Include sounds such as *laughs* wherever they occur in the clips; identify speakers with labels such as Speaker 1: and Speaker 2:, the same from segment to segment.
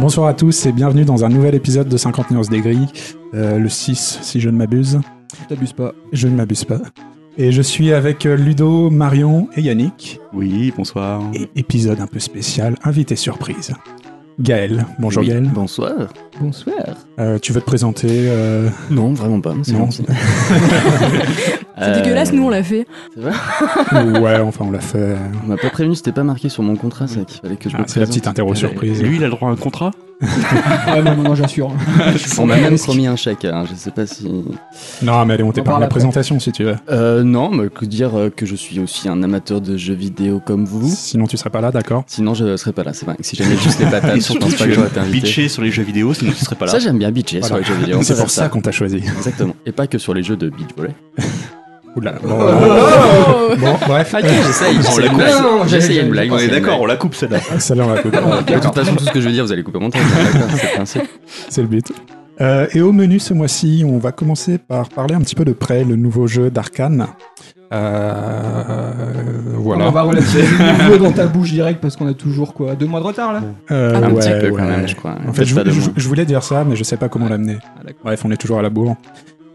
Speaker 1: Bonsoir à tous et bienvenue dans un nouvel épisode de 50 nuances des grilles, euh, le 6 si je ne m'abuse.
Speaker 2: Je t'abuse pas.
Speaker 1: Je ne m'abuse pas. Et je suis avec euh, Ludo, Marion et Yannick.
Speaker 3: Oui, bonsoir.
Speaker 1: Et épisode un peu spécial, invité surprise. Gaël, bonjour
Speaker 4: Oui,
Speaker 1: Gaël.
Speaker 4: Bonsoir.
Speaker 2: Bonsoir.
Speaker 1: Euh, tu veux te présenter
Speaker 4: *laughs*
Speaker 1: euh,
Speaker 4: Non, vraiment pas.
Speaker 1: Non.
Speaker 4: gentil.
Speaker 5: C'est
Speaker 4: Euh,
Speaker 5: dégueulasse, nous on l'a fait.
Speaker 1: Ouais, enfin on l'a fait.
Speaker 4: On m'a pas prévenu, c'était pas marqué sur mon contrat, ça, qu'il fallait que je
Speaker 1: Ah,
Speaker 4: me
Speaker 1: C'est la
Speaker 4: présente.
Speaker 1: petite interro surprise.
Speaker 3: Lui, il a le droit à un contrat
Speaker 2: Ah non, non, non, j'assure.
Speaker 4: On m'a même promis un chèque, hein, je sais pas si...
Speaker 1: Non, mais allez, on t'épargne
Speaker 2: parle
Speaker 1: la
Speaker 2: après.
Speaker 1: présentation si tu veux.
Speaker 4: Euh, non, mais que dire euh, que je suis aussi un amateur de jeux vidéo comme vous
Speaker 1: Sinon tu serais pas là, d'accord
Speaker 4: Sinon, je serais pas là, c'est vrai. Si j'aimais
Speaker 3: *laughs*
Speaker 4: juste les
Speaker 3: Et
Speaker 4: patates, je
Speaker 3: Ah, surtout,
Speaker 4: pense pas que
Speaker 3: tu
Speaker 4: j'aurais
Speaker 3: es
Speaker 4: été invité.
Speaker 3: bitché sur les jeux vidéo, sinon tu serais pas là.
Speaker 4: Ça, j'aime bien bitcher
Speaker 1: Voilà.
Speaker 4: sur les jeux vidéo. on
Speaker 1: C'est
Speaker 4: peut
Speaker 1: pour
Speaker 4: faire
Speaker 1: ça qu'on t'a choisi.
Speaker 4: Exactement. Et pas que sur les jeux de beach volley. *laughs*
Speaker 1: Oula. Bon, bon, bref,
Speaker 4: Ok, j'essaye.
Speaker 3: On
Speaker 4: j'essaye
Speaker 3: la
Speaker 4: une
Speaker 3: coupe.
Speaker 4: blague.
Speaker 2: Non, non,
Speaker 4: J'essaye une
Speaker 2: j'ai-
Speaker 4: blague.
Speaker 3: on
Speaker 4: j'essaye
Speaker 3: est
Speaker 4: une
Speaker 3: d'accord, on
Speaker 4: blague.
Speaker 3: la coupe celle-là.
Speaker 1: *laughs* celle-là on la
Speaker 4: *laughs*
Speaker 1: coupe.
Speaker 4: De toute façon, tout ce que je vais dire, vous allez couper mon temps. C'est le principe.
Speaker 1: C'est le but. Euh, et au menu ce mois-ci, on va commencer par parler un petit peu de près le nouveau jeu d'Arkane. Euh,
Speaker 2: On
Speaker 1: voilà.
Speaker 2: va relativiser le nouveau dans ta bouche direct parce qu'on a toujours quoi Deux mois de retard là
Speaker 1: Euh,
Speaker 4: Un
Speaker 1: ouais,
Speaker 4: petit peu
Speaker 1: ouais.
Speaker 4: quand même, je crois.
Speaker 1: En fait, Bah, je,
Speaker 4: Pas de
Speaker 1: je-
Speaker 4: moins.
Speaker 1: je voulais dire ça, mais je sais pas comment l'amener.
Speaker 2: Ah, d'accord.
Speaker 1: Bref, on est toujours à la bourre.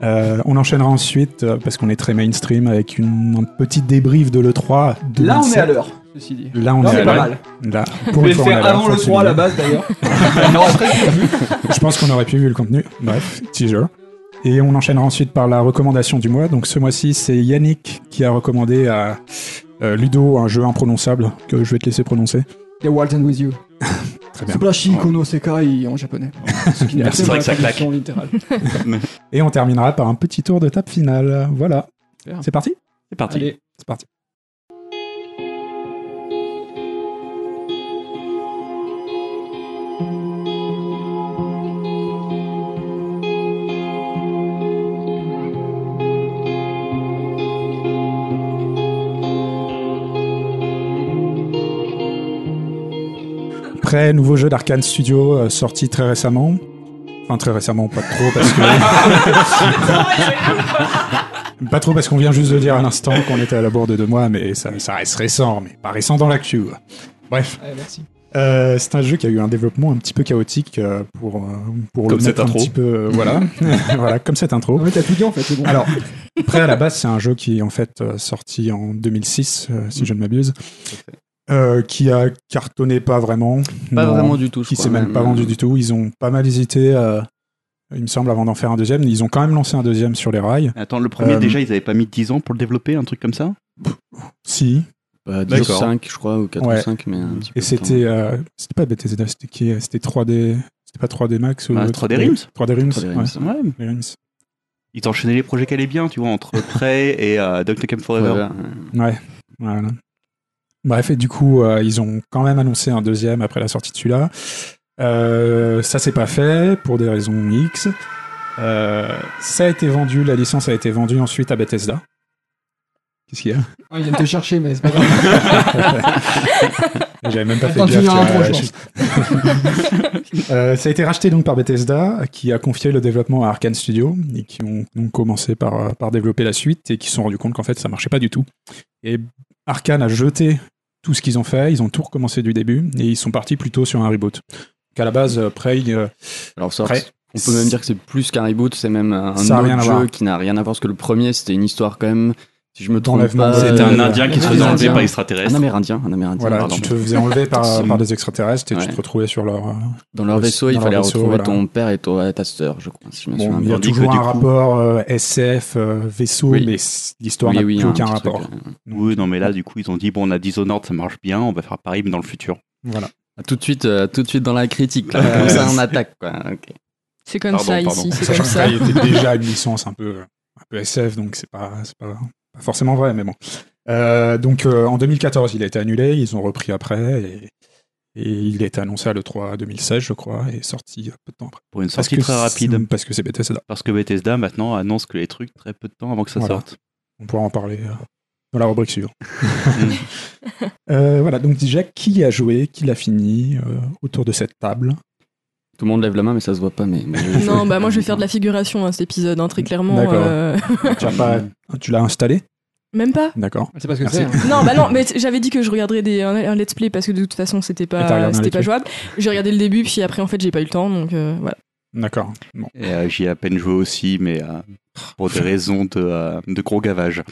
Speaker 1: Euh, on enchaînera ensuite, euh, parce qu'on est très mainstream, avec une, un petit débrief de l'E3.
Speaker 2: Là, on est
Speaker 1: 2007.
Speaker 2: à l'heure, ceci dit.
Speaker 1: Là, on
Speaker 2: Là,
Speaker 1: est
Speaker 2: on
Speaker 1: à
Speaker 2: est pas
Speaker 1: l'heure.
Speaker 2: mal. *laughs*
Speaker 1: Là,
Speaker 2: On
Speaker 1: pour
Speaker 2: pouvez
Speaker 1: une fois,
Speaker 2: le
Speaker 1: on est
Speaker 2: faire
Speaker 1: à l'heure,
Speaker 2: avant
Speaker 1: faut
Speaker 2: le 3 à la
Speaker 1: absolument.
Speaker 2: base d'ailleurs. *laughs* On aurait presque vu.
Speaker 1: Je pense qu'on aurait pu vu le contenu. Bref, teaser. Et on enchaînera ensuite par la recommandation du mois. Donc ce mois-ci, c'est Yannick qui a recommandé à euh, Ludo un jeu imprononçable que je vais te laisser prononcer.
Speaker 2: The Walton with You.
Speaker 1: Très bien.
Speaker 2: Splashy Kono Sekai en japonais. Ce qui n'est
Speaker 1: Merci,
Speaker 2: pas
Speaker 3: c'est vrai que ça
Speaker 2: la traduction littérale.
Speaker 1: Et on terminera par un petit tour de table finale. Voilà.
Speaker 2: Super.
Speaker 1: C'est parti
Speaker 3: C'est parti.
Speaker 2: Allez,
Speaker 1: C'est parti. Après, nouveau jeu d'Arkane Studio euh, sorti très récemment. Enfin, très récemment, pas trop parce que. pas trop parce qu'on vient juste de dire à l'instant qu'on était à la bourre de deux mois, mais ça, ça reste récent, mais pas récent dans l'actu. quoi. Bref,
Speaker 2: Allez, merci.
Speaker 1: Euh, c'est un jeu qui a eu un développement un petit peu chaotique euh, pour, euh, pour
Speaker 3: Comme
Speaker 1: le
Speaker 3: cette
Speaker 1: mettre un
Speaker 3: intro.
Speaker 1: petit peu. euh, voilà.
Speaker 4: *laughs*
Speaker 1: *laughs* voilà, comme cette intro.
Speaker 2: Non, mais t'as tout dit en fait, c'est bon.
Speaker 1: Oh.
Speaker 2: *laughs*
Speaker 1: Alors, après, à la base, c'est un jeu qui est en fait euh, sorti en 2006, euh, si je ne m'abuse, euh, qui a cartonné pas vraiment.
Speaker 4: Pas
Speaker 1: Non,
Speaker 4: vraiment du tout. je
Speaker 1: Qui s'est
Speaker 4: crois, euh,
Speaker 1: même pas vendu du tout. Ils ont pas mal hésité, euh, il me semble, avant d'en faire un deuxième. Ils ont quand même lancé un deuxième sur les rails.
Speaker 3: Attends, le premier,
Speaker 1: Euh,
Speaker 3: déjà, ils avaient pas mis 10 ans pour le développer, un truc comme ça
Speaker 1: Si.
Speaker 4: Bah,
Speaker 3: D'accord.
Speaker 4: 5, je crois, ou 4
Speaker 1: Ouais.
Speaker 4: ou 5, mais un petit peu.
Speaker 1: Et c'était, euh, c'était pas Bethesda, c'était qui euh, C'était 3D, c'était pas 3D Max ou
Speaker 3: Bah, 3D Realms.
Speaker 1: 3D Realms.
Speaker 4: 3D
Speaker 1: ouais,
Speaker 4: Realms.
Speaker 3: Ouais.
Speaker 1: 3D Realms.
Speaker 3: Ils enchaînaient les projets qui allaient bien, tu vois, *laughs* entre Prey et euh, Duck Nukem Forever.
Speaker 4: Voilà.
Speaker 1: Ouais, voilà. Bref, et du coup, euh, ils ont quand même annoncé un deuxième après la sortie de celui-là. Euh, ça s'est pas fait pour des raisons X. Euh, ça a été vendu, la licence a été vendue ensuite à Bethesda. Qu'est-ce qu'il y a
Speaker 2: Ah, il vient de te chercher, mais c'est pas grave.
Speaker 1: J'avais même pas
Speaker 2: Attends,
Speaker 1: fait
Speaker 2: tu
Speaker 1: gaffe,
Speaker 2: viens
Speaker 1: tu vois,
Speaker 2: un trop,
Speaker 1: *laughs*
Speaker 2: je
Speaker 1: je- Euh, ça a été racheté donc par Bethesda, qui a confié le développement à Arkane Studio, et qui ont donc commencé par, euh, par développer la suite, et qui se sont rendus compte qu'en fait ça marchait pas du tout. Et Arkane a jeté tout ce qu'ils ont fait, ils ont tout recommencé du début, et ils sont partis plutôt sur un reboot. Qu'à la base, euh, Prey, euh,
Speaker 4: Alors, ça,
Speaker 1: Prêt.
Speaker 4: on peut même dire que c'est plus qu'un reboot, c'est même un
Speaker 1: Ça a
Speaker 4: autre
Speaker 1: rien à voir.
Speaker 4: jeu qui n'a rien à voir. Parce que le premier, c'était une histoire quand même, si je me trompe
Speaker 1: D'enlèvement.
Speaker 4: pas.
Speaker 3: C'était un
Speaker 1: Euh,
Speaker 3: Indien Ah, qui se
Speaker 4: des
Speaker 3: faisait enlever
Speaker 4: Indiens.
Speaker 3: par
Speaker 4: Un
Speaker 3: extraterrestre.
Speaker 4: amérindien, un amérindien,
Speaker 1: voilà,
Speaker 4: pardon.
Speaker 1: tu te faisais enlever
Speaker 4: *laughs*
Speaker 1: par, par des extraterrestres et tu
Speaker 4: Ouais.
Speaker 1: te retrouvais sur leur. euh,
Speaker 4: Dans leur vaisseau, il
Speaker 1: Dans leur
Speaker 4: fallait
Speaker 1: vaisseau,
Speaker 4: retrouver
Speaker 1: voilà.
Speaker 4: ton père et ton- ta sœur, je crois, si je me
Speaker 1: bon,
Speaker 4: souviens
Speaker 1: il y
Speaker 4: bien.
Speaker 1: a
Speaker 3: tandis que
Speaker 1: toujours
Speaker 3: du
Speaker 1: un
Speaker 3: coup-
Speaker 1: rapport euh, SF, euh, vaisseau,
Speaker 4: Oui.
Speaker 1: mais c- l'histoire n'a plus
Speaker 4: un
Speaker 1: aucun
Speaker 4: petit
Speaker 1: rapport.
Speaker 4: truc, euh,
Speaker 3: Oui, non, mais là, du coup, ils ont dit, bon, on a Dishonored, ça marche bien, on va faire pareil, mais dans le futur.
Speaker 1: Voilà.
Speaker 4: ouais. Tout de suite, euh, tout de suite dans la critique. là.
Speaker 1: Euh,
Speaker 4: Comme ça, on attaque. Quoi. Ok.
Speaker 5: *laughs* C'est comme
Speaker 3: Pardon,
Speaker 5: ça
Speaker 3: pardon.
Speaker 5: ici, c'est
Speaker 1: Sachant
Speaker 5: comme
Speaker 1: que
Speaker 5: ça.
Speaker 1: Prey était déjà une licence un peu, un peu SF, donc c'est pas, c'est pas, pas forcément vrai, mais bon. Euh, donc euh, en 2014, il a été annulé, ils ont repris après, et, et il a été annoncé à l'E3 2016, je crois, et sorti un peu de temps après.
Speaker 3: Pour une
Speaker 1: Parce
Speaker 3: sortie
Speaker 1: que
Speaker 3: très
Speaker 1: c'est-
Speaker 3: rapide.
Speaker 1: Parce que c'est Bethesda.
Speaker 3: Parce que Bethesda, maintenant, annonce que les trucs très peu de temps avant que ça
Speaker 1: Voilà.
Speaker 3: sorte.
Speaker 1: On pourra en parler euh, dans la rubrique suivante.
Speaker 3: Mm.
Speaker 5: *laughs*
Speaker 1: Euh, voilà, donc déjà, qui a joué, qui l'a fini euh, autour de cette
Speaker 5: *laughs*
Speaker 1: table
Speaker 4: Tout le monde lève la main, mais ça se voit pas. Mais, mais je- *laughs*
Speaker 5: Non, bah moi je vais faire de la figuration à cet épisode, hein, très clairement.
Speaker 1: D'accord.
Speaker 5: euh,
Speaker 1: Tu as pas- Tu l'as installé
Speaker 5: *laughs* Même pas
Speaker 1: D'accord.
Speaker 2: C'est pas ce que
Speaker 1: Merci.
Speaker 2: c'est. hein.
Speaker 5: Non, bah non, mais t- j'avais dit que je regarderais des, un, un let's play parce que de toute façon c'était
Speaker 1: Et t'as regardé
Speaker 5: pas,
Speaker 1: un
Speaker 5: c'était
Speaker 1: let's
Speaker 5: pas
Speaker 1: play.
Speaker 5: jouable. J'ai regardé le début, puis après en fait j'ai pas eu le temps, donc euh, voilà.
Speaker 1: D'accord. Bon.
Speaker 3: Et, euh, J'y ai à peine joué aussi, mais euh, pour des raisons de, euh, de gros gavage.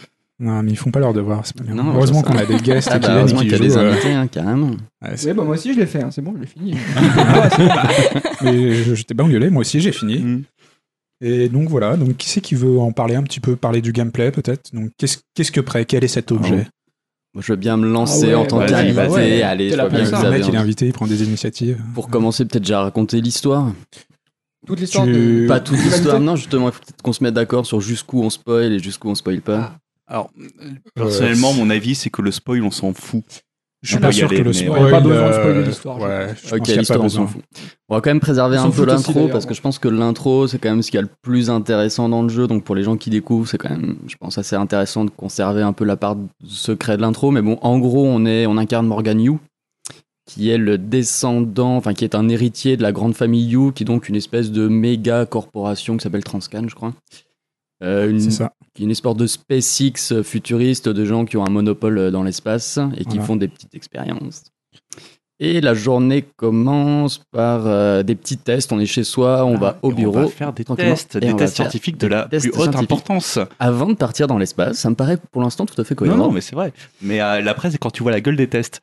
Speaker 1: Non, mais ils font pas leur devoir. c'est pas bien.
Speaker 4: Non,
Speaker 1: heureusement
Speaker 4: c'est ça.
Speaker 1: qu'on a des guests
Speaker 4: Ah
Speaker 1: qui
Speaker 4: bah,
Speaker 1: viennent
Speaker 4: heureusement
Speaker 1: qui
Speaker 4: qu'il y a
Speaker 1: jouent.
Speaker 4: des
Speaker 1: euh,
Speaker 4: invités, hein, carrément.
Speaker 1: ouais, c'est- *laughs*
Speaker 2: Ouais, bah moi aussi je l'ai fait, hein, c'est bon, je l'ai fini.
Speaker 1: mais je, je t'ai pas engueulé, moi aussi j'ai fini.
Speaker 3: Mm.
Speaker 1: Et donc voilà, donc qui c'est qui veut en parler un petit peu, parler du gameplay peut-être Donc qu'est-ce qu'est-ce que près Quel est
Speaker 4: Ah,
Speaker 1: cet objet Euh,
Speaker 4: Moi, je veux bien me lancer
Speaker 2: Ah ouais,
Speaker 4: en tant
Speaker 3: vas-y,
Speaker 4: qu'invité.
Speaker 2: vas-y.
Speaker 4: Allez,
Speaker 2: T'es
Speaker 4: je
Speaker 2: là
Speaker 4: vois
Speaker 2: pour
Speaker 4: bien
Speaker 2: ça.
Speaker 4: que vous
Speaker 1: Le
Speaker 4: avez
Speaker 1: mec il est
Speaker 4: envie.
Speaker 1: invité, il prend des initiatives.
Speaker 4: hein. Pour commencer, peut-être déjà raconter l'histoire.
Speaker 2: Toute l'histoire
Speaker 1: Tu-
Speaker 2: de.
Speaker 1: *laughs*
Speaker 4: Pas toute
Speaker 2: l'humanité.
Speaker 4: l'histoire, non, justement, il faut peut-être qu'on se mette d'accord sur jusqu'où on spoil et jusqu'où on spoil pas.
Speaker 3: Alors, personnellement, mon avis, c'est que le spoil, on s'en fout.
Speaker 1: Je suis
Speaker 3: On
Speaker 1: pas
Speaker 3: peut y
Speaker 1: sûr
Speaker 3: aller,
Speaker 1: que le
Speaker 3: mais-
Speaker 1: spoil.
Speaker 2: Ouais, pas besoin de
Speaker 1: euh,
Speaker 2: spoiler l'histoire, je
Speaker 1: Ouais,
Speaker 2: pense.
Speaker 1: je pense
Speaker 4: Ok,
Speaker 1: qu'il y a pas
Speaker 4: l'histoire, on s'en
Speaker 1: besoin.
Speaker 4: fout. On va quand même préserver
Speaker 2: On
Speaker 4: un
Speaker 2: s'en
Speaker 4: peu
Speaker 2: fout aussi,
Speaker 4: l'intro
Speaker 2: d'ailleurs.
Speaker 4: parce que je pense que l'intro, c'est quand même ce qu'il y a le plus intéressant dans le jeu. Donc pour les gens qui découvrent, c'est quand même, je pense, assez intéressant de conserver un peu la part secret de l'intro. Mais bon, en gros, on, est, on incarne Morgan Yu, qui est le descendant, enfin qui est un héritier de la grande famille Yu, qui est donc une espèce de méga corporation qui s'appelle Transcan, je crois. Euh, une,
Speaker 1: C'est ça.
Speaker 4: qui est une espèce de SpaceX futuriste de gens qui ont un monopole euh, dans l'espace et qui
Speaker 1: Voilà.
Speaker 4: font des petites expériences. Et la journée commence par euh, des petits tests. On est chez soi, on va au
Speaker 3: Ah, Et
Speaker 4: bureau.
Speaker 3: On va faire des
Speaker 4: tranquillement,
Speaker 3: tests,
Speaker 4: et
Speaker 3: des
Speaker 4: on va
Speaker 3: tests
Speaker 4: faire
Speaker 3: scientifiques de
Speaker 4: des
Speaker 3: la
Speaker 4: tests
Speaker 3: plus haute
Speaker 4: scientifiques.
Speaker 3: importance.
Speaker 4: Avant de partir dans l'espace, ça me paraît pour l'instant tout à fait cohérent.
Speaker 3: Non, non, mais c'est vrai. Mais euh, la presse, c'est quand tu vois la gueule des tests.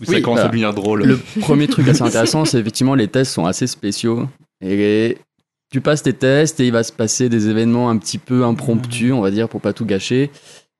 Speaker 3: où ça
Speaker 4: Oui,
Speaker 3: commence
Speaker 4: bah,
Speaker 3: à devenir drôle.
Speaker 4: Le premier truc assez intéressant, c'est effectivement les tests sont assez spéciaux. Et tu passes tes tests et il va se passer des événements un petit peu impromptus, on va dire, pour pas tout gâcher.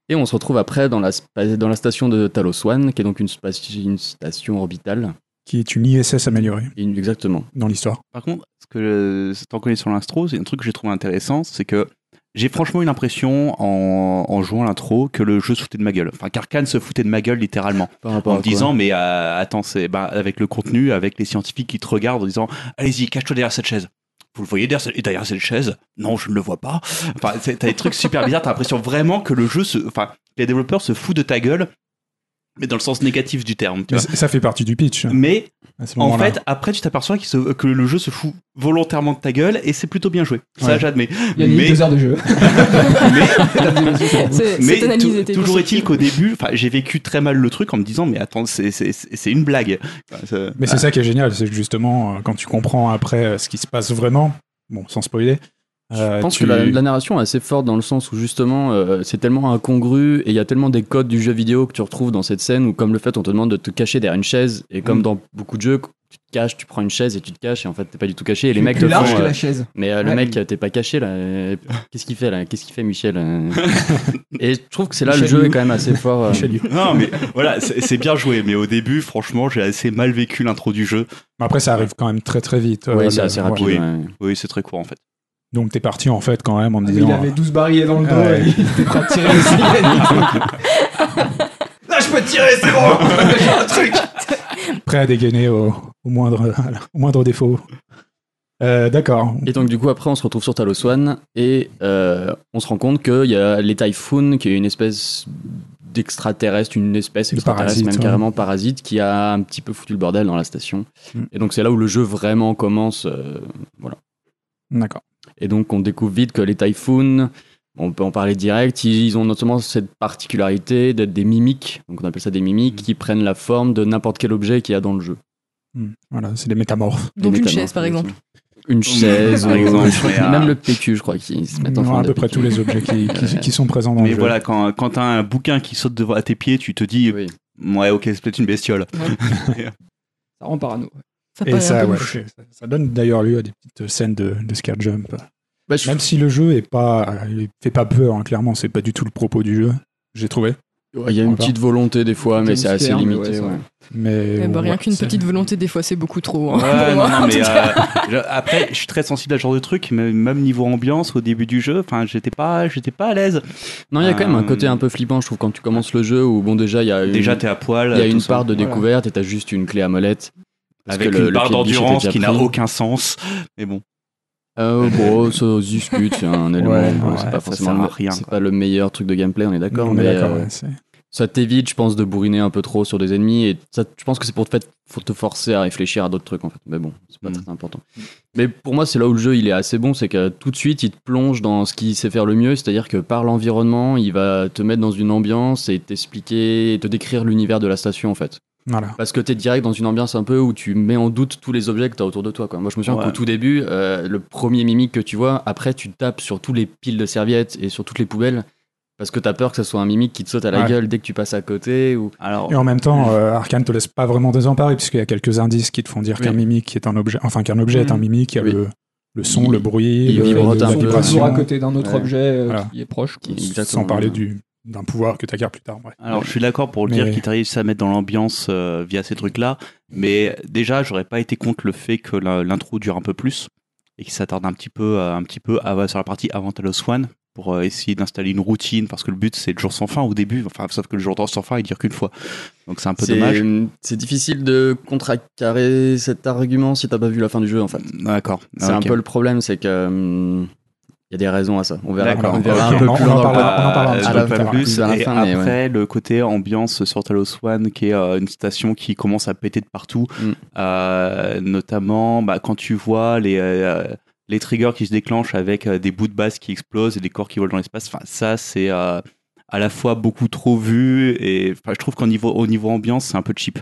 Speaker 4: Et on se retrouve après dans la, spa- dans la station de Talos One, qui est donc une, spa- une station orbitale.
Speaker 1: Qui est une ISS améliorée
Speaker 4: Une- exactement.
Speaker 1: dans l'histoire.
Speaker 3: Par contre, ce que euh, tant qu'on est sur l'intro, c'est un truc que j'ai trouvé intéressant, c'est que j'ai franchement eu l'impression en, en jouant l'intro que le jeu se foutait de ma gueule. Enfin, qu'Arkane se foutait de ma gueule littéralement.
Speaker 4: Par rapport
Speaker 3: En
Speaker 4: à
Speaker 3: me disant, mais euh, attends, c'est bah, avec le contenu, avec les scientifiques qui te regardent en disant, allez-y, cache-toi derrière cette chaise. Vous le voyez derrière, ce- et derrière cette chaise Non, je ne le vois pas. Enfin, c'est- t'as des trucs super bizarres, t'as l'impression vraiment que le jeu se. Enfin, les développeurs se foutent de ta gueule, mais dans le sens négatif du terme, tu
Speaker 1: Mais
Speaker 3: vois.
Speaker 1: c- ça fait partie du pitch. hein,
Speaker 3: Mais
Speaker 1: à ce
Speaker 3: en
Speaker 1: moment-là.
Speaker 3: fait, après, tu t'aperçois qu'il se- que le jeu se fout volontairement de ta gueule et c'est plutôt bien joué. Ça,
Speaker 1: Ouais.
Speaker 3: j'admets.
Speaker 2: Il y a mis
Speaker 3: Mais-
Speaker 2: deux heures de jeu.
Speaker 5: C'est
Speaker 3: Mais
Speaker 5: cette analyse
Speaker 3: tou-
Speaker 5: était
Speaker 3: toujours est-il
Speaker 5: constructive.
Speaker 3: qu'au début, enfin, j'ai vécu très mal le truc en me disant, mais attends, c'est- c'est c'est une blague. Enfin, c'est-
Speaker 1: Mais c'est ça qui est génial, c'est que justement euh, quand tu comprends après euh, ce qui se passe vraiment, bon, sans spoiler.
Speaker 2: Euh,
Speaker 1: euh,
Speaker 4: Je pense que la, la narration est assez forte dans le sens où justement euh, c'est tellement incongru et il y a tellement des codes du jeu vidéo que tu retrouves dans cette scène où comme le fait on te demande de te cacher derrière une chaise et comme
Speaker 1: Mm.
Speaker 4: dans beaucoup de jeux tu te caches, tu prends une chaise et tu te caches et en fait t'es pas du tout caché et les mecs
Speaker 2: plus
Speaker 4: te font
Speaker 2: large que
Speaker 4: euh,
Speaker 2: la chaise.
Speaker 4: mais euh, le
Speaker 2: Ouais.
Speaker 4: mec euh, t'es pas caché là euh, qu'est-ce qu'il fait là qu'est-ce qu'il fait Michel
Speaker 2: *laughs*
Speaker 4: euh et je trouve que c'est là le
Speaker 2: Michel
Speaker 4: jeu
Speaker 2: Liu.
Speaker 4: est quand même assez fort euh,
Speaker 3: Non, mais voilà, c'est c'est bien joué. Mais au début, franchement, j'ai assez mal vécu l'intro du jeu.
Speaker 1: Mais après, ça arrive quand même très très vite. euh,
Speaker 4: ouais c'est
Speaker 1: le-
Speaker 4: assez rapide
Speaker 3: Oui.
Speaker 4: ouais.
Speaker 3: Oui, c'est très court en fait.
Speaker 1: Donc t'es parti en fait quand même en te
Speaker 2: Il
Speaker 1: disant. euh,
Speaker 2: avait 12 barillets dans le dos
Speaker 1: Ouais.
Speaker 2: et il était prêt à tirer aussi. Là, je peux tirer, c'est bon J'ai un truc
Speaker 1: euh, *laughs* prêt à dégainer au, au moindre *laughs* au moindre défaut. Euh, D'accord.
Speaker 4: Et donc du coup après on se retrouve sur Talos One et euh, on se rend compte qu'il y a les Typhoons qui est une espèce d'extraterrestre, une espèce
Speaker 1: De hein.
Speaker 4: extraterrestre
Speaker 1: parasite,
Speaker 4: même
Speaker 1: ouais.
Speaker 4: carrément parasite qui a un petit peu foutu le bordel dans la station.
Speaker 1: Mm.
Speaker 4: Et donc c'est là où le jeu vraiment commence. euh,
Speaker 1: D'accord.
Speaker 4: et donc on découvre vite que les Typhoons, on peut en parler direct, ils, ils ont notamment cette particularité d'être des mimiques, donc on appelle ça des mimiques,
Speaker 1: Mm.
Speaker 4: qui prennent la forme de n'importe quel objet qu'il y a dans le jeu.
Speaker 1: Hmm. Voilà, c'est des métamorphes.
Speaker 4: Des
Speaker 5: Donc une
Speaker 4: métamorphes,
Speaker 5: chaise par exemple.
Speaker 4: Une
Speaker 3: *laughs*
Speaker 4: chaise,
Speaker 3: Par
Speaker 4: ou- *laughs*
Speaker 3: exemple, mais, euh,
Speaker 4: même le PQ je crois qu'ils se mettent en
Speaker 1: Non,
Speaker 4: forme
Speaker 1: à
Speaker 4: de
Speaker 1: peu près
Speaker 4: PQ.
Speaker 1: tous les objets
Speaker 4: *laughs*
Speaker 1: qui, qui,
Speaker 4: Ouais.
Speaker 1: qui sont présents dans
Speaker 3: Mais
Speaker 1: le jeu.
Speaker 3: voilà, quand, quand t'as un bouquin qui saute devant à tes pieds, tu te dis,
Speaker 4: Oui.
Speaker 3: ouais, ok, c'est peut-être une bestiole.
Speaker 2: Ça rend parano.
Speaker 5: Ça
Speaker 1: Et
Speaker 5: paraît un
Speaker 1: ça,
Speaker 5: peu
Speaker 1: ouais,
Speaker 5: louche.
Speaker 1: ça- ça donne d'ailleurs lieu à des petites scènes de, de scare jump.
Speaker 4: Bah, je-
Speaker 1: Même si le jeu est pas, euh, il fait pas peur, hein, clairement, c'est pas du tout le propos du jeu, j'ai trouvé.
Speaker 4: Ouais, Il y a une
Speaker 1: Encore.
Speaker 4: petite volonté des fois, mais
Speaker 2: Petit
Speaker 4: c'est assez
Speaker 2: mystère, mais ouais,
Speaker 4: limité.
Speaker 2: ça
Speaker 4: ouais.
Speaker 2: va.
Speaker 1: Mais
Speaker 5: Eh ben,
Speaker 1: ouais,
Speaker 5: rien qu'une
Speaker 1: c'est-
Speaker 5: petite volonté des fois c'est beaucoup trop. hein,
Speaker 3: Ouais,
Speaker 5: pour
Speaker 3: non,
Speaker 5: moi, *laughs*
Speaker 3: non,
Speaker 5: en
Speaker 3: mais
Speaker 5: tout cas.
Speaker 3: euh, *laughs* je- après, je suis très sensible à ce genre de truc, mais même niveau ambiance au début du jeu, enfin, j'étais pas, j'étais pas à l'aise.
Speaker 4: Non, il y a quand même un
Speaker 3: Euh,
Speaker 4: côté un peu flippant, je trouve, quand tu commences le jeu où, bon, déjà, il y a une,
Speaker 3: Déjà, t'es à poil.
Speaker 4: il y a
Speaker 3: tout
Speaker 4: une
Speaker 3: ça.
Speaker 4: part de
Speaker 2: Voilà.
Speaker 4: découverte et t'as juste une clé à molette. Parce
Speaker 3: avec
Speaker 4: que
Speaker 3: une
Speaker 4: le- le
Speaker 3: barre
Speaker 4: pied de biche était
Speaker 3: d'endurance
Speaker 4: déjà
Speaker 3: qui n'a
Speaker 4: pris.
Speaker 3: aucun sens. Mais bon,
Speaker 4: Euh, bon, ça se discute, c'est un élément.
Speaker 1: Ouais,
Speaker 4: bon,
Speaker 1: ouais,
Speaker 4: c'est
Speaker 3: ça
Speaker 4: pas forcément
Speaker 3: sert à
Speaker 4: le,
Speaker 3: rien,
Speaker 4: c'est
Speaker 3: quoi.
Speaker 4: pas le meilleur truc de gameplay, on est d'accord,
Speaker 1: on est
Speaker 4: mais
Speaker 1: d'accord,
Speaker 4: euh,
Speaker 1: ouais, c'est-
Speaker 4: ça t'évite, je pense, de bourriner un peu trop sur des ennemis. Et ça, je pense que c'est pour, te fait- pour te forcer à réfléchir à d'autres trucs, en fait. Mais bon, c'est pas
Speaker 3: Mm.
Speaker 4: très important. Mais pour moi, c'est là où le jeu, il est assez bon. C'est que tout de suite, il te plonge dans ce qu'il sait faire le mieux. C'est-à-dire que par l'environnement, il va te mettre dans une ambiance et t'expliquer, et te décrire l'univers de la station, en fait.
Speaker 1: Voilà.
Speaker 4: Parce que t'es direct dans une ambiance un peu où tu mets en doute tous les objets que t'as autour de toi. Quoi. Moi, je me souviens
Speaker 3: Ouais.
Speaker 4: qu'au tout début, euh, le premier mimique que tu vois, après, tu tapes sur tous les piles de serviettes et sur toutes les poubelles parce que t'as peur que ce soit un mimique qui te saute à la
Speaker 1: Ouais.
Speaker 4: gueule dès que tu passes à côté. Ou...
Speaker 3: Alors,
Speaker 1: Et en même temps, euh, Arkane te laisse pas vraiment désemparer, puisqu'il y a quelques indices qui te font dire
Speaker 4: Oui.
Speaker 1: qu'un mimique est un objet, enfin qu'un objet est un
Speaker 2: Mm.
Speaker 1: mimique, il y a
Speaker 4: Oui.
Speaker 1: le, le son,
Speaker 4: Il-
Speaker 1: le bruit,
Speaker 4: il
Speaker 1: le-
Speaker 4: vibrote
Speaker 1: la
Speaker 4: un
Speaker 2: Ils sont
Speaker 4: peu.
Speaker 1: vibration,
Speaker 2: toujours à côté d'un autre
Speaker 4: Ouais.
Speaker 2: objet euh,
Speaker 1: Voilà.
Speaker 2: qui est proche. quoi.
Speaker 1: sans
Speaker 4: Exactement.
Speaker 1: parler du d'un pouvoir que t'acquiers plus tard. ouais.
Speaker 3: Alors, je suis d'accord pour le
Speaker 1: Mais-
Speaker 3: dire qu'il t'arrive à mettre dans l'ambiance euh, via ces trucs-là, mais déjà, j'aurais pas été contre le fait que la- l'intro dure un peu plus et qu'il s'attarde un petit peu, euh, un petit peu à- sur la partie avant Talos One pour euh, essayer d'installer une routine parce que le but c'est le jour sans fin au début, enfin, sauf que le jour sans fin il dure qu'une fois, donc c'est un peu
Speaker 4: C'est-
Speaker 3: dommage.
Speaker 4: C'est difficile de contracarrer cet argument si t'as pas vu la fin du jeu, en fait.
Speaker 3: D'accord.
Speaker 4: C'est
Speaker 3: Ah,
Speaker 4: un
Speaker 3: ok.
Speaker 4: peu le problème, c'est que. hum, Il y a des raisons à ça. On verra,
Speaker 3: D'accord.
Speaker 4: on verra
Speaker 1: Ok,
Speaker 4: un peu
Speaker 1: on-
Speaker 4: plus
Speaker 1: on
Speaker 4: loin
Speaker 1: en
Speaker 4: dans le
Speaker 1: parlera.
Speaker 4: podcast.
Speaker 1: parlera un
Speaker 3: Euh,
Speaker 1: petit
Speaker 3: je
Speaker 1: peu
Speaker 3: donne
Speaker 1: plus
Speaker 3: pas
Speaker 1: tard.
Speaker 3: plus.
Speaker 4: Plus à la
Speaker 3: Et
Speaker 4: fin, mais
Speaker 3: après, le côté ambiance sur Talos One, qui est euh, une station qui commence à péter de partout,
Speaker 4: Mm.
Speaker 3: Euh, notamment bah, quand tu vois les, euh, les triggers qui se déclenchent avec euh, des bouts de base qui explosent et des corps qui volent dans l'espace. Enfin, ça, c'est euh, à la fois beaucoup trop vu et enfin, je trouve qu'au niveau, au niveau ambiance, c'est un peu cheap.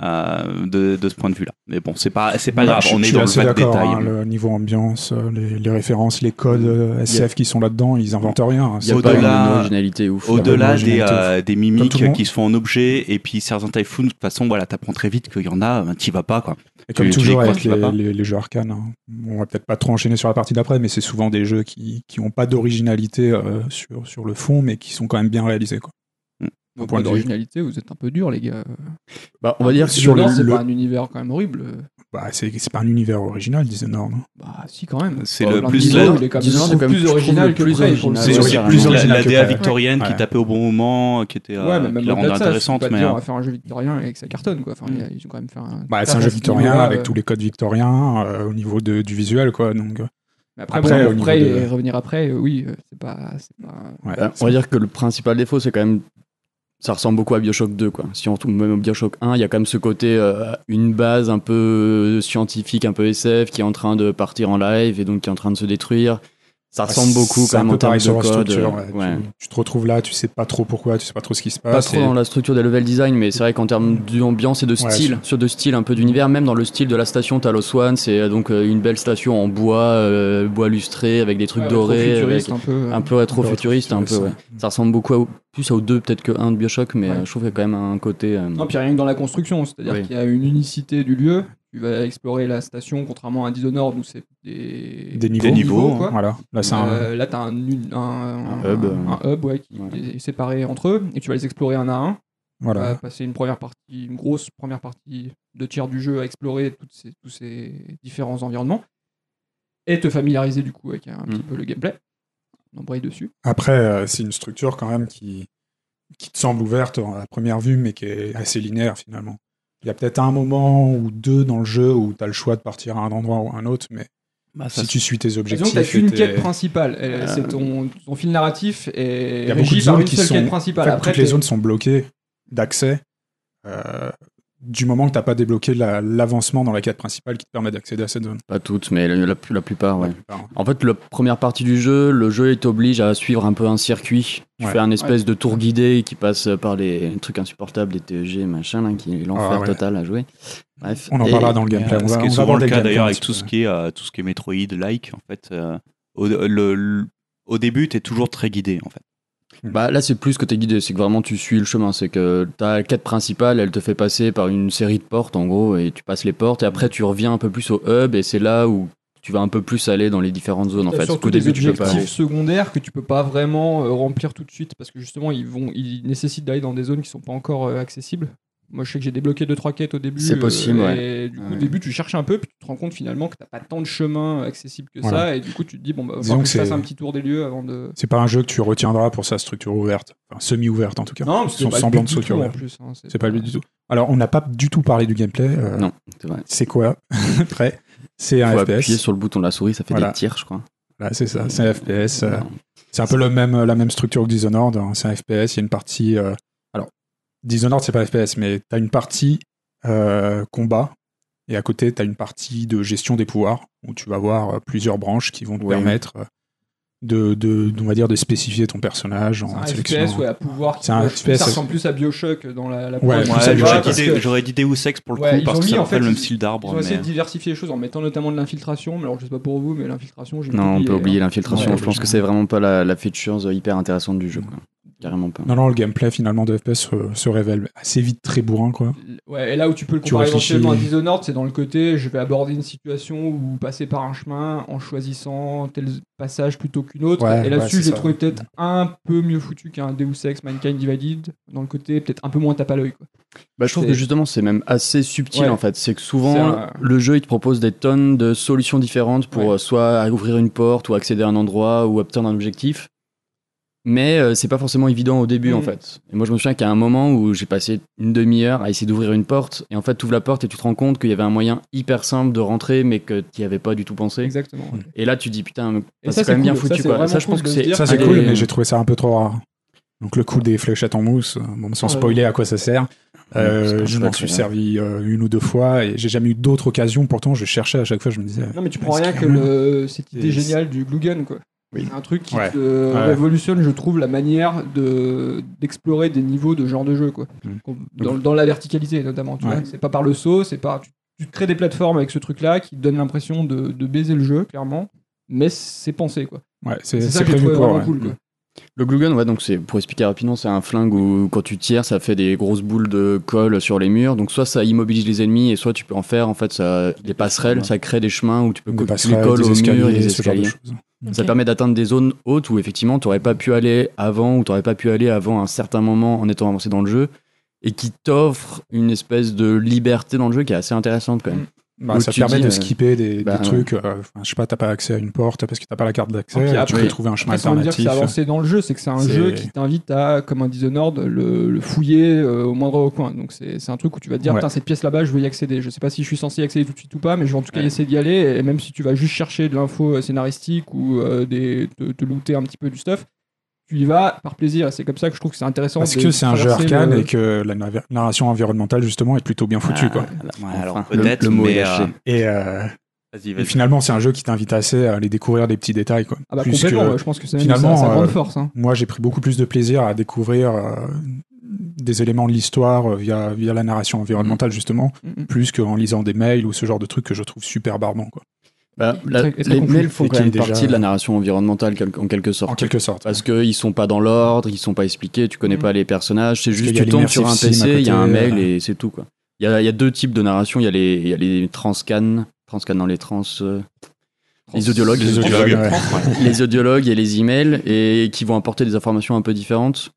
Speaker 3: euh, de, de ce point de vue là mais bon c'est pas c'est pas
Speaker 1: Bah,
Speaker 3: grave
Speaker 1: je,
Speaker 3: on
Speaker 1: je
Speaker 3: est
Speaker 1: suis
Speaker 3: dans le
Speaker 1: assez
Speaker 3: bas de
Speaker 1: d'accord.
Speaker 3: détail
Speaker 1: hein, le niveau ambiance, euh, les, les références, les codes euh, SF qui sont là-dedans, ils inventent rien. hein,
Speaker 4: Il y a
Speaker 1: c'est
Speaker 4: pas
Speaker 1: pas-
Speaker 3: Au-delà-
Speaker 4: une originalité ouf.
Speaker 3: Au-delà
Speaker 1: Ouais,
Speaker 3: des,
Speaker 1: originalité.
Speaker 3: euh, des
Speaker 1: Comme tout le
Speaker 3: mimiques
Speaker 1: monde.
Speaker 3: qui se font en objet, et puis certains typhoons, de toute façon, voilà, t'apprends très vite qu'il y en a, ben, t'y vas pas, quoi.
Speaker 1: Et comme
Speaker 3: tu- tu
Speaker 1: toujours
Speaker 3: les
Speaker 1: avec
Speaker 3: croises, tu vas
Speaker 1: les,
Speaker 3: pas.
Speaker 1: les- les jeux arcane, hein, on va peut-être pas trop enchaîner sur la partie d'après, mais c'est souvent des jeux qui n'ont pas d'originalité euh, sur, sur le fond, mais qui sont quand même bien réalisés. Quoi.
Speaker 3: Mm.
Speaker 1: point
Speaker 2: Au point
Speaker 1: de vue.
Speaker 2: d'originalité, vous êtes un peu dur, les gars.
Speaker 4: Bah, on va dire que
Speaker 1: Sur
Speaker 2: Sur
Speaker 1: le-
Speaker 2: le c'est
Speaker 1: le-
Speaker 2: pas un univers quand même horrible.
Speaker 1: Bah, c'est c'est pas un univers original, Dishonored. hein.
Speaker 2: Bah, si, quand même.
Speaker 3: C'est
Speaker 4: Bah,
Speaker 3: le
Speaker 4: l'un
Speaker 3: plus
Speaker 4: des
Speaker 3: la,
Speaker 4: autres,
Speaker 2: il est quand même,
Speaker 4: Dishonored,
Speaker 2: je trouve,
Speaker 4: quand même, je
Speaker 2: plus
Speaker 4: trouve
Speaker 2: original
Speaker 4: le
Speaker 2: que
Speaker 4: plus
Speaker 2: Prey, pour le
Speaker 4: original.
Speaker 2: coup.
Speaker 1: C'est
Speaker 3: la-
Speaker 1: plus
Speaker 3: la-
Speaker 1: original
Speaker 3: la
Speaker 1: que
Speaker 3: DA
Speaker 1: Prey.
Speaker 3: victorienne qui
Speaker 1: Ouais.
Speaker 3: tapait au bon moment, qui était
Speaker 2: Ouais,
Speaker 3: euh,
Speaker 2: mais même
Speaker 3: qui la rendait
Speaker 2: au-delà de ça, c'est
Speaker 3: intéressante,
Speaker 2: pas
Speaker 3: mais
Speaker 2: dire, on
Speaker 3: euh,
Speaker 2: va faire un jeu victorien et que ça cartonne, quoi. Enfin, il y a- ils ont quand même fait un.
Speaker 1: Bah, c'est un jeu victorien
Speaker 2: euh,
Speaker 1: avec tous les codes victoriens euh, au niveau de- du visuel. Quoi, donc, euh,
Speaker 2: Après,
Speaker 1: Après,
Speaker 2: bon,
Speaker 1: au niveau
Speaker 2: Prey,
Speaker 1: de-
Speaker 2: et revenir après, euh, oui, euh, c'est pas. c'est pas-
Speaker 1: ouais.
Speaker 4: Bah, on va dire que le principal défaut, c'est quand même. Ça ressemble beaucoup à Bioshock 2, quoi. Si on trouve même au Bioshock 1, il y a quand même ce côté, euh, une base un peu scientifique, un peu SF, qui est en train de partir en live et donc qui est en train de se détruire. Ça ressemble beaucoup
Speaker 1: Ah, C'est
Speaker 4: quand
Speaker 1: un
Speaker 4: même
Speaker 1: peu
Speaker 4: en termes
Speaker 1: pareil
Speaker 4: de
Speaker 1: sur la
Speaker 4: code.
Speaker 1: structure.
Speaker 4: euh,
Speaker 1: ouais.
Speaker 4: ouais.
Speaker 1: Tu, tu te retrouves là, tu sais pas trop pourquoi, tu sais pas trop ce qui se passe.
Speaker 4: Pas trop
Speaker 1: et-
Speaker 4: dans la structure des level design, mais c'est vrai qu'en termes d'ambiance et de
Speaker 1: Ouais,
Speaker 4: style, sur de style un peu d'univers, même dans le style de la station Talos One, c'est euh, donc euh, une belle station en bois, euh, bois lustré, avec des trucs
Speaker 2: Ouais,
Speaker 4: dorés, avec-
Speaker 2: rétro-futuriste, un peu. euh.
Speaker 1: hein.
Speaker 4: un peu rétro-futuriste, un peu.
Speaker 1: rétro-futuriste,
Speaker 4: ouais. Ça ressemble beaucoup à- plus aux deux peut-être que un de Bioshock, mais
Speaker 2: Ouais.
Speaker 4: euh, je trouve qu'il y a quand même un côté. euh,
Speaker 2: Non, puis rien que dans la construction, c'est-à-dire
Speaker 4: Oui.
Speaker 2: qu'il y a une unicité du lieu. Tu vas explorer la station, contrairement à Dishonored où c'est des,
Speaker 1: Des niveaux.
Speaker 3: Des niveaux,
Speaker 2: quoi.
Speaker 1: Voilà. Là, c'est un-
Speaker 2: Euh, là, t'as un, un, un-
Speaker 4: hub, euh,
Speaker 2: un hub, ouais, qui
Speaker 4: voilà.
Speaker 2: est séparé entre eux, et tu vas les explorer un à un.
Speaker 1: voilà.
Speaker 2: va passer une première partie, une grosse première partie de tiers du jeu à explorer toutes ces- tous ces différents environnements et te familiariser du coup avec un petit
Speaker 4: Mm.
Speaker 2: peu le gameplay. On embraye dessus.
Speaker 1: Après, euh, c'est une structure quand même qui, qui te semble ouverte à la première vue, mais qui est assez linéaire finalement. Il y a peut-être un moment ou deux dans le jeu où tu as le choix de partir à un endroit ou à un autre, mais
Speaker 3: bah, ça,
Speaker 1: si tu suis tes objectifs.
Speaker 2: Disons que t'as qu'une
Speaker 1: et tes-
Speaker 2: quête principale, Euh, c'est ton, ton fil narratif
Speaker 1: y
Speaker 2: et
Speaker 1: a beaucoup
Speaker 2: régi
Speaker 1: de
Speaker 2: par
Speaker 1: zones
Speaker 2: une
Speaker 1: qui
Speaker 2: seule quête
Speaker 1: sont- en
Speaker 2: principale.
Speaker 1: fait,
Speaker 2: Après,
Speaker 1: toutes les
Speaker 2: t'es-
Speaker 1: zones sont bloquées d'accès euh, du moment que t'as pas débloqué la- l'avancement dans la quête principale qui te permet d'accéder à cette zone.
Speaker 4: Pas toutes, mais la, la- la plupart, ouais.
Speaker 1: La plupart.
Speaker 4: En fait, la première partie du jeu, le jeu il t'oblige à suivre un peu un circuit. Tu
Speaker 1: Ouais.
Speaker 4: fais un espèce de tour guidé qui passe par les trucs insupportables, des TEG, machin, là, qui est l'enfer
Speaker 1: Ah ouais.
Speaker 4: total à jouer. Bref.
Speaker 1: On en
Speaker 4: Et-
Speaker 1: parlera dans le gameplay.
Speaker 3: euh,
Speaker 1: on va,
Speaker 3: ce qui
Speaker 1: on
Speaker 3: est
Speaker 1: va
Speaker 3: souvent
Speaker 1: aborder
Speaker 3: le cas
Speaker 1: gameplay
Speaker 3: d'ailleurs
Speaker 1: un
Speaker 3: avec
Speaker 1: petit
Speaker 3: tout
Speaker 1: peu.
Speaker 3: ce qui est euh, tout ce qui est Metroid-like, en fait. euh, au, le- le- au début, t'es toujours très guidé, en fait.
Speaker 4: Bah là c'est plus que t'es guidé, c'est que vraiment tu suis le chemin, c'est que ta quête principale elle te fait passer par une série de portes en gros et tu passes les portes et après tu reviens un peu plus au hub et c'est là où tu vas un peu plus aller dans les différentes zones en
Speaker 2: T'as
Speaker 4: fait.
Speaker 2: surtout
Speaker 4: Au
Speaker 2: des
Speaker 4: début tu peux pas
Speaker 2: objectifs
Speaker 4: aller.
Speaker 2: secondaires que tu peux pas vraiment euh, remplir tout de suite parce que justement ils vont ils nécessitent d'aller dans des zones qui sont pas encore euh, accessibles. Moi je sais que j'ai débloqué deux trois quêtes au début. euh,
Speaker 4: C'est possible,
Speaker 2: Et du coup, au
Speaker 4: Ouais.
Speaker 2: début tu cherches un peu puis tu te rends compte finalement que t'as pas tant de chemins accessibles que ça
Speaker 1: Voilà.
Speaker 2: et du coup tu te dis bon bah faut
Speaker 1: Disons
Speaker 2: que
Speaker 1: que
Speaker 2: je fasse
Speaker 1: c'est-
Speaker 2: un petit tour des lieux avant de.
Speaker 1: C'est pas un jeu que tu retiendras pour sa structure ouverte, enfin, semi-ouverte en tout cas.
Speaker 2: Non, bah,
Speaker 1: c'est Sans pas le semblant but de du structure, tout, en
Speaker 2: en
Speaker 1: ouais.
Speaker 2: plus. hein,
Speaker 1: C'est pas lui du tout. Alors, on n'a pas du tout parlé du gameplay. euh,
Speaker 4: Non, c'est vrai.
Speaker 1: C'est quoi *laughs* Prêt. C'est un
Speaker 4: Faut
Speaker 1: FPS.
Speaker 4: appuyer sur le bouton de la souris, ça fait
Speaker 1: Voilà.
Speaker 4: des tirs je crois.
Speaker 1: Voilà, c'est ça. C'est un FPS. euh,
Speaker 4: Non.
Speaker 1: c'est un peu le même, la même structure que Dishonored. hein. C'est un FPS. Il y a une partie. euh, alors, Dishonored, c'est pas FPS, mais t'as une partie euh, combat et à côté, t'as une partie de gestion des pouvoirs où tu vas avoir euh, plusieurs branches qui vont te
Speaker 4: Ouais.
Speaker 1: permettre euh, de, de, on va dire, de spécifier ton personnage
Speaker 2: C'est
Speaker 1: en
Speaker 2: un
Speaker 1: sélectionnant.
Speaker 2: FPS, ouais, à pouvoir. qui
Speaker 1: hein. C'est un
Speaker 2: peut-
Speaker 1: FPS,
Speaker 2: Ça
Speaker 1: ouais.
Speaker 2: ressemble plus à Bioshock dans la, la
Speaker 1: Ouais,
Speaker 2: première
Speaker 1: plus
Speaker 2: partie,
Speaker 1: à
Speaker 3: Ouais,
Speaker 1: Bioshock,
Speaker 3: j'aurais
Speaker 2: parce
Speaker 3: dit-
Speaker 2: que
Speaker 3: J'aurais dit Deus Ex pour le
Speaker 2: Ouais,
Speaker 3: coup
Speaker 2: ils
Speaker 3: parce
Speaker 2: ont
Speaker 3: que
Speaker 2: mis,
Speaker 3: ça
Speaker 2: en
Speaker 3: rappelle
Speaker 2: fait,
Speaker 3: le même
Speaker 2: ils-
Speaker 3: style
Speaker 2: Ils
Speaker 3: d'arbre.
Speaker 2: ont essayé
Speaker 3: mais-
Speaker 2: de diversifier les choses en mettant notamment de l'infiltration. Mais alors, je sais pas pour vous, mais l'infiltration, j'ai
Speaker 4: Non, on peut oublier
Speaker 2: oublié, hein.
Speaker 4: l'infiltration.
Speaker 1: Ouais,
Speaker 4: je pense que c'est vraiment pas la, la feature euh, hyper intéressante du jeu. quoi. Carrément pas.
Speaker 1: Non, non, le gameplay finalement de FPS se, se révèle assez vite très bourrin, quoi.
Speaker 2: Ouais, et là où tu peux le
Speaker 1: Tu
Speaker 2: comparer
Speaker 1: réfléchis.
Speaker 2: éventuellement à Dishonored, c'est dans le côté je vais aborder une situation ou passer par un chemin en choisissant tel passage plutôt qu'une autre.
Speaker 1: Ouais,
Speaker 2: et là-dessus,
Speaker 1: ouais, c'est
Speaker 2: j'ai
Speaker 1: ça.
Speaker 2: trouvé peut-être un peu mieux foutu qu'un Deus Ex Mankind Divided, dans le côté peut-être un peu moins tape à l'œil. quoi.
Speaker 4: Bah, je trouve
Speaker 2: C'est-
Speaker 4: que justement, c'est même assez subtil
Speaker 2: Ouais.
Speaker 4: en fait. C'est que
Speaker 2: C'est
Speaker 4: souvent,
Speaker 2: un-
Speaker 4: le jeu il te propose des tonnes de solutions différentes pour
Speaker 2: Ouais.
Speaker 4: euh, soit ouvrir une porte ou accéder à un endroit ou obtenir un objectif. Mais euh, c'est pas forcément évident au début
Speaker 2: Mhm.
Speaker 4: en fait. Et moi je me souviens qu'il y a un moment où j'ai passé une demi-heure à essayer d'ouvrir une porte et en fait tu ouvres la porte et tu te rends compte qu'il y avait un moyen hyper simple de rentrer mais que tu n'y avais pas du tout pensé.
Speaker 2: Exactement. ouais.
Speaker 4: Et là tu dis putain, mais
Speaker 2: Et
Speaker 4: c'est
Speaker 2: ça, c'est
Speaker 4: quand même bien
Speaker 2: cool. Ça,
Speaker 4: foutu
Speaker 2: c'est
Speaker 4: quoi.
Speaker 2: vraiment
Speaker 4: Ça je pense
Speaker 2: cool
Speaker 4: que
Speaker 2: de se
Speaker 4: c'est
Speaker 2: dire
Speaker 1: Ça,
Speaker 4: un
Speaker 1: c'est
Speaker 4: des-
Speaker 1: cool, mais j'ai trouvé ça un peu trop rare. Donc, le coup des fléchettes en mousse, euh, bon, sans
Speaker 2: Ouais.
Speaker 1: spoiler à quoi ça sert,
Speaker 4: c'est
Speaker 1: euh,
Speaker 4: pas
Speaker 1: je
Speaker 4: très
Speaker 1: m'en suis
Speaker 4: grave.
Speaker 1: servi euh, une ou deux fois et j'ai jamais eu d'autres occasions. Pourtant, je cherchais à chaque fois, je me disais.
Speaker 2: Non, mais tu prends
Speaker 1: Est-ce
Speaker 2: rien
Speaker 1: qu'il y
Speaker 2: que
Speaker 1: a
Speaker 2: le, cette idée
Speaker 1: Et c'est-
Speaker 2: géniale du glue gun, quoi.
Speaker 4: Oui.
Speaker 2: C'est un truc qui
Speaker 1: Ouais.
Speaker 2: te
Speaker 1: Ouais.
Speaker 2: révolutionne, je trouve, la manière de d'explorer des niveaux de genre de jeu, quoi.
Speaker 4: Mhm.
Speaker 2: Qu'on- Dans, dans la verticalité, notamment. Tu
Speaker 1: Mmh. Ouais.
Speaker 2: vois, c'est pas par le saut, c'est par tu, tu crées des plateformes avec ce truc-là qui te donne l'impression de, de baiser le jeu, clairement. Mais c'est pensé, quoi.
Speaker 1: Ouais,
Speaker 2: C'est
Speaker 1: c'est
Speaker 2: ça
Speaker 1: c'est
Speaker 2: que je
Speaker 1: prévu
Speaker 2: trouve
Speaker 1: pour.
Speaker 2: vraiment
Speaker 1: ouais.
Speaker 2: cool. quoi.
Speaker 4: Le glue gun, ouais, donc c'est pour expliquer rapidement, c'est un flingue où quand tu tires, ça fait des grosses boules de colle sur les murs. Donc soit ça immobilise les ennemis et soit tu peux en faire en fait ça, des passerelles,
Speaker 3: Ouais.
Speaker 4: ça crée des chemins où tu peux
Speaker 1: Des
Speaker 4: co- tu les
Speaker 1: passerelles,
Speaker 4: colles
Speaker 1: des
Speaker 4: au mur et
Speaker 1: escaliers,
Speaker 4: des
Speaker 1: ce genre de
Speaker 4: escaliers.
Speaker 1: choses.
Speaker 4: Ça
Speaker 5: Ok.
Speaker 4: permet d'atteindre des zones hautes où effectivement t'aurais pas pu aller avant ou t'aurais pas pu aller avant un certain moment en étant avancé dans le jeu et qui t'offre une espèce de liberté dans le jeu qui est assez intéressante quand même.
Speaker 1: Bah,
Speaker 4: Où
Speaker 1: ça
Speaker 4: tu
Speaker 1: permet
Speaker 4: dis,
Speaker 1: de
Speaker 4: euh,
Speaker 1: skipper des,
Speaker 4: bah,
Speaker 1: des trucs. euh, enfin, je sais pas, t'as pas accès à une porte parce que t'as pas la carte
Speaker 2: Et puis
Speaker 1: d'accès. Tu
Speaker 2: après-
Speaker 1: peux trouver un chemin
Speaker 2: Après, sans me dire que
Speaker 1: alternatif.
Speaker 2: c'est avancé dans le jeu, c'est que c'est un
Speaker 1: C'est-
Speaker 2: jeu qui t'invite à, comme un Dishonored, le, le fouiller euh, au moindre recoin. Donc c'est c'est un truc où tu vas te dire,
Speaker 1: Ouais.
Speaker 2: Putain, cette pièce là-bas, je veux y accéder. Je sais pas si je suis censé y accéder tout de suite ou pas, mais je vais en tout cas
Speaker 4: Ouais.
Speaker 2: essayer d'y aller. Et même si tu vas juste chercher de l'info euh, scénaristique ou euh, des, te, te looter un petit peu du stuff, tu y vas par plaisir. Et C'est comme ça que je trouve que c'est intéressant.
Speaker 1: Parce
Speaker 2: de
Speaker 1: que c'est un jeu
Speaker 2: traverser
Speaker 1: arcade
Speaker 2: le- Ah,
Speaker 1: et que la nar- narration environnementale, justement, est plutôt bien foutue. quoi.
Speaker 3: euh, Ouais, alors
Speaker 4: Enfin, le-
Speaker 3: peut-être,
Speaker 4: le mot est
Speaker 3: mais.
Speaker 4: lâché.
Speaker 3: euh,
Speaker 1: Et, euh,
Speaker 3: Vas-y,
Speaker 1: et
Speaker 3: vas-y.
Speaker 1: finalement, c'est un jeu qui t'invite assez à aller découvrir des petits détails. Quoi.
Speaker 2: Ah bah
Speaker 1: Plus
Speaker 2: complètement,
Speaker 1: que-
Speaker 2: ouais, je pense que c'est même
Speaker 1: finalement,
Speaker 2: sa- sa grande
Speaker 1: euh,
Speaker 2: force. hein.
Speaker 1: Moi, j'ai pris beaucoup plus de plaisir à découvrir euh, des éléments de l'histoire euh, via, via la narration
Speaker 4: Mm.
Speaker 1: environnementale, justement,
Speaker 2: Mhm.
Speaker 1: plus qu'en lisant des mails ou ce genre de trucs que je trouve super barbant, quoi.
Speaker 4: Bah, la-
Speaker 2: Très- très
Speaker 4: les
Speaker 2: confus.
Speaker 4: mails font
Speaker 1: Et
Speaker 4: quand
Speaker 1: qui
Speaker 4: même
Speaker 1: est déjà-
Speaker 4: partie de la narration environnementale quel- en quelque sorte.
Speaker 1: En quelque sorte.
Speaker 4: Parce qu'ils sont pas dans l'ordre, ils sont pas expliqués, tu connais
Speaker 2: Mm.
Speaker 4: pas les personnages, c'est juste
Speaker 1: qu'il y a
Speaker 4: tu tombes sur un
Speaker 1: l'immersive sim à
Speaker 4: PC, il y a un
Speaker 1: côté,
Speaker 4: mail
Speaker 1: euh.
Speaker 4: et c'est tout quoi. Il y a, il y a deux types de narration, il y a les, il y a les transcan, transcan dans les trans, euh, les audiologues,
Speaker 1: Les
Speaker 3: audiologues.
Speaker 1: audiologues, ouais.
Speaker 4: *laughs* les audiologues et les emails et qui vont apporter des informations un peu différentes.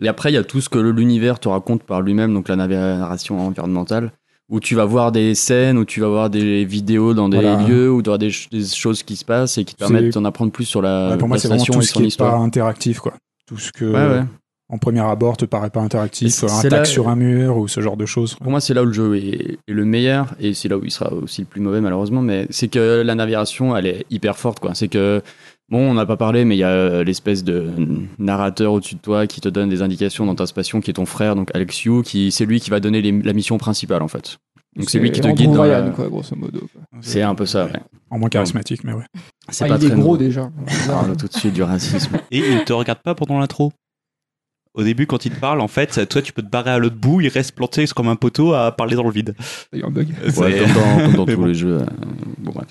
Speaker 4: Et après il y a tout ce que l'univers te raconte par lui-même, donc la narration environnementale, où tu vas voir des scènes, où tu vas voir des vidéos dans des
Speaker 1: Voilà.
Speaker 4: lieux, où tu vas des, ch- des choses qui se passent et qui te
Speaker 1: C'est-
Speaker 4: permettent d'en apprendre plus sur la,
Speaker 1: Ouais, Bah, pour moi,
Speaker 4: la
Speaker 1: c'est vraiment
Speaker 4: station
Speaker 1: tout
Speaker 4: et
Speaker 1: ce
Speaker 4: son
Speaker 1: qui est pas
Speaker 4: histoire.
Speaker 1: interactif, quoi. Tout ce que,
Speaker 4: Ouais,
Speaker 2: Euh,
Speaker 4: ouais.
Speaker 1: en premier abord, te paraît pas
Speaker 4: Et
Speaker 1: interactif,
Speaker 4: c'est-
Speaker 1: un
Speaker 4: c'est
Speaker 1: attaque
Speaker 4: là-
Speaker 1: sur un mur ou ce genre de choses.
Speaker 4: Pour moi, c'est là où le jeu est, est le meilleur et c'est là où il sera aussi le plus mauvais, malheureusement. Mais c'est que la navigation, elle est hyper forte, quoi. C'est que, bon, on n'a pas parlé, mais il y a euh, l'espèce de narrateur au-dessus de toi qui te donne des indications dans ta station, qui est ton frère, donc Alex Yu, qui c'est lui qui va donner les- la mission principale, en fait. Donc c'est lui qui te
Speaker 2: Andrew
Speaker 4: guide dans la-
Speaker 2: Ryan, quoi, grosso modo. quoi.
Speaker 4: C'est un peu ça, ouais.
Speaker 1: En moins charismatique, mais ouais.
Speaker 4: C'est
Speaker 2: Ah,
Speaker 4: pas
Speaker 2: il est
Speaker 4: très
Speaker 2: gros
Speaker 4: drôle. *laughs*
Speaker 2: déjà.
Speaker 4: On parle tout de suite du racisme.
Speaker 3: Et il te regarde pas pendant l'intro. Au début, quand il te parle, en fait, toi, tu peux te barrer à l'autre bout, il reste planté comme un poteau à parler dans le vide.
Speaker 2: Il y a un bug.
Speaker 4: Ouais,
Speaker 3: *laughs* C'est-
Speaker 4: comme dans, comme dans
Speaker 3: Mais
Speaker 4: tous
Speaker 3: bon.
Speaker 4: les jeux. euh, bon, bref.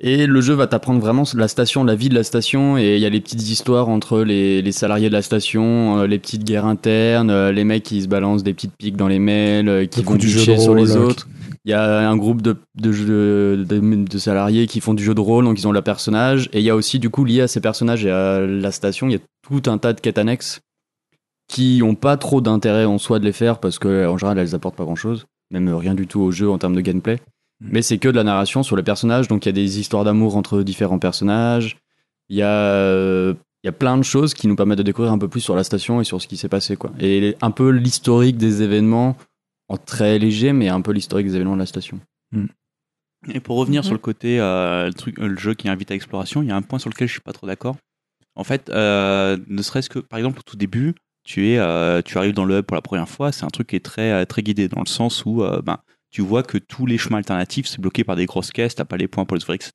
Speaker 4: Et le jeu va t'apprendre vraiment la station, la vie de la station, et il y a les petites histoires entre les, les salariés de la station, euh, les petites guerres internes, euh, les mecs qui se balancent des petites piques dans les mails, euh, qui
Speaker 1: Le coup
Speaker 4: vont
Speaker 1: du jeu
Speaker 4: bûcher
Speaker 1: de
Speaker 4: sur
Speaker 1: rôle,
Speaker 4: les
Speaker 1: euh,
Speaker 4: autres. Il y a un groupe de, de, jeux- de- de salariés qui font du jeu de rôle, donc ils ont leur personnage, et il y a aussi du coup lié à ces personnages et à la station, il y a tout un tas de quêtes annexes qui n'ont pas trop d'intérêt en soi de les faire parce que en général elles apportent pas grand chose, même rien du tout au jeu en termes de gameplay. Mais c'est que de la narration sur les personnages, donc il y a des histoires d'amour entre différents personnages. Il y a euh, il y a plein de choses qui nous permettent de découvrir un peu plus sur la station et sur ce qui s'est passé quoi. Et un peu l'historique des événements en très léger, mais un peu l'historique des événements de la station.
Speaker 3: Et pour revenir
Speaker 5: Mhm.
Speaker 3: sur le côté, euh, le, truc, euh, le jeu qui invite à l'exploration, il y a un point sur lequel je suis pas trop d'accord. En fait, euh, ne serait-ce que, par exemple, au tout début, tu, es, euh, tu arrives dans le hub pour la première fois, c'est un truc qui est très, euh, très guidé dans le sens où euh, ben, tu vois que tous les chemins alternatifs, c'est bloqué par des grosses caisses, t'as pas les points pour les ouvrir, etc.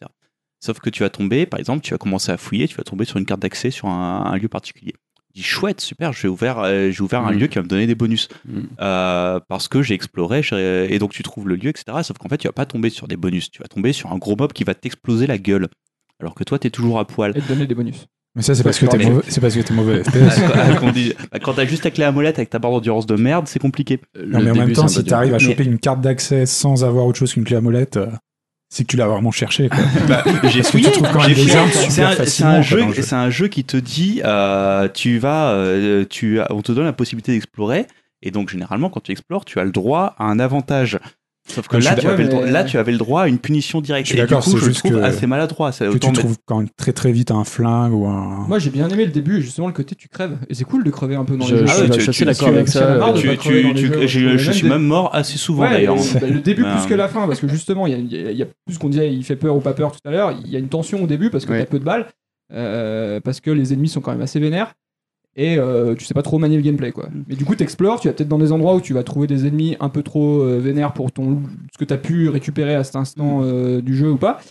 Speaker 3: Sauf que tu vas tomber, par exemple, tu vas commencer à fouiller, tu vas tomber sur une carte d'accès sur un, un lieu particulier. Tu dis chouette, super, j'ai ouvert, euh, j'ai ouvert un
Speaker 4: Mhm.
Speaker 3: lieu qui va me donner des bonus
Speaker 4: Mm.
Speaker 3: euh, parce que j'ai exploré j'ai- et donc tu trouves le lieu, etc. Sauf qu'en fait, tu vas pas tomber sur des bonus, tu vas tomber sur un gros mob qui va t'exploser la gueule alors que toi, t'es toujours à poil.
Speaker 2: *laughs* Et te donner des bonus.
Speaker 1: Mais ça, c'est parce que
Speaker 3: D'accord,
Speaker 1: t'es
Speaker 3: mais-
Speaker 1: mauvais, c'est parce que t'es mauvais
Speaker 4: *laughs*
Speaker 3: Ah,
Speaker 1: FPS.
Speaker 3: quand- ah, qu'on dit- bah, quand t'as juste ta clé à molette avec ta barre d'endurance de merde, c'est compliqué.
Speaker 1: Non, mais en même temps, si t'arrives à
Speaker 3: Mais-
Speaker 1: choper une carte d'accès sans avoir autre chose qu'une clé à molette, euh, c'est que tu l'as vraiment cherché.
Speaker 3: *laughs*
Speaker 1: quoi.
Speaker 3: j'ai
Speaker 1: Bah, Parce que tu
Speaker 3: fouillé,
Speaker 1: trouves quand même
Speaker 3: j'ai
Speaker 1: des
Speaker 3: fouillé.
Speaker 1: armes
Speaker 3: C'est
Speaker 1: super
Speaker 3: un, c'est
Speaker 1: facilement,
Speaker 3: un
Speaker 1: quoi,
Speaker 3: jeu,
Speaker 1: dans le jeu.
Speaker 3: c'est un jeu qui te dit, euh, tu vas, euh, tu, as- on te donne la possibilité d'explorer, et donc généralement quand tu explores, tu as le droit à un avantage. Sauf que
Speaker 1: Ouais, je
Speaker 3: là
Speaker 1: suis
Speaker 3: tu, avais le
Speaker 2: d'accord,
Speaker 3: droit,
Speaker 2: mais-
Speaker 3: là, tu avais le droit à une punition directe.
Speaker 1: Je suis
Speaker 3: Et du
Speaker 1: d'accord,
Speaker 3: coup,
Speaker 1: c'est
Speaker 3: je le
Speaker 1: juste
Speaker 3: trouve
Speaker 1: que-
Speaker 3: assez maladroit. Ça,
Speaker 1: Que tu
Speaker 3: autant mettre-
Speaker 1: trouves quand même très très vite un flingue ou un.
Speaker 2: Moi j'ai bien aimé le début, justement le côté tu crèves. Et c'est cool de crever un peu dans
Speaker 4: Je,
Speaker 2: les jeux.
Speaker 4: je
Speaker 3: Ah
Speaker 4: suis-
Speaker 3: ouais,
Speaker 4: je
Speaker 3: tu-
Speaker 4: suis
Speaker 3: tu-
Speaker 4: assez d'accord avec
Speaker 2: tu-
Speaker 4: ça.
Speaker 2: tu-
Speaker 1: Ah
Speaker 4: euh,
Speaker 2: tu-
Speaker 3: tu-
Speaker 2: pas crever dans
Speaker 3: tu-
Speaker 2: les
Speaker 3: tu-
Speaker 2: jeux,
Speaker 3: j'ai- je
Speaker 2: même
Speaker 3: suis
Speaker 2: des-
Speaker 3: même mort assez souvent
Speaker 2: Ouais,
Speaker 3: d'ailleurs. Ah.
Speaker 2: le- bah, le début
Speaker 3: Ouais.
Speaker 2: plus que la fin, parce que justement, il y a- il y, a- il y a plus qu'on disait, il fait peur ou pas peur tout à l'heure. Il y a une tension au début parce que
Speaker 4: Ouais.
Speaker 2: t'as peu de balles, euh, parce que les ennemis sont quand même assez vénères. Et euh, tu sais pas trop manier le gameplay quoi. Mais du coup, t'explores, tu vas peut-être dans des endroits où tu vas trouver des ennemis un peu trop euh, vénères pour ton ce que t'as pu récupérer à cet instant euh, du jeu ou pas.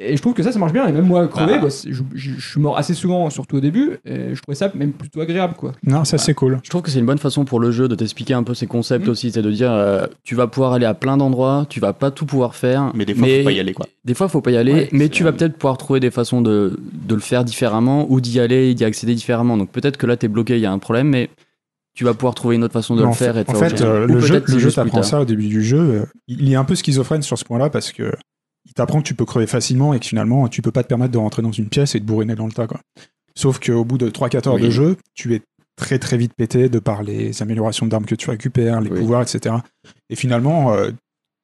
Speaker 2: Et je trouve que ça, ça marche bien. Et même moi, crevé,
Speaker 3: Bah.
Speaker 2: bah, c'est- je, je- je suis mort assez souvent, surtout au début. Et je trouvais ça même plutôt agréable quoi.
Speaker 1: Non, ça c'est cool.
Speaker 4: Je trouve que c'est une bonne façon pour le jeu de t'expliquer un peu ses concepts
Speaker 2: Mm.
Speaker 4: aussi, c'est de dire euh, tu vas pouvoir aller à plein d'endroits, tu vas pas tout pouvoir faire,
Speaker 3: Mais des fois, faut pas y aller quoi.
Speaker 4: Des fois, faut pas y aller,
Speaker 3: Ouais,
Speaker 4: mais
Speaker 3: c'est-
Speaker 4: tu vas peut-être pouvoir trouver des façons de, de le faire différemment ou d'y aller et d'y accéder différemment. Donc peut-être que là, t'es bloqué, il y a un problème, mais tu vas pouvoir trouver une autre façon de
Speaker 1: Mais
Speaker 4: le
Speaker 1: en
Speaker 4: faire
Speaker 1: fait-
Speaker 4: et de
Speaker 1: en
Speaker 4: faire autre
Speaker 1: fait,
Speaker 4: chose.
Speaker 1: euh,
Speaker 4: Ou
Speaker 1: le jeu,
Speaker 4: peut-être
Speaker 1: le
Speaker 4: c'est
Speaker 1: jeu
Speaker 4: juste plus
Speaker 1: t'apprend
Speaker 4: tard.
Speaker 1: ça au début du jeu. euh, Il est un peu schizophrène sur ce point-là parce que il t'apprend que tu peux crever facilement et que finalement tu peux pas te permettre de rentrer dans une pièce et de bourriner dans le tas. Quoi. Sauf qu'au bout de 3-4 heures
Speaker 4: Oui.
Speaker 1: de jeu, tu es très très vite pété de par les améliorations d'armes que tu récupères, les
Speaker 4: Oui.
Speaker 1: pouvoirs, etc. Et finalement, euh,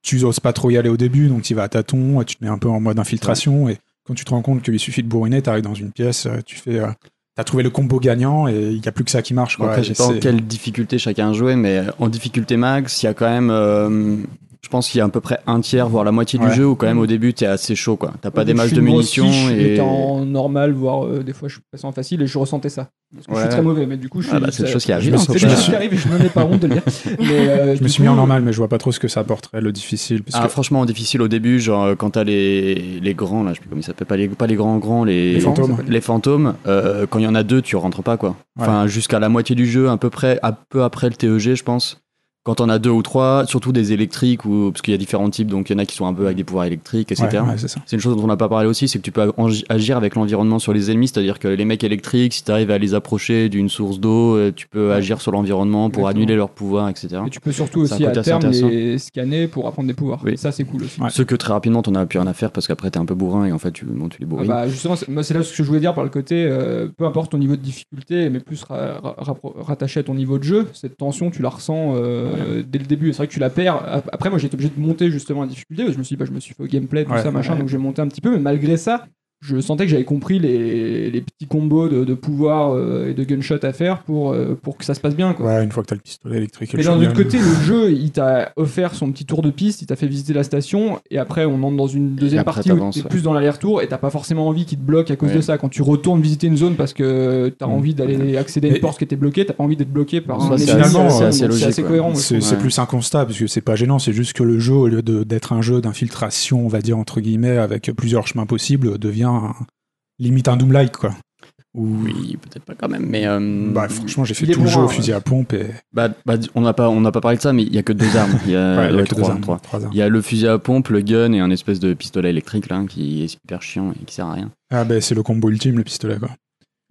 Speaker 1: tu oses pas trop y aller au début, donc tu y vas à tâtons, tu te mets un peu en mode infiltration et quand tu te rends compte qu'il suffit de bourriner, t'arrives dans une pièce, euh, tu fais. euh, T'as trouvé le combo gagnant et il y a plus que ça qui marche.
Speaker 4: Bon,
Speaker 1: Quoi.
Speaker 4: après, je
Speaker 1: Et
Speaker 4: sais pas en
Speaker 1: c'est-
Speaker 4: quelle difficulté chacun jouait, mais euh, en difficulté max, il y a quand même. euh, je pense qu'il y a à peu près un tiers, voire la moitié
Speaker 1: Ouais.
Speaker 4: du jeu où, quand même, au début, t'es assez chaud, quoi. T'as pas
Speaker 2: Au
Speaker 4: des
Speaker 2: début,
Speaker 4: matchs
Speaker 2: je
Speaker 4: de
Speaker 2: suis une grosse
Speaker 4: munitions
Speaker 2: fiche, mais
Speaker 4: et.
Speaker 2: t'es en normal, voire euh, des fois je passe en facile et je ressentais ça. Parce que je
Speaker 4: Ouais.
Speaker 2: suis très mauvais, mais du coup je suis.
Speaker 4: Ah bah, c'est
Speaker 2: ça-
Speaker 4: une chose qui arrive.
Speaker 1: me
Speaker 4: hein,
Speaker 1: suis-
Speaker 4: faut
Speaker 2: C'est
Speaker 4: pas-
Speaker 2: des choses qui arrivent et je me mets pas honte
Speaker 4: *laughs*
Speaker 2: de le dire. Mais, euh,
Speaker 1: Je me
Speaker 2: du
Speaker 1: suis mis en
Speaker 2: coup,
Speaker 1: normal, mais je vois pas trop ce que ça apporterait le difficile. Parce
Speaker 4: Ah,
Speaker 1: que
Speaker 4: franchement, en difficile au début, genre euh, quand t'as les, les grands, là, je sais plus comment ils s'appellent, pas les, pas les grands grands, les,
Speaker 1: Les fantômes.
Speaker 2: ça s'appelle.
Speaker 4: les fantômes, euh, quand il y en a deux, tu rentres pas, quoi.
Speaker 1: Ouais.
Speaker 4: Enfin, jusqu'à la moitié du jeu, à peu près, à peu après le TEG, je pense. Quand on a deux ou trois, surtout des électriques, ou, parce qu'il y a différents types, donc il y en a qui sont un peu avec des pouvoirs électriques, etc.
Speaker 1: Ouais, ouais, c'est ça.
Speaker 4: C'est une chose dont on n'a pas parlé aussi, c'est que tu peux agi- agir avec l'environnement sur les ennemis, c'est-à-dire que les mecs électriques, si tu arrives à les approcher d'une source d'eau, euh, tu peux agir sur l'environnement pour
Speaker 2: Exactement.
Speaker 4: annuler leurs pouvoirs, etc.
Speaker 2: Et tu peux surtout
Speaker 4: C'est un
Speaker 2: aussi à
Speaker 4: côté assez
Speaker 2: terme
Speaker 4: intéressant.
Speaker 2: les scanner pour apprendre des pouvoirs.
Speaker 4: Oui.
Speaker 2: Et ça c'est cool aussi.
Speaker 1: Ouais.
Speaker 4: Ce que très rapidement, t'en as plus rien à faire parce qu'après t'es un peu bourrin et en fait tu, bon, tu les
Speaker 2: Ah
Speaker 4: bourrines.
Speaker 2: bah, justement, c'est moi, c'est là ce que je voulais dire par le côté, euh, peu importe ton niveau de difficulté, mais plus ra- ra- rappro- rattaché à ton niveau de jeu, cette tension, tu la ressens euh, dès le début. C'est vrai que tu la perds. Ap- Après, moi, j'ai été obligé de monter justement la difficulté, parce que je me suis dit, bah, je me suis fait au gameplay, tout
Speaker 1: Ouais,
Speaker 2: ça, machin,
Speaker 1: ouais.
Speaker 2: donc j'ai monté un petit peu, mais malgré ça, je sentais que j'avais compris les, les petits combos de, de pouvoir euh, et de gunshot à faire pour, euh, pour que ça se passe bien. Quoi.
Speaker 1: Ouais, une fois que t'as le pistolet électrique. et
Speaker 2: Mais
Speaker 1: le
Speaker 2: d'un autre
Speaker 1: shotgun.
Speaker 2: côté, le jeu, il t'a offert son petit tour de piste, il t'a fait visiter la station, et après, on entre dans une deuxième
Speaker 4: après,
Speaker 2: partie où
Speaker 4: t'avances,
Speaker 2: t'es
Speaker 4: ouais.
Speaker 2: plus dans l'aller-retour, et t'as pas forcément envie qu'il te bloque à cause
Speaker 4: Ouais.
Speaker 2: de ça. Quand tu retournes visiter une zone parce que t'as
Speaker 1: Mm.
Speaker 2: envie d'aller accéder à une
Speaker 1: Et-
Speaker 2: porte qui était bloquée, t'as pas envie d'être bloqué par
Speaker 4: Ça,
Speaker 2: un
Speaker 1: c'est
Speaker 2: ennemi,
Speaker 1: assez- c'est
Speaker 2: euh, donc
Speaker 4: assez
Speaker 2: C'est
Speaker 4: logique,
Speaker 2: assez
Speaker 4: quoi.
Speaker 2: cohérent. moi, je
Speaker 1: C'est
Speaker 2: trouve.
Speaker 1: c'est
Speaker 4: Ouais.
Speaker 1: plus un constat, parce que c'est pas gênant, c'est juste que le jeu, au lieu de- d'être un jeu d'infiltration, on va dire entre guillemets, avec plusieurs chemins possibles, devient un- limite un Doom-like, quoi.
Speaker 4: Oui, peut-être pas quand même, mais euh,
Speaker 1: Bah, franchement, j'ai fait
Speaker 2: Mm. il est
Speaker 1: tout le jeu
Speaker 2: bourrin,
Speaker 1: au
Speaker 2: ouais.
Speaker 1: fusil à pompe et.
Speaker 4: bah, bah, on n'a pas, on n'a pas parlé de ça, mais il y a que deux armes. Il y
Speaker 1: *laughs*
Speaker 4: a,
Speaker 1: Ouais, il y a
Speaker 4: ouais,
Speaker 1: que deux
Speaker 4: trois,
Speaker 1: armes,
Speaker 4: trois.
Speaker 1: trois armes.
Speaker 4: Il y a le fusil à pompe, le gun et un espèce de pistolet électrique là qui est hyper chiant et qui sert à rien.
Speaker 1: Ah, bah, c'est le combo ultime, le pistolet, quoi.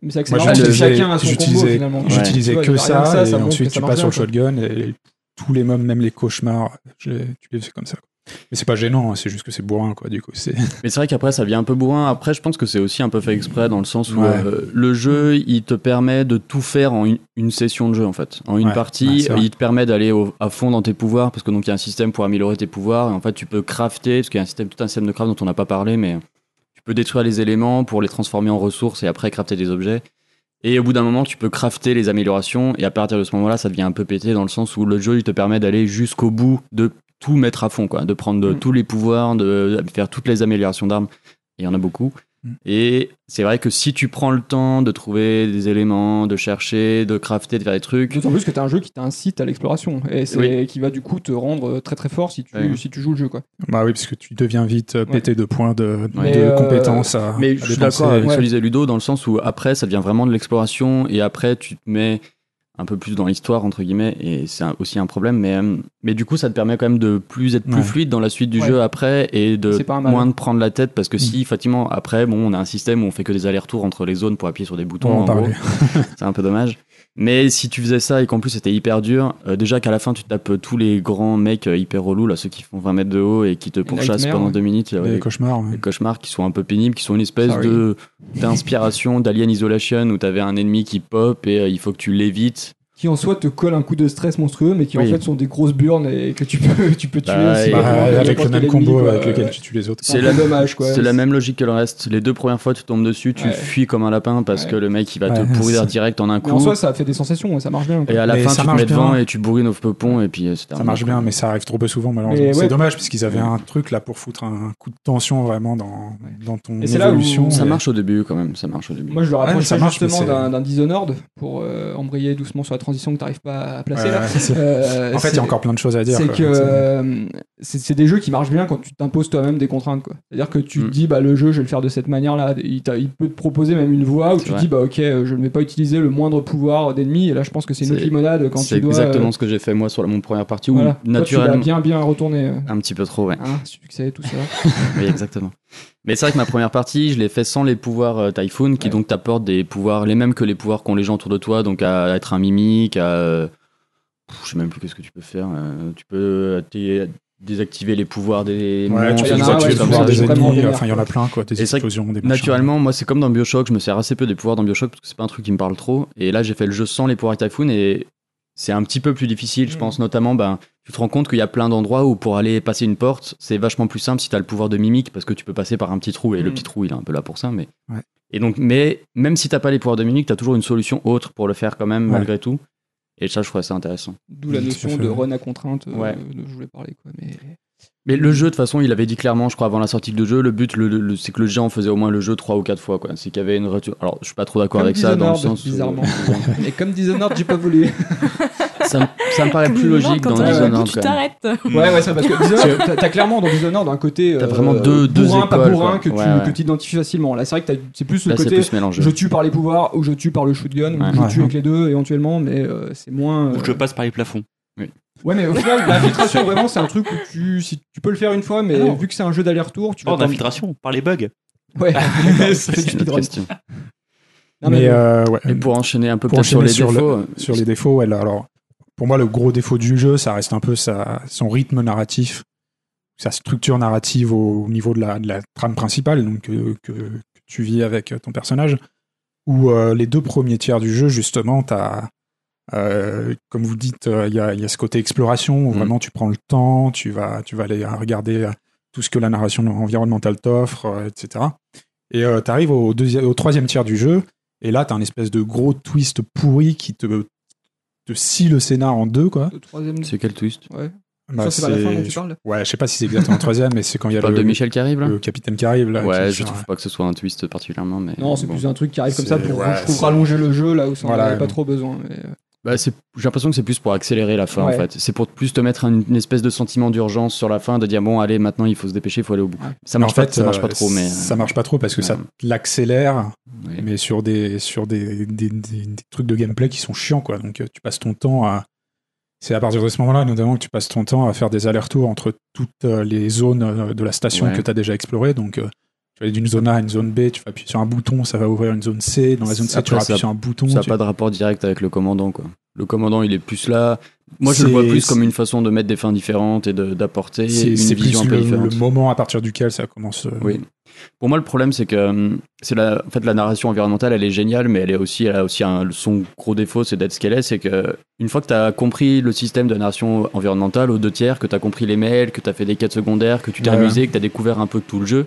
Speaker 2: Mais c'est
Speaker 1: Moi,
Speaker 2: accélérant parce que
Speaker 1: j'utilisais-
Speaker 2: chacun a son combo
Speaker 1: j'utilisais-
Speaker 2: finalement.
Speaker 1: J'utilisais
Speaker 2: Tu vois,
Speaker 1: que
Speaker 2: rien
Speaker 1: ça,
Speaker 2: que
Speaker 1: et
Speaker 2: montre
Speaker 1: ensuite
Speaker 2: que
Speaker 1: tu
Speaker 2: ça
Speaker 1: passes sur le
Speaker 2: marche bien,
Speaker 1: shotgun, et tous les mobs, même les cauchemars, je les- tu les fais comme ça. quoi. Mais c'est pas gênant, hein, c'est juste que c'est bourrin, quoi, du coup. c'est- *laughs*
Speaker 4: Mais c'est vrai qu'après, ça devient un peu bourrin. Après, je pense que c'est aussi un peu fait exprès dans le sens où
Speaker 1: Ouais.
Speaker 4: euh, le jeu, il te permet de tout faire en une, une session de jeu, en fait. En une
Speaker 1: Ouais, ouais,
Speaker 4: partie,
Speaker 1: c'est vrai.
Speaker 4: il te permet d'aller au- à fond dans tes pouvoirs, parce que donc il y a un système pour améliorer tes pouvoirs. Et en fait, tu peux crafter, parce qu'il y a un système, tout un système de craft dont on n'a pas parlé, mais tu peux détruire les éléments pour les transformer en ressources et après crafter des objets. Et au bout d'un moment, tu peux crafter les améliorations, et à partir de ce moment-là, ça devient un peu pété dans le sens où le jeu, il te permet d'aller jusqu'au bout de tout mettre à fond, quoi, de prendre de-
Speaker 2: Mm.
Speaker 4: tous les pouvoirs, de, de faire toutes les améliorations d'armes, et il y en a beaucoup.
Speaker 1: Mm.
Speaker 4: Et c'est vrai que si tu prends le temps de trouver des éléments, de chercher, de crafter, de faire des trucs,
Speaker 2: D'autant plus que t'as un jeu qui t'incite à l'exploration et c'est
Speaker 4: Oui.
Speaker 2: qui va du coup te rendre euh, très très fort si tu,
Speaker 4: Ouais.
Speaker 2: si tu joues le jeu quoi.
Speaker 1: Bah oui, parce que tu deviens vite euh, pété de points de, de
Speaker 2: Mais, euh,
Speaker 1: compétences à. à
Speaker 4: Mais je suis
Speaker 1: dépenser.
Speaker 4: d'accord avec ce que
Speaker 2: Ouais.
Speaker 4: disait Ludo dans le sens où après ça devient vraiment de l'exploration et après tu te mets un peu plus dans l'histoire entre guillemets et c'est un- aussi un problème mais euh, mais du coup ça te permet quand même de plus être plus
Speaker 1: Ouais.
Speaker 4: fluide dans la suite du
Speaker 2: Ouais.
Speaker 4: jeu après et de
Speaker 2: C'est pas un mal. Mm.
Speaker 4: moins de prendre la tête parce que si effectivement après bon on a un système où on fait que des allers-retours entre les zones pour appuyer sur des boutons
Speaker 1: On va en
Speaker 4: en gros.
Speaker 1: parler.
Speaker 2: *laughs*
Speaker 4: c'est un peu dommage mais si tu faisais ça et qu'en plus c'était hyper dur euh, déjà qu'à la fin tu tapes tous les grands mecs euh, hyper relous là ceux qui font 20 mètres de haut et qui te pourchassent
Speaker 2: Nightmare,
Speaker 4: pendant
Speaker 2: ouais.
Speaker 4: deux minutes euh,
Speaker 1: Des
Speaker 4: ouais,
Speaker 1: cauchemars. ouais.
Speaker 4: des cauchemars qui sont un peu pénibles, qui sont une espèce
Speaker 2: Sorry.
Speaker 4: de d'inspiration d'Alien Isolation où t'avais un ennemi qui pop et euh, il faut que tu l'évites.
Speaker 2: Qui en soi te colle un coup de stress monstrueux mais qui en
Speaker 4: Oui.
Speaker 2: fait sont des grosses burnes et que tu peux, tu peux tuer
Speaker 4: Bah,
Speaker 2: aussi
Speaker 4: et-
Speaker 1: Bah,
Speaker 2: rapidement que
Speaker 1: avec
Speaker 2: n'importe
Speaker 1: le même
Speaker 2: quel
Speaker 1: combo
Speaker 2: ennemi, quoi.
Speaker 1: avec lequel tu tues les autres.
Speaker 2: euh, C'est
Speaker 4: C'est
Speaker 2: la dommage quoi.
Speaker 4: c'est la même logique que le reste. Les deux premières fois, tu tombes dessus, tu
Speaker 2: Ouais.
Speaker 4: fuis comme un lapin parce
Speaker 2: Ouais.
Speaker 4: que le mec il va
Speaker 1: Ouais,
Speaker 4: te pourrir
Speaker 1: c'est-
Speaker 4: direct en un
Speaker 2: Mais
Speaker 4: coup.
Speaker 2: en soi ça fait des sensations, ouais, ça marche bien. quoi.
Speaker 4: et à la
Speaker 1: Mais
Speaker 4: fin,
Speaker 1: ça
Speaker 4: tu te
Speaker 1: marche
Speaker 4: mets
Speaker 1: bien.
Speaker 4: devant et tu bourrines au peupon et puis euh, c'est
Speaker 1: Ça
Speaker 4: terminé.
Speaker 1: marche bien, mais ça arrive trop peu souvent, malheureusement.
Speaker 2: Mais
Speaker 1: C'est
Speaker 2: ouais.
Speaker 1: dommage, parce qu'ils avaient un truc là pour foutre un coup de tension vraiment dans, dans ton
Speaker 2: Et c'est là où
Speaker 1: évolution.
Speaker 4: Ça
Speaker 1: et-
Speaker 4: marche au début quand même, ça marche au début.
Speaker 2: Moi je le
Speaker 1: mais ça
Speaker 2: rapprocherais
Speaker 1: marche, mais
Speaker 2: justement
Speaker 1: c'est-
Speaker 2: d'un d'un Dishonored pour euh, embrayer doucement sur la transition que t'arrives pas à
Speaker 1: Ouais,
Speaker 2: placer là.
Speaker 1: ouais,
Speaker 2: *laughs*
Speaker 1: c'est-
Speaker 2: Euh,
Speaker 1: en fait, il y
Speaker 2: c'est-
Speaker 1: a encore plein de choses à dire.
Speaker 2: C'est
Speaker 1: quoi.
Speaker 2: que euh, c'est c'est des jeux qui marchent bien quand tu t'imposes toi-même des contraintes. quoi. C'est-à-dire que tu
Speaker 4: Mm.
Speaker 2: te dis, bah, le jeu, je vais le faire de cette manière-là. Il, t'a- il peut te proposer même une voie où
Speaker 4: C'est
Speaker 2: tu te
Speaker 4: vrai.
Speaker 2: dis, bah, ok, euh, je ne vais pas utiliser le moindre pouvoir d'ennemi. Et là, je pense que c'est une autre
Speaker 4: C'est-
Speaker 2: limonade quand
Speaker 4: C'est
Speaker 2: tu dois.
Speaker 4: exactement
Speaker 2: euh,
Speaker 4: ce que j'ai fait moi sur la, mon première partie où
Speaker 2: voilà. Toi,
Speaker 4: naturellement.
Speaker 2: tu l'as bien, bien retourné. euh,
Speaker 4: Un petit peu trop, ouais. *laughs*
Speaker 2: hein, succès, tout ça.
Speaker 4: Oui, exactement. Mais c'est vrai que ma première partie, je l'ai fait sans les pouvoirs euh, Typhoon, qui
Speaker 2: Ouais.
Speaker 4: donc t'apportent des pouvoirs, les mêmes que les pouvoirs qu'ont les gens autour de toi, donc à être un mimique, à. euh, pff, Je sais même plus qu'est-ce que tu peux faire. euh, Tu peux euh, t'é- désactiver les pouvoirs des.
Speaker 1: Ouais,
Speaker 4: monstres,
Speaker 1: tu
Speaker 2: il
Speaker 1: fais
Speaker 2: y en
Speaker 4: des
Speaker 2: a
Speaker 1: ça,
Speaker 2: un,
Speaker 1: tu fais le
Speaker 4: trucs
Speaker 2: ouais,
Speaker 4: comme
Speaker 2: c'est
Speaker 1: pouvoir
Speaker 4: ça.
Speaker 2: vraiment
Speaker 1: des ennemis,
Speaker 2: vénère,
Speaker 1: enfin, il y en a plein, quoi. Des
Speaker 4: Et c'est vrai que
Speaker 1: explosions, des machins.
Speaker 4: Naturellement, moi, c'est comme dans Bioshock, je me sers assez peu des pouvoirs dans Bioshock parce que c'est pas un truc qui me parle trop. Et là, j'ai fait le jeu sans les pouvoirs Typhoon et c'est un petit peu plus difficile. Je
Speaker 2: Mm.
Speaker 4: pense notamment, ben, tu te rends compte qu'il y a plein d'endroits où pour aller passer une porte, c'est vachement plus simple si t'as le pouvoir de mimique parce que tu peux passer par un petit trou et
Speaker 2: Mm.
Speaker 4: le petit trou, il est un peu là pour ça. Mais
Speaker 1: Ouais.
Speaker 4: et donc, mais même si t'as pas les pouvoirs de mimique, t'as toujours une solution autre pour le faire quand même
Speaker 1: Ouais.
Speaker 4: malgré tout. Et ça, je trouvais ça intéressant.
Speaker 2: D'où la
Speaker 1: Tout à
Speaker 2: notion
Speaker 1: fait,
Speaker 2: de
Speaker 1: ouais.
Speaker 2: run à contrainte euh,
Speaker 4: Ouais.
Speaker 2: dont je voulais parler. Quoi,
Speaker 4: *laughs*
Speaker 2: mais...
Speaker 4: Mais le jeu, de toute façon, il avait dit clairement, je crois, avant la sortie de jeu, le but, le, le- c'est que le géant faisait au moins le jeu trois ou quatre fois. quoi. C'est qu'il y avait une retour. Alors, je suis pas trop d'accord
Speaker 2: Comme
Speaker 4: avec ça dans le
Speaker 2: Dishonored,
Speaker 4: sens. où- euh,
Speaker 2: bizarrement. mais comme Dishonored, j'ai
Speaker 4: *laughs*
Speaker 2: pas voulu.
Speaker 4: Mm. ça, me- ça me paraît euh, plus logique
Speaker 5: quand
Speaker 4: dans
Speaker 5: t'arrives au bout,
Speaker 4: Dishonored.
Speaker 5: tu
Speaker 4: quand même.
Speaker 5: t'arrêtes.
Speaker 3: Hmm.
Speaker 2: Ouais, ouais, c'est
Speaker 4: *laughs*
Speaker 2: parce que Dishonored, t'as- t'as clairement dans Dishonored un côté.
Speaker 4: T'as
Speaker 2: euh,
Speaker 4: vraiment deux- deux
Speaker 2: bourrin, pas
Speaker 4: écoles,
Speaker 2: bourrin
Speaker 4: quoi.
Speaker 2: que tu
Speaker 4: Ouais, ouais.
Speaker 2: que t'identifies facilement. Là, c'est vrai que t'as- c'est plus le
Speaker 4: Là, c'est
Speaker 2: côté.
Speaker 4: plus mélangé.
Speaker 2: Je tue par les pouvoirs ou je tue par le shotgun
Speaker 4: Ouais.
Speaker 2: ou je
Speaker 1: Ouais.
Speaker 2: tue avec les deux éventuellement, mais euh, c'est moins. euh,
Speaker 3: Ou je passe par les plafonds.
Speaker 2: Ouais, mais au final, l'infiltration vraiment, c'est un truc où tu, si, tu peux le faire une fois, mais
Speaker 4: Ah
Speaker 2: vu que c'est un jeu d'aller-retour, tu vas.
Speaker 3: Hors
Speaker 2: t'en-
Speaker 3: d'infiltration, par les bugs. *laughs*
Speaker 2: Ouais.
Speaker 3: C'est
Speaker 2: c'est
Speaker 4: C'est une
Speaker 2: du
Speaker 4: autre
Speaker 2: speedrun.
Speaker 4: question.
Speaker 2: Non, mais
Speaker 1: Mais
Speaker 2: bon.
Speaker 1: euh, ouais,
Speaker 4: Et pour enchaîner un peu
Speaker 1: Pour
Speaker 4: peut-être sur les
Speaker 1: enchaîner sur le-
Speaker 4: défauts,
Speaker 1: sur les défauts, ouais, là, alors pour moi le gros défaut du jeu, ça reste un peu sa, son rythme narratif, sa structure narrative au, au niveau de la, de la trame principale, donc euh, que, que tu vis avec euh, ton personnage. Où euh, les deux premiers tiers du jeu, justement, t'as, euh, comme vous dites, euh, il y, a, il y a ce côté exploration où
Speaker 4: Mhm.
Speaker 1: vraiment tu prends le temps, tu vas, tu vas aller euh, regarder euh, tout ce que la narration environnementale t'offre, euh, etc. Et euh, t'arrives au, deuxième, au troisième tiers du jeu, et là t'as un espèce de gros twist pourri qui te, te scie le scénar en deux, quoi.
Speaker 2: Le troisième.
Speaker 4: c'est quel twist
Speaker 2: Ouais.
Speaker 1: Bah,
Speaker 2: Ça, c'est pas la fin dont tu
Speaker 1: je-
Speaker 2: parles
Speaker 1: Ouais, je sais pas si c'est exactement le troisième, mais c'est quand il y
Speaker 4: Tu
Speaker 1: a
Speaker 4: parles
Speaker 1: le,
Speaker 4: de Michel qui arrive là
Speaker 1: le capitaine qui arrive, là.
Speaker 4: Ouais,
Speaker 1: qui-
Speaker 4: je trouve pas que ce soit un twist particulièrement, mais
Speaker 2: Non, c'est
Speaker 4: bon.
Speaker 2: plus un truc qui arrive comme ça
Speaker 1: C'est-
Speaker 2: pour,
Speaker 1: ouais,
Speaker 2: je trouve,
Speaker 1: c'est-
Speaker 2: rallonger le jeu là où ça
Speaker 1: Voilà,
Speaker 2: n'en avait pas
Speaker 1: ouais.
Speaker 2: trop besoin. mais, euh,
Speaker 4: Bah, c'est- j'ai l'impression que c'est plus pour accélérer la fin
Speaker 2: Ouais.
Speaker 4: en fait. C'est pour plus te mettre un- une espèce de sentiment d'urgence sur la fin, de dire bon allez maintenant il faut se dépêcher, il faut aller au bout.
Speaker 2: Ouais.
Speaker 4: Ça marche
Speaker 1: en fait,
Speaker 4: pas, ça marche
Speaker 1: euh,
Speaker 4: pas trop, mais
Speaker 1: Ça marche pas trop parce que
Speaker 4: Ouais.
Speaker 1: ça l'accélère,
Speaker 4: ouais.
Speaker 1: mais sur des sur des, des- des- des trucs de gameplay qui sont chiants quoi. Donc euh, tu passes ton temps à c'est à partir de ce moment-là notamment que tu passes ton temps à faire des allers-retours entre toutes euh, les zones euh, de la station
Speaker 4: Ouais.
Speaker 1: que tu as déjà explorées. Donc euh, tu vas aller d'une zone A à une zone B, tu vas appuyer sur un bouton, ça va ouvrir une zone C. Dans la zone C, tu
Speaker 4: Après,
Speaker 1: vas
Speaker 4: ça-
Speaker 1: appuyer sur un bouton.
Speaker 4: Ça n'a
Speaker 1: tu-
Speaker 4: pas de rapport direct avec le commandant, quoi. Le commandant, il est plus là. Moi, je le
Speaker 1: C'est-
Speaker 4: vois plus
Speaker 1: c'est-
Speaker 4: comme une façon de mettre des fins différentes et de- d'apporter
Speaker 1: C'est
Speaker 4: une
Speaker 1: c'est
Speaker 4: vision
Speaker 1: plus
Speaker 4: un peu
Speaker 1: le,
Speaker 4: différente.
Speaker 1: le moment à partir duquel ça commence. euh,
Speaker 4: Oui. Pour moi, le problème, c'est que hum, c'est la, en fait, la narration environnementale, elle est géniale, mais elle, est aussi, elle a aussi un, son gros défaut, c'est d'être ce qu'elle est. C'est que une fois que tu as compris le système de narration environnementale aux deux tiers, que tu as compris les mails, que tu as fait des quêtes secondaires, que tu t'es
Speaker 1: Ouais.
Speaker 4: amusé, que tu as découvert un peu tout le jeu,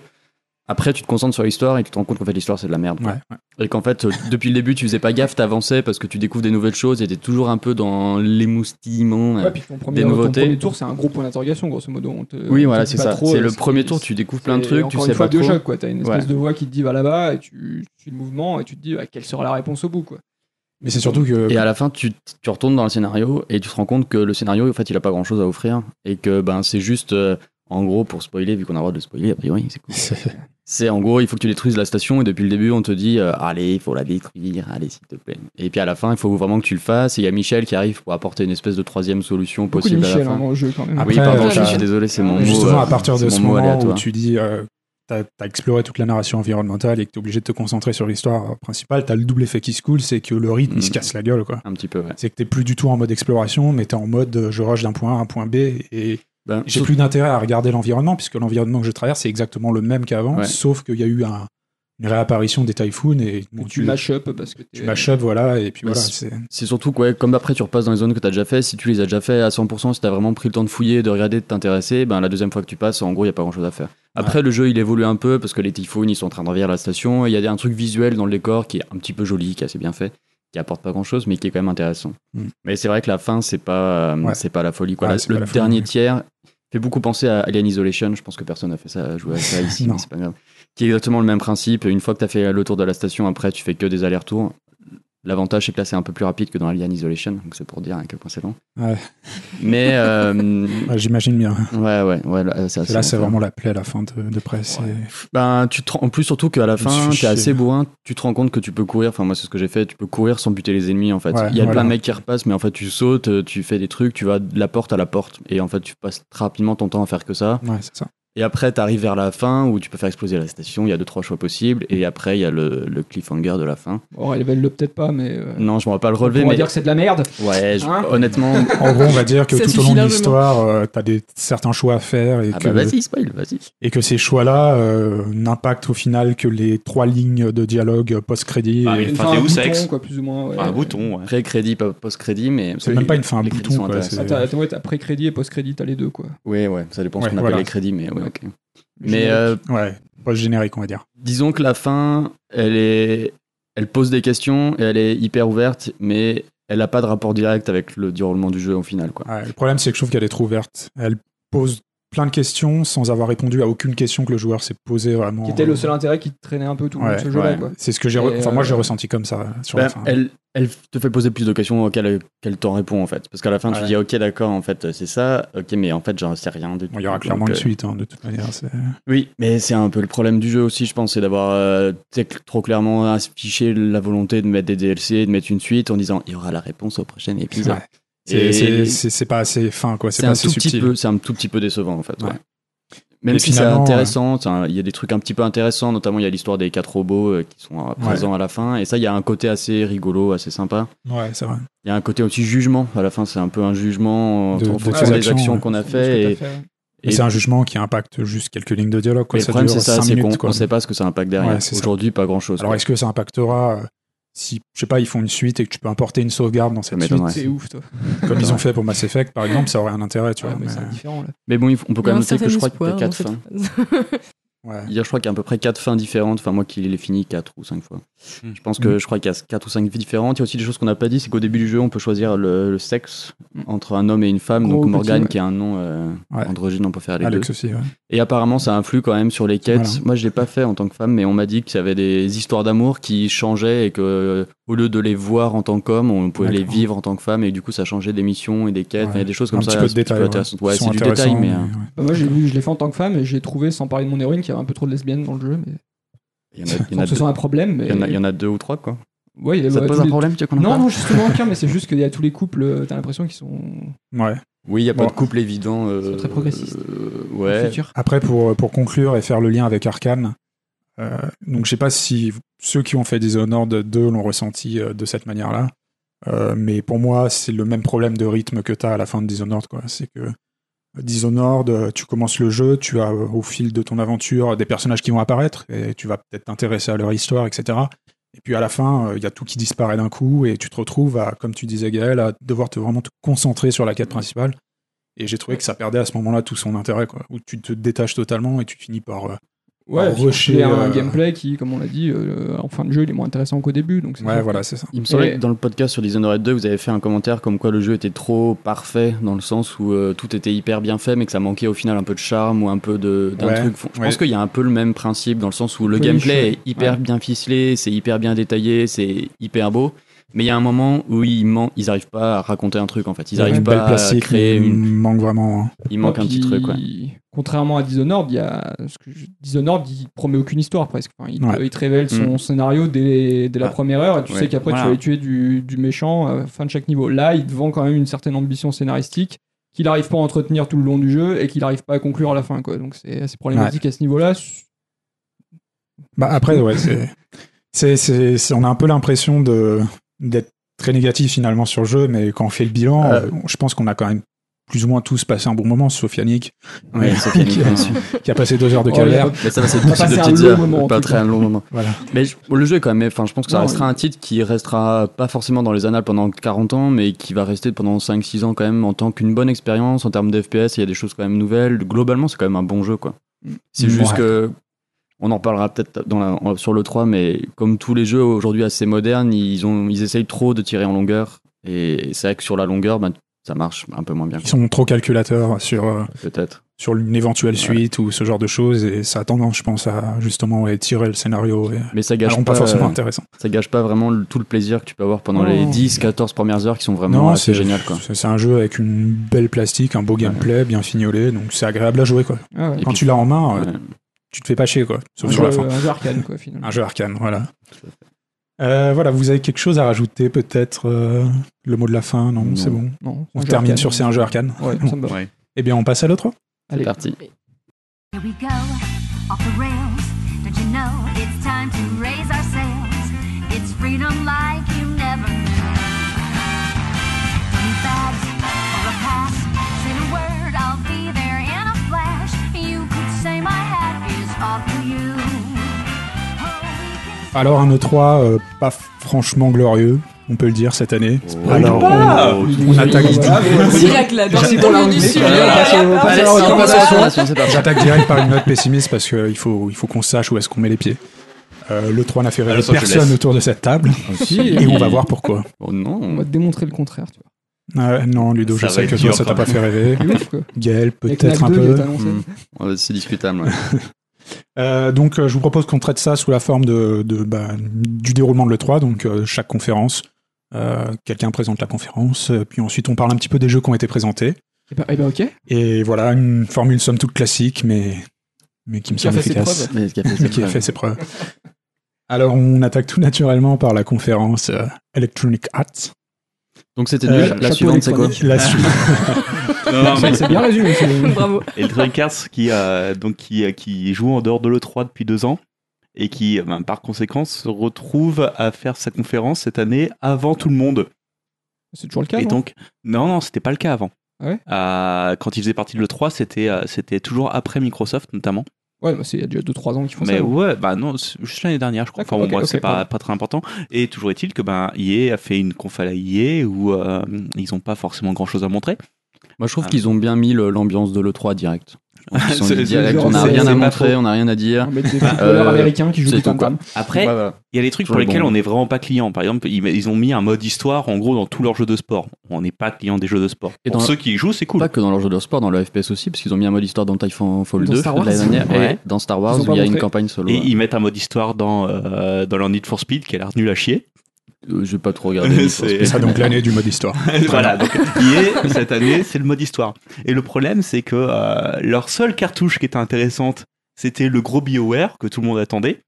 Speaker 4: Après, tu te concentres sur l'histoire et tu te rends compte qu'en fait, l'histoire, c'est de la merde. quoi.
Speaker 1: Ouais, ouais.
Speaker 4: Et qu'en fait, euh, depuis le début, tu faisais pas gaffe, t'avançais parce que tu découvres des nouvelles choses et t'es toujours un peu dans l'émoustillement. euh.
Speaker 2: Ouais, puis ton premier,
Speaker 4: Des
Speaker 2: ton
Speaker 4: nouveautés.
Speaker 2: premier tour, c'est un gros point d'interrogation, grosso modo. On te-
Speaker 4: oui,
Speaker 2: on
Speaker 4: voilà,
Speaker 2: te
Speaker 4: c'est
Speaker 2: dit pas
Speaker 4: ça.
Speaker 2: trop,
Speaker 4: C'est
Speaker 2: euh,
Speaker 4: le premier tour, tu découvres plein de
Speaker 2: c'est
Speaker 4: trucs, tu
Speaker 2: encore
Speaker 4: sais
Speaker 2: une fois
Speaker 4: pas trop.
Speaker 2: Bioshock, quoi. T'as une espèce
Speaker 4: Ouais.
Speaker 2: de voix qui te dit va là-bas et tu, tu suis le mouvement et tu te dis ah, quelle sera la réponse au bout, quoi.
Speaker 1: Mais c'est surtout que. *laughs*
Speaker 4: Et à la fin, tu, tu retournes dans le scénario et tu te rends compte que le scénario, en fait, il a pas grand chose à offrir. Et que ben, c'est juste, euh, en gros, pour spoiler, vu qu'on a le droit de spoiler, a priori, c'est cool. C'est en gros, il faut que tu détruises la station et depuis le début, on te dit euh, allez, il faut la détruire, allez, s'il te plaît. Et puis à la fin, il faut vraiment que tu le fasses. Et il y a Michel qui arrive pour apporter une espèce de troisième solution
Speaker 2: Beaucoup de
Speaker 4: possible à la
Speaker 2: Michel hein,
Speaker 4: fin.
Speaker 2: dans le jeu, quand même.
Speaker 1: Ah,
Speaker 4: oui,
Speaker 1: Après,
Speaker 4: pardon,
Speaker 5: euh,
Speaker 4: je suis
Speaker 5: Michel.
Speaker 4: désolé, c'est mon mot.
Speaker 1: Justement,
Speaker 4: euh,
Speaker 1: à partir de
Speaker 4: c'est
Speaker 1: ce
Speaker 4: mon mot
Speaker 1: moment où
Speaker 4: aléatoire.
Speaker 1: tu dis, euh, t'as as exploré toute la narration environnementale et que t'es obligé de te concentrer sur l'histoire principale, t'as le double effet qui se coule, c'est que le rythme il se
Speaker 4: Mm.
Speaker 1: casse la gueule, quoi.
Speaker 4: Un petit peu, ouais.
Speaker 1: C'est que t'es plus du tout en mode exploration, mais t'es en mode euh, je rush d'un point A à un point B et
Speaker 4: Ben,
Speaker 1: j'ai plus d'intérêt à regarder l'environnement puisque l'environnement que je traverse c'est exactement le même qu'avant,
Speaker 4: Ouais.
Speaker 1: sauf qu'il y a eu un- une réapparition des typhoons et bon,
Speaker 2: Tu mash up parce que
Speaker 1: tu mash up, voilà, et puis
Speaker 4: Mais
Speaker 1: voilà.
Speaker 4: c'est-
Speaker 1: c'est-
Speaker 4: C'est surtout que, ouais, comme après tu repasses dans les zones que tu as déjà fait, si tu les as déjà fait à 100%, si tu as vraiment pris le temps de fouiller, de regarder, de t'intéresser, ben la deuxième fois que tu passes, en gros, il n'y a pas grand chose à faire. Après, le jeu il évolue un peu parce que les typhoons ils sont en train d'envahir la station. Il y a un truc visuel dans le décor qui est un petit peu joli, qui est assez bien fait, qui apporte pas grand chose, mais qui est quand même intéressant.
Speaker 1: Mm.
Speaker 4: Mais c'est vrai que la fin, c'est pas, euh,
Speaker 1: Ouais.
Speaker 4: c'est pas la folie. Quoi.
Speaker 1: Ouais,
Speaker 4: La-
Speaker 1: c'est
Speaker 4: le
Speaker 1: pas la folie,
Speaker 4: dernier
Speaker 1: ouais.
Speaker 4: tiers fait beaucoup penser à Alien Isolation. Je pense que personne n'a fait ça, joué à
Speaker 1: *laughs*
Speaker 4: ça ici,
Speaker 1: Non.
Speaker 4: mais c'est pas grave. Qui est exactement le même principe. Une fois que tu as fait le tour de la station, après tu fais que des allers-retours. L'avantage, c'est que là, c'est un peu plus rapide que dans Alien Isolation, donc c'est pour dire à quel point c'est long.
Speaker 1: Ouais.
Speaker 4: Mais
Speaker 1: *laughs*
Speaker 4: euh,
Speaker 1: ouais, J'imagine bien.
Speaker 4: ouais, ouais, ouais, là, c'est assez
Speaker 1: Là, c'est
Speaker 4: long.
Speaker 1: vraiment la plaie à la fin de, de presse. et-
Speaker 4: Ben, tu te rends- en plus, surtout qu'à la
Speaker 1: Je me
Speaker 4: fin,
Speaker 1: suis
Speaker 4: t'es assez
Speaker 1: chié.
Speaker 4: bourrin, tu te rends compte que tu peux courir. Enfin, moi, c'est ce que j'ai fait. Tu peux courir sans buter les ennemis, en fait.
Speaker 1: Ouais,
Speaker 4: Il y a
Speaker 1: voilà.
Speaker 4: plein de mecs qui repassent, mais en fait, tu sautes, euh, tu fais des trucs, tu vas de la porte à la porte. Et en fait, tu passes très rapidement ton temps à faire que ça.
Speaker 1: Ouais, c'est ça.
Speaker 4: Et après, t'arrives vers la fin où tu peux faire exploser la station. Il y a deux, trois choix possibles. Et après, il y a le, le cliffhanger de la fin.
Speaker 2: Or, elle le peut-être pas, mais. euh,
Speaker 4: Non, je ne vais pas le relever,
Speaker 2: on va
Speaker 4: mais.
Speaker 2: dire que c'est de la merde.
Speaker 4: Ouais, je-
Speaker 2: Hein
Speaker 4: honnêtement.
Speaker 1: En gros, on va dire que
Speaker 5: Ça
Speaker 1: tout au
Speaker 5: suffit
Speaker 1: long de
Speaker 5: largement.
Speaker 1: l'histoire, euh, t'as des certains choix à faire et
Speaker 4: ah
Speaker 1: que
Speaker 4: bah, vas-y, spoil, vas-y.
Speaker 1: et que ces choix-là euh, n'impactent au final que les trois lignes de dialogue euh, post-crédit.
Speaker 3: Ah,
Speaker 1: et-
Speaker 3: mais-
Speaker 2: Une
Speaker 3: Enfin,
Speaker 2: fin, un
Speaker 3: Deus Ex.
Speaker 2: bouton, quoi, plus ou moins. ouais.
Speaker 3: Un bouton, ouais.
Speaker 4: Pré-crédit, pas post-crédit, mais.
Speaker 1: C'est même pas une fin, un
Speaker 4: Les crédits
Speaker 1: bouton,
Speaker 4: sont
Speaker 1: quoi,
Speaker 4: intéressants.
Speaker 2: Ah, t'as t'as- ouais, t'as pré-crédit et post-crédit, t'as les deux, quoi.
Speaker 4: Ouais, ouais, ça dépend
Speaker 1: Ouais,
Speaker 4: ce qu'on appelle
Speaker 1: voilà.
Speaker 4: les crédits, mais ouais, ok.
Speaker 2: Le
Speaker 4: Mais.
Speaker 2: générique.
Speaker 4: euh,
Speaker 1: Ouais, post-générique, on va dire.
Speaker 4: disons que la fin, elle est, elle pose des questions et elle est hyper ouverte, mais elle n'a pas de rapport direct avec le déroulement du jeu au final, quoi.
Speaker 1: Ouais, le problème, c'est que je trouve qu'elle est trop ouverte. Elle pose plein de questions sans avoir répondu à aucune question que le joueur s'est posée vraiment.
Speaker 2: Qui était le seul intérêt qui traînait un peu tout le long
Speaker 1: Ouais,
Speaker 2: de ce jeu-là,
Speaker 4: ouais.
Speaker 2: quoi.
Speaker 1: C'est ce que j'ai. re-
Speaker 2: Et,
Speaker 1: Enfin, moi, j'ai
Speaker 2: euh,
Speaker 1: ressenti comme ça hein, sur
Speaker 4: Ben,
Speaker 1: la fin.
Speaker 4: elle, elle te fait poser plus de questions auxquelles elle t'en répond, en fait. Parce qu'à la fin, tu
Speaker 1: Ouais.
Speaker 4: dis, ok, d'accord, en fait, c'est ça, ok, mais en fait, j'en sais rien du tout.
Speaker 1: Bon, il y aura clairement
Speaker 4: Donc,
Speaker 1: une
Speaker 4: euh,
Speaker 1: suite, hein, de toute manière. c'est-
Speaker 4: Oui, mais c'est un peu le problème du jeu aussi, je pense, c'est d'avoir euh, tu sais, trop clairement affiché la volonté de mettre des DLC, de mettre une suite en disant, il y aura la réponse au prochain épisode.
Speaker 1: Ouais. *laughs* C'est-
Speaker 4: Et-
Speaker 1: C'est c'est- c'est pas assez fin, quoi. C'est
Speaker 4: C'est
Speaker 1: pas
Speaker 4: un,
Speaker 1: assez
Speaker 4: tout petit
Speaker 1: subtil.
Speaker 4: peu- c'est un tout petit peu décevant en fait. ouais.
Speaker 1: Ouais.
Speaker 4: Même
Speaker 1: Mais
Speaker 4: si c'est
Speaker 1: finalement,
Speaker 4: intéressant, c'est un- il y a des trucs un petit peu intéressants, notamment il y a l'histoire des quatre robots euh, qui sont euh, présents à la fin, et ça il y a un côté assez rigolo, assez sympa.
Speaker 1: Ouais, c'est vrai.
Speaker 4: Il y a un côté aussi jugement, à la fin c'est un peu un jugement euh,
Speaker 1: De-
Speaker 4: en
Speaker 1: de
Speaker 4: fonction
Speaker 1: tes
Speaker 4: des
Speaker 1: actions,
Speaker 4: actions
Speaker 1: ouais.
Speaker 4: qu'on a
Speaker 2: Ce que t'as hein.
Speaker 4: fait. Et,
Speaker 2: ouais.
Speaker 1: Et c'est un jugement qui impacte juste quelques lignes de dialogue, quoi.
Speaker 4: mais le
Speaker 1: ça
Speaker 4: problème c'est
Speaker 1: dure
Speaker 4: ça,
Speaker 1: cinq
Speaker 4: c'est qu'on
Speaker 1: minutes, quoi.
Speaker 4: ne sait pas ce que ça impacte derrière.
Speaker 1: Ouais, c'est ça.
Speaker 4: Aujourd'hui pas grand chose.
Speaker 1: Alors, est-ce que ça impactera euh, si, je sais pas, ils font une suite et que tu peux importer une sauvegarde dans cette suite,
Speaker 4: m'étonnerait.
Speaker 2: C'est ouf, toi.
Speaker 1: comme ils ont fait pour Mass Effect, par exemple, ça aurait un intérêt, tu
Speaker 2: Ouais,
Speaker 1: vois.
Speaker 2: mais c'est
Speaker 1: mais-
Speaker 2: indifférent, là.
Speaker 4: Mais bon, il faut- on peut
Speaker 5: Il y a
Speaker 4: quand même
Speaker 5: un
Speaker 4: noter que je
Speaker 5: certain
Speaker 4: crois qu'il y a
Speaker 5: espoir dans
Speaker 4: quatre
Speaker 5: cette
Speaker 4: fins.
Speaker 5: *laughs*
Speaker 1: ouais.
Speaker 5: phrase.
Speaker 4: Hier, je crois qu'il y a à peu près 4 fins différentes. Enfin, moi qui les fini 4 ou 5 fois.
Speaker 3: Hmm.
Speaker 4: Je pense que
Speaker 1: Hmm.
Speaker 4: je crois qu'il y a 4 ou 5 vies différentes. Il y a aussi des choses qu'on n'a pas dit c'est qu'au début du jeu, on peut choisir le, le sexe entre un homme et une femme.
Speaker 2: Gros
Speaker 4: donc
Speaker 2: ou
Speaker 4: Morgane,
Speaker 2: petit, ouais.
Speaker 4: qui a un nom euh,
Speaker 1: Ouais.
Speaker 4: androgyne, on peut faire les
Speaker 1: Alex
Speaker 4: deux.
Speaker 1: aussi, ouais.
Speaker 4: Et apparemment, ça influe quand même sur les quêtes.
Speaker 1: Voilà.
Speaker 4: Moi, je l'ai pas fait en tant que femme, mais on m'a dit qu'il y avait des histoires d'amour qui changeaient et que euh, au lieu de les voir en tant qu'homme, on pouvait les
Speaker 1: D'accord.
Speaker 4: vivre en tant que femme. Et du coup, ça changeait des missions et des quêtes.
Speaker 1: Ouais.
Speaker 4: Enfin, Il y a des choses comme
Speaker 1: un
Speaker 4: ça.
Speaker 1: petit peu de
Speaker 4: c'est un petit peu
Speaker 1: détail.
Speaker 4: intéressant.
Speaker 1: Ils
Speaker 4: Ouais,
Speaker 1: sont
Speaker 4: c'est du détail,
Speaker 1: intéressants,
Speaker 4: mais. euh,
Speaker 1: ouais.
Speaker 2: Bah, Moi, j'ai vu, je l'ai fait en tant que femme et j'ai trouvé, sans parler de mon héroïne, qu'il y avait un peu trop de lesbiennes dans le jeu, mais
Speaker 4: Il y en a- il y en
Speaker 2: sans
Speaker 4: a
Speaker 2: que ce
Speaker 4: deux-
Speaker 2: soit un problème. Mais...
Speaker 4: il y en a- il y en a deux ou trois, quoi.
Speaker 2: Ouais, il y a-
Speaker 4: Ça
Speaker 2: bah,
Speaker 4: te pose
Speaker 2: tous
Speaker 4: un
Speaker 2: les-
Speaker 4: problème, tu veux qu'on en
Speaker 2: Non,
Speaker 4: parle
Speaker 2: non, justement, aucun, mais c'est juste qu'il y a tous les couples, euh, t'as l'impression qu'ils sont.
Speaker 1: Ouais.
Speaker 4: Oui, il n'y a pas
Speaker 1: Bon.
Speaker 4: de couple évident. euh,
Speaker 2: C'est très progressiste.
Speaker 4: euh, ouais.
Speaker 2: futurs.
Speaker 1: Après, pour, euh, pour conclure et faire le lien avec Arkane, euh, donc je sais pas si ceux qui ont fait Dishonored 2 l'ont ressenti euh, de cette manière-là, euh, mais pour moi, c'est le même problème de rythme que tu as à la fin de Dishonored. quoi. C'est que Dishonored, euh, tu commences le jeu, tu as euh, au fil de ton aventure des personnages qui vont apparaître, et tu vas peut-être t'intéresser à leur histoire, etc. Et puis à la fin, euh, il y a tout qui disparaît d'un coup, et tu te retrouves, à, comme tu disais Gaël, à devoir te vraiment te concentrer sur la quête principale. Et j'ai trouvé que ça perdait à ce moment-là tout son intérêt, quoi. Où tu te détaches totalement et tu finis par euh,
Speaker 2: Ouais, puis
Speaker 1: rusher,
Speaker 2: il y a un
Speaker 1: euh,
Speaker 2: gameplay qui, comme on l'a dit, euh, en fin de jeu, il est moins intéressant qu'au début. Donc c'est
Speaker 1: Ouais,
Speaker 2: sûr
Speaker 1: voilà, c'est ça.
Speaker 4: Il me semblait
Speaker 2: Et-
Speaker 4: que dans le podcast sur Dishonored 2, vous avez fait un commentaire comme quoi le jeu était trop parfait, dans le sens où euh, tout était hyper bien fait, mais que ça manquait au final un peu de charme ou un peu de- d'un
Speaker 1: Ouais,
Speaker 4: truc. Je pense
Speaker 1: ouais.
Speaker 4: qu'il y a un peu le même principe, dans le sens où le
Speaker 2: Polish,
Speaker 4: gameplay
Speaker 2: ouais.
Speaker 4: est hyper
Speaker 2: Ouais.
Speaker 4: bien ficelé, c'est hyper bien détaillé, c'est hyper beau. Mais il y a un moment où ils n'arrivent ils arrivent pas à raconter un truc en fait. Ils n'arrivent
Speaker 1: une belle
Speaker 4: pas à
Speaker 1: plastique,
Speaker 4: créer
Speaker 1: il
Speaker 4: une.
Speaker 1: manque vraiment. hein.
Speaker 4: Il manque
Speaker 2: Ah,
Speaker 4: un petit
Speaker 2: puis,
Speaker 4: truc. Ouais.
Speaker 2: Contrairement à Dishonored, il y a... ce que je- Dishonored, il promet aucune histoire presque. Enfin, il,
Speaker 1: Ouais.
Speaker 2: te, il te révèle son scénario dès, dès la
Speaker 3: Ah.
Speaker 2: première heure et tu
Speaker 3: Ouais.
Speaker 2: sais qu'après tu
Speaker 3: Voilà.
Speaker 2: vas aller tuer du, du méchant à la fin de chaque niveau. Là, il te vend quand même une certaine ambition scénaristique qu'il n'arrive pas à entretenir tout le long du jeu et qu'il n'arrive pas à conclure à la fin. Quoi. Donc c'est assez problématique à ce niveau-là. Oh,
Speaker 1: Bah après, ouais, c'est, c'est, c'est, c'est- on a un peu l'impression de d'être très négatif finalement sur le jeu, mais quand on fait le bilan,
Speaker 4: Euh.
Speaker 1: on- je pense qu'on a quand même plus ou moins tous passé un bon moment, sauf Yannick,
Speaker 4: Ouais, c'est fini, bien sûr.
Speaker 1: qui a passé deux heures de
Speaker 2: *laughs* Oh, il y a
Speaker 1: galère.
Speaker 2: pas-
Speaker 4: Mais ça va, c'est
Speaker 2: On va passer
Speaker 4: de
Speaker 2: un
Speaker 4: petites
Speaker 2: long
Speaker 4: heures,
Speaker 2: moment, en
Speaker 4: pas
Speaker 2: tout
Speaker 4: très
Speaker 2: cas.
Speaker 4: long moment.
Speaker 1: Voilà.
Speaker 4: Mais je- le jeu, quand même, enfin, je pense que ça
Speaker 2: Non,
Speaker 4: restera un titre qui restera pas forcément dans les annales pendant 40 ans, mais qui va rester pendant 5-6 ans quand même en tant qu'une bonne expérience en termes de FPS. Il y a des choses quand même nouvelles. Globalement, c'est quand même un bon jeu, quoi. C'est juste
Speaker 1: Ouais.
Speaker 4: que. On en parlera peut-être dans la- en- sur le 3, mais comme tous les jeux aujourd'hui assez modernes, ils, ont, ils essayent trop de tirer en longueur. Et c'est vrai que sur la longueur, ben, ça marche un peu moins bien,
Speaker 1: Ils sont trop calculateurs sur, euh,
Speaker 4: peut-être.
Speaker 1: sur une éventuelle suite ou ce genre de choses, et ça a tendance, je pense, à justement ouais, tirer le scénario. Et...
Speaker 4: Mais ça gâche
Speaker 1: Alors,
Speaker 4: pas,
Speaker 1: pas forcément
Speaker 4: euh,
Speaker 1: intéressant.
Speaker 4: ça gâche pas vraiment le- tout le plaisir que tu peux avoir pendant
Speaker 2: Non,
Speaker 4: les
Speaker 2: non.
Speaker 4: 10-14 premières heures qui sont vraiment assez géniales. Quoi.
Speaker 1: C'est, c'est un jeu avec une belle plastique, un beau gameplay, bien fignolé, donc c'est agréable à jouer. Quoi.
Speaker 2: Ah ouais.
Speaker 4: Et
Speaker 1: Quand
Speaker 4: puis-
Speaker 1: tu l'as en main, euh,
Speaker 4: Ouais.
Speaker 1: tu te fais pas chier, quoi.
Speaker 2: Un
Speaker 1: Sauf sur
Speaker 2: jeu,
Speaker 1: la fin.
Speaker 2: Euh, un jeu arcade, quoi, finalement.
Speaker 1: Un jeu arcane, voilà. Euh, voilà, vous avez quelque chose à rajouter peut-être euh, Le mot de la fin, non,
Speaker 4: Non.
Speaker 1: c'est bon.
Speaker 2: Non,
Speaker 1: On
Speaker 2: un jeu
Speaker 1: termine
Speaker 2: arcade.
Speaker 1: sur c'est un jeu arcane.
Speaker 2: Ouais, ça me va.
Speaker 3: Ouais.
Speaker 1: Eh bien, on passe à l'autre
Speaker 4: C'est
Speaker 2: Allez.
Speaker 4: parti.
Speaker 6: Here we go, off the rails. Don't you know it's time to raise our sails? It's freedom like you never knew. Any bags or a pass? Say the word, I'll be there in a flash. You could say my hat is off to you. Oh, we can
Speaker 1: Alors, un E3 euh, pas franchement glorieux, on peut le dire, cette année.
Speaker 4: Oh.
Speaker 3: Alors,
Speaker 2: pas
Speaker 3: on-
Speaker 1: On attaque
Speaker 4: Ah,
Speaker 2: Voilà, voilà.
Speaker 5: Direct là, dans les
Speaker 2: la
Speaker 5: banlieues du
Speaker 2: rubrique,
Speaker 5: sud.
Speaker 2: voilà.
Speaker 5: là,
Speaker 2: Allez,
Speaker 5: hop,
Speaker 2: c'est
Speaker 5: hop,
Speaker 2: parti.
Speaker 5: hop, hop.
Speaker 4: c'est parti.
Speaker 1: J'attaque direct par une note pessimiste parce qu'il faut, il faut qu'on sache où est-ce qu'on met les pieds. Euh, L'E3 n'a fait
Speaker 3: À
Speaker 1: rêver
Speaker 3: Los Angeles.
Speaker 1: personne autour de cette table
Speaker 2: Si,
Speaker 1: et on va voir pourquoi.
Speaker 4: *laughs* Oh
Speaker 2: on
Speaker 4: non.
Speaker 2: va te démontrer le contraire. Tu
Speaker 1: Euh, non, Ludo,
Speaker 3: Ça
Speaker 1: je
Speaker 3: va
Speaker 1: sais
Speaker 3: être
Speaker 1: que toi,
Speaker 3: dur,
Speaker 1: ça t'a
Speaker 3: quand
Speaker 1: pas fait
Speaker 4: *laughs*
Speaker 1: rêver.
Speaker 4: Mmh.
Speaker 2: vois. C'est ouf, quoi.
Speaker 1: Gaël,
Speaker 2: Avec
Speaker 1: peut-être un
Speaker 2: Knack 2 qui
Speaker 1: peu.
Speaker 2: est annoncé.
Speaker 4: Hmm. Ouais, C'est discutable. ouais.
Speaker 1: Euh, donc euh, je vous propose qu'on traite ça sous la forme de, de, bah, du déroulement de l'E3, donc euh, chaque conférence. euh, Quelqu'un présente la conférence, euh, puis ensuite on parle un petit peu des jeux qui ont été présentés.
Speaker 2: Eh ben, eh ben, ok.
Speaker 1: Et voilà, une formule somme toute classique, mais, mais qui me
Speaker 2: Qui a
Speaker 1: semble
Speaker 2: fait ses
Speaker 1: efficace, *laughs*
Speaker 2: preuves.
Speaker 4: Mais ce qui a fait, c'est
Speaker 1: qui a
Speaker 4: pas-
Speaker 1: fait ses preuves. Alors on attaque tout naturellement par la conférence euh, Electronic Arts.
Speaker 4: Donc c'était
Speaker 1: Euh,
Speaker 4: nul.
Speaker 1: chapeau
Speaker 4: la suivante, c'est quoi *laughs*
Speaker 1: La su-
Speaker 3: Non, non, mais-
Speaker 2: C'est bien résumé. c'est-
Speaker 5: Bravo.
Speaker 3: Electronic Arts qui, euh, donc qui, euh, qui joue en dehors de l'E3 depuis deux ans et qui, euh, ben, par conséquent, se retrouve à faire sa conférence cette année avant tout le monde.
Speaker 2: C'est toujours le cas. hein.
Speaker 3: et
Speaker 2: non
Speaker 3: donc, non, non, c'était pas le cas avant.
Speaker 2: Ah ouais
Speaker 3: Euh, quand il faisait partie de l'E3, c'était, euh, c'était toujours après Microsoft notamment.
Speaker 2: Ouais, bah, c'est il y a déjà 2-3 ans qu'ils font
Speaker 3: Mais
Speaker 2: ça. hein. non
Speaker 3: ouais, bah non, c'est juste l'année dernière, je crois. Enfin,
Speaker 2: D'accord,
Speaker 3: bon,
Speaker 2: ok,
Speaker 3: bref,
Speaker 2: ok,
Speaker 3: c'est pas,
Speaker 2: pardon.
Speaker 3: pas très important. Et toujours est-il que ben, EA a fait une conf à la EA où euh, ils ont pas forcément grand chose à montrer.
Speaker 4: Moi, je trouve
Speaker 3: Ah.
Speaker 4: qu'ils ont bien mis le- l'ambiance de l'E3 direct. Ils sont
Speaker 3: C'est-
Speaker 4: dit
Speaker 3: c'est-
Speaker 4: direct,
Speaker 2: genre,
Speaker 4: on n'a
Speaker 2: c'est-
Speaker 4: rien
Speaker 2: c'est
Speaker 3: pas
Speaker 4: à montrer,
Speaker 3: trop.
Speaker 4: on n'a rien à dire.
Speaker 2: On met des footballeurs
Speaker 4: Euh,
Speaker 2: américains qui jouent
Speaker 4: c'est
Speaker 2: du
Speaker 4: tout, quoi.
Speaker 2: tam-tam.
Speaker 3: Après,
Speaker 4: Ouais, voilà.
Speaker 3: Il y a des trucs
Speaker 4: Toujours
Speaker 3: pour
Speaker 4: le
Speaker 3: lesquels
Speaker 4: bon.
Speaker 3: on n'est vraiment pas client. Par exemple, ils, ils ont mis un mode histoire en gros dans tous leurs jeux de sport. On n'est pas client des jeux de sport.
Speaker 4: Et
Speaker 3: pour
Speaker 4: dans-
Speaker 3: ceux qui y jouent, c'est cool.
Speaker 4: Pas que dans leur jeu de sport, dans le FPS aussi, parce qu'ils ont mis un mode histoire dans Titanfall
Speaker 2: Dans
Speaker 4: 2
Speaker 2: Star
Speaker 4: de l'année
Speaker 2: Wars.
Speaker 4: dernière.
Speaker 3: Ouais.
Speaker 4: Et dans Star
Speaker 2: Ils
Speaker 4: Wars,
Speaker 2: ont
Speaker 4: où
Speaker 2: pas
Speaker 4: il y a une
Speaker 2: montré.
Speaker 4: campagne solo. hein.
Speaker 3: Et
Speaker 4: ouais.
Speaker 3: ils mettent un mode histoire dans, euh, dans leur Need for Speed qui a l'air nul à
Speaker 4: *laughs*
Speaker 3: chier.
Speaker 4: Euh, Je vais pas trop regarder.
Speaker 3: C'est-
Speaker 1: C'est ça donc l'année du mode histoire.
Speaker 3: voilà, donc EA, cette année, c'est le mode histoire. Et le problème, c'est que euh, leur seule cartouche qui était intéressante, c'était le gros BioWare que tout le monde attendait,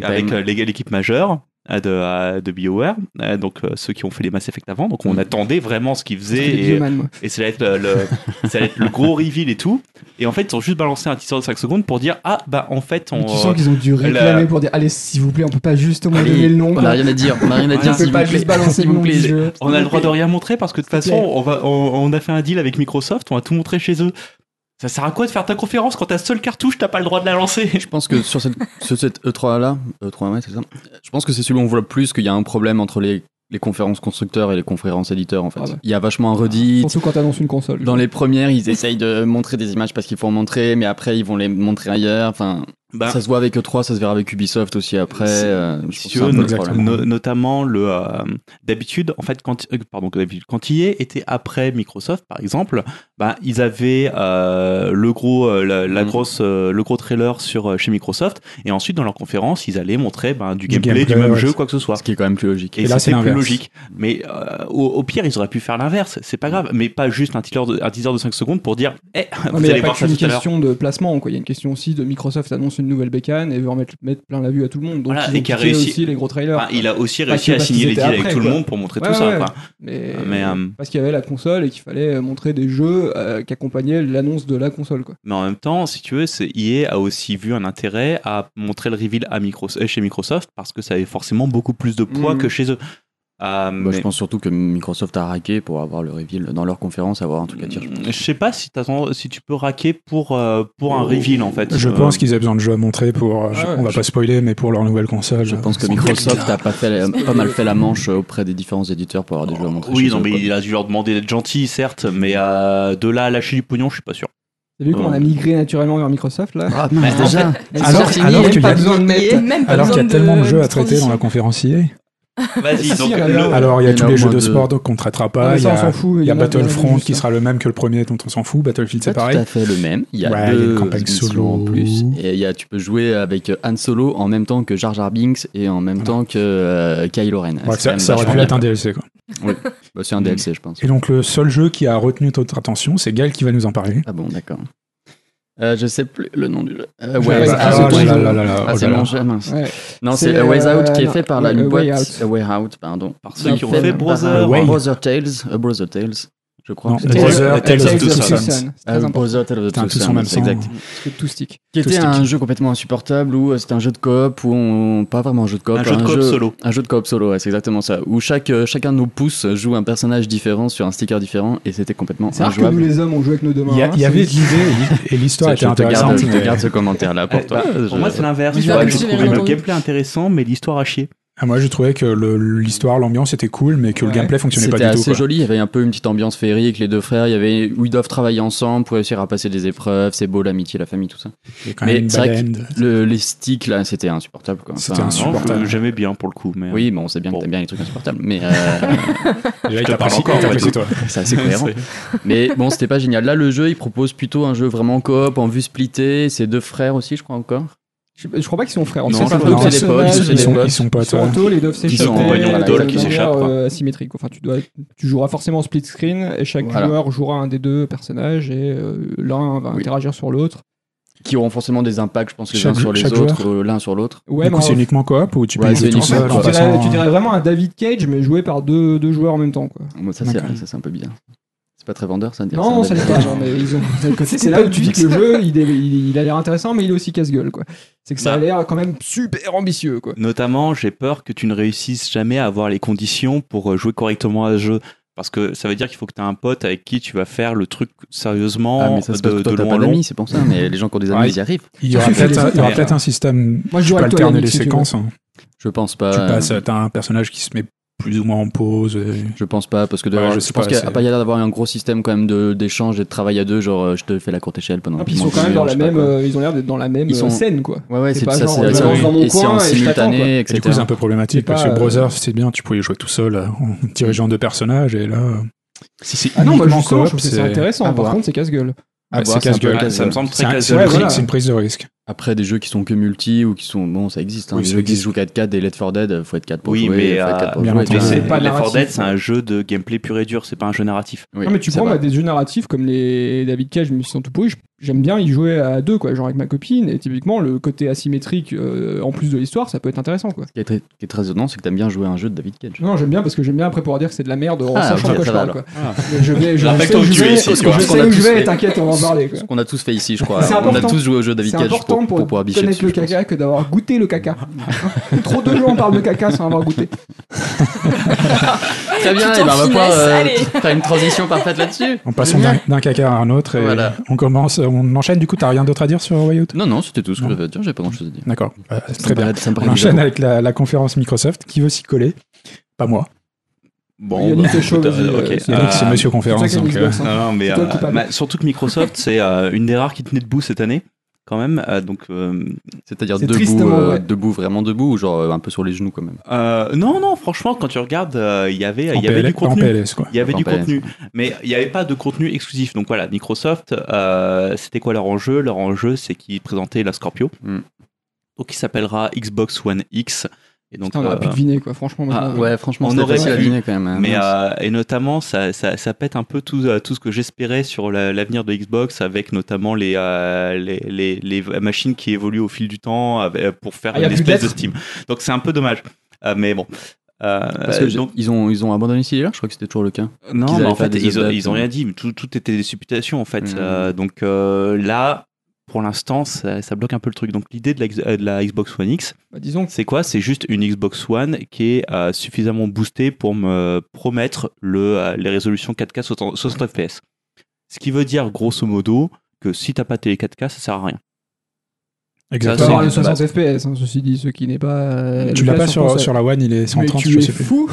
Speaker 3: avec euh, l'é- l'équipe majeure euh, de, euh, de BioWare, euh, donc euh, ceux qui ont fait les Mass Effect avant.
Speaker 4: Mm.
Speaker 3: Donc on attendait vraiment ce qu'ils
Speaker 2: C'est
Speaker 3: faisaient.
Speaker 2: des
Speaker 3: et-
Speaker 2: vieux man, moi.
Speaker 3: et ça va être le, le- ça va être le gros reveal et tout. Et en fait, ils ont juste balancé un teaser de 5 secondes pour dire Ah, bah en fait, on.
Speaker 2: Mais Tu sens qu'ils ont dû réclamer pour dire Allez, s'il vous plaît, on peut pas juste au moins
Speaker 4: euh, Allez,
Speaker 2: donner le nom.
Speaker 4: On n'a rien à dire, on n'a rien à
Speaker 3: On
Speaker 4: dire.
Speaker 2: On
Speaker 4: s'il
Speaker 2: peut
Speaker 4: vous
Speaker 2: pas
Speaker 4: plaît.
Speaker 2: juste balancer
Speaker 4: *laughs* S'il
Speaker 2: le
Speaker 4: vous
Speaker 2: nom du
Speaker 4: plaît.
Speaker 2: jeu.
Speaker 3: on a le droit de rien montrer parce que de toute façon, on, va, on, on a fait un deal avec Microsoft, on va tout montrer chez eux. Ça sert à quoi de faire ta conférence quand ta seule cartouche, t'as pas le droit de la lancer
Speaker 4: Je pense que sur cette, sur cette E3 là, E3 ouais, c'est ça. Je pense que c'est celui où on voit le plus qu'il y a un problème entre les, les conférences constructeurs et les conférences éditeurs en fait.
Speaker 2: Ah ouais.
Speaker 4: Il y a vachement un redit.
Speaker 2: Surtout quand t'annonces une console.
Speaker 4: Dans les premières, ils essayent de montrer des images parce qu'il faut en montrer, mais après ils vont les montrer ailleurs. Enfin,
Speaker 3: Bah,
Speaker 4: Ça se voit avec E3, ça se verra avec Ubisoft aussi après.
Speaker 3: C'est-
Speaker 4: euh, je
Speaker 3: si
Speaker 4: pense
Speaker 3: tu
Speaker 4: que
Speaker 3: veux,
Speaker 4: c'est un peu
Speaker 3: no-
Speaker 4: le problème.
Speaker 3: no- notamment le euh, d'habitude en fait quand euh, pardon que d'habitude quand EA était après Microsoft par exemple bah, ils avaient euh, le gros euh, la, la
Speaker 4: Mhm.
Speaker 3: grosse euh, le gros trailer sur euh, chez Microsoft et ensuite dans leur conférence ils allaient montrer bah, du,
Speaker 1: Du
Speaker 3: gameplay, du
Speaker 1: gameplay,
Speaker 3: même
Speaker 1: ouais,
Speaker 3: jeu
Speaker 1: c'est-
Speaker 3: quoi que ce soit
Speaker 4: Ce qui est quand même plus logique.
Speaker 3: et,
Speaker 1: Et là, c'est
Speaker 3: c'était plus
Speaker 1: l'inverse.
Speaker 3: logique mais euh, au, au pire ils auraient pu faire l'inverse c'est pas grave mais pas juste un teaser de, un teaser de 5 secondes pour dire Eh, *laughs*
Speaker 2: Non,
Speaker 3: vous
Speaker 2: mais il
Speaker 3: allez
Speaker 2: n'y a pas
Speaker 3: voir ça
Speaker 2: qu'une
Speaker 3: tout à l'heure
Speaker 2: question de placement, quoi. Il y a une question aussi de Microsoft annonce une nouvelle bécane et veut en mettre, mettre plein la vue à tout le monde. Donc,
Speaker 3: Voilà,
Speaker 2: ils
Speaker 3: et
Speaker 2: ont
Speaker 3: qui a
Speaker 2: piqué
Speaker 3: réussi.
Speaker 2: aussi les gros trailers.
Speaker 3: Enfin, il a aussi
Speaker 2: Pas
Speaker 3: réussi
Speaker 2: que-
Speaker 3: à
Speaker 2: pas qu'ils
Speaker 3: signer les
Speaker 2: étaient
Speaker 3: deals avec
Speaker 2: après,
Speaker 3: tout le
Speaker 2: quoi.
Speaker 3: monde pour montrer
Speaker 2: Ouais,
Speaker 3: tout ça
Speaker 2: ouais,
Speaker 3: quoi.
Speaker 2: Mais,
Speaker 3: mais, euh,
Speaker 2: parce qu'il y avait la console et qu'il fallait montrer des jeux euh, qui accompagnaient l'annonce de la console, quoi.
Speaker 3: Mais en même temps, si tu veux, c'est EA a aussi vu un intérêt à montrer le reveal à Microsoft, euh, chez Microsoft parce que ça avait forcément beaucoup plus de poids
Speaker 2: Mhm.
Speaker 3: que chez eux. Euh,
Speaker 4: Mm. Bah, Je
Speaker 3: mais-
Speaker 4: pense surtout que Microsoft a raqué pour avoir le reveal dans leur conférence, avoir un truc à dire. je pense.
Speaker 3: je sais pas si, t'attends- si tu peux raquer pour, euh, pour un reveal en fait.
Speaker 1: Je
Speaker 3: Euh,
Speaker 1: pense qu'ils avaient besoin de jeux à montrer pour. euh,
Speaker 2: Ah
Speaker 1: je-
Speaker 2: ouais,
Speaker 1: on va
Speaker 2: je-
Speaker 1: pas spoiler, mais pour leur nouvelle console.
Speaker 4: Je
Speaker 1: euh,
Speaker 4: pense que
Speaker 1: sans-
Speaker 4: Microsoft a pas, fait, pas mal fait la manche auprès des différents éditeurs pour avoir des jeux à montrer.
Speaker 3: Oui,
Speaker 4: Euh, chez
Speaker 3: non,
Speaker 4: eux,
Speaker 3: mais
Speaker 4: quoi.
Speaker 3: il a dû leur demander d'être gentil, certes, mais euh, de là à lâcher du pognon, je suis pas sûr.
Speaker 2: T'as vu comment on a
Speaker 3: Ouais.
Speaker 2: migré naturellement vers Microsoft, là
Speaker 4: Ah, putain, déjà
Speaker 1: Alors-
Speaker 5: Sorti,
Speaker 1: alors
Speaker 5: il y a
Speaker 1: qu'il
Speaker 5: pas
Speaker 1: y a-
Speaker 5: besoin de
Speaker 2: il y a
Speaker 5: mettre. même pas
Speaker 1: Alors qu'il y
Speaker 5: besoin
Speaker 1: a tellement de jeux à traiter
Speaker 5: transition.
Speaker 1: dans la conférence EA.
Speaker 3: *laughs* Vas-y,
Speaker 2: Si,
Speaker 3: donc.
Speaker 2: si,
Speaker 3: le-
Speaker 2: alors,
Speaker 1: Alors, il y
Speaker 4: Il y
Speaker 1: a
Speaker 4: en
Speaker 1: tous
Speaker 4: a
Speaker 1: les
Speaker 4: au
Speaker 1: jeux
Speaker 4: moins
Speaker 1: de
Speaker 4: deux.
Speaker 1: sport donc qu'on traitera
Speaker 2: Non,
Speaker 1: pas.
Speaker 2: mais
Speaker 1: Il y
Speaker 2: ça, on s'en
Speaker 1: a,
Speaker 2: fout.
Speaker 1: il y a
Speaker 2: en bien
Speaker 1: Battlefront
Speaker 2: juste,
Speaker 1: qui
Speaker 2: hein.
Speaker 1: sera le même que le premier dont on s'en fout. Battlefield, c'est
Speaker 4: pas tout
Speaker 1: pareil.
Speaker 4: à fait le même. Il y a
Speaker 1: Ouais, il y a
Speaker 4: deux
Speaker 1: une campagne
Speaker 4: missions
Speaker 1: solo.
Speaker 4: en plus. Et il y a, tu peux jouer avec Han Solo en même temps que Jar Jar Binks et en même
Speaker 1: Voilà.
Speaker 4: temps que euh, Kylo Ren.
Speaker 1: Ouais,
Speaker 4: C'est quand
Speaker 1: ça,
Speaker 4: même
Speaker 1: ça aurait
Speaker 4: vachement
Speaker 1: pu
Speaker 4: bien.
Speaker 1: être un DLC. Quoi.
Speaker 4: Bah, c'est un DLC, je pense.
Speaker 1: Et donc, le seul jeu qui a retenu notre attention, c'est Gal qui va nous en parler.
Speaker 4: Ah bon, d'accord. Euh, je sais plus le nom du jeu. Euh,
Speaker 1: Je-
Speaker 4: Ways
Speaker 1: bah, ah,
Speaker 4: Out.
Speaker 1: ouais, là, là, là, là,
Speaker 4: Ah,
Speaker 1: oh
Speaker 4: c'est
Speaker 1: là
Speaker 4: mon
Speaker 1: là.
Speaker 4: jeu, mince.
Speaker 2: Ouais.
Speaker 4: Non,
Speaker 2: C'est,
Speaker 4: c'est A Ways
Speaker 2: euh,
Speaker 4: Out qui est
Speaker 2: non,
Speaker 4: fait par
Speaker 2: A
Speaker 4: la une
Speaker 2: Way
Speaker 4: boîte.
Speaker 2: Out.
Speaker 4: A Way Out, pardon.
Speaker 3: Par ceux qui ont
Speaker 4: Fait
Speaker 3: fait
Speaker 4: par-
Speaker 3: Brother.
Speaker 1: Euh, Way.
Speaker 4: Brother Tales. A Brother Tales, je crois.
Speaker 1: Non,
Speaker 4: que c'est-
Speaker 1: Brother Brother Tales of
Speaker 2: Tales
Speaker 1: Two
Speaker 2: of Two
Speaker 1: Sons.
Speaker 2: Sons. C'est
Speaker 4: Ah,
Speaker 2: très
Speaker 4: oui,
Speaker 2: important,
Speaker 4: Brother Tales of
Speaker 1: Putain,
Speaker 4: Two
Speaker 1: tous en
Speaker 4: Sons,
Speaker 1: même temps.
Speaker 4: exact.
Speaker 2: parce que tout stick.
Speaker 4: Qui était
Speaker 1: Toastic.
Speaker 4: un jeu complètement insupportable où euh, c'était un jeu de coop où on pas vraiment un jeu de coop,
Speaker 3: Un jeu de coop solo.
Speaker 4: un jeu de coop solo, ouais, c'est exactement ça. Où chaque euh, chacun de nos pouces joue un personnage différent sur un sticker différent et c'était complètement
Speaker 3: Ah,
Speaker 2: C'est rare que nous
Speaker 4: injouable.
Speaker 2: les hommes on joue avec nos deux mains.
Speaker 1: Il y, a-
Speaker 2: hein,
Speaker 1: il y
Speaker 2: c'est-
Speaker 1: avait l'idée et- et l'histoire
Speaker 4: je
Speaker 1: était
Speaker 4: te garde,
Speaker 1: intéressante.
Speaker 4: je te
Speaker 1: mais-
Speaker 4: garde ce commentaire là pour
Speaker 3: Eh,
Speaker 4: toi.
Speaker 3: bah,
Speaker 4: Je-
Speaker 3: Pour moi, c'est l'inverse.
Speaker 5: Oui,
Speaker 3: Tu vois,
Speaker 5: j'ai
Speaker 3: J'ai
Speaker 5: rien
Speaker 3: trouvé le
Speaker 5: entendu.
Speaker 3: gameplay intéressant, mais l'histoire à chier.
Speaker 1: Ah, moi, je trouvais que le- l'histoire, l'ambiance était cool, mais que le
Speaker 2: Ouais.
Speaker 1: gameplay fonctionnait pas
Speaker 4: C'était
Speaker 1: du tout.
Speaker 4: assez
Speaker 1: quoi.
Speaker 4: joli, il y avait un peu une petite ambiance féerique, les deux frères, il y avait où ils doivent travailler ensemble pour réussir à passer des épreuves, c'est beau l'amitié, la famille, tout ça.
Speaker 1: Il y a quand
Speaker 4: Mais
Speaker 1: même une
Speaker 4: c'est vrai
Speaker 1: bad end.
Speaker 4: Le, les sticks là, c'était insupportable quoi.
Speaker 1: C'était
Speaker 3: Non,
Speaker 1: insupportable. Supportable.
Speaker 3: je- J'aimais bien pour le coup, mais.
Speaker 4: Oui, bon, on sait bien
Speaker 3: Bon.
Speaker 4: que t'aimes bien les trucs insupportables, mais euh, *laughs*
Speaker 1: Déjà, il
Speaker 3: te parle
Speaker 1: t'apprécie-
Speaker 3: encore,
Speaker 1: il t'apprécie, toi.
Speaker 4: c'est assez
Speaker 3: euh,
Speaker 4: cohérent. Mais bon, c'était pas génial. Là, le jeu, il propose plutôt un jeu vraiment coop, en vue splittée. C'est deux frères aussi, je crois encore.
Speaker 2: Je je crois pas qu'ils sont frères.
Speaker 4: Ils
Speaker 2: C'est
Speaker 4: sont
Speaker 2: pas
Speaker 4: pas
Speaker 2: le
Speaker 4: frères, c'est des potes,
Speaker 2: personnage,
Speaker 4: ils
Speaker 1: Ils
Speaker 2: mais-
Speaker 1: sont,
Speaker 4: potes.
Speaker 1: ils sont pas
Speaker 2: Ils sont en tôle, ils doivent s'échapper.
Speaker 4: sont en compagnon
Speaker 2: euh,
Speaker 4: d'Ola
Speaker 2: de
Speaker 4: qui
Speaker 3: s'échappe,
Speaker 2: manière,
Speaker 3: quoi.
Speaker 2: euh, asymétrique. Enfin, tu, dois, tu joueras forcément en split screen et chaque
Speaker 4: Voilà.
Speaker 2: joueur jouera un des deux personnages et euh, l'un va
Speaker 4: Oui.
Speaker 2: interagir sur l'autre.
Speaker 4: Qui auront forcément des impacts, je pense, les uns
Speaker 1: Chaque-
Speaker 4: sur les
Speaker 1: chaque
Speaker 4: autres, euh, l'un sur l'autre.
Speaker 2: Ouais,
Speaker 1: Du coup,
Speaker 2: mais
Speaker 1: c'est
Speaker 2: en-
Speaker 1: uniquement coop ou tu peux
Speaker 4: Ouais,
Speaker 1: jouer
Speaker 4: c'est
Speaker 1: tout
Speaker 2: en fait,
Speaker 1: seul en
Speaker 2: tu, dirais,
Speaker 1: passant-
Speaker 2: tu dirais vraiment un David Cage, mais joué par deux, deux joueurs en même temps. Quoi.
Speaker 4: Bon, ça, c'est
Speaker 1: D'accord.
Speaker 4: ça, c'est un peu bizarre. C'est pas très vendeur, ça, de dire
Speaker 2: Non, ça
Speaker 4: mais-
Speaker 2: n'est pas. genre, mais
Speaker 1: *laughs*
Speaker 2: ils ont- C'est là où tu dis que le jeu, il, est- il- il a l'air intéressant, mais il est aussi casse-gueule. quoi. C'est que ça a
Speaker 3: Bah.
Speaker 2: l'air quand même super ambitieux. quoi.
Speaker 3: Notamment, j'ai peur que tu ne réussisses jamais à avoir les conditions pour euh, jouer correctement à ce jeu. Parce que ça veut dire qu'il faut que tu aies un pote avec qui tu vas faire le truc sérieusement, euh,
Speaker 4: Ah, mais ça, c'est parce
Speaker 3: de,
Speaker 4: que toi,
Speaker 3: de
Speaker 4: t'as
Speaker 3: loin
Speaker 4: pas
Speaker 3: en long.
Speaker 4: d'amis, c'est pour ça. Mais les gens qui ont des amis,
Speaker 1: Ouais.
Speaker 4: ils y arrivent.
Speaker 1: Il y aura
Speaker 2: Tu fais
Speaker 1: peut-être
Speaker 2: les
Speaker 1: un, il y aura
Speaker 3: autres,
Speaker 1: peut-être un système
Speaker 2: Moi, je
Speaker 1: tu
Speaker 2: joue
Speaker 1: peux
Speaker 2: avec toi.
Speaker 1: alterner
Speaker 2: Yannick,
Speaker 1: les
Speaker 2: si tu veux.
Speaker 1: séquences. hein.
Speaker 4: Je pense pas.
Speaker 1: Tu passes,
Speaker 4: euh,
Speaker 1: t'as un personnage qui se met plus ou moins en pause. et-
Speaker 4: Je pense pas, parce que d'ailleurs,
Speaker 1: Ouais, je
Speaker 4: je,
Speaker 1: sais
Speaker 4: pense
Speaker 1: pas,
Speaker 4: qu'il
Speaker 1: c'est-
Speaker 4: n'y a pas y a l'air d'avoir un gros système quand même de- d'échange et de travail à deux. Genre, euh, je te fais la courte échelle pendant
Speaker 2: Ah, puis
Speaker 4: que
Speaker 2: ils
Speaker 4: tu montes
Speaker 2: sont quand même
Speaker 4: le
Speaker 2: dans
Speaker 4: mur, je
Speaker 2: la
Speaker 4: sais pas
Speaker 2: même,
Speaker 4: quoi.
Speaker 2: euh, ils ont l'air d'être dans la même
Speaker 4: Ils sont-
Speaker 2: euh, scène quoi.
Speaker 4: Ouais, ouais,
Speaker 2: c'est
Speaker 4: c'est
Speaker 2: pas
Speaker 4: ça,
Speaker 2: genre,
Speaker 4: c'est
Speaker 2: je
Speaker 4: ça,
Speaker 2: me lance dans mon
Speaker 4: et c'est
Speaker 2: coin
Speaker 4: en
Speaker 2: et je t'attends, quoi.
Speaker 4: simultané,
Speaker 1: Et du
Speaker 4: etc.
Speaker 1: coup, c'est un peu
Speaker 2: C'est
Speaker 1: problématique
Speaker 2: pas,
Speaker 1: parce que
Speaker 2: euh,
Speaker 1: Brothers, c'est bien, tu pouvais jouer tout seul euh, en dirigeant deux personnages et là. euh, Si c'est
Speaker 2: Ah non, moi
Speaker 1: uniquement
Speaker 2: justement,
Speaker 1: coop,
Speaker 2: je trouve que c'est
Speaker 1: c'est-
Speaker 2: intéressant.
Speaker 4: à
Speaker 2: Par
Speaker 4: voir.
Speaker 2: contre, c'est casse-gueule.
Speaker 1: Ah,
Speaker 4: c'est un
Speaker 1: c'est
Speaker 4: peu
Speaker 1: casse-gueule.
Speaker 4: casse-gueule.
Speaker 3: ça me semble très
Speaker 1: C'est un- c'est
Speaker 3: casse-gueule.
Speaker 1: une
Speaker 2: Ouais,
Speaker 1: prise-
Speaker 2: voilà.
Speaker 1: c'est une prise de risque.
Speaker 4: Après, des jeux qui sont que multi ou qui sont. Bon, ça existe. Hein,
Speaker 1: Oui,
Speaker 4: des
Speaker 1: ça
Speaker 4: jeux qui
Speaker 1: existe.
Speaker 4: se jouent 4-4, des Left 4 Dead, euh, faut être 4 pour
Speaker 3: Oui,
Speaker 4: jouer.
Speaker 3: mais,
Speaker 4: faut être 4
Speaker 3: euh,
Speaker 4: pour
Speaker 1: bien
Speaker 4: jouer,
Speaker 1: entendu.
Speaker 4: et puis
Speaker 1: c'est
Speaker 3: c'est
Speaker 2: pas
Speaker 3: pas
Speaker 2: de
Speaker 3: Left 4 Dead,
Speaker 2: narratif,
Speaker 3: c'est un jeu de gameplay pur et dur, c'est pas un jeu narratif.
Speaker 4: Oui,
Speaker 2: non, mais tu
Speaker 4: c'est
Speaker 2: prends
Speaker 4: vrai.
Speaker 2: moi, des jeux narratifs comme les David Cage, mais ils sont tout pourris. je- J'aime bien y jouer à deux, quoi, genre avec ma copine. Et typiquement, le côté asymétrique euh, en plus de l'histoire, ça peut être intéressant, quoi.
Speaker 4: Ce qui est très, qui est très étonnant, c'est que t'aimes bien jouer à un jeu de David Cage.
Speaker 2: Non, j'aime bien parce que j'aime bien après pouvoir dire que c'est de la merde, on
Speaker 4: Ah,
Speaker 2: sache
Speaker 4: ok,
Speaker 2: de
Speaker 4: ça
Speaker 2: quoi je
Speaker 4: va, Ah.
Speaker 2: parle, quoi. Mais Je vais, je
Speaker 3: Rappelle-toi
Speaker 2: sais où
Speaker 3: où
Speaker 2: je
Speaker 3: tu
Speaker 2: vais,
Speaker 3: es
Speaker 2: je
Speaker 3: ici, quoi.
Speaker 4: Qu'on a
Speaker 2: sais où
Speaker 4: tous
Speaker 2: je vais,
Speaker 4: fait.
Speaker 2: et t'inquiète, on va en parler, quoi.
Speaker 4: Ce qu'on a tous fait ici, je crois.
Speaker 2: C'est
Speaker 4: On a
Speaker 2: important.
Speaker 4: tous joué au jeu David
Speaker 2: C'est
Speaker 4: Cage
Speaker 2: important pour,
Speaker 4: pouvoir bicher
Speaker 2: connaître
Speaker 4: dessus,
Speaker 2: le
Speaker 4: je pense.
Speaker 2: caca que d'avoir goûté
Speaker 4: *laughs*
Speaker 2: le caca. Trop de gens parlent de caca sans avoir goûté.
Speaker 4: Très bien,
Speaker 5: Tout
Speaker 4: et
Speaker 5: en
Speaker 4: ben, on va pouvoir *laughs*
Speaker 5: finesse,
Speaker 4: euh,
Speaker 5: allez.
Speaker 4: faire une transition parfaite là-dessus.
Speaker 1: En passant d'un d'un caca à un autre et
Speaker 4: Voilà.
Speaker 1: on commence, on enchaîne. Du coup, t'as rien d'autre à dire sur Way Out
Speaker 4: Non, non, c'était tout ce que
Speaker 1: Non.
Speaker 4: j'avais à dire, j'avais pas grand-chose à dire.
Speaker 1: D'accord, Euh,
Speaker 4: Ça me
Speaker 1: très bien.
Speaker 4: paraît- ça me
Speaker 1: On
Speaker 4: paraît
Speaker 1: enchaîne
Speaker 4: déjà
Speaker 1: avec la la conférence Microsoft. Qui veut s'y coller Pas moi.
Speaker 3: Bon,
Speaker 2: Yannick,
Speaker 3: bah,
Speaker 2: t'es chaud,
Speaker 3: écoute,
Speaker 2: vas-y,
Speaker 3: euh,
Speaker 2: euh,
Speaker 3: ok.
Speaker 2: c'est-
Speaker 1: Yannick, c'est
Speaker 3: Euh,
Speaker 1: Monsieur
Speaker 2: C'est ça
Speaker 1: Conférence.
Speaker 2: qu'il y a
Speaker 4: Ah,
Speaker 1: donc,
Speaker 2: une
Speaker 1: euh,
Speaker 2: Xbox, hein.
Speaker 3: Non, mais
Speaker 2: C'est toi
Speaker 3: euh,
Speaker 2: qui parles.
Speaker 3: bah, surtout que Microsoft, c'est euh, une des rares qui tenait debout cette année. quand même. Euh, donc, euh,
Speaker 4: C'est-à-dire
Speaker 2: C'est
Speaker 4: debout,
Speaker 2: tristement
Speaker 4: euh,
Speaker 2: vrai.
Speaker 4: debout, vraiment debout, ou genre euh, un peu sur les genoux quand même.
Speaker 3: euh, non, non, franchement, quand tu regardes, euh, il y avait,
Speaker 1: En
Speaker 3: il y avait
Speaker 1: PLS,
Speaker 3: du
Speaker 1: pas en
Speaker 3: contenu.
Speaker 1: PLS, quoi.
Speaker 3: Il y avait
Speaker 4: Pas en
Speaker 3: du
Speaker 4: PLS.
Speaker 3: contenu, mais il n'y avait pas de contenu exclusif. Donc voilà, Microsoft, euh, c'était quoi leur enjeu Leur enjeu, c'est qu'ils présentaient la Scorpio,
Speaker 4: Mm.
Speaker 3: donc qui s'appellera Xbox One X. Et donc,
Speaker 2: Putain, on aurait
Speaker 3: euh,
Speaker 2: pu deviner quoi, franchement.
Speaker 3: Ah,
Speaker 2: maintenant. euh,
Speaker 4: Ouais, franchement,
Speaker 3: On
Speaker 4: c'était
Speaker 3: aurait
Speaker 4: facile à
Speaker 3: pu,
Speaker 4: deviner quand même. hein.
Speaker 3: Mais
Speaker 4: Mince.
Speaker 3: euh, et notamment, ça, ça, ça pète un peu tout, euh, tout ce que j'espérais sur la- l'avenir de Xbox, avec notamment les, euh, les, les, les machines qui évoluent au fil du temps avec- euh, pour faire
Speaker 2: Ah, y a
Speaker 3: une
Speaker 2: plus
Speaker 3: espèce de
Speaker 2: d'être.
Speaker 3: Steam. Donc c'est un peu dommage. Euh, mais bon. Euh,
Speaker 4: Parce que j'ai-
Speaker 3: donc,
Speaker 4: ils, ont, ils ont abandonné cette idée-là, je crois que c'était toujours le cas.
Speaker 3: non,
Speaker 4: qu'ils
Speaker 3: mais
Speaker 4: avaient
Speaker 3: en
Speaker 4: fait
Speaker 3: fait,
Speaker 4: des
Speaker 3: ils, ont-
Speaker 4: updates,
Speaker 3: ils ont
Speaker 4: hein.
Speaker 3: rien dit. mais Tout, tout était des supputations, en fait.
Speaker 4: Mhm.
Speaker 3: Euh, donc euh, là, pour l'instant, ça, ça bloque un peu le truc. Donc l'idée de, la X- euh, de la Xbox One X,
Speaker 2: Bah, disons que
Speaker 3: c'est quoi C'est juste une Xbox One qui est euh, suffisamment boostée pour me promettre le, euh, les résolutions 4K 60 60 FPS. Ce qui veut dire, grosso modo, que si t'as pas télé 4K, ça sert à rien.
Speaker 2: tu peux
Speaker 1: Exactement.
Speaker 2: avoir le
Speaker 3: c'est-
Speaker 2: 60 FPS, hein, ceci dit, ce qui n'est pas. euh,
Speaker 1: Tu
Speaker 2: le
Speaker 1: l'as
Speaker 2: cas
Speaker 1: pas sur,
Speaker 2: console.
Speaker 1: sur la One, il est
Speaker 2: Mais
Speaker 1: 130,
Speaker 2: tu
Speaker 1: je
Speaker 2: es
Speaker 1: sais plus.
Speaker 2: fou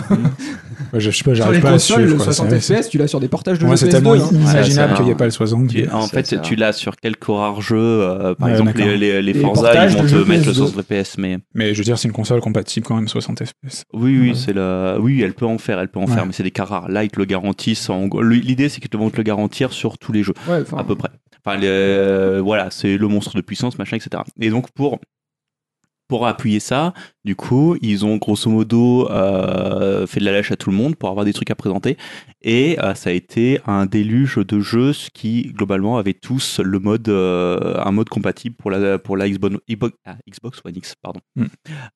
Speaker 1: Ouais, je je sais pas,
Speaker 2: Sur les
Speaker 1: j'arrive pas à
Speaker 2: consoles,
Speaker 1: suivre.
Speaker 2: le
Speaker 1: quoi.
Speaker 2: 60
Speaker 1: C'est-
Speaker 2: FPS, tu l'as sur des portages de
Speaker 1: Pour moi,
Speaker 2: jeux
Speaker 1: c'est
Speaker 2: PS2,
Speaker 1: tellement
Speaker 2: hein.
Speaker 4: Ouais,
Speaker 1: inimaginable
Speaker 4: c'est
Speaker 1: qu'il n'y ait
Speaker 4: rare.
Speaker 1: pas le 60.
Speaker 3: Tu- en
Speaker 4: c'est-
Speaker 3: fait,
Speaker 4: c'est
Speaker 3: tu l'as sur quelques rares jeux. euh, par
Speaker 1: Ouais,
Speaker 3: exemple,
Speaker 1: d'accord.
Speaker 3: les, les, les
Speaker 2: Les
Speaker 3: Forza,
Speaker 2: portages
Speaker 3: ils vont
Speaker 2: de
Speaker 3: te
Speaker 2: jeux
Speaker 3: mettre le
Speaker 2: PS2.
Speaker 3: 60 FPS. Mais
Speaker 1: Mais je veux dire, c'est une console compatible quand même 60 FPS.
Speaker 3: oui, oui,
Speaker 1: Ouais.
Speaker 3: c'est le... oui, elle peut en faire, elle peut en
Speaker 1: Ouais.
Speaker 3: faire, mais c'est des cas rares. Là, ils te le garantissent. En... gros. L'idée, c'est qu'ils te vont te le garantir sur tous les jeux.
Speaker 2: Ouais, enfin,
Speaker 1: Oh.
Speaker 3: à peu près. Enfin, le- voilà, c'est le monstre de puissance, machin, etc. Et donc, pour, pour appuyer ça, du coup, ils ont grosso modo euh, fait de la lâche à tout le monde pour avoir des trucs à présenter. Et euh, ça a été un déluge de jeux ce qui, globalement, avaient tous le mode, euh, un mode compatible pour la, pour la Xbox, Xbox- ah, Xbox One X. Pardon.
Speaker 1: Hmm.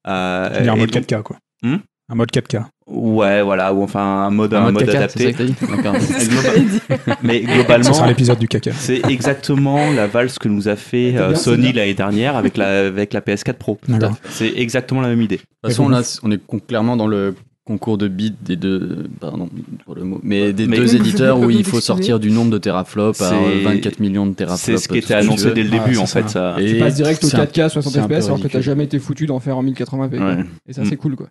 Speaker 3: Euh,
Speaker 1: Il y a un
Speaker 3: et
Speaker 1: mode
Speaker 3: donc-
Speaker 1: 4K, quoi.
Speaker 3: Hum
Speaker 1: Un mode 4K.
Speaker 3: Ouais, voilà, ou enfin un mode, un mode
Speaker 4: 4K,
Speaker 3: adapté.
Speaker 4: c'est ça que t'as dit D'accord.
Speaker 5: C'est ce que
Speaker 3: Globa-
Speaker 5: j'allais dire.
Speaker 3: Mais
Speaker 1: Ce
Speaker 3: globalement,
Speaker 1: sera l'épisode du caca.
Speaker 3: c'est exactement la valse que nous a fait
Speaker 2: T'as
Speaker 3: euh,
Speaker 2: bien, c'est
Speaker 3: Sony
Speaker 2: bien.
Speaker 3: l'année dernière avec la, avec la PS4 Pro.
Speaker 1: D'accord.
Speaker 3: C'est exactement la même idée.
Speaker 4: De toute façon, là, on est con- clairement dans le concours de bids des deux, pardon pour le mot, mais des
Speaker 3: Mais-
Speaker 4: deux éditeurs où il faut
Speaker 5: Excusez.
Speaker 4: sortir du nombre de teraflops à
Speaker 3: C'est-
Speaker 4: 24 millions de teraflops.
Speaker 3: C'est ce qui
Speaker 4: tout
Speaker 3: était
Speaker 4: que tu
Speaker 3: annoncé
Speaker 4: veux.
Speaker 3: dès le
Speaker 1: Ah,
Speaker 3: début,
Speaker 1: c'est
Speaker 3: en
Speaker 1: ça.
Speaker 3: fait. Ça. *laughs*
Speaker 4: Et
Speaker 2: Tu passes direct au
Speaker 4: c'est un-
Speaker 2: 4K 60
Speaker 4: c'est un peu
Speaker 2: FPS alors que t'as
Speaker 4: ridicule.
Speaker 2: jamais été foutu d'en faire en 1080p.
Speaker 4: Ouais.
Speaker 2: Et ça,
Speaker 3: Mm.
Speaker 2: c'est cool quoi.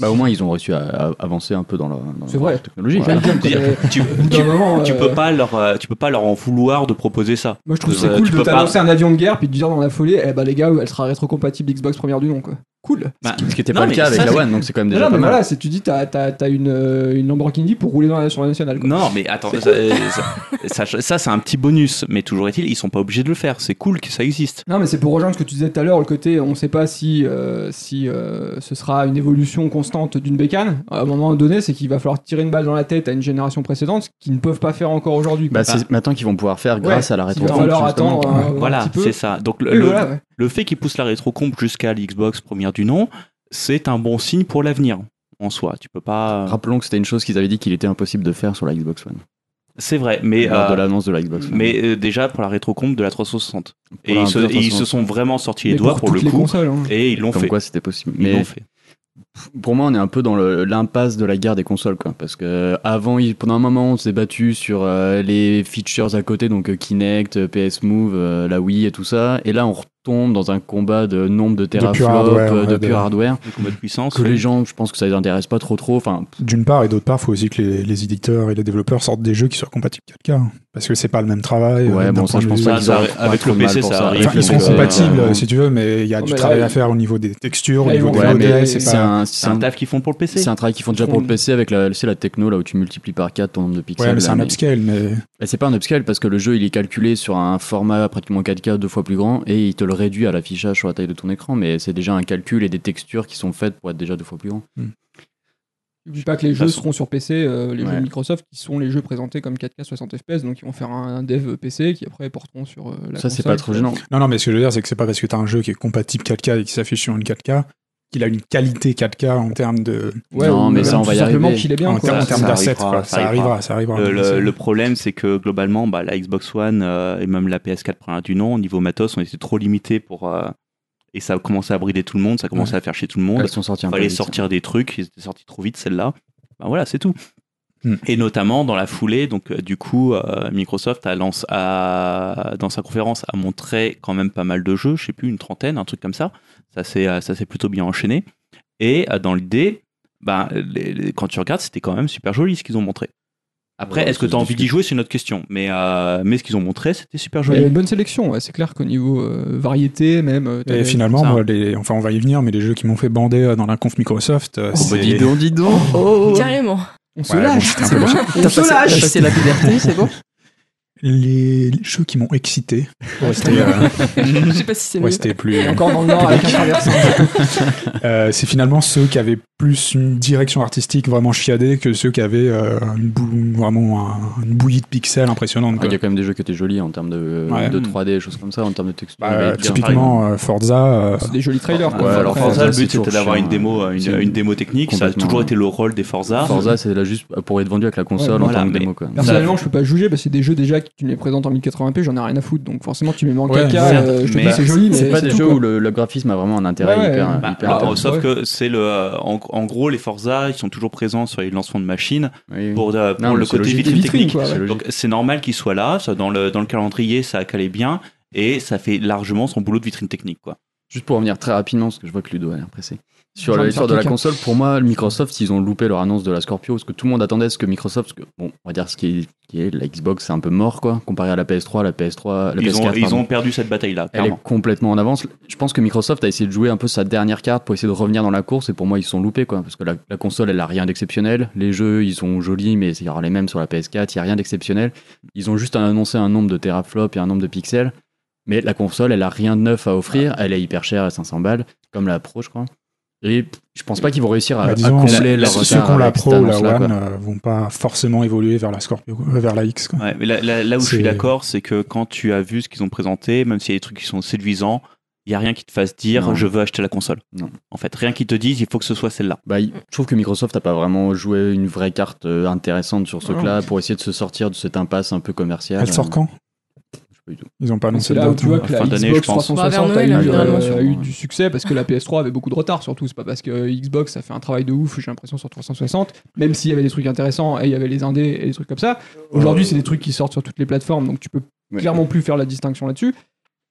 Speaker 4: Bah, au moins, ils ont réussi à, à avancer un peu dans leur, dans
Speaker 2: C'est
Speaker 4: leur
Speaker 2: vrai.
Speaker 4: technologie.
Speaker 2: Plein de games, quoi,
Speaker 3: Dire,
Speaker 2: mais
Speaker 3: tu,
Speaker 2: au bout d'un
Speaker 3: tu-
Speaker 2: moment,
Speaker 3: tu
Speaker 2: euh,
Speaker 3: peux pas leur, euh, tu peux pas leur en vouloir de proposer ça.
Speaker 2: Moi, je trouve que
Speaker 3: Euh,
Speaker 2: c'est cool
Speaker 3: tu
Speaker 2: de
Speaker 3: peux
Speaker 2: t'annoncer un avion de guerre puis de dire dans la folie, eh bah les gars, elle sera rétrocompatible Xbox première du nom quoi. Cool.
Speaker 3: Bah,
Speaker 4: Ce qui n'était
Speaker 3: Non,
Speaker 4: pas le
Speaker 3: mais
Speaker 4: cas avec
Speaker 3: ça,
Speaker 4: la
Speaker 3: c'est-
Speaker 4: One, donc c'est quand même
Speaker 2: Non,
Speaker 4: déjà
Speaker 2: mais
Speaker 4: pas mal.
Speaker 2: voilà, c'est tu dis t'as t'as t'as une euh, une Lamborghini pour rouler dans la sur la nationale. Quoi.
Speaker 3: non, mais attends, ça, ça- ça- ça, c'est un petit bonus, mais toujours est-il, ils sont pas obligés de le faire. C'est cool que ça existe.
Speaker 2: Non, mais c'est pour rejoindre ce que tu disais tout à l'heure, le côté on sait pas si, euh, si euh, ce sera une évolution constante d'une bécane. À un moment donné, c'est qu'il va falloir tirer une balle dans la tête à une génération précédente, ce qu'ils ne peuvent pas faire encore aujourd'hui. quoi.
Speaker 4: Bah, c'est maintenant qu'ils vont pouvoir faire grâce à la
Speaker 2: Il va
Speaker 4: rétrocompatibilité.
Speaker 2: falloir attendre euh, un, un
Speaker 3: voilà,
Speaker 2: petit peu.
Speaker 3: c'est ça. Donc le,
Speaker 2: Oui,
Speaker 3: le-
Speaker 2: voilà, ouais.
Speaker 3: le fait qu'ils poussent la rétrocomp jusqu'à l'Xbox première du nom, c'est un bon signe pour l'avenir en soi. Tu peux pas.
Speaker 4: *laughs* Rappelons que c'était une chose qu'ils avaient dit qu'il était impossible de faire sur la Xbox One.
Speaker 3: C'est vrai, mais
Speaker 4: lors de
Speaker 3: euh,
Speaker 4: l'annonce de la Xbox One.
Speaker 3: mais euh, déjà pour la rétrocomp de la 360. Et,
Speaker 4: la
Speaker 3: ils se, et ils
Speaker 4: 360.
Speaker 3: se sont vraiment sortis les
Speaker 2: Mais
Speaker 3: doigts pour,
Speaker 2: toutes
Speaker 3: le
Speaker 2: les
Speaker 3: coup.
Speaker 2: consoles, hein.
Speaker 3: Et ils l'ont
Speaker 4: Comme
Speaker 3: fait.
Speaker 4: quoi c'était possible.
Speaker 3: Ils
Speaker 4: Mais
Speaker 3: l'ont fait.
Speaker 4: pour moi, on est un peu dans le- l'impasse de la guerre des consoles, quoi. Parce que euh, avant, il- pendant un moment, on s'est battu sur euh, les features à côté, donc euh, Kinect, euh, PS Move, euh, la Wii et tout ça. Et là, on retombe dans un combat de nombre de teraflops,
Speaker 1: pur hardware,
Speaker 4: euh,
Speaker 1: ouais,
Speaker 4: de
Speaker 1: de-
Speaker 4: pure hardware,
Speaker 3: Le combat de puissance.
Speaker 4: que les gens, je pense que ça les intéresse pas trop, trop. Enfin,
Speaker 1: D'une part, et d'autre part, il faut aussi que les, les éditeurs et les développeurs sortent des jeux qui soient compatibles 4K. hein. Parce que c'est pas le même travail. euh,
Speaker 4: Ouais, bon,
Speaker 1: d'un
Speaker 4: ça,
Speaker 1: point
Speaker 4: je
Speaker 1: de
Speaker 4: pense
Speaker 1: vue-
Speaker 4: pas
Speaker 3: Ça,
Speaker 4: qu'ils
Speaker 3: ça
Speaker 4: auront
Speaker 3: arri- avec
Speaker 4: trop
Speaker 3: le
Speaker 4: de mal
Speaker 3: PC,
Speaker 4: pour
Speaker 3: ça
Speaker 4: ça.
Speaker 3: arrive.
Speaker 1: Enfin, ils sont
Speaker 4: Donc, euh,
Speaker 1: compatibles,
Speaker 4: euh,
Speaker 1: si tu veux, mais il y a
Speaker 2: Non,
Speaker 1: du
Speaker 2: mais
Speaker 1: travail
Speaker 2: là,
Speaker 1: à faire au niveau des textures, au
Speaker 2: là, ils
Speaker 1: niveau
Speaker 2: vont
Speaker 1: des
Speaker 2: faire
Speaker 4: ouais,
Speaker 1: modèles.
Speaker 2: des-
Speaker 1: C'est
Speaker 4: c'est
Speaker 1: pas.
Speaker 4: un,
Speaker 3: C'est un taf qu'ils font pour le PC.
Speaker 4: C'est un travail qu'ils font déjà pour le PC avec la, c'est la techno là où tu multiplies par 4 ton nombre de pixels.
Speaker 1: Ouais, mais c'est
Speaker 4: là,
Speaker 1: un upscale, mais
Speaker 4: Et Bah, c'est pas un upscale parce que le jeu il est calculé sur un format pratiquement 4K deux fois plus grand et il te le réduit à l'affichage sur la taille de ton écran, mais c'est déjà un calcul et des textures qui sont faites pour être déjà deux fois plus grand.
Speaker 2: N'oublie pas que les jeux
Speaker 3: façon-
Speaker 2: seront sur PC, euh, les
Speaker 4: Ouais.
Speaker 2: jeux de Microsoft qui sont les jeux présentés comme 4K 60 FPS, donc ils vont faire un, un dev PC qui après porteront sur euh, la
Speaker 4: ça c'est
Speaker 2: console.
Speaker 4: pas trop gênant.
Speaker 1: non, non, mais ce que je veux dire, c'est que c'est pas parce que t'as un jeu qui est compatible 4K et qui s'affiche sur une 4K qu'il a une qualité 4K en termes de,
Speaker 2: Ouais,
Speaker 4: Non,
Speaker 2: ou
Speaker 4: mais
Speaker 2: même
Speaker 4: ça, on
Speaker 2: tout
Speaker 4: va y
Speaker 2: simplement
Speaker 4: arriver.
Speaker 2: qu'il est bien.
Speaker 1: en
Speaker 2: quoi.
Speaker 1: termes, en
Speaker 3: ça-
Speaker 1: termes
Speaker 3: ça
Speaker 1: d'assets,
Speaker 3: arrivera,
Speaker 1: quoi. Ça
Speaker 3: ça arrivera.
Speaker 1: arrivera, ça arrivera.
Speaker 3: Euh,
Speaker 1: C'est-
Speaker 3: le, le problème, c'est que globalement, bah, la Xbox One euh, et même la PS4 première du nom, au niveau matos, on était trop limité pour. euh, et ça a commencé à brider tout le monde, ça a commencé à faire chier tout le monde.
Speaker 4: Elles sont sorties un
Speaker 3: Il
Speaker 4: peu
Speaker 3: fallait
Speaker 4: vite.
Speaker 3: sortir des trucs, ils étaient sortis trop vite celle-là. Ben voilà, c'est tout.
Speaker 1: Hmm.
Speaker 3: Et notamment dans la foulée, donc euh, du coup, euh, Microsoft a lance, a, dans sa conférence a montré quand même pas mal de jeux, je sais plus une trentaine, un truc comme ça. Ça s'est euh, ça s'est plutôt bien enchaîné. Et euh, dans l'idée, ben, les- les- quand tu regardes, c'était quand même super joli ce qu'ils ont montré. Après,
Speaker 4: Ouais,
Speaker 3: est-ce que
Speaker 4: ça
Speaker 3: t'as
Speaker 4: se
Speaker 3: envie d'y
Speaker 4: discute.
Speaker 3: jouer, c'est une autre question. Mais, euh, mais ce qu'ils ont montré, c'était super
Speaker 2: Il y a
Speaker 3: joli.
Speaker 2: une bonne sélection, ouais. c'est clair qu'au niveau euh, variété, même. euh,
Speaker 1: Et
Speaker 2: t'avais-
Speaker 1: finalement,
Speaker 3: ça.
Speaker 1: moi, les, enfin, on va y venir, mais les jeux qui m'ont fait bander euh, dans la conf Microsoft, euh,
Speaker 4: Oh, bah,
Speaker 1: c'est-
Speaker 4: dis
Speaker 1: *laughs*
Speaker 4: donc, dis donc. Oh,
Speaker 5: Carrément.
Speaker 2: On se
Speaker 1: Ouais, bon,
Speaker 2: lâche
Speaker 1: c'était un peu moche.
Speaker 4: T'as passé-
Speaker 1: *laughs*
Speaker 4: t'as passé la liberté, c'est bon
Speaker 1: les les jeux qui m'ont excité. Ouais, c'était euh,
Speaker 5: Je sais pas si c'est
Speaker 1: ouais,
Speaker 5: mieux.
Speaker 1: c'était plus. euh,
Speaker 2: Encore dans le nord avec un traversant.
Speaker 1: *laughs* euh, c'est finalement ceux qui avaient plus une direction artistique vraiment chiadée que ceux qui avaient euh, une bou- vraiment un- une bouillie de pixels impressionnante.
Speaker 4: Ah, Il
Speaker 1: quoi.
Speaker 4: y a quand même des jeux qui étaient jolis en termes de,
Speaker 1: Ouais.
Speaker 4: de 3D, choses comme ça, en termes de texture.
Speaker 1: Bah,
Speaker 4: hein.
Speaker 1: typiquement, euh, Forza. euh,
Speaker 2: C'est des jolis trailers.
Speaker 4: Ouais,
Speaker 2: Quoi.
Speaker 4: alors,
Speaker 2: Après, euh,
Speaker 3: Forza,
Speaker 4: Forza,
Speaker 3: le
Speaker 4: c'est
Speaker 3: but c'était
Speaker 4: toujours
Speaker 3: d'avoir
Speaker 4: chiant,
Speaker 3: une démo,
Speaker 4: ouais.
Speaker 3: une,
Speaker 4: C'est-
Speaker 3: une démo technique. Ça a
Speaker 4: complètement,
Speaker 3: toujours
Speaker 4: ouais.
Speaker 3: été le rôle des Forza.
Speaker 4: Forza, c'est là juste pour être vendu avec la console
Speaker 2: Ouais,
Speaker 4: en
Speaker 3: Ah. voilà,
Speaker 4: termes de
Speaker 3: mais-
Speaker 4: démo. Quoi.
Speaker 2: Personnellement, je peux pas juger parce que c'est des jeux déjà que tu me les présentes en 1080p, j'en ai rien à foutre. Donc forcément, tu me mets en
Speaker 1: Ouais,
Speaker 2: caca.
Speaker 3: certes,
Speaker 2: euh, je te
Speaker 3: mais
Speaker 2: dis c'est joli, mais
Speaker 4: C'est pas des
Speaker 2: tout,
Speaker 4: jeux
Speaker 2: quoi.
Speaker 4: où le, le graphisme a vraiment un intérêt
Speaker 2: Ouais,
Speaker 4: hyper.
Speaker 2: ouais.
Speaker 3: Bah,
Speaker 4: hyper
Speaker 3: alors,
Speaker 4: intéressant.
Speaker 3: sauf
Speaker 2: ouais.
Speaker 3: que c'est le euh, en, en gros les Forza ils sont toujours présents sur les lancements de machines
Speaker 4: Oui, oui.
Speaker 3: pour, euh, pour
Speaker 4: Mmh. Non, mais
Speaker 3: le
Speaker 4: c'est
Speaker 3: côté
Speaker 4: logique.
Speaker 3: vitrine
Speaker 2: Des vitrines,
Speaker 3: technique
Speaker 2: quoi, ouais.
Speaker 4: C'est logique.
Speaker 3: donc c'est normal qu'ils soient là ça, dans le dans le calendrier ça calait bien et ça fait largement son boulot de vitrine technique quoi
Speaker 4: Juste pour revenir très rapidement, parce que je vois que Ludo a l'air pressé. Sur
Speaker 2: J'en ai
Speaker 4: l'histoire
Speaker 2: sorti
Speaker 4: de la
Speaker 2: qu'un.
Speaker 4: console, pour moi, le Microsoft, ils ont loupé leur annonce de la Scorpio, parce que tout le monde attendait ce que Microsoft, parce que, bon, on va dire ce qui est, qui est la Xbox, c'est un peu mort, quoi, comparé à la PS3, la PS3, la
Speaker 3: ils
Speaker 4: PS4.
Speaker 3: ont ils
Speaker 4: pardon.
Speaker 3: ont perdu cette bataille là
Speaker 4: Elle est
Speaker 3: clairement
Speaker 4: complètement en avance. Je pense que Microsoft a essayé de jouer un peu sa dernière carte pour essayer de revenir dans la course, et pour moi, ils se sont loupés, quoi, parce que la, la console, elle a rien d'exceptionnel. Les jeux, ils sont jolis, mais il y aura les mêmes sur la PS4, il y a rien d'exceptionnel. Ils ont juste annoncé un nombre de teraflops et un nombre de pixels. Mais la console, elle a rien de neuf à offrir. Elle est hyper chère à 500 balles, comme la Pro, je crois. Et p- je pense pas qu'ils vont réussir à,
Speaker 1: bah,
Speaker 4: à
Speaker 1: disons,
Speaker 4: combler Ah, leur
Speaker 1: ceux ceux
Speaker 4: retard
Speaker 1: qui ont la
Speaker 4: avec cette
Speaker 1: Pro ou la
Speaker 4: annonce-là, quoi.
Speaker 1: One euh, vont pas forcément évoluer vers la Scorpio, euh, vers la X. quoi.
Speaker 3: Ouais, mais là, là- là où je
Speaker 1: C'est-
Speaker 3: suis d'accord, c'est que quand tu as vu ce qu'ils ont présenté, même s'il y a des trucs qui sont séduisants, il n'y a rien qui te fasse dire
Speaker 4: Non.
Speaker 3: je veux acheter la console.
Speaker 4: Non.
Speaker 3: En fait, rien qui te dise il faut que ce soit celle-là.
Speaker 4: Bah, il- je trouve que Microsoft n'a pas vraiment joué une vraie carte euh, intéressante sur ce
Speaker 2: Non.
Speaker 4: truc-là pour essayer de se sortir de cette impasse un peu commerciale.
Speaker 1: Elle sort quand
Speaker 4: Ah, Je sais pas du tout.
Speaker 1: Ils ont pas annoncé
Speaker 2: C'est
Speaker 1: le
Speaker 2: là où
Speaker 1: date.
Speaker 2: tu vois
Speaker 1: hein.
Speaker 2: que la
Speaker 3: Fin d'année, je
Speaker 2: Xbox
Speaker 3: pense.
Speaker 5: Bah,
Speaker 2: 360
Speaker 5: vers
Speaker 2: a eu,
Speaker 5: Noël,
Speaker 2: euh,
Speaker 4: sûrement,
Speaker 2: a eu
Speaker 4: ouais.
Speaker 2: du succès parce que la PS3 avait beaucoup de retard surtout. C'est pas parce que euh, Xbox a fait un travail de ouf, j'ai l'impression, sur 360, même s'il y avait des trucs intéressants et il y avait les indés et des trucs comme ça. Aujourd'hui, c'est des trucs qui sortent sur toutes les plateformes, donc tu peux
Speaker 4: Ouais.
Speaker 2: clairement plus faire la distinction là-dessus.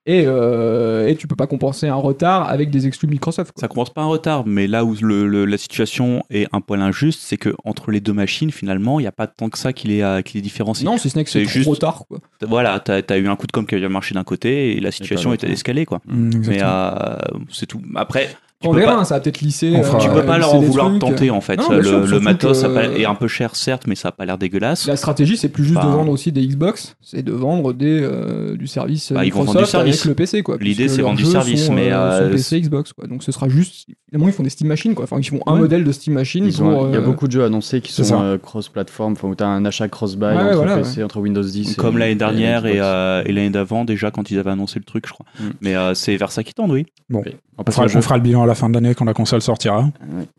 Speaker 2: Et, euh, et tu peux pas compenser un retard avec des exclus Microsoft. quoi.
Speaker 3: Ça commence pas en retard, mais là où le- le- la situation est un poil injuste, c'est que entre les deux machines, finalement, il n'y a pas tant que ça qui les, euh, qui les différencie.
Speaker 2: Non, si ce n'est que c'est
Speaker 3: c'est
Speaker 2: trop
Speaker 3: juste-
Speaker 2: retard. Quoi.
Speaker 3: Voilà, t'as as eu un coup de com' qui a bien marché d'un côté et la situation
Speaker 4: pas
Speaker 3: était
Speaker 2: hein.
Speaker 4: l'autre.
Speaker 3: escalée, quoi.
Speaker 1: Mm,
Speaker 3: Mais
Speaker 1: exactement.
Speaker 3: euh, c'est tout. Après, tu
Speaker 2: On
Speaker 3: peux
Speaker 2: verra,
Speaker 3: pas-
Speaker 2: hein, ça va peut-être lisser.
Speaker 1: On fera-
Speaker 3: tu
Speaker 1: euh,
Speaker 3: peux pas leur en
Speaker 2: lisser des
Speaker 3: vouloir de
Speaker 2: trucs. euh.
Speaker 3: tenter, en fait.
Speaker 2: Non, bien
Speaker 3: le,
Speaker 2: sûr,
Speaker 3: le
Speaker 2: surtout
Speaker 3: matos
Speaker 2: que- euh,
Speaker 3: ça a pas- est un peu cher, certes, mais ça a pas l'air dégueulasse.
Speaker 2: La stratégie, c'est plus juste
Speaker 3: Bah,
Speaker 2: de vendre aussi des Xbox, c'est de vendre des, euh, du service
Speaker 3: Bah, ils vont
Speaker 2: Microsoft
Speaker 3: vendre du service.
Speaker 2: avec le PC. quoi.
Speaker 3: L'idée,
Speaker 2: puisque
Speaker 3: c'est
Speaker 2: leurs
Speaker 3: vendre du
Speaker 2: jeux
Speaker 3: service,
Speaker 2: sont,
Speaker 3: mais,
Speaker 2: euh,
Speaker 3: euh,
Speaker 2: sont PC, Xbox. Quoi. Donc ce sera juste. Évidemment, ils font des Steam Machines. Quoi. Enfin, ils font un
Speaker 4: Ouais.
Speaker 2: modèle de Steam Machine.
Speaker 4: Ils
Speaker 2: pour,
Speaker 4: ont- il y a
Speaker 2: euh,
Speaker 4: beaucoup de jeux annoncés qui
Speaker 1: c'est
Speaker 4: sont
Speaker 1: ça.
Speaker 4: euh, cross-platform, enfin, où tu as un achat cross-buy
Speaker 2: Ouais,
Speaker 4: entre
Speaker 2: voilà,
Speaker 4: PC, entre Windows 10.
Speaker 3: Comme
Speaker 4: et-
Speaker 3: l'année dernière et,
Speaker 4: Xbox.
Speaker 3: euh, et l'année d'avant, déjà, quand ils avaient annoncé le truc, je crois.
Speaker 4: Mm.
Speaker 3: Mais euh, c'est vers ça qu'ils tendent, oui.
Speaker 4: En
Speaker 1: on,
Speaker 4: passant
Speaker 1: fera,
Speaker 4: au jeu.
Speaker 1: on fera le bilan à la fin de l'année quand la console sortira.
Speaker 4: Ouais,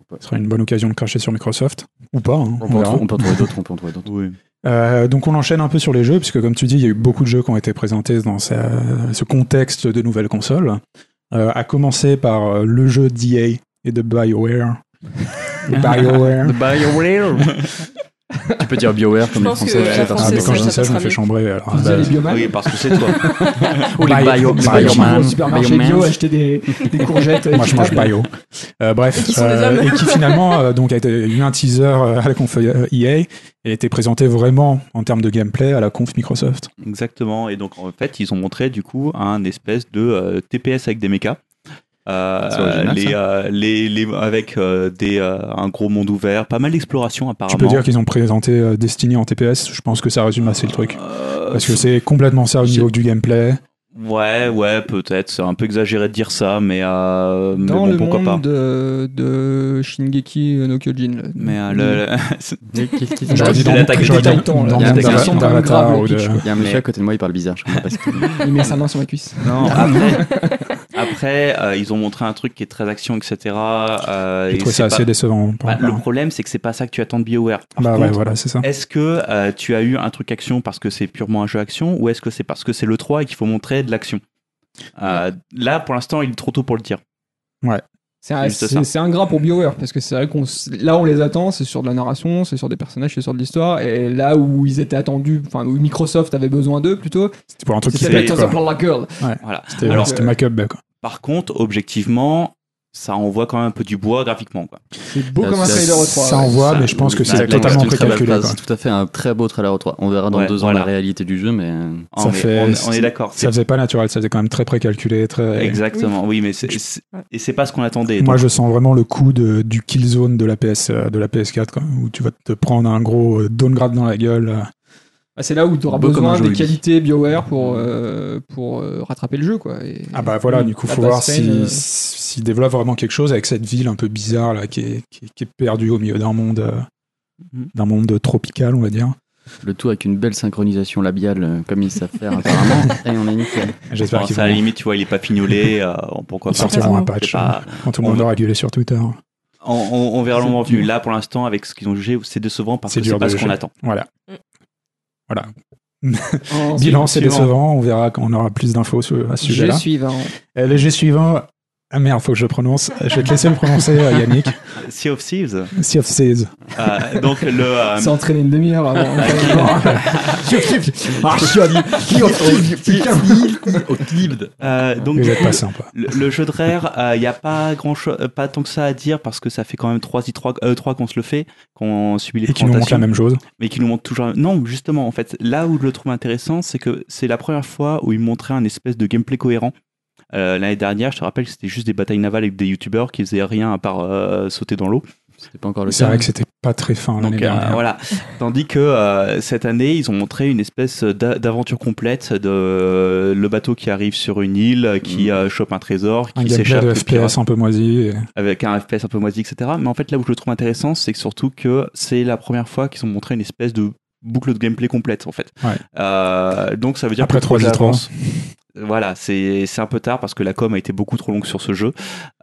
Speaker 4: on peut-
Speaker 1: Ce sera une bonne occasion de cracher sur Microsoft. Ou pas, hein,
Speaker 4: on
Speaker 1: on
Speaker 4: peut en
Speaker 1: verra.
Speaker 4: trou- on peut en trouver d'autres, on peut en trouver d'autres.
Speaker 1: Euh, donc on enchaîne un peu sur les jeux, puisque comme tu dis, il y a eu beaucoup de jeux qui ont été présentés dans ce, ce contexte de nouvelles consoles. Euh, à commencer par euh, le jeu d'EA et de *laughs* BioWare. BioWare. Ah,
Speaker 3: *laughs*
Speaker 4: tu peux dire BioWare comme
Speaker 5: Je
Speaker 4: les
Speaker 5: pense que
Speaker 4: Français,
Speaker 5: la
Speaker 4: c'est
Speaker 1: Ah,
Speaker 5: française,
Speaker 1: mais
Speaker 4: parti.
Speaker 1: quand je dis
Speaker 5: ça
Speaker 1: ça, je me
Speaker 5: passera
Speaker 1: fais
Speaker 5: mieux.
Speaker 1: chambrer. alors.
Speaker 2: Vous
Speaker 1: Bah,
Speaker 2: allez bioman.
Speaker 3: Oui, parce que c'est toi.
Speaker 4: Ou les
Speaker 1: Bio-
Speaker 4: Bio-
Speaker 1: Bio-
Speaker 4: Bioman.
Speaker 2: au supermarché
Speaker 4: Bioman.
Speaker 2: bio, acheter des, des courgettes.
Speaker 1: Moi, je mange
Speaker 2: équitables.
Speaker 1: bio. Euh, bref,
Speaker 5: Et qui sont des
Speaker 1: euh,
Speaker 5: hommes.
Speaker 1: et qui finalement euh, donc a été- a eu un teaser euh, à la conf euh, EA et a été présenté vraiment en termes de gameplay à la conf Microsoft.
Speaker 3: Exactement. Et donc, en fait, ils ont montré, du coup, un espèce de euh, TPS avec des mechas. Euh,
Speaker 4: C'est original,
Speaker 3: les, euh, les, les- avec euh, des, euh, un gros monde ouvert, pas mal d'exploration
Speaker 1: Tu
Speaker 3: apparemment.
Speaker 1: peux dire qu'ils ont présenté euh, Destiny en TPS. Je pense que ça résume assez le truc.
Speaker 3: Euh,
Speaker 1: Parce que c'est complètement ça au niveau du gameplay.
Speaker 3: Ouais, ouais, peut-être. C'est un peu exagéré de dire ça, mais, euh, mais
Speaker 2: Dans
Speaker 3: bon,
Speaker 2: le
Speaker 3: pourquoi
Speaker 2: monde
Speaker 3: pas.
Speaker 2: de, de Shingeki no Kyojin. là.
Speaker 3: Mais euh, le- le-
Speaker 4: Qu'est-ce qu'il
Speaker 1: J'aurais
Speaker 4: fait
Speaker 1: dit
Speaker 3: C'est
Speaker 1: dans,
Speaker 3: l'attaque
Speaker 1: j'aurais
Speaker 2: des
Speaker 1: dit
Speaker 2: Titans, là.
Speaker 1: dans
Speaker 3: L'attaque
Speaker 1: le
Speaker 3: des
Speaker 1: monde
Speaker 3: Titans,
Speaker 1: d'Ava-
Speaker 2: quand même
Speaker 1: d'Avatar
Speaker 2: grave,
Speaker 1: ou
Speaker 2: le
Speaker 1: de- *laughs*
Speaker 2: pitch,
Speaker 4: Il y a un monsieur
Speaker 3: Mais-
Speaker 4: à côté de moi, il parle bizarre, je comprends pas ce qu'il dit.
Speaker 2: Il met sa main sur ma cuisse.
Speaker 3: Non, *laughs* après, après euh, ils ont montré un truc qui est très action, etc. Euh,
Speaker 1: J'ai
Speaker 3: et
Speaker 1: trouvé
Speaker 3: c'est
Speaker 1: ça assez
Speaker 3: pas-
Speaker 1: décevant. par
Speaker 3: Bah, le
Speaker 1: rapport.
Speaker 3: problème, c'est que c'est pas ça que tu attends de BioWare. Par
Speaker 1: Bah ouais,
Speaker 3: contre,
Speaker 1: voilà, c'est ça.
Speaker 3: Est-ce que euh, tu as eu un truc action parce que c'est purement un jeu action ou est-ce que c'est parce que c'est le 3 et qu'il faut montrer de l'action Euh, Là, pour l'instant, il est trop tôt pour le dire.
Speaker 2: C'est un,
Speaker 3: Juste
Speaker 2: c'est-
Speaker 3: ça.
Speaker 2: c'est ingrat pour BioWare parce que c'est vrai qu'on s- là on les attend, c'est sur de la narration, c'est sur des personnages, c'est sur de l'histoire et là où ils étaient attendus, enfin où Microsoft avait besoin d'eux plutôt,
Speaker 1: C'était pour un truc qui
Speaker 2: c'était
Speaker 1: pète,
Speaker 2: Better
Speaker 1: quoi.
Speaker 2: Than la Girl.
Speaker 3: Voilà.
Speaker 1: C'était
Speaker 3: Alors
Speaker 1: c'était ma cup, bah, quoi.
Speaker 3: Par contre, objectivement, ça envoie quand même un peu du bois graphiquement. Quoi.
Speaker 2: C'est beau
Speaker 4: Ça-
Speaker 2: comme un
Speaker 4: ça-
Speaker 2: trailer 3.
Speaker 1: ça envoie, mais je pense que
Speaker 3: Ah,
Speaker 1: c'est
Speaker 3: donc,
Speaker 1: totalement
Speaker 4: une très belle
Speaker 1: précalculé.
Speaker 4: phase.
Speaker 1: quoi.
Speaker 4: C'est tout à fait un très beau trailer 3. On verra dans
Speaker 3: Ouais,
Speaker 4: deux ans
Speaker 3: voilà.
Speaker 4: la réalité du jeu, mais euh,
Speaker 1: Ça
Speaker 3: Ah, mais
Speaker 1: fait-
Speaker 3: on, est- on est d'accord. c'est-
Speaker 1: Ça faisait pas naturel, ça faisait quand même très précalculé. Très...
Speaker 3: Exactement, oui, mais c'est, c'est- et c'est pas ce qu'on attendait.
Speaker 1: Moi,
Speaker 3: donc-
Speaker 1: je sens vraiment le coup de, du kill zone de la, PS, euh, de la PS4, quoi, où tu vas te prendre un gros euh, downgrade dans la gueule. euh.
Speaker 2: Bah, c'est là où tu auras
Speaker 4: Beau comme un
Speaker 2: besoin
Speaker 4: jeu
Speaker 2: des
Speaker 4: indie.
Speaker 2: qualités BioWare pour, euh, pour euh, rattraper le jeu. Quoi. Et-
Speaker 1: Ah bah voilà, du coup,
Speaker 2: La
Speaker 1: faut voir
Speaker 2: Bastion,
Speaker 1: si-
Speaker 2: euh,
Speaker 1: s'ils développent vraiment quelque chose avec cette ville un peu bizarre là, qui, est, qui, est- qui est perdue au milieu d'un monde, euh,
Speaker 3: Mhm.
Speaker 1: d'un monde tropical, on va dire.
Speaker 4: le tout avec une belle synchronisation labiale, euh, comme ils savent faire
Speaker 1: *laughs*
Speaker 4: apparemment. Et on est nickel.
Speaker 1: J'espère
Speaker 3: Enfin,
Speaker 1: qu'ils
Speaker 3: ça, à la
Speaker 1: vont-
Speaker 3: limite, tu vois, il est
Speaker 1: *laughs*
Speaker 3: pas pignolé. euh, on- pourquoi
Speaker 1: ils
Speaker 3: pas,
Speaker 1: sortiront un
Speaker 5: Certainement.
Speaker 1: patch
Speaker 3: c'est pas-
Speaker 1: euh, quand tout le monde
Speaker 3: on-
Speaker 1: aura gueulé sur Twitter.
Speaker 3: on, on- on verra le
Speaker 2: C'est
Speaker 3: moment
Speaker 2: dur.
Speaker 3: venu. Là, pour l'instant, avec ce qu'ils ont jugé, c'est décevant parce
Speaker 1: C'est
Speaker 3: que c'est
Speaker 1: dur
Speaker 3: pas
Speaker 1: de
Speaker 3: ce qu'on
Speaker 1: juger.
Speaker 3: attend.
Speaker 1: Voilà.
Speaker 5: Mm.
Speaker 1: Voilà.
Speaker 2: Oh,
Speaker 1: Bilan, c'est
Speaker 3: suivant.
Speaker 1: décevant. On verra quand on aura plus d'infos sur- à ce
Speaker 2: Jeu
Speaker 1: sujet-là.
Speaker 2: suivant.
Speaker 1: Euh, Le jeu suivant. Ah merde, faut que je prononce. Je vais te laisser le prononcer, euh,
Speaker 3: *laughs*
Speaker 1: Yannick.
Speaker 3: Sea of Thieves.
Speaker 1: Sea of Thieves.
Speaker 3: euh, donc, le.
Speaker 1: *laughs*
Speaker 3: euh,
Speaker 2: C'est entraîné une demi-heure avant.
Speaker 3: euh, donc,
Speaker 1: Vous
Speaker 3: du
Speaker 1: êtes
Speaker 3: coup,
Speaker 1: pas sympa.
Speaker 3: le, le jeu de Rare, il n'y a pas grand cho- euh, pas tant que ça à dire parce que ça fait quand même 3 3, euh, qu'on se le fait, qu'on subit les
Speaker 1: Et qui nous montre la
Speaker 3: présentations.
Speaker 1: même chose.
Speaker 3: mais qui nous montre toujours. Non, justement, en fait, là où je le trouve intéressant, c'est que c'est la première fois où il montrait un espèce de gameplay cohérent. Euh, L'année dernière, je te rappelle que c'était juste des batailles navales avec des youtubeurs qui faisaient rien à part euh, sauter dans l'eau.
Speaker 4: C'était pas encore le
Speaker 1: C'est
Speaker 4: cas.
Speaker 1: vrai que c'était pas très fin l'année
Speaker 3: Donc euh,
Speaker 1: dernière.
Speaker 3: voilà. Tandis que euh, cette année, ils ont montré une espèce d'a- d'aventure complète de euh, le bateau qui arrive sur une île, qui
Speaker 4: Mm.
Speaker 3: euh, chope un trésor,
Speaker 1: Un
Speaker 3: qui
Speaker 1: gameplay
Speaker 3: s'échappe
Speaker 1: de
Speaker 3: des pirates
Speaker 1: FPS un peu moisi. et-
Speaker 3: avec un FPS un peu moisi, etc. Mais en fait, là où je le trouve intéressant, c'est que surtout que c'est la première fois qu'ils ont montré une espèce de boucle de gameplay complète, en fait.
Speaker 1: Ouais.
Speaker 3: Euh, donc ça veut dire
Speaker 1: Après
Speaker 3: que le projet
Speaker 1: 3v3.
Speaker 3: avance. Voilà, c'est c'est un peu tard parce que la com a été beaucoup trop longue sur ce jeu.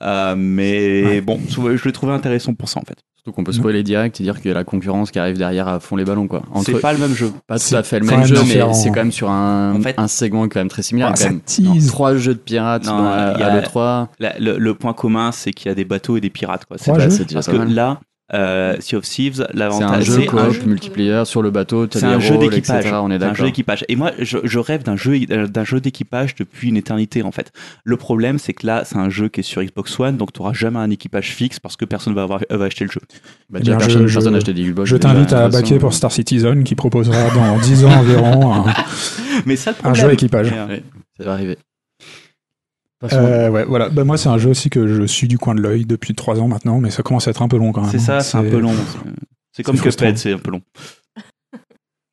Speaker 3: Euh, mais
Speaker 1: Ouais.
Speaker 3: bon, je l'ai trouvé intéressant pour ça, en fait.
Speaker 4: Surtout qu'on peut spoiler direct et dire qu'il y a la concurrence qui arrive derrière à fond les ballons, quoi. Entre,
Speaker 3: C'est pas le même jeu.
Speaker 4: pas tout
Speaker 1: c'est
Speaker 4: à fait le
Speaker 1: quand
Speaker 4: même
Speaker 1: même
Speaker 4: jeu,
Speaker 1: différent.
Speaker 4: mais c'est quand même sur un,
Speaker 3: En fait-
Speaker 4: un segment qui est quand même très similaire.
Speaker 1: Ah,
Speaker 4: quand
Speaker 1: ça
Speaker 4: même.
Speaker 1: tease.
Speaker 4: Trois jeux de pirates
Speaker 3: Non,
Speaker 4: dans,
Speaker 3: il y a-
Speaker 4: à l'E3.
Speaker 3: La- le, le point commun, c'est qu'il y a des bateaux et des pirates. Quoi. C'est
Speaker 1: Trois
Speaker 3: pas-
Speaker 1: jeux
Speaker 4: bah, c'est déjà
Speaker 3: Parce
Speaker 4: pas
Speaker 3: que
Speaker 4: mal.
Speaker 3: là, euh, Sea of Thieves,
Speaker 4: C'est un
Speaker 3: l'avantage,
Speaker 4: jeu
Speaker 3: c'est un
Speaker 4: coop,
Speaker 5: jeu-
Speaker 4: multiplayer, sur le bateau, tu
Speaker 3: C'est
Speaker 4: as
Speaker 3: un
Speaker 4: des
Speaker 3: jeu
Speaker 4: rôles,
Speaker 3: d'équipage.
Speaker 4: etc. On
Speaker 3: C'est
Speaker 4: est
Speaker 3: un jeu
Speaker 4: d'accord.
Speaker 3: d'équipage. Et moi, je, je rêve d'un jeu d'un jeu d'équipage depuis une éternité en fait. Le problème, c'est que là, c'est un jeu qui est sur Xbox One, donc tu n'auras jamais un équipage fixe parce que personne va, avoir- va acheter le jeu.
Speaker 4: Bah, déjà,
Speaker 1: Eh bien,
Speaker 4: personne
Speaker 1: je-
Speaker 4: personne
Speaker 1: je-
Speaker 4: n'a acheté des Xbox. euh,
Speaker 1: Je
Speaker 4: déjà,
Speaker 1: t'invite
Speaker 4: de
Speaker 1: à
Speaker 4: toute façon.
Speaker 1: baquer pour Star Citizen qui proposera dans 10 ans environ
Speaker 3: *laughs*
Speaker 1: un,
Speaker 3: Mais ça, le
Speaker 1: un
Speaker 3: problème.
Speaker 1: jeu équipage.
Speaker 3: Euh,
Speaker 4: Ça va arriver.
Speaker 1: Euh, ouais, voilà. Bah, moi, c'est un jeu aussi que je suis du coin de l'œil depuis 3 ans maintenant, mais ça commence à être un peu long quand même. hein.
Speaker 3: C'est ça, c'est un peu long. C'est comme
Speaker 1: frustrant.
Speaker 3: Cuphead, c'est un peu long.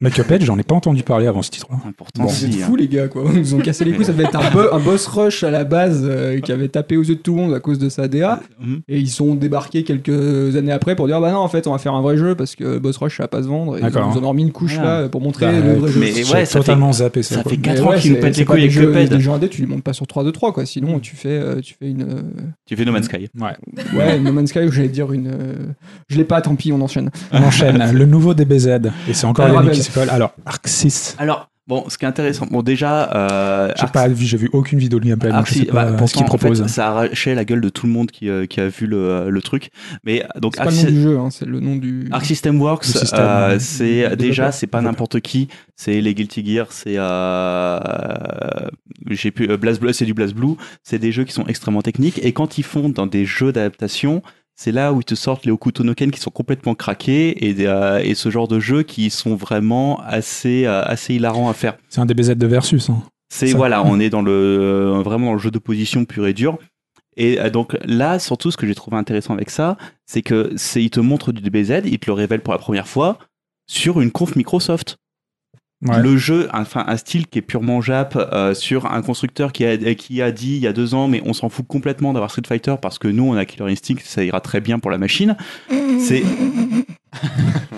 Speaker 1: Mais Cuphead, j'en ai pas entendu parler avant ce titre.
Speaker 3: Important.
Speaker 1: Bon.
Speaker 2: Vous êtes
Speaker 3: si, hein.
Speaker 2: fous, les gars, quoi. Ils nous ont cassé les couilles. Ça devait être un, bo- un boss rush à la base euh, qui avait tapé aux yeux de tout le monde à cause de sa DA.
Speaker 3: Mhm.
Speaker 2: Et ils sont débarqués quelques années après pour dire Bah non, en fait, on va faire un vrai jeu parce que boss rush, ça va pas se vendre. Et ils
Speaker 1: D'accord.
Speaker 2: nous en ont remis une couche
Speaker 3: Voilà.
Speaker 2: là pour montrer
Speaker 1: Bah,
Speaker 2: le vrai jeu.
Speaker 3: mais- Et
Speaker 1: J'ai
Speaker 3: ouais, ça
Speaker 1: totalement zappé ça.
Speaker 3: Ça
Speaker 1: quoi.
Speaker 3: fait
Speaker 2: Mais
Speaker 3: 4 ans
Speaker 2: ouais,
Speaker 3: qu'ils nous
Speaker 2: c'est-
Speaker 3: pètent
Speaker 2: c'est
Speaker 3: les
Speaker 2: pas
Speaker 3: couilles
Speaker 2: des
Speaker 3: avec
Speaker 2: jeux-
Speaker 3: Cuphead.
Speaker 2: Des jeux indés, tu les montes pas sur 3-2-3, quoi. Sinon, tu fais, euh, tu fais une. euh,
Speaker 3: Tu fais No Man's Sky.
Speaker 1: Ouais.
Speaker 2: Ouais, No Man's Sky, ou j'allais dire une. euh, Je l'ai pas, tant pis, on enchaîne.
Speaker 1: On
Speaker 3: *laughs*
Speaker 1: enchaîne. le nouveau DBZ. Et c'est encore
Speaker 2: Ah,
Speaker 1: Yannick
Speaker 2: rappelle.
Speaker 1: qui s'appelle. Alors, Arc 6.
Speaker 3: Alors, bon, ce qui est intéressant, bon, déjà. euh,
Speaker 1: J'ai
Speaker 3: Arc-
Speaker 1: pas vu, j'ai vu aucune vidéo de gameplay, donc
Speaker 3: Arc-
Speaker 1: je sais
Speaker 3: bah,
Speaker 1: pas
Speaker 3: pourtant,
Speaker 1: ce qu'il
Speaker 3: en fait,
Speaker 1: propose.
Speaker 3: ça arrachait la gueule de tout le monde qui, euh, qui a vu le, le truc. Mais donc,
Speaker 2: C'est pas le
Speaker 3: Arc-
Speaker 2: nom du jeu, hein, c'est le nom du.
Speaker 3: Arc System Works,
Speaker 1: Le système,
Speaker 3: euh,
Speaker 1: ouais.
Speaker 3: c'est déjà
Speaker 2: Le développeur.
Speaker 3: c'est pas n'importe qui, c'est les Guilty Gear, c'est euh, j'ai pu Blue, c'est du BlazBlue, c'est des jeux qui sont extrêmement techniques et quand ils font dans des jeux d'adaptation, c'est là où ils te sortent les Hokuto no Ken qui sont complètement craqués et, des, euh, et ce genre de jeux qui sont vraiment assez euh, assez hilarants à faire.
Speaker 1: C'est un DBZ de Versus. hein.
Speaker 3: C'est
Speaker 1: Ça-
Speaker 2: *laughs*
Speaker 3: voilà, on est dans le euh, vraiment dans le jeu de position pur et dur. Et euh, donc là, surtout, ce que j'ai trouvé intéressant avec ça, c'est que c'est il te montre du DBZ, il te le révèle pour la première fois sur une conf Microsoft.
Speaker 1: Ouais.
Speaker 3: Le jeu, enfin un style qui est purement Jap euh, sur un constructeur qui a qui a dit il y a deux ans, mais on s'en fout complètement d'avoir Street Fighter parce que nous on a Killer Instinct, ça ira très bien pour la machine.
Speaker 2: *laughs*
Speaker 3: C'est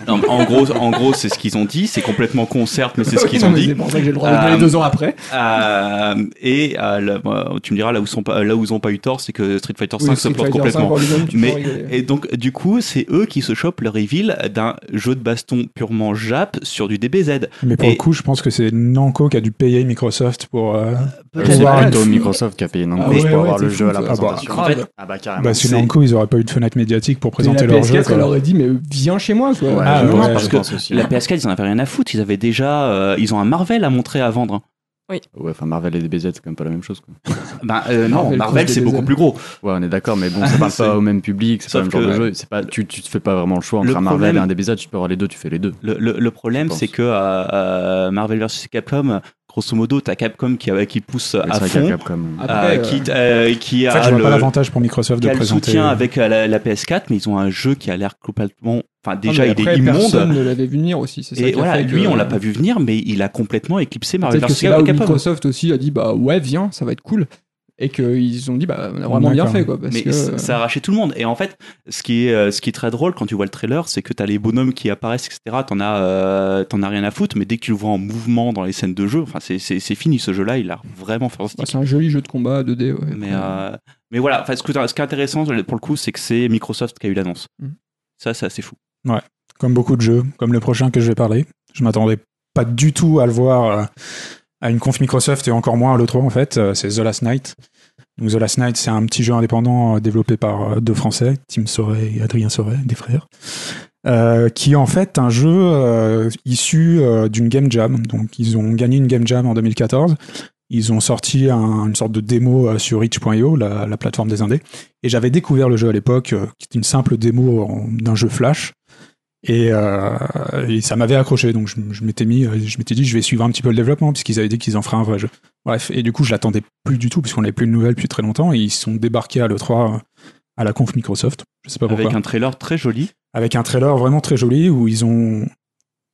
Speaker 3: Non, mais en gros, en gros, c'est ce qu'ils ont dit. C'est complètement con, certes,
Speaker 2: *laughs*
Speaker 3: mais c'est ce
Speaker 2: Oui,
Speaker 3: qu'ils
Speaker 2: non,
Speaker 3: ont
Speaker 2: mais
Speaker 3: dit.
Speaker 2: C'est pour ça que j'ai le droit de gueuler
Speaker 3: Euh,
Speaker 2: deux ans après.
Speaker 3: Euh, et euh, là, bon, tu me diras là où sont pas euh, là où ils ont pas eu tort, c'est que Street Fighter 5
Speaker 2: Oui,
Speaker 3: se
Speaker 2: Street
Speaker 3: plante
Speaker 2: Fighter
Speaker 3: complètement.
Speaker 2: 5, Horizon, tu peux
Speaker 3: Mais-
Speaker 2: rigoler.
Speaker 3: Et donc du coup, c'est eux qui se chopent le reveal d'un jeu de baston purement Jap sur du DBZ.
Speaker 1: Mais pour
Speaker 3: Et-
Speaker 1: le coup, je pense que c'est Namco qui a dû payer Microsoft pour. euh,
Speaker 4: Euh,
Speaker 1: Peut-être
Speaker 4: C'est
Speaker 1: pas.
Speaker 4: plutôt Microsoft qui a payé non
Speaker 2: Ah
Speaker 4: mais
Speaker 2: ouais,
Speaker 4: pour
Speaker 2: ouais,
Speaker 4: avoir le
Speaker 2: c'est
Speaker 4: jeu
Speaker 2: fou,
Speaker 4: à la
Speaker 2: ça.
Speaker 1: Ah bah,
Speaker 4: présentation.
Speaker 2: en fait-
Speaker 4: Ah bah carrément.
Speaker 1: Bah, si
Speaker 3: c'est-
Speaker 1: Namco, ils auraient pas eu de fenêtre médiatique pour présenter
Speaker 2: la
Speaker 1: leur
Speaker 2: PS4,
Speaker 1: jeu. quoi.
Speaker 2: elle aurait dit, mais viens chez moi, quoi.
Speaker 4: Ouais,
Speaker 1: Ah,
Speaker 4: je
Speaker 1: ouais,
Speaker 4: pense,
Speaker 1: ouais,
Speaker 4: parce
Speaker 1: je
Speaker 4: que
Speaker 3: euh, La PS4, ils en avaient rien à foutre. Ils avaient déjà, euh, ils ont un Marvel à montrer à vendre.
Speaker 5: Oui.
Speaker 4: Ouais, enfin Marvel et DBZ, c'est quand même pas la même chose. Quoi.
Speaker 3: Bah, euh, non,
Speaker 2: Marvel,
Speaker 3: Marvel,
Speaker 2: plus
Speaker 3: c'est
Speaker 2: des
Speaker 3: beaucoup
Speaker 2: ailes.
Speaker 3: plus gros.
Speaker 4: Ouais, on est d'accord,
Speaker 3: *laughs*
Speaker 4: mais bon, ça parle
Speaker 3: C'est-
Speaker 4: pas au même public, c'est pas le
Speaker 3: Sauf
Speaker 4: même genre de
Speaker 3: que-
Speaker 4: jeu. C'est pas, tu, tu te fais pas vraiment le choix
Speaker 3: Le
Speaker 4: entre un Marvel
Speaker 3: problème-
Speaker 4: et un DBZ, tu peux avoir les deux, tu fais les deux.
Speaker 3: Le, le- le problème,
Speaker 4: Je pense.
Speaker 3: c'est que euh, euh, Marvel vs Capcom, grosso modo, t'as Capcom qui, euh, qui pousse
Speaker 4: Mais
Speaker 3: à
Speaker 4: c'est vrai qu'il y
Speaker 3: fond,
Speaker 4: a Capcom.
Speaker 2: Ah,
Speaker 3: euh,
Speaker 2: Après, euh,
Speaker 3: qui, euh, qui
Speaker 1: C'est vrai
Speaker 3: a
Speaker 1: que je vois pas
Speaker 3: le,
Speaker 1: l'avantage pour Microsoft
Speaker 3: qui
Speaker 1: de
Speaker 3: a le
Speaker 1: présenter.
Speaker 3: soutien avec euh, la, la PS4, mais ils ont un jeu qui a l'air complètement. Enfin, déjà,
Speaker 2: mais
Speaker 3: il
Speaker 2: après,
Speaker 3: est immonde.
Speaker 2: Personne ne l'avait vu venir aussi. c'est ça
Speaker 3: Et
Speaker 2: qui a
Speaker 3: voilà,
Speaker 2: fait que-
Speaker 3: lui, on l'a pas vu venir, mais il a complètement éclipsé Marvel
Speaker 2: Peut-être que
Speaker 3: vs
Speaker 2: c'est là où
Speaker 3: Capcom.
Speaker 2: Microsoft aussi a dit bah ouais viens ça va être cool et qu'ils ont dit bah on a vraiment bien
Speaker 1: D'accord.
Speaker 2: fait quoi parce
Speaker 3: mais
Speaker 2: que
Speaker 3: ça- ça a arraché tout le monde. Et en fait, ce qui est, euh, ce qui est très drôle quand tu vois le trailer, c'est que t'as les bonhommes qui apparaissent, etc. T'en as, euh, t'en as rien à foutre, mais dès que tu le vois en mouvement dans les scènes de jeu, enfin, c'est- c'est c'est fini ce jeu-là, il a vraiment fait un
Speaker 2: bah,
Speaker 3: stick.
Speaker 2: c'est un joli jeu de combat 2D ouais.
Speaker 3: mais, euh, mais voilà, enfin, ce, que, ce qui est intéressant pour le coup, c'est que c'est Microsoft qui a eu l'annonce.
Speaker 2: Mhm.
Speaker 3: Ça, c'est assez fou.
Speaker 1: comme beaucoup de jeux, comme le prochain que je vais parler. Je m'attendais pas du tout à le voir euh, à une conf Microsoft et encore moins à l'E3 en fait. Euh, C'est The Last Night. Donc The Last Night, c'est un petit jeu indépendant euh, développé par euh, deux Français, Tim Sauret et Adrien Sauret, des frères, euh, qui est en fait un jeu euh, issu euh, d'une game jam. Donc ils ont gagné une game jam en 2014. Ils ont sorti un- une sorte de démo euh, sur itch.io, la, la plateforme des indés. Et j'avais découvert le jeu à l'époque, euh, qui est une simple démo en- d'un jeu Flash. Et, euh, et ça m'avait accroché, donc je, je m'étais mis, euh, je m'étais dit je vais suivre un petit peu le développement puisqu'ils avaient dit qu'ils en feraient un vrai jeu. Bref, et du coup je l'attendais plus du tout puisqu'on n'avait plus de nouvelles depuis très longtemps. Et ils sont débarqués à le 3 à la conf Microsoft. Je sais pas pourquoi
Speaker 3: Avec un trailer très joli.
Speaker 1: avec un trailer vraiment très joli où ils ont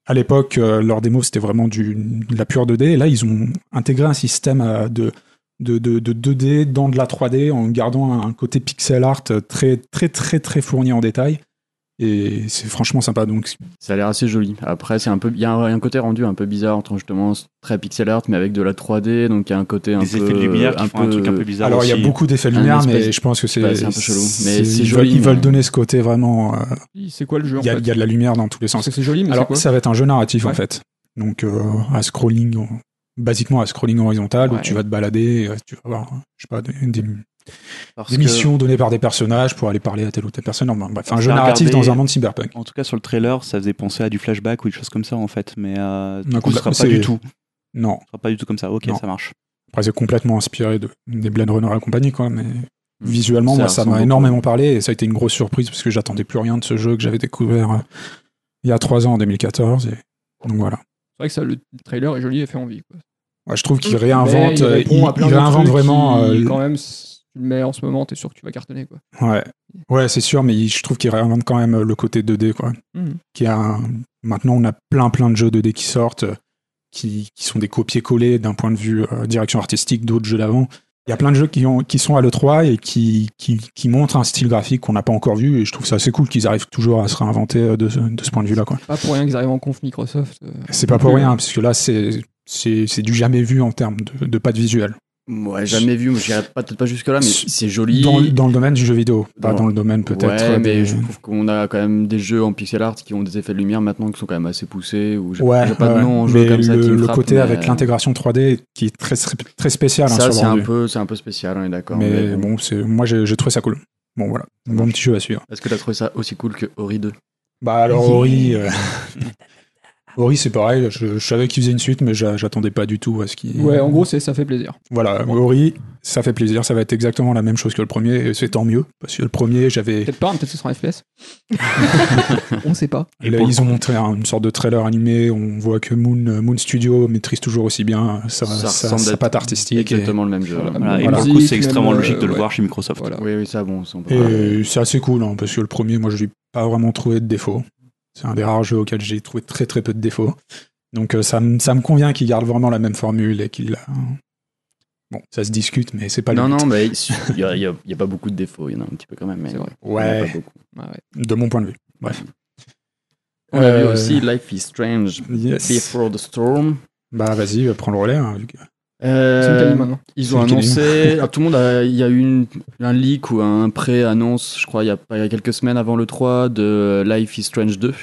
Speaker 1: à l'époque euh, leur démo c'était vraiment du, de la pure 2D et là ils ont intégré un système euh, de de, de, de 2D dans de la 3D en gardant un, un côté pixel art très très très très fourni en détail et c'est franchement sympa donc
Speaker 4: Ça a l'air assez joli. Après, c'est un peu, il y a un, un côté rendu un peu bizarre entre justement très pixel art, mais avec de la 3D, donc il y a un côté un
Speaker 3: Les
Speaker 4: peu.
Speaker 3: effets de lumière qui font un truc un peu bizarre.
Speaker 1: alors il y a
Speaker 3: aussi.
Speaker 1: beaucoup d'effets
Speaker 4: Un
Speaker 1: lumière
Speaker 4: espèce-
Speaker 1: mais je pense que c'est
Speaker 4: Ouais, c'est un peu chelou, mais
Speaker 1: c'est-
Speaker 4: c'est
Speaker 1: ils
Speaker 4: joli,
Speaker 1: veulent, ils veulent
Speaker 4: mais-
Speaker 1: donner ce côté vraiment euh,
Speaker 2: c'est quoi le jeu
Speaker 1: il y, a-
Speaker 2: en fait
Speaker 1: il y a de la lumière dans tous les sens
Speaker 2: Parce que c'est joli mais c'est
Speaker 1: Alors,
Speaker 2: quoi
Speaker 1: ça va être un jeu narratif en
Speaker 2: Ouais.
Speaker 1: fait. Donc, euh, à scrolling, en- basiquement à scrolling horizontal où
Speaker 2: Ouais.
Speaker 1: tu vas te balader, euh, tu vas voir, je sais pas, des, des- des
Speaker 3: Parce que-
Speaker 1: missions données par des personnages pour aller parler à telle ou telle personne. Enfin, bref, un
Speaker 3: Parce
Speaker 1: jeu
Speaker 3: que
Speaker 1: narratif
Speaker 3: regarder-
Speaker 1: dans un monde cyberpunk.
Speaker 3: En tout cas, sur le trailer, ça faisait penser à du flashback ou des choses comme ça, en fait. Mais euh, du
Speaker 1: Non,
Speaker 2: bah,
Speaker 3: coup, ce sera pas
Speaker 1: c'est-
Speaker 3: du tout.
Speaker 1: Non,
Speaker 3: Ce sera pas du tout comme ça. Ok,
Speaker 1: Non.
Speaker 3: ça marche.
Speaker 1: après c'est complètement inspiré de, des Blade Runner et compagnie, quoi. Mais
Speaker 2: Hmm.
Speaker 1: visuellement,
Speaker 4: Ça
Speaker 1: moi, ça
Speaker 4: ressemble
Speaker 1: m'a
Speaker 4: beaucoup.
Speaker 1: énormément parlé et ça a été une grosse surprise parce que j'attendais plus rien de ce jeu que j'avais découvert euh, il y a trois ans en 2014. Et... Donc voilà.
Speaker 2: c'est vrai que ça le trailer est joli et fait envie quoi.
Speaker 1: Ouais, je trouve qu'il
Speaker 5: Mais
Speaker 2: Hmm. Mais
Speaker 1: réinvente,
Speaker 2: il
Speaker 1: euh, il,
Speaker 2: répond à plein
Speaker 1: il
Speaker 2: de
Speaker 1: réinvente
Speaker 2: trucs
Speaker 1: vraiment
Speaker 2: qui,
Speaker 1: euh,
Speaker 2: quand même si tu le mets en ce moment t'es sûr que tu vas cartonner quoi
Speaker 1: Ouais, ouais c'est sûr, mais il- je trouve qu'il réinvente quand même le côté 2D. Quoi.
Speaker 2: Mhm.
Speaker 1: Qui a un- Maintenant, on a plein plein de jeux 2D qui sortent, euh, qui, qui sont des copier-coller d'un point de vue euh, direction artistique d'autres jeux d'avant. Il y a plein de jeux qui, ont, qui sont à l'E3 et qui, qui, qui montrent un style graphique qu'on n'a pas encore vu, et je trouve ça assez cool qu'ils arrivent toujours à se réinventer euh, de ce, de ce point de vue-là. quoi.
Speaker 2: pas pour rien qu'ils arrivent en conf Microsoft euh,
Speaker 1: C'est pas pour rien, parce que là, c'est c'est c'est du jamais vu en termes de, de pas de visuel.
Speaker 4: Ouais, jamais vu, mais j'irai pas- peut-être pas jusque là, mais c'est joli.
Speaker 1: Dans, le- dans le domaine du jeu vidéo, pas
Speaker 4: Dans-
Speaker 1: dans le domaine peut-être.
Speaker 4: Ouais,
Speaker 1: euh,
Speaker 4: mais
Speaker 1: des-
Speaker 4: je trouve qu'on a quand même des jeux en pixel art qui ont des effets de lumière maintenant qui sont quand même assez poussés. Ou j'ai
Speaker 1: Ouais,
Speaker 4: j'ai pas de
Speaker 1: ouais,
Speaker 4: nom en jeu
Speaker 1: mais
Speaker 4: comme ça
Speaker 1: le,
Speaker 4: qui me
Speaker 1: le
Speaker 4: frappe,
Speaker 1: côté
Speaker 4: mais- euh,
Speaker 1: avec l'intégration 3D qui est très très spécial hein,
Speaker 4: Ça,
Speaker 1: sur
Speaker 4: c'est
Speaker 1: le
Speaker 4: un
Speaker 1: rendu.
Speaker 4: peu, c'est un peu spécial, on est d'accord.
Speaker 1: mais,
Speaker 4: mais bon.
Speaker 1: bon, c'est moi j'ai j'ai trouvé ça cool. Bon voilà, bon petit jeu à suivre.
Speaker 4: Est-ce que t'as trouvé ça aussi cool que Ori 2
Speaker 1: Bah
Speaker 4: *laughs*
Speaker 1: alors Ori, euh, *laughs* Ori c'est pareil. Je, je savais qu'il faisait une suite, mais j'a- j'attendais pas du tout à ce qu'il.
Speaker 2: ouais en gros c'est ça fait plaisir
Speaker 1: Voilà, Ori, ça fait plaisir. Ça va être exactement la même chose que le premier, et c'est tant mieux parce que le premier j'avais.
Speaker 2: peut-être pas hein, peut-être que ce sera un FPS *laughs* on sait pas
Speaker 3: Et
Speaker 1: là,
Speaker 3: pour le
Speaker 1: ils ont montré un- une sorte de trailer animé. On voit que Moon, Moon Studio maîtrise toujours aussi bien sa, sa-
Speaker 4: ressemble
Speaker 1: sa
Speaker 4: d'être
Speaker 1: patte artistique. et-
Speaker 4: Exactement le même jeu.
Speaker 2: Voilà.
Speaker 3: Voilà, Et
Speaker 1: Voilà.
Speaker 3: pour le coup,
Speaker 2: Musique,
Speaker 3: c'est extrêmement
Speaker 2: même, euh,
Speaker 3: logique de le
Speaker 2: ouais.
Speaker 3: voir chez Microsoft.
Speaker 2: voilà
Speaker 4: Oui, oui, ça, bon, ça, on peut
Speaker 1: Et
Speaker 4: pas-
Speaker 1: euh, c'est assez cool, hein, parce que le premier, moi, je lui ai pas vraiment trouvé de défaut. C'est un des rares jeux auxquels j'ai trouvé très très peu de défauts. Donc euh, ça, me- ça me convient qu'il garde vraiment la même formule et qu'il... a- Bon, ça se discute, mais c'est pas le
Speaker 4: non,
Speaker 1: but. *laughs*
Speaker 4: non, mais il y, a- il y a- il y a pas beaucoup de défauts, il y en a un petit peu quand même. Mais
Speaker 2: C'est vrai.
Speaker 4: il y en a
Speaker 1: Ouais,
Speaker 4: pas beaucoup.
Speaker 2: Ouais, ouais.
Speaker 1: de mon point de vue. Bref.
Speaker 4: On a vu
Speaker 1: Euh,
Speaker 4: aussi Life is Strange
Speaker 1: yes.
Speaker 4: Before the Storm.
Speaker 1: Bah vas-y, euh, prends le relais. hein, Lucas.
Speaker 4: Euh,
Speaker 2: C'est une qualité, maintenant
Speaker 4: ils ont
Speaker 1: C'est une
Speaker 4: annoncé. Alors, tout le monde a. Il y a eu une- un leak ou un pré-annonce, je crois, il y, a, pas- il y a quelques semaines avant le 3 de Life is Strange 2,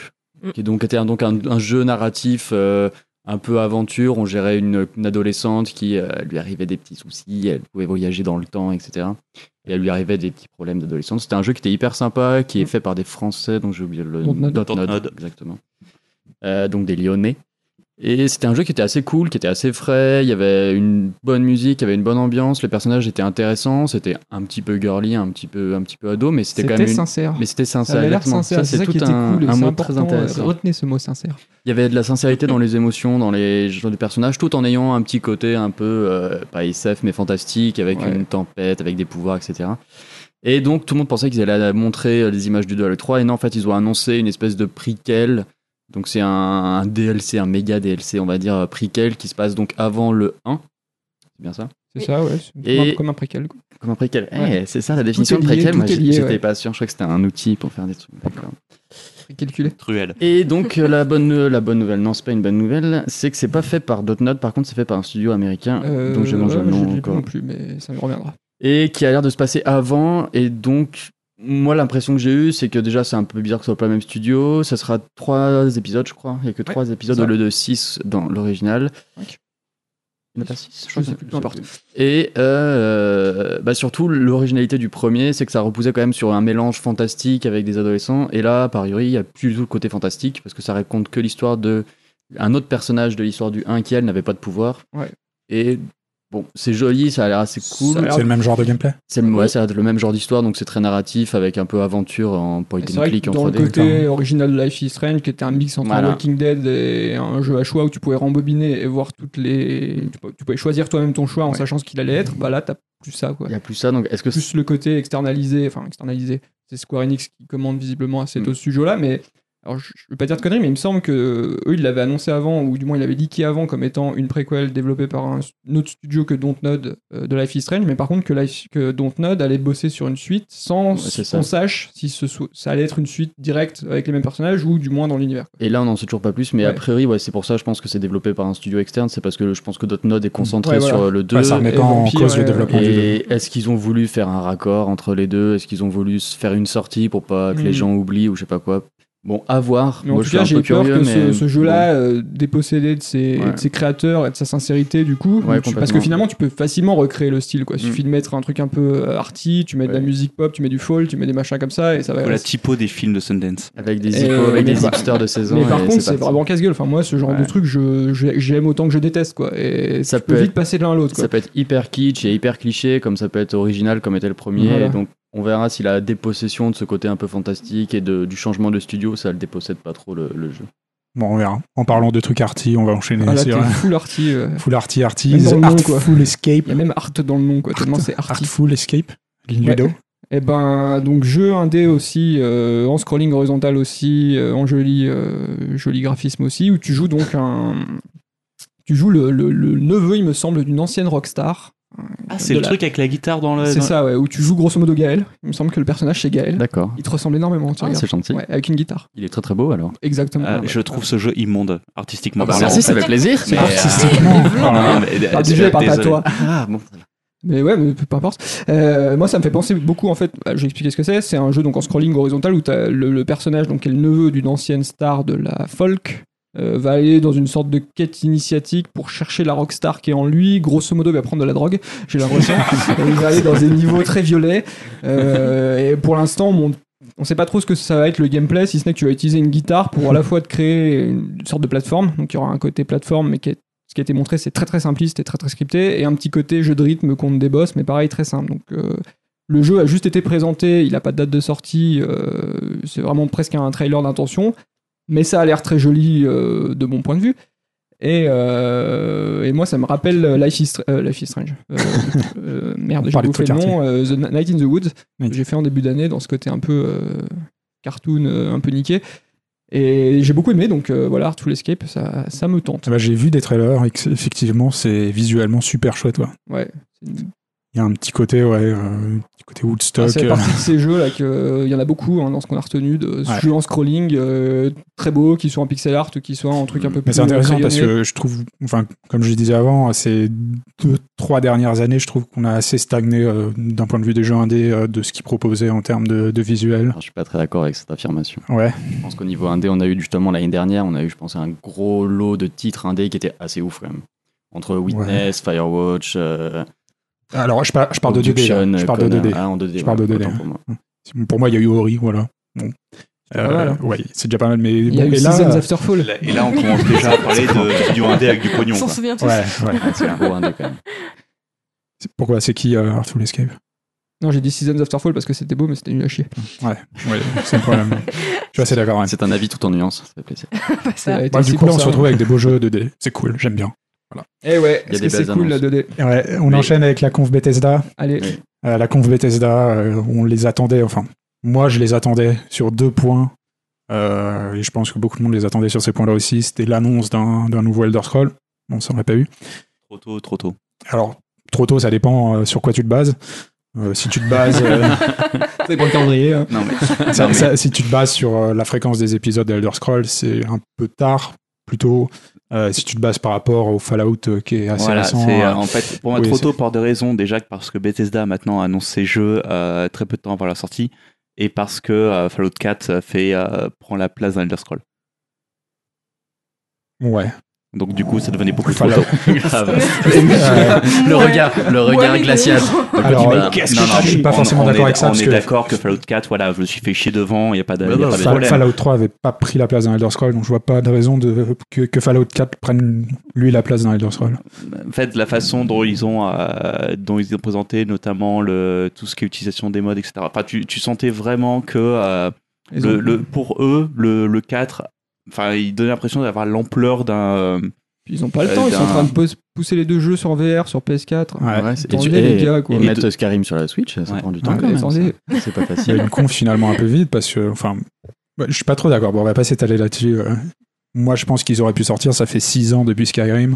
Speaker 5: Mm.
Speaker 4: qui est donc était un, donc un, un jeu narratif euh, un peu aventure. On gérait une, une adolescente qui euh, lui arrivait des petits soucis, elle pouvait voyager dans le temps, etc. Et elle lui arrivait des petits problèmes d'adolescente. C'était un jeu qui était hyper sympa, qui est fait par des Français, donc j'ai oublié le nom.
Speaker 2: Dontnod.
Speaker 4: Dontnod,
Speaker 3: Dontnod.
Speaker 4: Exactement. Euh, donc des Lyonnais. Et c'était un jeu qui était assez cool, qui était assez frais, il y avait une bonne musique, il y avait une bonne ambiance, les personnages étaient intéressants, c'était un petit peu girly, un petit peu, un petit peu ado, mais c'était quand même
Speaker 2: C'était
Speaker 4: une-
Speaker 2: sincère.
Speaker 4: Mais c'était
Speaker 2: Ça
Speaker 4: sincère,
Speaker 2: avait l'air
Speaker 4: exactement.
Speaker 2: sincère,
Speaker 4: Ça,
Speaker 2: c'est ça qui
Speaker 4: tout
Speaker 2: était
Speaker 4: un,
Speaker 2: cool. et
Speaker 4: un
Speaker 2: c'est
Speaker 4: mot
Speaker 2: important,
Speaker 4: très intéressant.
Speaker 2: euh, Retenez ce mot sincère.
Speaker 4: Il y avait de la sincérité dans les émotions, dans les jeux des personnages, tout en ayant un petit côté un peu, euh, pas SF, mais fantastique, avec
Speaker 2: Ouais.
Speaker 4: une tempête, avec des pouvoirs, etc. Et donc, tout le monde pensait qu'ils allaient montrer euh, les images du 2 à l'E3, et non, en fait, ils ont annoncé une espèce de prequel. Donc, c'est un, un DLC, un méga DLC, on va dire, euh, prequel, qui se passe donc avant le 1. C'est bien ça
Speaker 2: C'est
Speaker 5: Oui.
Speaker 2: ça, ouais. c'est
Speaker 4: Et-
Speaker 2: comme un- Comme un préquel. quoi.
Speaker 4: Comme un préquel. Eh,
Speaker 2: Ouais.
Speaker 4: c'est ça la définition
Speaker 2: est
Speaker 4: de
Speaker 2: lié,
Speaker 4: préquel
Speaker 2: tout
Speaker 4: Moi,
Speaker 2: est lié,
Speaker 4: j'étais
Speaker 2: ouais.
Speaker 4: pas sûr, je crois que c'était un outil pour faire des trucs. D'accord.
Speaker 2: Préquel culé.
Speaker 3: Truel.
Speaker 4: Et donc euh, la bonne euh, la bonne nouvelle, non c'est pas une bonne nouvelle, c'est que c'est pas fait par Dotnod, par contre c'est fait par un studio américain,
Speaker 2: Euh,
Speaker 4: donc j'ai mangé
Speaker 2: ouais,
Speaker 4: le
Speaker 2: je
Speaker 4: nom
Speaker 2: l'ai plus
Speaker 4: encore,
Speaker 2: non plus, mais ça me reviendra.
Speaker 4: et qui a l'air de se passer avant, et donc moi l'impression que j'ai eue c'est que déjà c'est un peu bizarre que ce soit pas le même studio, ça sera trois épisodes je crois, il y a que trois épisodes
Speaker 2: ça.
Speaker 4: au lieu de six dans l'original.
Speaker 2: Cinq.
Speaker 4: Il y en a pas six,
Speaker 2: Je sais plus, peu importe.
Speaker 4: et euh, bah surtout, l'originalité du premier, c'est que ça reposait quand même sur un mélange fantastique avec des adolescents. Et là, par priori, il n'y a plus du tout le côté fantastique parce que ça raconte que l'histoire de un autre personnage de l'histoire du 1 qui, elle, n'avait pas de pouvoir.
Speaker 2: Ouais.
Speaker 4: Et bon, c'est joli, ça a l'air assez
Speaker 1: C'est
Speaker 4: cool.
Speaker 1: le même genre de gameplay.
Speaker 4: C'est le, ouais, ça a le même genre d'histoire, donc c'est très narratif avec un peu aventure en point
Speaker 2: Et C'est
Speaker 4: and
Speaker 2: vrai
Speaker 4: click
Speaker 2: que
Speaker 4: en
Speaker 2: dans le
Speaker 4: 3D.
Speaker 2: côté original de Life is Strange, qui était un mix entre
Speaker 4: Voilà.
Speaker 2: un Walking Dead et un jeu à choix où tu pouvais rembobiner et voir toutes les. Tu pou- tu pouvais choisir toi-même ton choix en
Speaker 4: Ouais.
Speaker 2: sachant ce qu'il allait être, bah là t'as plus ça quoi.
Speaker 4: Il n'y a plus ça, donc est-ce que
Speaker 2: Plus le côté externalisé, enfin externalisé, c'est Square Enix qui commande visiblement assez
Speaker 4: Mm.
Speaker 2: tôt ce sujet-là, mais. Alors je je veux pas dire de conneries, mais il me semble que euh, eux ils l'avaient annoncé avant, ou du moins ils l'avaient leaké avant comme étant une préquelle développée par un, un autre studio que Dontnod euh, de Life is Strange, mais par contre que, Life, que Dontnod allait bosser sur une suite sans
Speaker 4: Ouais, c'est ça.
Speaker 2: qu'on sache si ce so- ça allait être une suite directe avec les mêmes personnages ou du moins dans l'univers. quoi.
Speaker 4: Et là, on n'en sait toujours pas plus, mais
Speaker 2: Ouais.
Speaker 4: a priori, ouais, c'est pour ça, je pense que c'est développé par un studio externe. C'est parce que je pense que Dotnod est concentré
Speaker 2: Ouais, voilà.
Speaker 4: sur le 2.
Speaker 1: Ouais, ça remet
Speaker 2: et
Speaker 1: pas en
Speaker 2: Vampire,
Speaker 1: cause le
Speaker 2: ouais,
Speaker 1: développement du jeu.
Speaker 4: Et est-ce qu'ils ont voulu faire un raccord entre les deux Est-ce qu'ils ont voulu se faire une sortie pour pas que les
Speaker 2: Hmm.
Speaker 4: gens oublient ou je sais pas quoi Bon, à voir.
Speaker 2: Mais en
Speaker 4: Moi,
Speaker 2: tout
Speaker 4: je suis
Speaker 2: cas,
Speaker 4: un peu
Speaker 2: j'ai peur
Speaker 4: curieux,
Speaker 2: que ce,
Speaker 4: mais
Speaker 2: ce jeu-là, euh, dépossédé de ses,
Speaker 4: Ouais.
Speaker 2: de ses créateurs et de sa sincérité, du coup,
Speaker 4: Ouais,
Speaker 2: tu- parce que
Speaker 4: complètement. Mm.
Speaker 2: finalement, tu peux facilement recréer le style. Quoi. Il suffit de mettre un truc un peu euh, arty, tu mets de la
Speaker 4: Ouais.
Speaker 2: musique pop, tu mets du folk, tu mets des machins comme ça, et ça va.
Speaker 3: Ou la typo des films de Sundance.
Speaker 4: bon, avec des
Speaker 2: Et-
Speaker 4: échos, avec
Speaker 2: mais
Speaker 4: des
Speaker 2: par-
Speaker 4: hipsters de saison.
Speaker 2: Mais par
Speaker 4: et
Speaker 2: contre, c'est
Speaker 4: parti.
Speaker 2: vraiment casse-gueule. Enfin, moi, ce genre de
Speaker 4: Ouais.
Speaker 2: truc, je- je- j'aime autant que je déteste, quoi. Et
Speaker 4: Ça
Speaker 2: ça peut
Speaker 4: peut
Speaker 2: vite
Speaker 4: être-
Speaker 2: passer de l'un à l'autre. quoi.
Speaker 4: Ça peut être hyper kitsch et hyper cliché, comme ça peut être original, comme était le premier.
Speaker 2: Voilà.
Speaker 4: Et donc, on verra si la dépossession de ce côté un peu fantastique et de- du changement de studio, ça le dépossède pas trop le, le jeu.
Speaker 1: Bon, on verra. En parlant de trucs arty, on va enchaîner
Speaker 2: Ah, là,
Speaker 1: sur
Speaker 2: t'es full arty. euh.
Speaker 1: Full Arty Arty,
Speaker 2: Même dans le nom, quoi.
Speaker 1: Artful Escape.
Speaker 2: Il y a même art dans le nom, quoi. Tellement c'est arty.
Speaker 1: Artful Escape, Ludo.
Speaker 2: Et ben donc jeu indé aussi, euh, en scrolling horizontal aussi, euh, en joli, euh, joli graphisme aussi, où tu joues donc un... Tu joues le, le- le neveu, il me semble, d'une ancienne rockstar.
Speaker 3: Ah,
Speaker 2: c'est
Speaker 3: c'est
Speaker 2: le
Speaker 3: le
Speaker 2: la-
Speaker 3: truc avec la guitare dans le.
Speaker 2: C'est ça, ouais, où tu joues grosso modo Gaël. Il me semble que le personnage c'est Gaël.
Speaker 4: D'accord.
Speaker 2: Il te ressemble énormément, tu
Speaker 4: Bah. Ah,
Speaker 2: regardes.
Speaker 4: c'est gentil.
Speaker 2: Ouais, avec une guitare.
Speaker 4: Il est très très beau alors.
Speaker 2: Exactement. Ouais,
Speaker 3: Euh, Ah, je
Speaker 2: ouais.
Speaker 3: trouve ce jeu immonde, artistiquement
Speaker 4: Ah bah
Speaker 3: parlant.
Speaker 4: merci, ça fait plaisir.
Speaker 2: euh,
Speaker 3: Mais,
Speaker 1: Artistiquement.
Speaker 3: Ah, mais,
Speaker 2: Ah,
Speaker 3: euh,
Speaker 2: déjà, parle pas à
Speaker 3: désolé.
Speaker 2: toi.
Speaker 4: *laughs* Ah, bon.
Speaker 2: Mais ouais, mais peu peu importe. Euh, moi, ça me fait penser beaucoup, en fait, bah, je vais expliquer ce que c'est. C'est un jeu donc en scrolling horizontal où t'as le, le personnage, donc, qui est le neveu d'une ancienne star de la folk, euh, va aller dans une sorte de quête initiatique pour chercher la rockstar qui est en lui. Grosso modo, il va prendre de la drogue, j'ai l'impression. Et il va aller dans des niveaux très violets. Euh, et pour l'instant, mon- On sait pas trop ce que ça va être le gameplay, si ce n'est que tu vas utiliser une guitare pour à la fois te créer une sorte de plateforme. Donc il y aura un côté plateforme, mais qui est ce qui a été montré, c'est très très simpliste et très très scripté, et un petit côté jeu de rythme contre des boss, mais pareil très simple. Donc euh, le jeu a juste été présenté, il n'a pas de date de sortie, euh, c'est vraiment presque un trailer d'intention, mais ça a l'air très joli euh, de mon point de vue. Et, euh, et moi, ça me rappelle Life is, Str- euh, Life is Strange. Euh, euh, merde, j'ai
Speaker 1: parlait de
Speaker 2: bouffé le
Speaker 1: trucs
Speaker 2: nom. euh, the Night in the Woods.
Speaker 1: Oui.
Speaker 2: que J'ai fait en début d'année dans ce côté un peu euh, cartoon, euh, un peu niqué. Et j'ai beaucoup aimé, donc euh, voilà, Artful Escape, ça, ça me tente.
Speaker 1: Ah bah, J'ai vu des trailers, et que c'est- effectivement, c'est visuellement super chouette. ouais.
Speaker 2: Ouais. C'est une-
Speaker 1: Il y a un petit côté, ouais, euh, un petit côté Woodstock.
Speaker 2: C'est
Speaker 1: euh,
Speaker 2: Ah, partie de ces jeux là que euh, il y en a beaucoup hein, dans ce qu'on a retenu de ce
Speaker 1: Ouais.
Speaker 2: jeu en scrolling euh, très beau, qui soit en pixel art, qui soit en truc un peu plus. euh,
Speaker 1: Mais c'est intéressant parce
Speaker 2: crayonné.
Speaker 1: que je trouve, enfin, comme je disais avant, ces deux, trois dernières années, je trouve qu'on a assez stagné euh, d'un point de vue des jeux indés, euh, de ce qu'ils proposaient en termes de, de visuel.
Speaker 4: Alors, je suis pas très d'accord avec cette affirmation.
Speaker 1: Ouais.
Speaker 4: Je pense qu'au niveau indé, on a eu justement l'année dernière, on a eu, je pense, un gros lot de titres indé qui était assez ouf quand même. Entre Witness, Firewatch, euh,
Speaker 1: Alors, je, par- je parle de 2D.
Speaker 4: Obduction,
Speaker 1: là. Je parle de
Speaker 4: Conan.
Speaker 1: 2D.
Speaker 4: Ah, en 2D.
Speaker 1: Je parle de
Speaker 4: ouais,
Speaker 1: 2D,
Speaker 4: autant pour moi.
Speaker 1: Pour moi, il y a eu Ori, voilà. Bon. Euh,
Speaker 2: pas mal, hein.
Speaker 1: Ouais, c'est déjà pas mal. Mais
Speaker 2: Il y a
Speaker 1: bon,
Speaker 2: eu
Speaker 1: et là,
Speaker 2: Seasons After Fall.
Speaker 3: Et là, on commence déjà à parler de, du 1D avec du
Speaker 5: On
Speaker 3: pognon.
Speaker 5: s'en
Speaker 3: quoi.
Speaker 5: souvient tous.
Speaker 1: ouais, ouais.
Speaker 4: Ouais, Ah, c'est un gros indé
Speaker 1: *laughs*
Speaker 4: quand même.
Speaker 1: C'est- Pourquoi C'est qui euh, Artful Escape
Speaker 2: Non, j'ai dit Seasons After Fall parce que c'était beau, mais c'était nul à chier.
Speaker 1: Ouais, ouais c'est un *laughs* problème. Je suis assez d'accord. ouais.
Speaker 4: C'est un avis tout en nuance, ça fait plaisir.
Speaker 5: Pas
Speaker 2: Ça
Speaker 5: ça.
Speaker 2: a été
Speaker 1: Bref, Bah, du
Speaker 2: aussi
Speaker 1: coup, là,
Speaker 2: pour
Speaker 1: on se
Speaker 2: ça.
Speaker 1: retrouve avec des beaux jeux 2D. C'est cool, j'aime bien.
Speaker 2: Eh ouais,
Speaker 4: Il y a
Speaker 2: est-ce
Speaker 4: des
Speaker 2: que c'est
Speaker 4: belles
Speaker 2: cool la
Speaker 4: annonces.
Speaker 2: 2D
Speaker 1: Et ouais, on
Speaker 4: Mais-
Speaker 1: enchaîne avec la conf Bethesda.
Speaker 2: Allez,
Speaker 4: Oui.
Speaker 1: Euh, la conf Bethesda, euh, on les attendait, enfin, moi je les attendais sur deux points, euh, et je pense que beaucoup de monde les attendait sur ces points-là aussi. C'était l'annonce d'un d'un nouveau Elder Scroll. Bon, ça on l'a pas eu.
Speaker 3: Trop tôt, trop tôt.
Speaker 1: Alors, trop tôt, ça dépend euh, sur quoi tu te bases. Euh, si tu te *laughs* bases, euh,
Speaker 2: c'est pour le calendrier. hein.
Speaker 3: Non,
Speaker 1: *laughs*
Speaker 3: mais.
Speaker 1: ça-
Speaker 3: non, mais-
Speaker 1: ça- si tu te bases sur euh, la fréquence des épisodes d'Elder Scrolls, c'est un peu tard, plutôt. Euh, si tu te bases par rapport au Fallout euh, qui est assez
Speaker 3: Voilà,
Speaker 1: récent,
Speaker 3: c'est
Speaker 1: euh,
Speaker 3: euh, en fait pour moi
Speaker 1: oui,
Speaker 3: trop
Speaker 1: c'est-
Speaker 3: tôt pour des raisons déjà que parce que Bethesda maintenant annonce ses jeux euh, très peu de temps avant la sortie et parce que euh, Fallout 4 fait euh, prend la place d'un Elder Scroll. euh,
Speaker 1: ouais.
Speaker 3: *laughs* Donc du coup, ça devenait beaucoup trop
Speaker 1: Fallout.
Speaker 3: tôt.
Speaker 1: *laughs* Ah, bah,
Speaker 3: Grave.
Speaker 1: Euh,
Speaker 4: le regard, le regard
Speaker 5: Ouais, mais
Speaker 4: glacial.
Speaker 5: non.
Speaker 1: Alors,
Speaker 4: Bah,
Speaker 1: qu'est-ce que
Speaker 3: Non,
Speaker 1: t'as
Speaker 3: non,
Speaker 1: dit Je suis pas
Speaker 3: on-
Speaker 1: forcément
Speaker 3: on est-
Speaker 1: d'accord avec ça,
Speaker 3: On
Speaker 1: parce
Speaker 3: est
Speaker 1: que-
Speaker 3: d'accord que Fallout 4, voilà, je me suis fait chier devant, il n'y a pas de,
Speaker 4: Ouais,
Speaker 3: y a
Speaker 4: bah,
Speaker 3: pas de
Speaker 1: Fa-
Speaker 3: problème.
Speaker 1: Fallout 3 avait pas pris la place d'un Elder Scroll, donc je vois pas de raison de, que, que Fallout 4 prenne lui la place d'un Elder Scroll.
Speaker 3: En fait, la façon dont ils ont, euh, dont ils ont présenté, notamment le, tout ce qui est utilisation des modes, etc. Enfin, tu, tu sentais vraiment que euh,
Speaker 2: Ils
Speaker 3: le,
Speaker 2: ont-
Speaker 3: le- pour eux, le, le 4, enfin, ils donnaient l'impression d'avoir l'ampleur d'un. euh,
Speaker 2: Ils ont pas le
Speaker 3: Euh,
Speaker 2: temps, ils sont en
Speaker 3: d'un-
Speaker 2: train de pos- pousser les deux jeux sur VR, sur PS4.
Speaker 1: Ouais.
Speaker 4: Ouais, c'est- et tu,
Speaker 2: Attendez, les
Speaker 4: et-
Speaker 2: gars, quoi.
Speaker 4: et
Speaker 2: Et
Speaker 4: mettre Skyrim sur la Switch, ça
Speaker 3: Ouais.
Speaker 4: prend du temps
Speaker 1: Ouais,
Speaker 4: quand même.
Speaker 2: Ah, attendez.
Speaker 4: ça. C'est
Speaker 1: *laughs*
Speaker 4: pas
Speaker 1: Il y a
Speaker 4: facile.
Speaker 1: une conf finalement un peu vide parce que, enfin, ouais, je suis pas trop d'accord. Bon, on va pas s'étaler là-dessus. euh. Moi, je pense qu'ils auraient pu sortir. Ça fait 6 ans depuis Skyrim.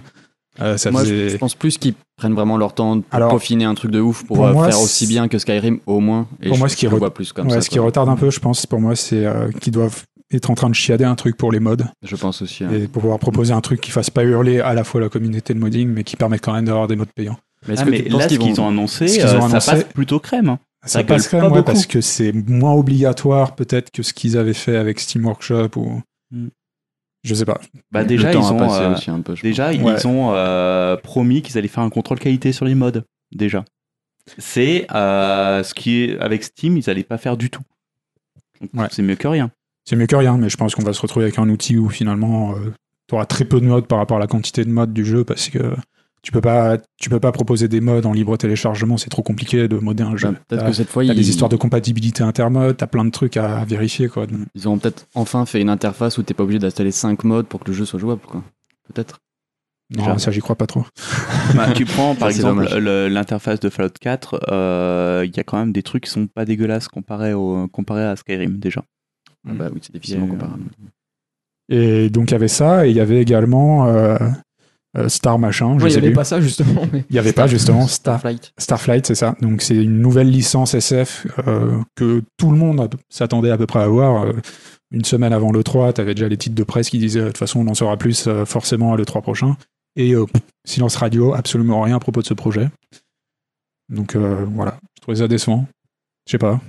Speaker 1: Euh, ça
Speaker 4: Moi, je,
Speaker 1: faisait-
Speaker 4: je pense plus qu'ils prennent vraiment leur temps de
Speaker 1: Alors,
Speaker 4: peaufiner un truc de ouf pour,
Speaker 1: pour
Speaker 4: euh,
Speaker 1: moi,
Speaker 4: faire
Speaker 1: c'est-
Speaker 4: aussi bien que Skyrim, au moins. Et
Speaker 1: Pour
Speaker 4: je,
Speaker 1: moi, ce qui
Speaker 4: je le
Speaker 1: re-
Speaker 4: vois plus comme
Speaker 1: Ouais,
Speaker 4: ça.
Speaker 1: ce
Speaker 4: quoi.
Speaker 1: qui retarde un peu, je pense, pour moi, c'est euh, qu'ils doivent être en train de chiader un truc pour les mods
Speaker 4: Je pense aussi. hein.
Speaker 1: et pour pouvoir proposer un truc qui fasse pas hurler à la fois la communauté de modding, mais qui permette quand même d'avoir des mods payants.
Speaker 4: Mais est-ce
Speaker 3: ah,
Speaker 4: que
Speaker 3: mais
Speaker 4: tu penses
Speaker 3: là, ce
Speaker 4: qu'ils
Speaker 3: qu'ils
Speaker 4: vont-
Speaker 3: ont annoncé,
Speaker 1: Ce qu'ils
Speaker 3: euh,
Speaker 1: ont
Speaker 3: ça
Speaker 1: annoncé-
Speaker 3: passe plutôt crème. hein.
Speaker 1: Ça
Speaker 3: Ça
Speaker 1: passe quand
Speaker 3: gueule
Speaker 1: même,
Speaker 3: pas
Speaker 1: ouais,
Speaker 3: beaucoup.
Speaker 1: parce que c'est moins obligatoire peut-être que ce qu'ils avaient fait avec Steam Workshop ou.
Speaker 4: Mm.
Speaker 3: Hmm.
Speaker 1: Je sais pas.
Speaker 3: Bah,
Speaker 4: le
Speaker 3: déjà, ils
Speaker 4: temps a
Speaker 3: ont,
Speaker 4: passé
Speaker 3: euh,
Speaker 4: aussi un peu, je
Speaker 3: déjà,
Speaker 1: Ouais.
Speaker 3: ils ont euh, promis qu'ils allaient faire un contrôle qualité sur les mods. Déjà. C'est euh, ce qui est avec Steam, ils n'allaient pas faire du tout. Donc,
Speaker 1: Ouais.
Speaker 3: C'est mieux
Speaker 1: *laughs*
Speaker 3: que rien.
Speaker 1: C'est mieux que rien, mais je pense qu'on va se retrouver avec un outil où finalement tu auras très peu de modes par rapport à la quantité de modes du jeu parce que tu peux pas tu peux pas proposer des modes en libre téléchargement, c'est trop compliqué de modder un
Speaker 4: pense.
Speaker 1: jeu. Ah,
Speaker 4: Bah, Peut-être
Speaker 1: T'as-
Speaker 4: que cette fois,
Speaker 1: T'as
Speaker 4: ils,
Speaker 1: des histoires de compatibilité intermode, t'as plein de trucs à vérifier quoi. Donc,
Speaker 4: ils ont peut-être enfin fait une interface où t'es pas obligé d'installer 5 modes pour que le jeu soit jouable. quoi. Peut-être.
Speaker 1: non,
Speaker 3: Déjà.
Speaker 1: ça j'y crois pas trop.
Speaker 3: Bah, tu prends par
Speaker 4: Ça, c'est
Speaker 3: exemple
Speaker 4: dommage.
Speaker 3: le- l'interface de Fallout 4, euh, il y a quand même des trucs qui sont pas dégueulasses comparé, au, comparé à
Speaker 1: *laughs*
Speaker 3: Skyrim déjà.
Speaker 4: Ah Bah oui, c'est difficilement
Speaker 3: Et, euh,
Speaker 4: comparable.
Speaker 1: Et donc il y avait ça et il y avait également euh, euh, Star machin, je
Speaker 2: Ouais, il y
Speaker 1: sais
Speaker 2: avait
Speaker 1: plus.
Speaker 2: pas ça justement. *laughs* mais-
Speaker 1: Il y avait pas justement Star
Speaker 4: Starflight.
Speaker 1: Starflight, c'est ça. Donc c'est une nouvelle licence SF euh, que tout le monde s'attendait à peu près à voir. Euh, une semaine avant l'E3, t'avais déjà les titres de presse qui disaient de toute façon on en saura plus euh, forcément à l'E3 prochain. Et euh, pff, silence radio, absolument rien à propos de ce projet. Donc euh, voilà, je trouvais ça décevant. Je sais pas.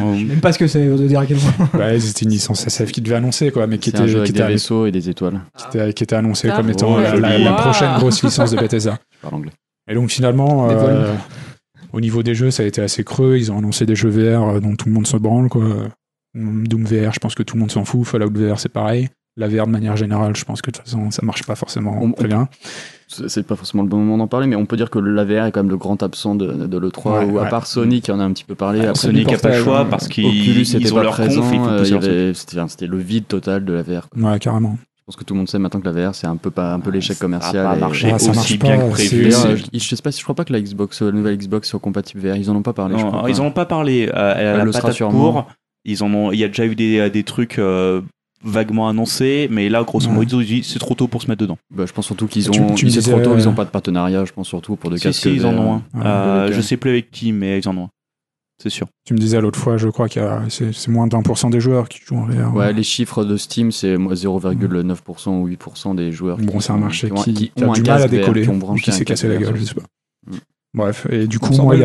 Speaker 3: Euh,
Speaker 2: Même pas ce que c'est de dire à quel point.
Speaker 1: Ouais, c'était Bah, une licence SF qui devait annoncer quoi, mais qui
Speaker 4: C'est
Speaker 1: était,
Speaker 4: un jeu
Speaker 1: qui
Speaker 4: avec
Speaker 1: était,
Speaker 4: des vaisseaux et des étoiles.
Speaker 1: qui était- qui était annoncée
Speaker 5: Ah,
Speaker 1: comme étant
Speaker 4: oh,
Speaker 1: la, la- la
Speaker 5: joli.
Speaker 1: prochaine
Speaker 5: Wow.
Speaker 1: grosse licence de Bethesda.
Speaker 4: Je parle anglais.
Speaker 1: Et donc finalement,
Speaker 2: Des
Speaker 1: euh,
Speaker 2: vols.
Speaker 1: au niveau des jeux, ça a été assez creux. Ils ont annoncé des jeux VR euh, dont tout le monde se branle. Quoi. Hum, Doom VR, je pense que tout le monde s'en fout. Fallout VR, c'est pareil. La VR de manière générale, je pense que de toute façon, ça marche pas forcément
Speaker 4: On-
Speaker 1: très bien.
Speaker 4: C'est c'est pas forcément le bon moment d'en parler, mais on peut dire que l'AVR est quand même le grand absent de, de l'E3,
Speaker 1: Ouais,
Speaker 4: ou à
Speaker 1: ouais.
Speaker 4: part Sony qui en a un petit peu parlé. après,
Speaker 3: Sonic n'a pas le
Speaker 2: portail,
Speaker 3: choix
Speaker 2: hein.
Speaker 3: parce qu'ils
Speaker 4: Oculus
Speaker 3: ils
Speaker 4: était
Speaker 3: ont
Speaker 4: pas
Speaker 3: leur conf, ils
Speaker 4: présent,
Speaker 3: font
Speaker 4: euh, il
Speaker 3: pousser
Speaker 4: y
Speaker 3: leur truc.
Speaker 4: avait- c'était c'était le vide total de l'AVR.
Speaker 1: Ouais, carrément.
Speaker 4: Je pense que tout le monde sait maintenant que l'AVR c'est un peu pas un peu l'échec
Speaker 3: Ah, Ça a
Speaker 4: commercial.
Speaker 3: pas
Speaker 4: et-
Speaker 3: marché
Speaker 1: Ah, ça
Speaker 3: aussi
Speaker 1: marche
Speaker 3: bien
Speaker 1: pas,
Speaker 3: que prévu.
Speaker 4: D'ailleurs,
Speaker 1: c'est-
Speaker 4: euh, je, je sais pas si je crois pas que la Xbox, euh, la nouvelle Xbox soit compatible VR. Ils en ont pas parlé. je
Speaker 3: Non,
Speaker 1: ah,
Speaker 4: crois pas.
Speaker 3: ils n'en ont pas parlé. euh, elle a
Speaker 4: Elle
Speaker 3: la
Speaker 4: le sera
Speaker 3: patate
Speaker 4: sûrement.
Speaker 3: pour. Ils en ont, il y a déjà eu des, des trucs euh, vaguement annoncés, mais là, grosso
Speaker 1: Ouais.
Speaker 3: modo, ils ont dit c'est trop tôt pour se mettre dedans.
Speaker 4: Bah, je pense surtout qu'ils
Speaker 1: Tu-
Speaker 4: ont.
Speaker 1: tu me
Speaker 4: ils- c'est
Speaker 1: disais,
Speaker 4: trop tôt,
Speaker 1: euh,
Speaker 4: ils ont pas de partenariat. Je pense surtout pour de
Speaker 3: Si,
Speaker 4: casques.
Speaker 3: si, ils en
Speaker 4: VR.
Speaker 3: ont un.
Speaker 1: Ah,
Speaker 3: Euh,
Speaker 4: lequel
Speaker 3: je sais plus avec qui, mais ils en ont un. C'est sûr.
Speaker 1: Tu me disais l'autre fois, je crois qu'il y a c'est c'est moins d'un pour cent des joueurs qui jouent en VR.
Speaker 4: Ouais, les chiffres de Steam, c'est moi, 0,9% ou 8% des joueurs. qui
Speaker 1: Bon, c'est un
Speaker 4: ont-
Speaker 1: marché
Speaker 4: qui ont,
Speaker 1: qui,
Speaker 4: qui
Speaker 1: qui a
Speaker 4: ont un
Speaker 1: du mal à
Speaker 4: casque VR,
Speaker 1: décoller
Speaker 4: qui ont
Speaker 1: ou
Speaker 4: branché
Speaker 1: qui
Speaker 4: un
Speaker 1: s'est
Speaker 4: casque
Speaker 1: cassé la
Speaker 4: VR.
Speaker 1: gueule, je sais pas.
Speaker 4: Mm.
Speaker 1: Bref, et du
Speaker 2: On
Speaker 1: coup,
Speaker 2: s'en
Speaker 1: moi,
Speaker 2: bat
Speaker 1: il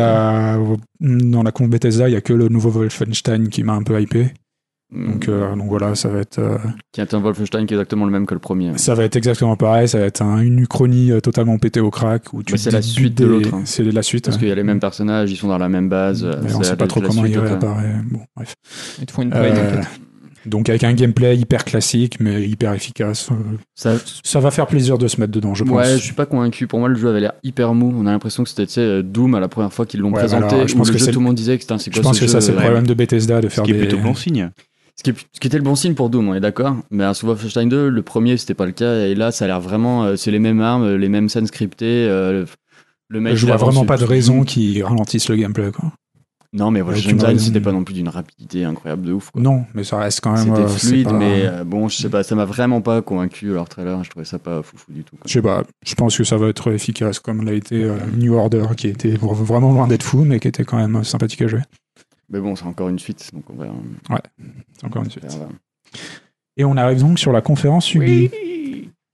Speaker 1: y a dans la conf Bethesda, il y a que le nouveau Wolfenstein qui m'a un peu hypé.
Speaker 4: Mm.
Speaker 1: Donc, euh, donc voilà, ça va être euh,
Speaker 4: Hmm. Qui est un Wolfenstein qui est exactement le même que le premier.
Speaker 1: ça va être exactement pareil. Ça va être un- une uchronie euh, totalement pétée au crack où tu
Speaker 4: Bah, c'est la
Speaker 1: dis-
Speaker 4: suite de
Speaker 1: des-
Speaker 4: l'autre, hein.
Speaker 1: C'est la suite.
Speaker 4: Parce
Speaker 1: ouais.
Speaker 4: qu'il y a les mêmes personnages, ils sont dans la même base. euh,
Speaker 1: Mais
Speaker 4: c'est
Speaker 1: on sait
Speaker 4: la-
Speaker 1: pas trop
Speaker 4: la
Speaker 1: comment
Speaker 4: suite euh,
Speaker 1: il
Speaker 4: totale.
Speaker 1: réapparaît. Bon, bref.
Speaker 2: *laughs* Ils te font une plaie,
Speaker 1: Euh,
Speaker 2: en fait.
Speaker 1: donc avec un gameplay hyper classique mais hyper efficace. euh,
Speaker 4: Ça-
Speaker 1: Ça va faire plaisir de se mettre dedans, je pense.
Speaker 4: Ouais, je suis pas convaincu. Pour moi, le jeu avait l'air hyper mou. On a l'impression que c'était tu sais, euh, Doom à la première fois qu'ils l'ont
Speaker 1: Ouais, bah
Speaker 4: présenté.
Speaker 1: alors, je
Speaker 4: où
Speaker 1: pense
Speaker 4: le
Speaker 1: que
Speaker 4: jeu,
Speaker 1: c'est
Speaker 4: tout le monde disait que c'était un euh,
Speaker 1: Je pense que ça, c'est le problème de Bethesda de
Speaker 3: Ce
Speaker 1: faire
Speaker 3: qui est
Speaker 1: des.
Speaker 3: plutôt bon signe.
Speaker 4: Ce qui, est- ce qui était le bon signe pour Doom, on est d'accord. Mais à Wolfenstein 2, le premier, c'était pas le cas. Et là, ça a l'air vraiment. euh, c'est les mêmes armes, les mêmes scènes scriptées. euh, le mec.
Speaker 1: je
Speaker 4: il
Speaker 1: vois
Speaker 4: avance
Speaker 1: vraiment
Speaker 4: sur-
Speaker 1: pas de raison qui ralentisse le gameplay. Quoi.
Speaker 4: Non, mais
Speaker 1: Aucune
Speaker 4: Wolfenstein,
Speaker 1: raison.
Speaker 4: c'était pas non plus d'une rapidité incroyable de ouf. quoi.
Speaker 1: Non, mais ça reste quand même.
Speaker 4: C'était
Speaker 1: euh, c'est
Speaker 4: fluide,
Speaker 1: pas-
Speaker 4: mais euh, bon, je sais pas, ça m'a vraiment pas convaincu leur trailer. Je trouvais ça pas foufou du tout. quoi.
Speaker 1: Je sais pas, je pense que ça va être efficace comme l'a été euh, New Order qui était vraiment loin d'être fou mais qui était quand même euh, sympathique à jouer.
Speaker 4: Mais bon, c'est encore une suite, donc on euh, verra.
Speaker 1: C'est encore une
Speaker 4: On
Speaker 1: suite.
Speaker 4: verra.
Speaker 1: Et on arrive donc sur la conférence Ubi.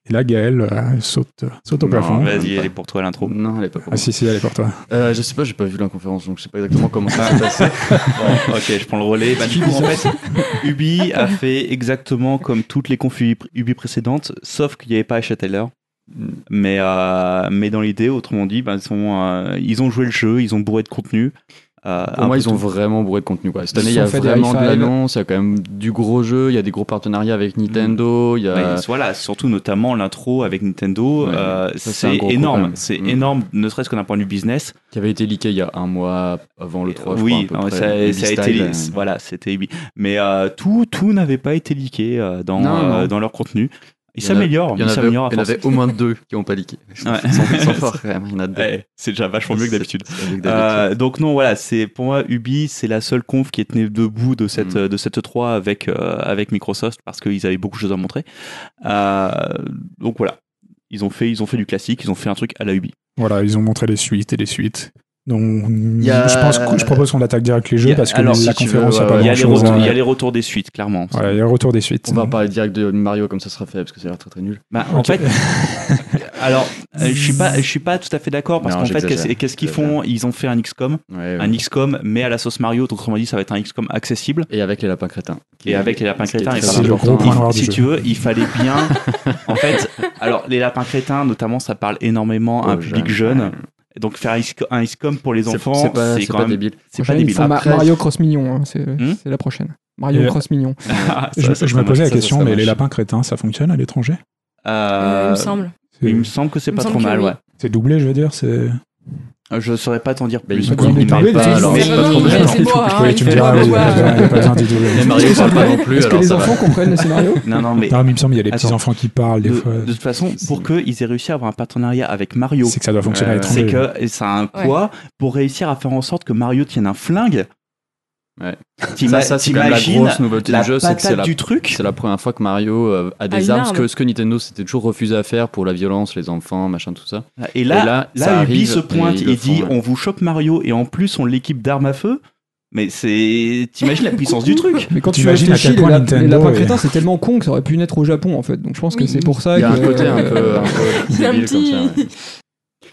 Speaker 1: Et là, Gaël euh, saute, saute au
Speaker 4: Non,
Speaker 1: plafond.
Speaker 4: ouais.
Speaker 3: Vas-y, elle est pour toi l'intro.
Speaker 4: Non, elle est pas pour
Speaker 1: Ah si, si, elle est pour toi.
Speaker 4: moi. Euh, je sais pas, j'ai pas vu la conférence, donc je sais pas exactement comment ça s'est passé.
Speaker 3: Ah. *laughs* Bon, ok, je prends le relais. Bah, du coup, en fait, Ubi a fait exactement comme toutes les confs Ubi- Ubi précédentes, sauf qu'il n'y avait pas Aisha Taylor. Mais, euh, mais dans l'idée, autrement dit, bah, ils, sont, euh, ils ont joué le jeu, ils ont bourré de contenu. Euh,
Speaker 4: Pour
Speaker 3: un
Speaker 4: moi,
Speaker 3: peu
Speaker 4: ils ont
Speaker 3: tout.
Speaker 4: vraiment bourré de contenu. Quoi. Cette
Speaker 2: Ils
Speaker 4: année, il y
Speaker 2: ont
Speaker 4: a
Speaker 2: fait des
Speaker 4: vraiment de
Speaker 2: high five.
Speaker 4: l'annonce, il y a quand même du gros jeu, il y a des gros partenariats avec Nintendo, il y
Speaker 3: Mais
Speaker 4: a.
Speaker 3: voilà, surtout notamment l'intro avec Nintendo,
Speaker 4: euh, Ouais,
Speaker 3: euh,
Speaker 4: ça, c'est un
Speaker 3: c'est
Speaker 4: gros coup, quand
Speaker 3: énorme.
Speaker 4: même.
Speaker 3: C'est
Speaker 4: Mm.
Speaker 3: énorme, ne serait-ce que d'un point de vue business.
Speaker 4: qui avait été leaké il y a un mois avant le 3. je
Speaker 3: oui,
Speaker 4: crois, à peu
Speaker 3: non,
Speaker 4: près.
Speaker 3: ça,
Speaker 4: Ubi
Speaker 3: ça a
Speaker 4: Style,
Speaker 3: été. li-
Speaker 4: euh,
Speaker 3: Voilà, c'était Ubi. Mais euh, tout, tout n'avait pas été leaké euh, dans,
Speaker 4: Non, non.
Speaker 3: euh, dans leur contenu. Ils
Speaker 4: Il y en a-
Speaker 3: s'améliorent,
Speaker 4: Il y en
Speaker 3: ils
Speaker 4: avait,
Speaker 3: s'améliorent à
Speaker 4: il y en
Speaker 3: force.
Speaker 4: avait au moins deux qui n'ont pas leaké.
Speaker 3: Ouais.
Speaker 4: Ils sont,
Speaker 3: *laughs*
Speaker 4: ils sont forts quand même, il y en a deux.
Speaker 3: Eh, c'est déjà vachement mieux que d'habitude.
Speaker 4: C'est- c'est avec
Speaker 3: Euh,
Speaker 4: d'habitude.
Speaker 3: donc non, voilà, c'est pour moi Ubi, c'est la seule conf qui est tenue debout de cette
Speaker 4: Mm.
Speaker 3: euh, de cette 3 avec euh, avec Microsoft parce qu'ils avaient beaucoup de choses à montrer. Euh, donc voilà, ils ont fait ils ont fait du classique, ils ont fait un truc à la Ubi.
Speaker 1: Voilà, ils ont montré les suites et les suites. Donc,
Speaker 4: y a-
Speaker 1: je, pense que- je propose qu'on attaque direct les jeux
Speaker 3: Il y a-
Speaker 1: parce que
Speaker 3: alors,
Speaker 1: la
Speaker 3: si tu
Speaker 1: conférence
Speaker 4: veux,
Speaker 1: a
Speaker 4: ouais,
Speaker 1: pas
Speaker 4: ouais,
Speaker 3: il y a
Speaker 1: grand
Speaker 3: les
Speaker 1: chose.
Speaker 3: retours, il y a les retours des suites clairement.
Speaker 1: il y a le retour des suites.
Speaker 4: On va parler direct de Mario comme ça sera fait parce que ça a l'air très très nul.
Speaker 3: Bah, en fait,
Speaker 1: *laughs*
Speaker 3: alors euh, je suis pas je suis pas tout à fait d'accord parce
Speaker 4: Non,
Speaker 3: qu'en fait
Speaker 4: j'exagère,
Speaker 3: qu'est-ce qu'est-ce qu'ils font
Speaker 4: j'exagère.
Speaker 3: Ils ont fait un XCOM, un XCOM mais à la sauce Mario, donc autrement dit ça va être un XCOM accessible.
Speaker 4: Et avec les lapins crétins.
Speaker 3: Et avec les lapins
Speaker 4: Ce qui est
Speaker 3: crétins,
Speaker 4: très
Speaker 3: et c'est
Speaker 1: le
Speaker 4: important.
Speaker 1: gros point
Speaker 3: Il-
Speaker 1: noir du
Speaker 3: si
Speaker 1: jeu.
Speaker 3: tu veux, il fallait
Speaker 1: *laughs*
Speaker 3: bien. en fait, alors les lapins crétins, notamment, ça parle énormément à un
Speaker 4: Aux
Speaker 3: public
Speaker 4: jeunes.
Speaker 3: jeune. Donc faire un isco- un ISCOM pour les
Speaker 4: C'est-
Speaker 3: enfants,
Speaker 4: c'est pas,
Speaker 3: c'est
Speaker 4: c'est
Speaker 3: quand
Speaker 4: pas
Speaker 3: même.
Speaker 4: débile.
Speaker 3: C'est pas
Speaker 2: Prochaine, ils
Speaker 3: débile. hein. *laughs*
Speaker 2: font Ma-
Speaker 4: Après-
Speaker 2: Mario Cross Mignon, hein, c'est
Speaker 3: Hmm
Speaker 2: c'est la prochaine. Mario
Speaker 1: Et-
Speaker 2: Cross Mignon.
Speaker 3: Ah, ça,
Speaker 1: Je,
Speaker 3: ça
Speaker 1: je
Speaker 3: serait
Speaker 1: me posais la
Speaker 4: ça, ça
Speaker 1: question,
Speaker 4: serait
Speaker 1: mais les
Speaker 4: moche.
Speaker 1: lapins crétins, ça fonctionne à l'étranger
Speaker 3: mal.
Speaker 5: Euh,
Speaker 3: Euh,
Speaker 5: il me semble.
Speaker 3: il me
Speaker 1: C'est-
Speaker 3: semble que c'est
Speaker 5: Il me
Speaker 3: pas trop
Speaker 5: semble que
Speaker 3: mal,
Speaker 5: oui.
Speaker 3: ouais.
Speaker 1: C'est doublé, je veux dire. C'est.
Speaker 3: Euh, Je saurais pas t'en dire
Speaker 4: Mais
Speaker 3: plus.
Speaker 4: ils-
Speaker 3: parce
Speaker 1: ils
Speaker 3: qu'il
Speaker 1: parlent
Speaker 3: parle
Speaker 1: pas, alors,
Speaker 3: pas, alors,
Speaker 1: mais
Speaker 3: c'est pas trop
Speaker 1: mais
Speaker 3: bien.
Speaker 1: c'est Oui, tu me
Speaker 5: fait
Speaker 1: diras,
Speaker 5: pas
Speaker 1: oui,
Speaker 5: beau, hein.
Speaker 1: il n'y a pas besoin d'y doubler.
Speaker 4: Et Mario
Speaker 2: Est-ce
Speaker 4: parle pas
Speaker 2: que-
Speaker 4: non plus,
Speaker 2: Est-ce que
Speaker 4: alors
Speaker 2: les
Speaker 4: ça
Speaker 2: enfants
Speaker 4: va.
Speaker 2: comprennent
Speaker 3: *laughs*
Speaker 2: le scénario
Speaker 3: *laughs* Non, non, mais
Speaker 1: Non, mais il me semble qu'il y a les
Speaker 3: Attends.
Speaker 1: petits enfants qui parlent des
Speaker 3: de,
Speaker 1: fois.
Speaker 3: de toute façon, pour qu'ils aient réussi à avoir un partenariat avec Mario,
Speaker 1: C'est que ça doit fonctionner à
Speaker 4: Ouais,
Speaker 1: l'étranger.
Speaker 3: c'est que et ça a un poids pour réussir à faire en sorte que Mario tienne un flingue.
Speaker 4: Ouais.
Speaker 3: T'ima-
Speaker 4: Ça, ça, c'est quand même la
Speaker 3: t'imagines
Speaker 4: grosse nouveauté
Speaker 3: la
Speaker 4: du jeu, c'est que c'est
Speaker 3: patate
Speaker 4: la,
Speaker 3: du truc.
Speaker 4: c'est la première fois que Mario euh, a des
Speaker 5: Ah, une
Speaker 4: armes, ce
Speaker 5: arme.
Speaker 4: que, ce que Nintendo s'était toujours refusé à faire pour la violence, les enfants, machin, tout ça.
Speaker 3: Et
Speaker 4: Et
Speaker 3: là,
Speaker 4: là,
Speaker 3: Là,
Speaker 4: ça
Speaker 3: Ubi
Speaker 4: arrive
Speaker 3: se pointe
Speaker 4: ils
Speaker 3: et,
Speaker 4: le
Speaker 3: dit
Speaker 4: font, ouais.
Speaker 3: on vous chope Mario et en plus on l'équipe d'armes à feu. Mais c'est. T'imagines la puissance du truc
Speaker 2: Mais quand tu
Speaker 1: T'imagines à
Speaker 2: réfléchis,
Speaker 1: quel
Speaker 2: les,
Speaker 1: point
Speaker 2: lap-
Speaker 1: Nintendo
Speaker 2: les lapins
Speaker 1: est-
Speaker 2: crétins, c'est tellement con que ça aurait pu naître au Japon, en fait. Donc je pense que
Speaker 5: Oui.
Speaker 2: c'est pour ça
Speaker 4: Il y a
Speaker 2: que.
Speaker 4: un côté un peu, euh,
Speaker 5: *laughs*
Speaker 2: *laughs*
Speaker 4: un peu
Speaker 5: Il y a un
Speaker 4: débile comme
Speaker 5: petit-
Speaker 4: ça. ouais.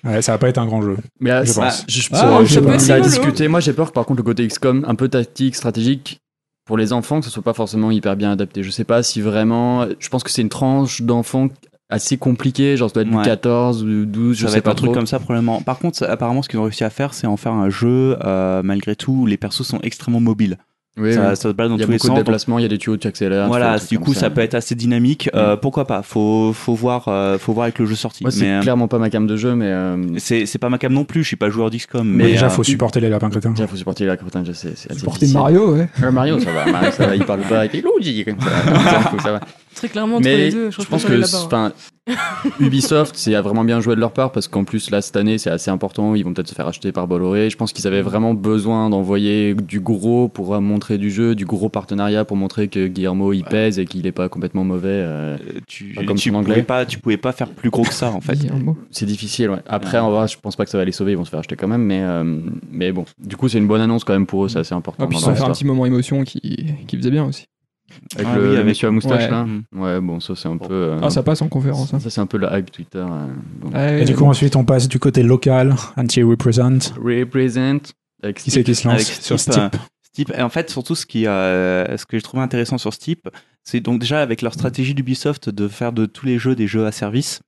Speaker 1: Ouais, ça va pas être un grand jeu.
Speaker 4: Mais là,
Speaker 1: Je
Speaker 4: ça-
Speaker 1: pense.
Speaker 4: Bah, je-
Speaker 2: Ah,
Speaker 4: pour-
Speaker 2: je sais pas,
Speaker 4: ça a
Speaker 5: c'est
Speaker 4: discuté. Moi, j'ai peur que par contre, le côté XCOM, un peu tactique, stratégique, pour les enfants, que ce soit pas forcément hyper bien adapté. Je sais pas si vraiment. Je pense que c'est une tranche d'enfants assez compliquée, genre ça doit être
Speaker 3: Ouais.
Speaker 4: du 14, du 12, *laughs* je
Speaker 3: Ça va
Speaker 4: sais
Speaker 3: être
Speaker 4: pas
Speaker 3: un truc
Speaker 4: trop.
Speaker 3: comme ça probablement. Par contre, ça- apparemment, ce qu'ils ont réussi à faire, c'est en faire un jeu euh, malgré tout où les persos sont extrêmement mobiles.
Speaker 4: Oui,
Speaker 3: ça,
Speaker 4: oui.
Speaker 3: ça se balade dans
Speaker 4: Il y a
Speaker 3: tous les
Speaker 4: beaucoup de
Speaker 3: sens. donc
Speaker 4: déplacements, il y a des tuyaux, tu accélères.
Speaker 3: voilà,
Speaker 4: tu fais des
Speaker 3: du
Speaker 4: trucs
Speaker 3: coup,
Speaker 4: comme
Speaker 3: ça. peut être assez dynamique. Euh, pourquoi pas Faut, faut voir, euh, faut voir avec le jeu sorti.
Speaker 4: Moi, c'est
Speaker 3: mais euh,
Speaker 4: clairement pas ma cam de jeu, mais. euh,
Speaker 3: c'est c'est pas ma cam non plus. Je suis pas joueur d'XCOM.
Speaker 1: Mais
Speaker 3: Mais
Speaker 1: déjà,
Speaker 3: euh,
Speaker 1: faut supporter les lapins crétins.
Speaker 4: Déjà, faut supporter la crotte, déjà, c'est c'est assez
Speaker 2: Porter
Speaker 4: difficile.
Speaker 2: Mario, ouais.
Speaker 4: Euh, Mario, ça va, Mario, ça va, il parle pas avec les Luigi, comme
Speaker 3: *laughs*
Speaker 4: ça. Ça, faut que ça va.
Speaker 5: Très clairement, entre les deux.
Speaker 4: je,
Speaker 5: Je,
Speaker 4: pense
Speaker 5: qu'on est
Speaker 4: que
Speaker 5: là-bas, ouais.
Speaker 4: enfin, Ubisoft, c'est a vraiment bien joué de leur part parce qu'en plus, là, cette année, c'est assez important. Ils vont peut-être se faire acheter par Bolloré. Je pense qu'ils avaient vraiment besoin d'envoyer du gros pour euh, montrer du jeu, du gros partenariat pour montrer que Guillermo il pèse et qu'il est pas complètement mauvais.
Speaker 3: euh,
Speaker 4: euh,
Speaker 3: tu,
Speaker 4: Pas comme
Speaker 3: tu
Speaker 4: son anglais.
Speaker 3: pouvais pas, tu pouvais pas faire plus gros que ça en fait.
Speaker 2: Dis un mot.
Speaker 4: c'est difficile. ouais. Après, on va, je pense pas que ça va les sauver. Ils vont se faire acheter quand même, mais euh, mais bon. Du coup, c'est une bonne annonce quand même pour eux. C'est assez important.
Speaker 2: Ah, puis
Speaker 4: dans
Speaker 2: ça
Speaker 4: leur
Speaker 2: fait un
Speaker 4: histoire.
Speaker 2: petit moment émotion qui, qui faisait bien aussi.
Speaker 4: Avec
Speaker 3: Ah
Speaker 4: le,
Speaker 3: oui,
Speaker 4: le
Speaker 3: avec-
Speaker 4: monsieur à moustache
Speaker 2: Ouais.
Speaker 4: là.
Speaker 1: hein.
Speaker 3: Mm.
Speaker 4: Ouais, bon, ça c'est un peu. euh,
Speaker 2: Ah, ça passe en conférence. hein.
Speaker 4: ça c'est un peu la hype Twitter. euh, bon.
Speaker 2: Ouais,
Speaker 1: Et du coup,
Speaker 2: bon.
Speaker 1: ensuite, on passe du côté local, anti-represent.
Speaker 4: Represent. avec
Speaker 1: Qui c'est qui se
Speaker 3: Avec
Speaker 1: lance sur
Speaker 3: Steep,
Speaker 1: Steam
Speaker 3: euh, type. Et en fait, surtout, ce, qui, euh, ce que j'ai trouvé intéressant sur ce type, c'est donc déjà avec leur stratégie d'Ubisoft de faire de tous les jeux des jeux à service.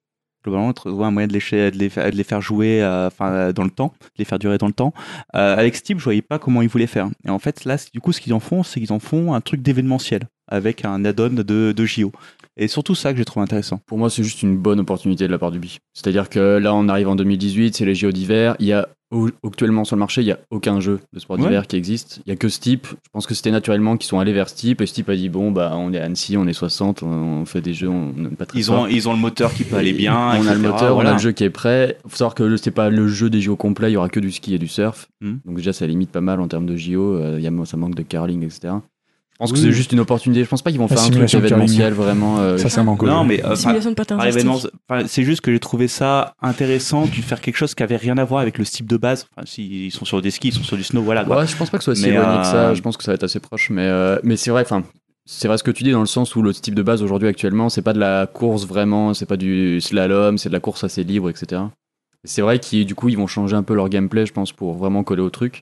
Speaker 3: Globalement, de trouver un moyen de les, fa- de les, fa- de les faire jouer euh, enfin, euh, dans le temps, de les faire durer dans le temps. Euh, avec Steam, je voyais pas comment ils voulaient faire. Et en fait, là, c- du coup, ce qu'ils en font, c'est qu'ils en font un truc d'événementiel avec un add-on de, de JO. Et surtout ça que j'ai trouvé intéressant.
Speaker 4: Pour moi, c'est juste une bonne opportunité de la part du bi. C'est-à-dire que là, on arrive en 2018, c'est les JO d'hiver. Il y a au- actuellement sur le marché, il n'y a aucun jeu de sport
Speaker 3: Ouais.
Speaker 4: d'hiver qui existe. Il n'y a que ce type. Je pense que c'était naturellement qu'ils sont allés vers ce type. Et ce type a dit Bon, bah, on est à Annecy, on est 60, on- on fait des jeux, on n'est pas très
Speaker 3: Ils
Speaker 4: fort.
Speaker 3: ont, ils ont le moteur qui peut aller
Speaker 4: Et
Speaker 3: bien.
Speaker 4: On a
Speaker 3: etc.,
Speaker 4: le moteur,
Speaker 3: voilà.
Speaker 4: on a le jeu qui est prêt. Faut savoir que le- c'est pas le jeu des JO complet, il y aura que du ski et du surf.
Speaker 3: Hmm.
Speaker 4: Donc déjà ça limite pas mal en termes de JO. euh, y a- ça manque de curling, etc. Je pense que
Speaker 1: Oui.
Speaker 4: c'est juste une opportunité. Je pense pas qu'ils vont
Speaker 1: La
Speaker 4: faire un truc
Speaker 1: simulation de curling.
Speaker 4: événementiel vraiment. euh,
Speaker 1: Ça, ça manque.
Speaker 3: Non, mais euh, enfin,
Speaker 5: Simulation de patin.
Speaker 3: par événement, enfin, c'est juste que j'ai trouvé ça intéressant de faire quelque chose qui avait rien à voir avec le style de base. Enfin, si ils sont sur des skis, ils sont sur du snow, voilà. Ah, quoi.
Speaker 4: Ouais, je pense pas que ce soit si
Speaker 3: Mais,
Speaker 4: éloigné que ça.
Speaker 3: euh,
Speaker 4: Je pense que ça va être assez proche. Mais, euh, mais c'est vrai, enfin. C'est vrai ce que tu dis dans le sens où le type de base aujourd'hui actuellement, c'est pas de la course vraiment, c'est pas du slalom, c'est de la course assez libre, etc. Et C'est vrai qu'ils du coup ils vont changer un peu leur gameplay, je pense, pour vraiment coller au truc.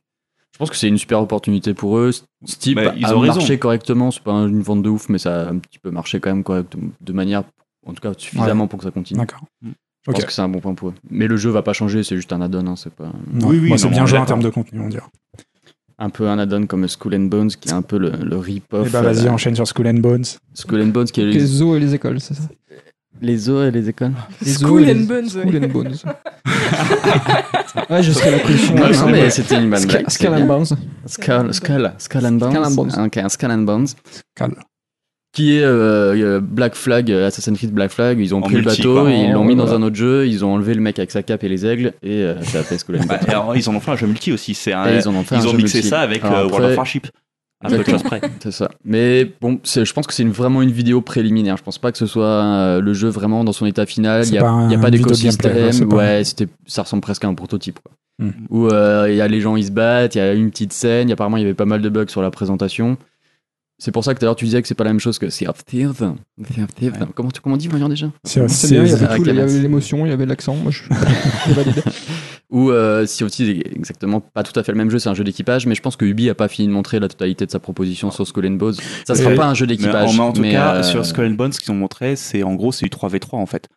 Speaker 4: Je pense que c'est une super opportunité pour eux. Ce type
Speaker 3: Bah, ils
Speaker 4: a
Speaker 3: ont raison.
Speaker 4: marché correctement, c'est pas une vente de ouf, mais ça a un petit peu marché quand même correctement, de manière, en tout cas suffisamment pour que ça continue.
Speaker 1: D'accord.
Speaker 4: Je pense
Speaker 1: Ok.
Speaker 4: que c'est un bon point pour eux. Mais le jeu va pas changer, c'est juste un add-on, hein, c'est pas.
Speaker 1: Non,
Speaker 3: Oui, oui,
Speaker 1: moi, c'est
Speaker 3: non,
Speaker 1: bien
Speaker 3: mais
Speaker 1: joué en
Speaker 3: d'accord.
Speaker 1: termes de contenu, on dirait.
Speaker 4: un peu un add-on comme Skull and Bones qui est un peu le, le
Speaker 1: Eh
Speaker 4: rip-off.
Speaker 2: ben,
Speaker 1: bah, vas-y,
Speaker 4: euh,
Speaker 1: enchaîne sur School and Bones.
Speaker 4: Skull and Bones qui est
Speaker 2: Les
Speaker 4: les,
Speaker 2: zoos et les écoles, c'est ça
Speaker 4: les os et les écoles.
Speaker 2: Les
Speaker 5: School
Speaker 2: zoos et
Speaker 5: and
Speaker 2: les-
Speaker 5: Bones,
Speaker 2: School
Speaker 5: ouais.
Speaker 2: and Bones.
Speaker 5: *laughs*
Speaker 2: ouais, je serais la collection.
Speaker 4: Non, non, mais
Speaker 2: Skull-
Speaker 4: c'était une bonne blague. c'est
Speaker 2: Skull and
Speaker 4: bien.
Speaker 2: Bones.
Speaker 4: Skull, Skull, Skull and Bones.
Speaker 2: Skull and Bones.
Speaker 4: Ok, un Skull and Bones.
Speaker 1: Cal.
Speaker 4: Qui est euh, euh, Black Flag, euh, Assassin's Creed Black Flag. Ils ont
Speaker 3: En
Speaker 4: pris
Speaker 3: multi,
Speaker 4: le bateau,
Speaker 3: quoi. Oh
Speaker 4: ils l'ont
Speaker 2: En-
Speaker 4: mis dans
Speaker 2: voilà.
Speaker 4: un autre jeu, ils ont enlevé le mec avec sa cape et les aigles, et euh, ça a
Speaker 3: *laughs*
Speaker 4: fait Skull and
Speaker 3: Bah,
Speaker 4: Bones.
Speaker 3: et alors, ils en ont fait un jeu multi aussi. C'est un-
Speaker 4: Et
Speaker 3: ils,
Speaker 4: en fait un
Speaker 3: ont
Speaker 4: jeu
Speaker 3: mixé
Speaker 4: multi.
Speaker 3: ça avec
Speaker 4: Alors
Speaker 3: euh, World of
Speaker 4: après,
Speaker 3: Warship. Un peu de choses près.
Speaker 4: C'est ça. Mais bon, c'est- je pense que c'est une- vraiment une vidéo préliminaire. Je pense pas que ce soit euh, le jeu vraiment dans son état final.
Speaker 1: C'est
Speaker 4: Il n'y a,
Speaker 1: pas un
Speaker 4: il y a pas
Speaker 1: vidéo gameplay, hein, c'est
Speaker 4: d'écosystème.
Speaker 1: pas-
Speaker 4: Ouais, c'était, ça ressemble presque à un prototype. Quoi.
Speaker 1: Hmm.
Speaker 4: Où euh, il y a les gens, ils se battent, il y a une petite scène. il y a- apparemment, il y avait pas mal de bugs sur la présentation. C'est pour ça que tout à l'heure tu disais que c'est pas la même chose que Sea of Thieves. Sea of Thieves. Comment, tu- comment on dit, voyons déjà
Speaker 1: C'est
Speaker 2: C'est bien, il y
Speaker 1: c'est-
Speaker 2: avait
Speaker 4: Ah,
Speaker 2: tout, il y
Speaker 4: Kamas.
Speaker 2: avait l'émotion, il y avait l'accent. Moi, je je valide.
Speaker 4: Ou euh, si aussi c'est exactement pas tout à fait le même jeu, c'est un jeu d'équipage, mais je pense que Ubi a pas fini de montrer la totalité de sa
Speaker 1: Ah.
Speaker 4: proposition sur Skull and Bones. Ça sera
Speaker 1: Et-
Speaker 4: pas un jeu
Speaker 3: Mais
Speaker 4: d'équipage.
Speaker 3: en, mais en tout
Speaker 4: mais,
Speaker 3: cas,
Speaker 4: euh,
Speaker 3: sur Skull and Bones, ce qu'ils ont montré, c'est en gros, c'est du 3v3 en fait.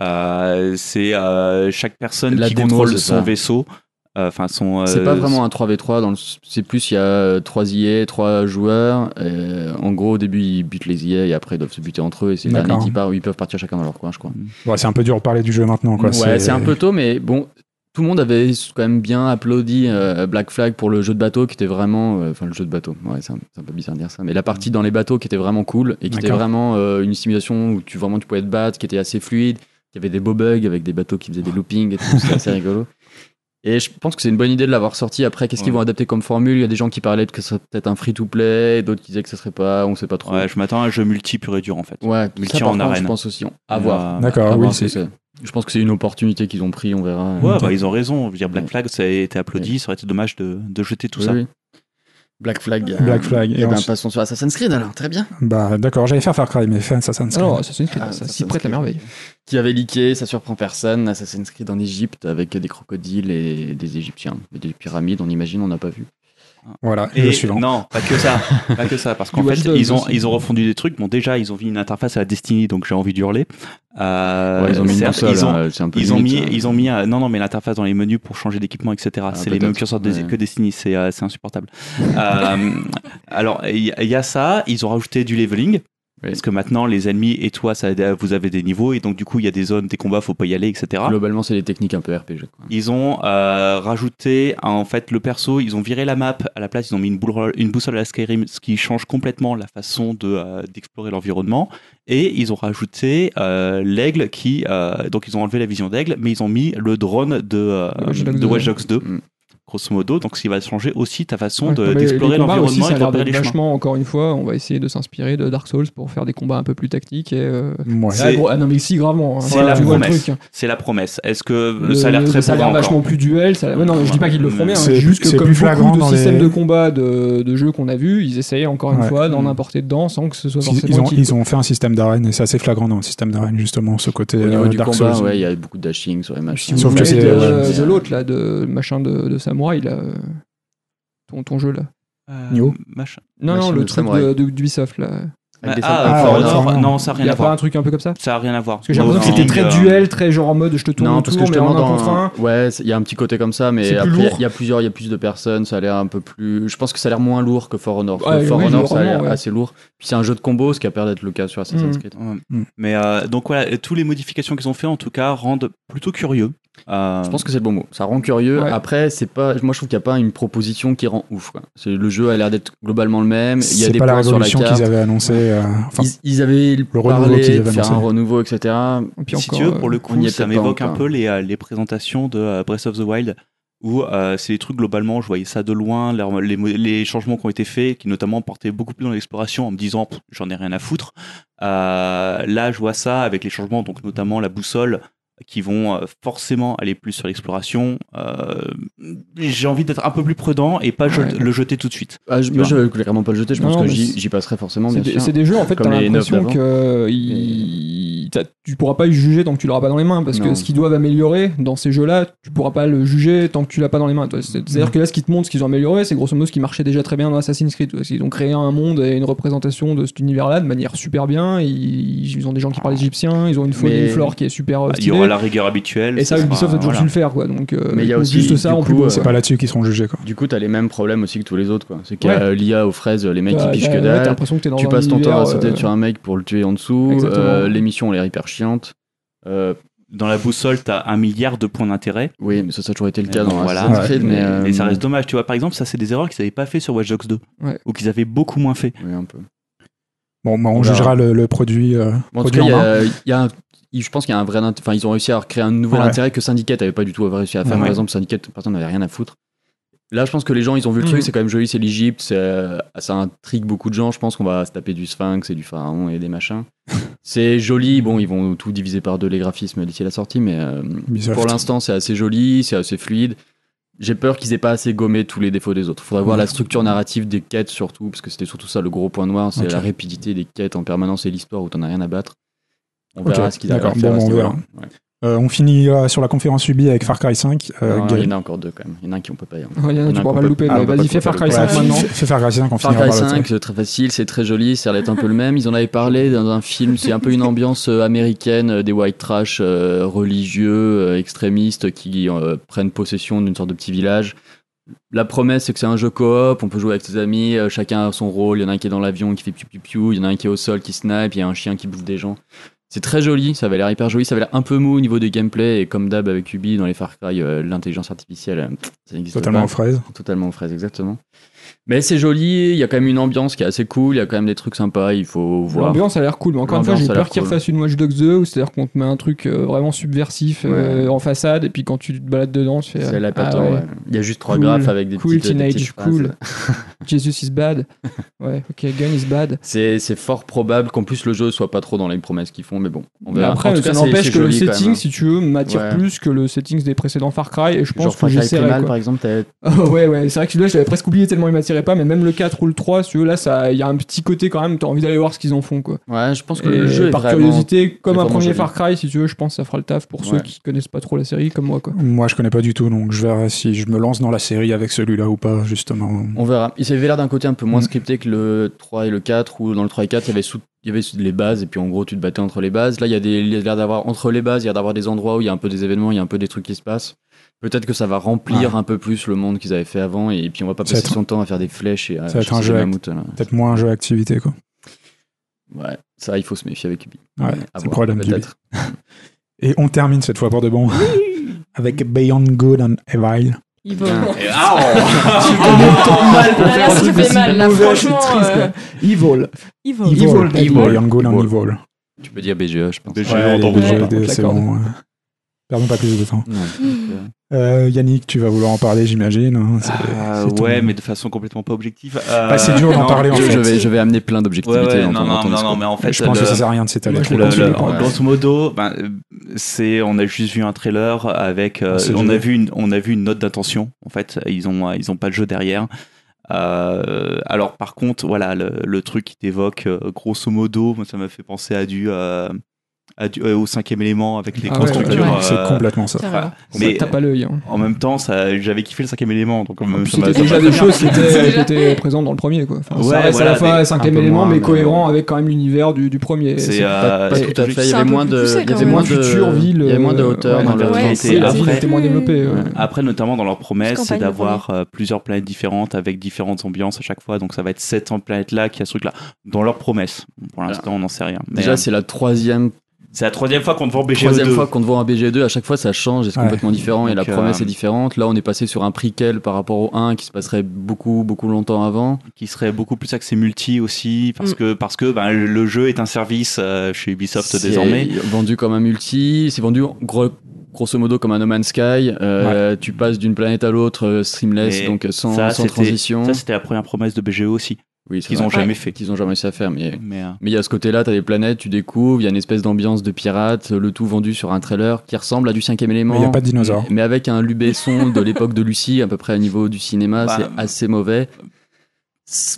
Speaker 3: Euh, c'est euh, chaque personne
Speaker 4: La
Speaker 3: qui
Speaker 4: démo,
Speaker 3: contrôle
Speaker 4: c'est
Speaker 3: son
Speaker 4: ça.
Speaker 3: vaisseau. euh, Enfin, son.
Speaker 4: C'est
Speaker 3: euh,
Speaker 4: pas vraiment un 3v3, dans le- c'est plus il y a euh, trois IA, trois joueurs. euh, en gros, au début, ils butent les IA et après, ils doivent se buter entre eux. Et c'est le dernier
Speaker 1: D'accord.
Speaker 4: qui part où ils peuvent partir chacun dans leur coin, je crois.
Speaker 1: Ouais, c'est un peu dur de parler du jeu maintenant. Quoi.
Speaker 4: ouais, c'est un peu tôt, mais bon, tout le monde avait quand même bien applaudi euh, Black Flag pour le jeu de bateau qui était vraiment. euh, Enfin, le jeu de bateau, ouais, c'est un, c'est un peu bizarre de dire ça, mais la partie dans les bateaux qui était vraiment cool et qui était
Speaker 1: D'accord.
Speaker 4: vraiment euh, une simulation où tu, vraiment, tu pouvais te battre, qui était assez fluide, qui avait des beaux bugs avec des bateaux qui faisaient des loopings et tout,
Speaker 3: *laughs*
Speaker 4: c'était assez rigolo. Et je pense que c'est une bonne idée de l'avoir sorti. Après, qu'est-ce qu'ils
Speaker 3: Ouais.
Speaker 4: vont adapter comme formule Il y a des gens qui parlaient que ce serait peut-être un free-to-play, d'autres qui disaient que ce serait pas, on sait pas trop.
Speaker 3: Ouais, je m'attends à un jeu multi pur et dur en fait.
Speaker 4: Ouais,
Speaker 3: Multi
Speaker 4: ça, par
Speaker 3: en
Speaker 4: contre,
Speaker 3: arène.
Speaker 4: Je pense aussi, à voir.
Speaker 3: Euh,
Speaker 1: D'accord,
Speaker 4: À
Speaker 1: Ah oui,
Speaker 4: voir ce que
Speaker 1: c'est
Speaker 4: Ah, c'est. Je pense que c'est une opportunité qu'ils ont pris, on verra.
Speaker 3: Ouais,
Speaker 1: Ok.
Speaker 3: bah, ils ont raison. Je veux dire, Black Flag, ça a été applaudi.
Speaker 4: euh, Ouais.
Speaker 3: Ça aurait été dommage de, de jeter tout
Speaker 4: Oui,
Speaker 3: ça.
Speaker 4: oui. Black Flag. euh,
Speaker 1: Black Flag, et
Speaker 4: eh ben,
Speaker 1: ensuite-
Speaker 4: passons sur Assassin's Creed alors, très bien.
Speaker 1: Bah, d'accord, j'allais faire Far Cry, mais fais Assassin's Creed.
Speaker 2: Alors, Assassin's Creed,
Speaker 4: Ah,
Speaker 2: ça s'y
Speaker 4: Assassin's
Speaker 2: prête
Speaker 4: Creed.
Speaker 2: la merveille.
Speaker 4: Qui avait leaké, ça surprend personne, Assassin's Creed en Égypte avec des crocodiles et des Égyptiens, et des pyramides, on imagine, on n'a pas vu.
Speaker 1: Voilà,
Speaker 3: Et
Speaker 1: le suivant.
Speaker 3: non, pas que
Speaker 4: *laughs*
Speaker 3: ça, pas que ça, parce qu'en
Speaker 2: Du
Speaker 3: fait
Speaker 2: Watch Dogs
Speaker 3: ils ont
Speaker 2: aussi.
Speaker 3: ils ont refondu des trucs. Bon, déjà ils ont mis une interface à la Destiny, donc j'ai envie d'hurler. Euh,
Speaker 4: Ouais, ils ont mis une
Speaker 3: certes,
Speaker 4: console,
Speaker 3: ils ont-
Speaker 4: hein, c'est un peu
Speaker 3: Ils ont,
Speaker 4: limite,
Speaker 3: mis,
Speaker 4: hein.
Speaker 3: ils ont mis, euh, non, non, mais l'interface dans les menus pour changer d'équipement, etc.
Speaker 4: Ah,
Speaker 3: c'est les mêmes
Speaker 4: peut-être,
Speaker 3: curseurs de-
Speaker 4: ouais.
Speaker 3: que Destiny, c'est euh, c'est insupportable. Euh, *laughs* alors, il y, il y a ça, ils ont rajouté du leveling.
Speaker 4: Oui.
Speaker 3: Parce que maintenant, les ennemis et toi, ça, vous avez des niveaux, et donc du coup, il y a des zones, des combats, faut pas y aller, etc.
Speaker 4: Globalement, c'est des techniques un peu RPG. quoi.
Speaker 3: Ils ont euh, rajouté en fait le perso, ils ont viré la map, à la place ils ont mis une, boule- une boussole à la Skyrim, ce qui change complètement la façon de, euh, d'explorer l'environnement. Et ils ont rajouté euh, l'aigle qui, euh, donc ils ont enlevé la vision d'aigle, mais ils ont mis le drone de, euh,
Speaker 2: De Watch Dogs
Speaker 3: de Watch Dogs 2,
Speaker 4: Mm.
Speaker 3: grosso modo. Donc ce qui va changer aussi ta façon
Speaker 2: Ouais,
Speaker 3: de-
Speaker 2: non, mais
Speaker 3: d'explorer
Speaker 2: les combats aussi,
Speaker 3: l'environnement et
Speaker 2: ça a
Speaker 3: de
Speaker 2: l'air
Speaker 3: repérer
Speaker 2: d'être
Speaker 3: les chemins.
Speaker 2: Vachement, encore une fois, on va essayer de s'inspirer de Dark Souls pour faire des combats un peu plus tactiques. Et, euh,
Speaker 1: Ouais.
Speaker 3: C'est-
Speaker 2: ah, gros, ah non, mais si, gravement. hein.
Speaker 3: c'est
Speaker 2: Voilà,
Speaker 3: la
Speaker 2: tu vois le
Speaker 3: promesse.
Speaker 2: truc.
Speaker 3: C'est la promesse. Est-ce que euh,
Speaker 2: Le-
Speaker 3: ça a l'air très
Speaker 2: ça a l'air
Speaker 3: fort encore
Speaker 2: vachement plus duel. Ça... ouais, non, je dis pas qu'ils le feront bien. hein.
Speaker 1: C'est-
Speaker 2: Juste
Speaker 1: c'est
Speaker 2: que comme
Speaker 1: plus flagrant
Speaker 2: beaucoup de
Speaker 1: dans les-
Speaker 2: systèmes de combat de, de jeux qu'on a vu, ils essayaient encore une
Speaker 1: Ouais.
Speaker 2: fois d'en importer dedans sans que ce soit
Speaker 1: Ils, ils
Speaker 2: forcément
Speaker 1: ont,
Speaker 2: utile.
Speaker 1: ils ont fait un système d'arène et c'est assez flagrant dans le système d'arène justement ce côté
Speaker 4: Au niveau
Speaker 1: euh,
Speaker 4: du
Speaker 1: Dark
Speaker 4: combat,
Speaker 1: Souls.
Speaker 4: ouais, il y a beaucoup de dashing sur les machines.
Speaker 1: Sauf
Speaker 2: Vous
Speaker 1: que
Speaker 2: voulez
Speaker 1: c'est-
Speaker 2: de,
Speaker 1: euh,
Speaker 2: de l'autre là, de le machin de, de samouraï là, euh, ton, ton jeu là.
Speaker 3: euh,
Speaker 1: Nioh.
Speaker 3: machin.
Speaker 2: Non,
Speaker 4: Machine
Speaker 2: non, le
Speaker 4: de
Speaker 2: truc
Speaker 4: samouraï.
Speaker 2: de- de- d'Ubisoft là.
Speaker 4: Avec des
Speaker 3: ah,
Speaker 1: Ah,
Speaker 4: samouraïs.
Speaker 1: ouais,
Speaker 3: Fallen Order,
Speaker 1: Fallen.
Speaker 3: non, ça a
Speaker 2: Il y
Speaker 3: rien
Speaker 2: a
Speaker 3: à
Speaker 2: pas un
Speaker 3: voir.
Speaker 2: truc un peu comme ça
Speaker 3: Ça a rien à voir. euh,
Speaker 2: Parce que j'ai l'impression que c'était très duel, très genre en mode je te tourne
Speaker 4: Non, parce
Speaker 2: autour,
Speaker 4: que
Speaker 2: mais en
Speaker 4: justement,
Speaker 2: un contre
Speaker 4: dans-
Speaker 2: un.
Speaker 4: ouais, c'est- il y a un petit côté comme ça, mais
Speaker 2: C'est plus
Speaker 4: après, il y a-
Speaker 2: lourd.
Speaker 4: il y a plusieurs, il y a plus de personnes, ça a l'air un peu plus. Je pense que ça a l'air moins lourd que For Honor.
Speaker 2: Ouais,
Speaker 4: For
Speaker 2: oui,
Speaker 4: Honor, ça a l'air
Speaker 2: vraiment, ouais.
Speaker 4: assez lourd. Puis c'est un jeu de combo, ce qui a peur d'être le cas sur Assassin's
Speaker 2: Mhm.
Speaker 4: Creed.
Speaker 3: Ouais.
Speaker 1: Hmm.
Speaker 3: Mais euh, donc voilà, toutes les modifications qu'ils ont fait en tout cas rendent plutôt curieux. Euh,
Speaker 4: Je pense que c'est le bon mot. Ça rend curieux.
Speaker 2: Ouais.
Speaker 4: Après, c'est pas. Moi, je trouve qu'il n'y a pas une proposition qui rend ouf. quoi. C'est- Le jeu a l'air d'être globalement le même. Il y a
Speaker 1: C'est
Speaker 4: des
Speaker 1: pas la
Speaker 4: points sur la
Speaker 1: résolution
Speaker 4: carte.
Speaker 1: qu'ils avaient annoncée. euh, enfin,
Speaker 4: ils, ils avaient le
Speaker 1: renouveau
Speaker 4: parlé
Speaker 1: qu'ils
Speaker 4: de
Speaker 1: avaient
Speaker 4: faire un
Speaker 1: annoncé.
Speaker 4: renouveau, etc.
Speaker 2: Et puis
Speaker 3: si
Speaker 2: encore,
Speaker 3: tu veux, pour
Speaker 2: euh,
Speaker 3: le
Speaker 4: on y
Speaker 3: coup,
Speaker 4: est
Speaker 3: ça
Speaker 4: peut-être pas
Speaker 3: m'évoque un
Speaker 4: encore.
Speaker 3: peu les, euh, les présentations de euh, Breath of the Wild où euh, c'est des trucs globalement, je voyais ça de loin, leur- les, mo- les changements qui ont été faits, qui notamment portaient beaucoup plus dans l'exploration en me disant Pff, j'en ai rien à foutre. Euh, là, je vois ça avec les changements, donc notamment la boussole, qui vont euh, forcément aller plus sur l'exploration. Euh, J'ai envie d'être un peu plus prudent et pas je-
Speaker 2: Ouais.
Speaker 3: le jeter tout de suite.
Speaker 4: Ah, je,
Speaker 3: Tu
Speaker 4: moi, je
Speaker 3: vois.
Speaker 4: ne voulais clairement pas le jeter. Je
Speaker 2: Non,
Speaker 4: pense
Speaker 2: non,
Speaker 4: que
Speaker 2: mais
Speaker 4: j'y
Speaker 2: c'est-
Speaker 4: j'y passerai forcément,
Speaker 2: euh, C'est
Speaker 4: bien
Speaker 2: des,
Speaker 4: sûr.
Speaker 2: c'est des jeux, en fait,
Speaker 4: Comme
Speaker 2: t'as
Speaker 4: les neufs
Speaker 2: l'impression
Speaker 4: d'avant.
Speaker 2: que euh, il- t'as- tu pourras pas le juger tant que tu l'auras pas dans les mains, parce
Speaker 4: Non.
Speaker 2: que ce qu'ils doivent améliorer dans ces jeux-là, tu pourras pas le juger tant que tu l'as pas dans les mains. toi. C'est- C'est-à-dire que là, ce qu'ils te montrent, ce qu'ils ont amélioré, c'est grosso modo ce qui marchait déjà très bien dans Assassin's Creed. toi. Ils ont créé un monde et une représentation de cet univers-là de manière super bien. Ils, ils ont des gens qui parlent égyptien, ils ont une faune et
Speaker 4: Mais-
Speaker 2: une flore qui est super euh,
Speaker 3: Bah, Il y
Speaker 2: stylée.
Speaker 3: aura la rigueur habituelle.
Speaker 2: Et ça,
Speaker 3: sera-
Speaker 2: Ubisoft a toujours
Speaker 3: voilà.
Speaker 2: su le faire, quoi. Donc, euh,
Speaker 4: Mais il y a
Speaker 2: donc
Speaker 4: aussi,
Speaker 2: juste ça
Speaker 4: du
Speaker 2: en plus
Speaker 4: coup,
Speaker 2: bon,
Speaker 4: euh,
Speaker 2: c'est
Speaker 1: c'est pas là-dessus qu'ils seront jugés. Quoi.
Speaker 4: Du coup, t'as les mêmes problèmes aussi que tous les autres. quoi. C'est qu'il y a
Speaker 2: Ouais.
Speaker 4: euh, l'IA aux fraises, les mecs
Speaker 2: T'as-
Speaker 4: qui pichent
Speaker 2: t'as-
Speaker 4: que
Speaker 2: ouais,
Speaker 4: dalle.
Speaker 2: t'as l'impression que t'es dans
Speaker 4: tu
Speaker 2: un
Speaker 4: passes ton temps à
Speaker 2: univers,
Speaker 4: sauter
Speaker 2: euh,
Speaker 4: sur un mec pour le tuer en dessous.
Speaker 2: Exactement.
Speaker 4: Euh, les missions ont l'air hyper chiantes. Euh,
Speaker 3: Dans la boussole, t'as un milliard de points d'intérêt.
Speaker 4: oui, mais ça, ça a toujours été le
Speaker 3: Mais
Speaker 4: cas
Speaker 3: bon,
Speaker 4: dans
Speaker 3: voilà.
Speaker 4: Assassin's Creed. Mais,
Speaker 3: Et-
Speaker 4: euh,
Speaker 3: Et ça reste dommage, tu vois. Par exemple, ça, c'est des erreurs qu'ils n'avaient pas fait sur Watch Dogs 2.
Speaker 2: Ouais.
Speaker 3: Ou qu'ils avaient beaucoup moins fait.
Speaker 4: oui, un peu.
Speaker 1: Bon, bah, on
Speaker 4: Voilà.
Speaker 1: jugera le, le produit. euh,
Speaker 4: Bon, en tout
Speaker 1: produit
Speaker 4: cas,
Speaker 1: en
Speaker 4: il y
Speaker 1: main.
Speaker 4: a- il y a un- il- je pense qu'il y a un vrai. int- Enfin, ils ont réussi à créer un nouvel
Speaker 1: Ouais.
Speaker 4: intérêt que Syndicate n'avait pas du tout réussi à faire. Par
Speaker 3: Ouais.
Speaker 4: exemple, Syndicate, personne n'avait rien à foutre. Là, je pense que les gens, ils ont vu le
Speaker 1: Mm.
Speaker 2: Mhm.
Speaker 4: truc, c'est quand même joli, c'est l'Egypte, ça intrigue beaucoup de gens. Je pense qu'on va se taper du sphinx et du pharaon et des machins. c'est joli, bon, ils vont tout diviser par deux les graphismes d'ici la sortie, mais euh,
Speaker 1: Ubisoft.
Speaker 4: pour l'instant, c'est assez joli, c'est assez fluide. J'ai peur qu'ils aient pas assez gommé tous les défauts des autres. Faudrait voir la structure narrative des quêtes surtout, parce que c'était surtout ça le gros point noir, c'est
Speaker 1: Ok.
Speaker 4: la rapidité des quêtes en permanence et l'histoire où t'en as rien à battre. On
Speaker 1: Ok,
Speaker 4: verra ce qu'ils arrivent à
Speaker 1: d'accord.
Speaker 4: faire.
Speaker 1: Bon,
Speaker 4: à ce
Speaker 1: on
Speaker 4: niveau-là.
Speaker 1: verra.
Speaker 4: Ouais.
Speaker 1: Euh, on finit euh, sur la conférence Ubi avec Far Cry 5. euh,
Speaker 4: Non,
Speaker 1: Gaël.
Speaker 4: il y en a encore deux quand même. Il y en a un qui on peut pas y avoir.
Speaker 2: Ouais, y
Speaker 4: Il
Speaker 2: en a,
Speaker 4: y en
Speaker 2: tu
Speaker 4: a
Speaker 2: pourras
Speaker 4: qu'on
Speaker 2: pas le
Speaker 4: peut-
Speaker 2: louper.
Speaker 4: ah,
Speaker 2: mais
Speaker 4: on peut
Speaker 2: Vas-y,
Speaker 4: pas trop
Speaker 2: fais Far Cry
Speaker 4: le
Speaker 2: 5
Speaker 4: louper.
Speaker 1: Ouais,
Speaker 2: maintenant.
Speaker 1: fais- Fais Far Cry 5, on
Speaker 4: Far
Speaker 1: finira
Speaker 4: Cry
Speaker 1: par le
Speaker 4: 5, c'est très facile, c'est très joli, ça allait être un peu le même. Ils en avaient parlé dans un film, c'est un peu une ambiance euh, américaine, euh, des white trash euh, religieux, euh, extrémistes qui euh, prennent possession d'une sorte de petit village. La promesse, c'est que c'est un jeu coop, on peut jouer avec ses amis, euh, chacun a son rôle. Il y en a un qui est dans l'avion qui fait piou piou piou, il y en a un qui est au sol qui snipe, il y a un chien qui bouffe des gens. C'est très joli, ça avait l'air hyper joli, ça avait l'air un peu mou au niveau du gameplay, et comme d'hab avec Ubi dans les Far Cry, euh, l'intelligence artificielle, euh, ça n'existe pas
Speaker 1: Totalement aux fraises.
Speaker 4: totalement aux fraises, exactement. Mais c'est joli, il y a quand même une ambiance qui est assez cool, il y a quand même des trucs sympas, il faut voir.
Speaker 2: L'ambiance a l'air cool, mais encore une fois,
Speaker 4: L'ambiance
Speaker 2: j'ai
Speaker 4: a l'air
Speaker 2: peur qu'ils
Speaker 4: cool.
Speaker 2: refassent une Watch Dogs 2, où c'est-à-dire qu'on te met un truc euh, vraiment subversif euh, en façade, et puis quand tu te balades dedans, tu fais.
Speaker 4: C'est
Speaker 2: euh,
Speaker 4: la
Speaker 2: ah
Speaker 4: patente,
Speaker 2: ouais,
Speaker 4: ouais. Il y a juste trois
Speaker 2: Cool,
Speaker 4: graphes avec des
Speaker 2: cool
Speaker 4: petites, des
Speaker 2: teenage,
Speaker 4: petites phrases.
Speaker 2: cool. *laughs* Jesus is bad. Ouais, ok, gun is bad.
Speaker 4: C'est c'est fort probable qu'en plus le jeu soit pas trop dans les promesses qu'ils font, mais bon, on
Speaker 2: Mais
Speaker 4: verra. En
Speaker 2: après,
Speaker 4: tout
Speaker 2: ça
Speaker 4: cas, c'est-
Speaker 2: n'empêche
Speaker 4: c'est
Speaker 2: que le
Speaker 4: joli quand
Speaker 2: setting,
Speaker 4: même. hein.
Speaker 2: si tu veux, m'attire
Speaker 4: Ouais.
Speaker 2: plus que le setting des précédents Far Cry, et je pense
Speaker 4: Genre
Speaker 2: que
Speaker 4: Far Cry
Speaker 2: j'essaierai.
Speaker 4: Primal,
Speaker 2: quoi.
Speaker 4: par exemple, t'as-
Speaker 2: Ah *laughs* ouais, ouais, c'est vrai que celui-là, j'avais presque oublié tellement il m'attirait pas, mais même le 4 ou le 3, si tu veux, là, ça- il y a un petit côté quand même, t'as envie d'aller voir ce qu'ils en font, quoi.
Speaker 4: ouais, je pense que
Speaker 2: Et
Speaker 4: le jeu est
Speaker 2: par
Speaker 4: vraiment-
Speaker 2: curiosité,
Speaker 4: est
Speaker 2: comme un
Speaker 4: vraiment
Speaker 2: premier
Speaker 4: joli.
Speaker 2: Far Cry, si tu veux, je pense que ça fera le taf pour ceux
Speaker 4: Ouais.
Speaker 2: qui connaissent pas trop la série, comme moi, quoi.
Speaker 1: Moi, je connais pas du tout, donc je verrai si je me lance dans la série avec celui-là ou pas, justement.
Speaker 4: On verra. Il s'avait l'air d'un côté un peu moins
Speaker 1: Mm.
Speaker 4: scripté que le 3 et le 4, où dans le 3 et 4, il y avait, sous- il y avait sous- les bases, et puis en gros, tu te battais entre les bases. Là, il y a des- il y a l'air d'avoir, entre les bases, il y a l'air d'avoir des endroits où il y a un peu des événements, il y a un peu des trucs qui se passent. Peut-être que ça va remplir un peu plus le monde qu'ils avaient fait avant, et puis on va pas
Speaker 1: Ça va
Speaker 4: passer
Speaker 1: être-
Speaker 4: son temps à faire des flèches et à
Speaker 1: Ça va être
Speaker 4: chasser
Speaker 1: un jeu
Speaker 4: des
Speaker 1: avec-
Speaker 4: mammouths, là.
Speaker 1: Peut-être moins un jeu à activité, quoi.
Speaker 4: Ouais, ça, il faut se méfier avec Ubi.
Speaker 1: Ouais,
Speaker 4: À
Speaker 1: c'est le
Speaker 4: voir,
Speaker 1: problème d'Ubi.
Speaker 4: Ah peut-être.
Speaker 1: Et on termine cette fois pour de bon *laughs* avec Beyond Good and Evil.
Speaker 5: Yvonne.
Speaker 3: Et- *laughs* Ah,
Speaker 2: *laughs* mal
Speaker 5: Ah, là, ça fait mal, là, franchement. euh,
Speaker 2: Evil.
Speaker 5: Yvonne.
Speaker 2: Evil.
Speaker 1: Oh, Beyond Good and Evil.
Speaker 4: Tu peux dire BGE, je pense.
Speaker 3: BGE.
Speaker 1: Ouais,
Speaker 3: entendu
Speaker 1: les
Speaker 2: parler.
Speaker 1: BGD, c'est bon. ouais. Perdons pas plus de temps.
Speaker 4: Non.
Speaker 1: Euh, Yannick, tu vas vouloir en parler, j'imagine. hein, c'est-
Speaker 3: Euh,
Speaker 1: *laughs* c'est ton-
Speaker 3: ouais, mais de façon complètement pas objective. Euh,
Speaker 1: Bah, c'est dur d'en
Speaker 3: non,
Speaker 1: parler, en
Speaker 4: Je,
Speaker 1: fait.
Speaker 4: je vais, je vais amener plein
Speaker 3: Ouais,
Speaker 4: d'objectivité
Speaker 3: ouais, non,
Speaker 4: dans ton- dans
Speaker 3: non,
Speaker 4: ton
Speaker 3: non,
Speaker 4: discours.
Speaker 3: non, mais en fait,
Speaker 1: Je pense
Speaker 3: le-
Speaker 1: que ça sert à rien de s'étaler.
Speaker 2: Moi,
Speaker 1: trop
Speaker 2: je l'ai
Speaker 1: là-dessus.
Speaker 3: Le- le-
Speaker 2: pas, ouais.
Speaker 3: grosso modo, ben, euh, c'est on a juste vu un trailer avec euh,
Speaker 1: C'est
Speaker 3: on
Speaker 1: joli.
Speaker 3: a vu une on a vu une note d'intention. En fait, ils ont euh, ils ont pas le jeu derrière. Euh, alors par contre, voilà le, le truc qui t'évoque euh, grosso modo, moi, ça m'a fait penser à du euh, à du- euh, au cinquième élément avec les
Speaker 2: Ah ouais,
Speaker 3: constructeurs.
Speaker 5: ouais.
Speaker 1: C'est
Speaker 3: euh,
Speaker 1: complètement ça.
Speaker 5: Carrément.
Speaker 3: mais
Speaker 2: Mais tape à l'œil. hein.
Speaker 3: en même temps, ça- j'avais kiffé le cinquième élément. Donc, euh,
Speaker 2: Puis
Speaker 3: ça m'a- ça
Speaker 2: C'était
Speaker 3: m'a
Speaker 2: déjà
Speaker 3: fait
Speaker 2: des
Speaker 3: bien.
Speaker 2: choses
Speaker 3: *laughs*
Speaker 2: qui étaient,
Speaker 5: Déjà. *laughs*
Speaker 2: qui étaient présentes dans le premier. Quoi. Enfin,
Speaker 3: Ouais,
Speaker 2: ça reste
Speaker 3: voilà,
Speaker 2: à la fois
Speaker 3: des-
Speaker 2: un cinquième
Speaker 4: un peu
Speaker 2: élément,
Speaker 4: moins,
Speaker 2: mais
Speaker 4: mais-
Speaker 2: cohérent avec quand même l'univers du, du premier.
Speaker 3: C'est
Speaker 4: Pas,
Speaker 3: euh,
Speaker 4: pas
Speaker 3: c'est-
Speaker 4: tout à fait. Il y
Speaker 5: C'est un
Speaker 4: avait
Speaker 5: peu
Speaker 4: moins
Speaker 5: plus
Speaker 4: de,
Speaker 5: poussé,
Speaker 4: il y
Speaker 5: quand
Speaker 4: avait
Speaker 5: même.
Speaker 4: moins
Speaker 2: Culture,
Speaker 4: de,
Speaker 2: ville,
Speaker 4: il y avait moins de
Speaker 2: euh,
Speaker 4: hauteur
Speaker 2: ouais,
Speaker 4: dans le
Speaker 3: ouais.
Speaker 2: la
Speaker 3: Et
Speaker 2: ville
Speaker 3: après-
Speaker 2: était moins développée. ouais.
Speaker 3: Après, notamment dans leur promesse, c'est
Speaker 5: campagne,
Speaker 3: d'avoir euh, plusieurs planètes différentes avec différentes ambiances à chaque fois. Donc, ça va être 700 planètes là qui a ce truc là. Dans leur promesse. Pour l'instant, on n'en sait rien. Mais,
Speaker 4: Déjà,
Speaker 3: euh,
Speaker 4: c'est la troisième,
Speaker 3: c'est la troisième fois qu'on te vend BGE2.
Speaker 4: troisième fois qu'on te voit un BG2. E À chaque fois, ça change, et c'est
Speaker 1: E Ouais.
Speaker 4: complètement différent et la
Speaker 3: Donc, euh,
Speaker 4: promesse est différente. Là, on est passé sur un prequel par rapport au 1 qui se passerait beaucoup, beaucoup longtemps avant.
Speaker 3: qui serait beaucoup plus axé multi aussi parce
Speaker 5: Mm.
Speaker 3: que parce que ben, le jeu est un service euh, chez Ubisoft
Speaker 4: C'est
Speaker 3: désormais
Speaker 4: vendu comme un multi, c'est vendu gros- grosso modo comme un No Man's Sky. euh, Tu passes d'une planète à l'autre, euh, streamless,
Speaker 3: Mais
Speaker 4: donc sans,
Speaker 3: ça,
Speaker 4: sans
Speaker 3: c'était-
Speaker 4: transition.
Speaker 3: ça c'était la première promesse de BGE aussi
Speaker 4: oui,
Speaker 3: ce
Speaker 4: c'est
Speaker 3: qu'ils
Speaker 4: vrai.
Speaker 3: ont jamais fait
Speaker 4: qu'ils ont jamais réussi à faire, mais
Speaker 3: mais euh,
Speaker 4: mais il y a ce côté-là, t'as des planètes, tu découvres, il y a une espèce d'ambiance de pirate, le tout vendu sur un trailer qui ressemble à du cinquième élément.
Speaker 1: Mais il n'y a pas de dinosaures.
Speaker 4: Mais avec un Lubesson de l'époque de Lucie, à peu près au niveau du cinéma,
Speaker 3: Bah,
Speaker 4: c'est assez mauvais.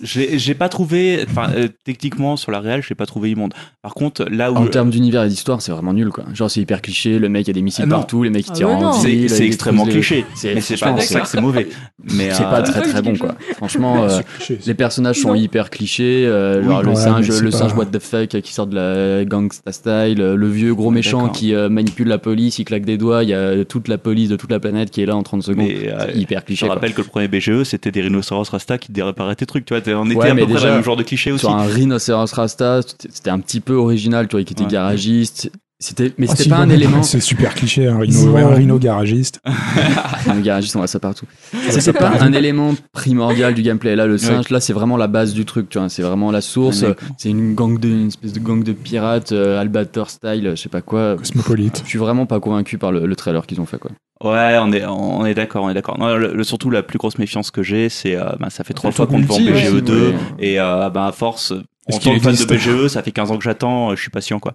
Speaker 3: j'ai j'ai pas trouvé enfin euh, techniquement sur la réelle j'ai pas trouvé immonde par contre là où
Speaker 4: En termes d'univers et d'histoire, c'est vraiment nul, quoi. Genre, c'est hyper cliché, le mec, il y a des missiles
Speaker 3: Ah, non.
Speaker 4: partout, les mecs, ils
Speaker 5: Ah,
Speaker 4: tirent
Speaker 5: ouais, non.
Speaker 4: en
Speaker 3: c'est
Speaker 4: ville,
Speaker 3: c'est
Speaker 4: ils
Speaker 3: extrêmement
Speaker 4: détruisent les-
Speaker 3: cliché mais c'est pas
Speaker 4: franchement,
Speaker 3: pour ça que c'est mauvais mais
Speaker 4: C'est
Speaker 3: euh,
Speaker 4: pas très
Speaker 5: Ah,
Speaker 4: très
Speaker 5: j'ai
Speaker 4: bon
Speaker 5: quelque *laughs*
Speaker 4: quoi.
Speaker 5: chose.
Speaker 4: Franchement, euh, les personnages sont
Speaker 5: Non.
Speaker 4: hyper clichés. euh,
Speaker 3: Oui,
Speaker 4: genre le
Speaker 1: ouais,
Speaker 4: singe,
Speaker 1: mais c'est
Speaker 4: le
Speaker 1: pas-
Speaker 4: singe what the fuck qui sort de la gangsta style, euh, le vieux gros
Speaker 3: Ouais,
Speaker 4: méchant
Speaker 3: d'accord.
Speaker 4: qui euh, manipule la police, il claque des doigts. Il y a toute la police de toute la planète qui est là en 30 secondes.
Speaker 3: mais, euh,
Speaker 4: C'est hyper
Speaker 3: je te
Speaker 4: cliché. quoi.
Speaker 3: rappelle que le premier BGE c'était des rhinocéros rasta qui déréparaient tes trucs tu vois on était
Speaker 4: Ouais,
Speaker 3: à peu
Speaker 4: mais
Speaker 3: près dans
Speaker 4: déjà,
Speaker 3: le même genre de cliché aussi
Speaker 4: Sur un rhinocéros rasta, c'était un petit peu original, tu vois, qui était
Speaker 3: Ouais.
Speaker 4: garagiste. C'était, mais
Speaker 1: Ah,
Speaker 4: c'était
Speaker 1: si,
Speaker 4: pas un
Speaker 1: non,
Speaker 4: élément.
Speaker 1: C'est super cliché, un rhino,
Speaker 2: Ouais.
Speaker 1: un rhino garagiste.
Speaker 3: *laughs*
Speaker 4: Un garagiste, on voit ça partout. C'était pas un élément primordial du gameplay. Là, le singe, là, c'est vraiment la base du truc, tu vois. C'est vraiment la source.
Speaker 3: Ouais,
Speaker 4: Euh, C'est une gang de, une espèce de gang de pirates, euh, Albator style, euh, je sais pas quoi.
Speaker 1: Cosmopolite.
Speaker 4: Je suis vraiment pas convaincu par le, le trailer qu'ils ont fait, quoi.
Speaker 3: Ouais, on est, on est d'accord, on est d'accord. Non, le- le- surtout la plus grosse méfiance que j'ai, c'est euh, ben, ça fait trois
Speaker 2: le
Speaker 3: fois
Speaker 2: truc
Speaker 3: qu'on me vend
Speaker 2: multi, ouais,
Speaker 3: BGE2
Speaker 4: ouais.
Speaker 3: E et euh, ben, à force, en
Speaker 1: Est-ce
Speaker 3: tant
Speaker 1: qu'il
Speaker 3: que fan de
Speaker 1: existe
Speaker 3: BGE, ça fait 15 ans que j'attends, euh, je suis patient quoi.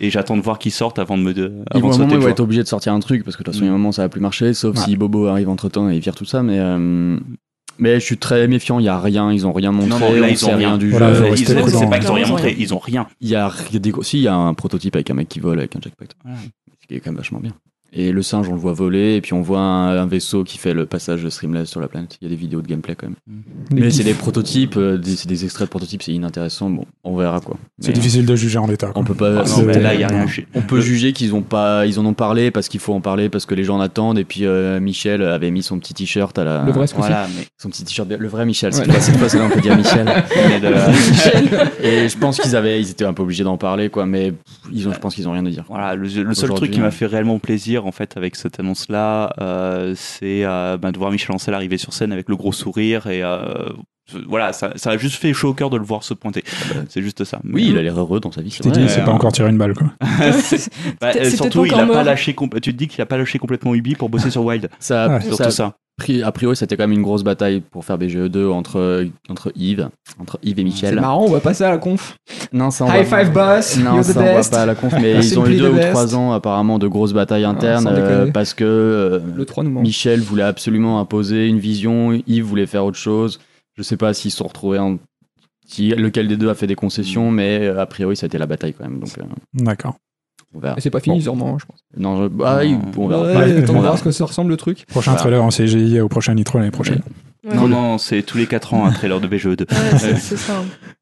Speaker 3: Et j'attends de voir qu'ils sortent avant de me de,
Speaker 4: Ils
Speaker 3: avant
Speaker 4: vont,
Speaker 3: de
Speaker 4: à un moment,
Speaker 3: sauter
Speaker 4: ils
Speaker 3: le
Speaker 4: vont
Speaker 3: jeu.
Speaker 4: être obligés de sortir un truc parce que de toute façon,
Speaker 3: Mm.
Speaker 4: il y a un moment, ça va plus marcher, sauf
Speaker 1: Ouais.
Speaker 4: si Bobo arrive entre temps et il vire tout ça. Mais, euh, mais je suis très méfiant. Il y a rien, ils ont rien montré.
Speaker 3: Non, non, là
Speaker 4: on
Speaker 3: ils
Speaker 4: sait
Speaker 3: ont rien
Speaker 4: du
Speaker 1: Voilà,
Speaker 4: jeu.
Speaker 1: faut
Speaker 3: Ils-
Speaker 1: rester
Speaker 3: c'est-
Speaker 1: prudent.
Speaker 3: C'est pas qu'ils ont rien
Speaker 5: Ils ont
Speaker 3: montré,
Speaker 5: rien.
Speaker 3: ils ont rien.
Speaker 4: Il y a, il y a des gros- si, il y a un prototype avec un mec qui vole avec un jackpot,
Speaker 3: Voilà.
Speaker 4: ce qui est quand même vachement bien. Et le singe, on le voit voler, et puis on voit un, un vaisseau qui fait le passage de Streamless sur la planète. Il y a des vidéos de gameplay quand même.
Speaker 2: Les
Speaker 4: Mais c'est
Speaker 2: gifs.
Speaker 4: des prototypes, euh, des- c'est des extraits de prototypes, c'est inintéressant. Bon, on verra quoi.
Speaker 1: C'est
Speaker 4: Mais
Speaker 1: difficile de juger en l'état. quoi.
Speaker 4: On peut pas.
Speaker 3: Ah
Speaker 1: c'est-
Speaker 3: non, mais là, il y a rien.
Speaker 4: On peut juger qu'ils ont pas, ils en ont parlé parce qu'il faut en parler parce que les gens en attendent. Et puis euh, Michel avait mis son petit t-shirt à la,
Speaker 2: Le vrai ce coup-ci.
Speaker 3: Voilà, mais,
Speaker 4: son petit t-shirt, de- le vrai Michel.
Speaker 2: Ouais.
Speaker 4: Cette fois, cette fois, c'est là on peut dire Michel.
Speaker 2: *laughs*
Speaker 3: mais
Speaker 4: *laughs*
Speaker 3: le-
Speaker 4: Et je pense qu'ils avaient, ils étaient un peu obligés d'en parler quoi. Mais pff, ils ont, je pense qu'ils ont rien à dire.
Speaker 3: voilà, le, le seul
Speaker 4: Aujourd'hui,
Speaker 3: truc qui
Speaker 4: hein.
Speaker 3: m'a fait réellement plaisir en fait avec cette annonce là, c'est euh, ben, de voir Michel Ancel arriver sur scène avec le gros sourire et euh, voilà, ça, ça a juste fait chaud au cœur de le voir se pointer. C'est juste ça. Mais-
Speaker 4: Oui, il a l'air heureux dans sa vie.
Speaker 1: Je
Speaker 4: c'est
Speaker 1: t'ai
Speaker 4: vrai.
Speaker 1: dit, c'est
Speaker 3: ouais.
Speaker 1: pas encore tiré une balle. Quoi.
Speaker 3: Bah,
Speaker 5: C'est-
Speaker 3: euh,
Speaker 5: c'est
Speaker 3: surtout, il
Speaker 5: peut-être
Speaker 3: a
Speaker 5: pas encore
Speaker 3: pas
Speaker 5: mort.
Speaker 3: lâché. compl- Tu te dis qu'il a pas lâché complètement Ubi pour bosser sur Wild.
Speaker 4: Ça, a-
Speaker 1: Ouais.
Speaker 4: ça
Speaker 3: Surtout
Speaker 4: a
Speaker 3: ça.
Speaker 4: pris- a priori, c'était quand même une grosse bataille pour faire BGE2 entre entre Yves, entre Yves et
Speaker 2: C'est
Speaker 4: Michel.
Speaker 2: marrant, on va passer à la conf.
Speaker 4: Non, ça on
Speaker 2: High
Speaker 4: va-
Speaker 2: five, boss.
Speaker 4: Non,
Speaker 2: You're the
Speaker 4: ça on va
Speaker 2: best. Ah,
Speaker 4: pas à la conf, mais ils ont
Speaker 2: Simply
Speaker 4: eu deux
Speaker 2: the
Speaker 4: ou
Speaker 2: best. Ah,
Speaker 4: trois ans apparemment de grosses batailles internes
Speaker 2: sans déconner.
Speaker 4: euh, parce que euh,
Speaker 2: Le 3 nous manque.
Speaker 4: Michel voulait absolument imposer une vision, Yves voulait faire autre chose. Je sais pas s'ils se sont retrouvés en si lequel des deux a fait des
Speaker 2: Mm.
Speaker 4: concessions, mais euh, a priori ça a été la bataille quand même. Donc euh,
Speaker 1: D'accord.
Speaker 4: on verra.
Speaker 2: Et c'est pas fini,
Speaker 4: Bon.
Speaker 2: sûrement, hein, je pense.
Speaker 4: Non, je- bah,
Speaker 3: Non.
Speaker 4: il- on verra.
Speaker 2: Ouais,
Speaker 1: Ouais,
Speaker 2: attends,
Speaker 1: on
Speaker 2: on
Speaker 1: verra.
Speaker 2: verra ce que ça ressemble le truc.
Speaker 1: Prochain
Speaker 4: Voilà.
Speaker 1: trailer en CGI au prochain Nitro l'année prochaine.
Speaker 5: Ouais.
Speaker 3: Non, non, c'est tous les 4 ans un trailer de BGE2.
Speaker 5: Ouais, c'est- c'est ça.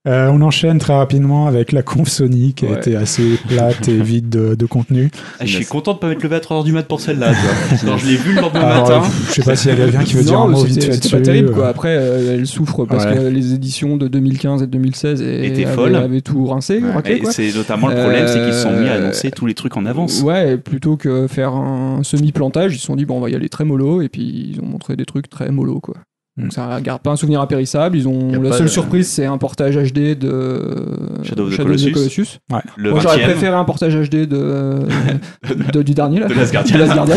Speaker 1: Euh, on enchaîne très rapidement avec la conf Sony qui a
Speaker 2: Ouais.
Speaker 1: été assez plate et vide de, de contenu.
Speaker 3: Ah, je suis content de pas m'être levé à 3h du mat pour celle-là. tu vois. Alors, je l'ai vu le lendemain
Speaker 1: Alors,
Speaker 3: matin.
Speaker 1: Ah, je sais pas s'il y a quelqu'un qui veut dire un
Speaker 2: Ah, Non,
Speaker 1: mot vite
Speaker 2: c'était
Speaker 1: fait
Speaker 2: c'était pas
Speaker 1: dessus.
Speaker 2: terrible quoi. Après, euh, elle souffre parce
Speaker 1: Ouais.
Speaker 2: que les éditions de 2015 et 2016 et-
Speaker 3: Étaient
Speaker 2: avaient,
Speaker 3: folles.
Speaker 2: avaient tout rincé,
Speaker 4: Ouais.
Speaker 2: raqué,
Speaker 3: Et
Speaker 2: quoi.
Speaker 3: c'est notamment le problème, c'est qu'ils se sont mis à annoncer tous les trucs en avance.
Speaker 2: Ouais, et plutôt que faire un semi-plantage, ils se sont dit bon, on va y aller très mollo, et puis ils ont montré des trucs très mollo quoi.
Speaker 1: Hmm.
Speaker 2: Donc ça garde pas un souvenir impérissable. Ils ont
Speaker 4: Y a
Speaker 2: la
Speaker 4: pas
Speaker 2: seule
Speaker 4: de-
Speaker 2: surprise, c'est un portage HD de
Speaker 3: Shadow of the Colossus. Le
Speaker 2: Moi, j'aurais
Speaker 3: 20ème.
Speaker 2: préféré un portage HD de,
Speaker 3: *laughs*
Speaker 2: de- du dernier là.
Speaker 3: De Last Guardian.
Speaker 2: De Last Guardian.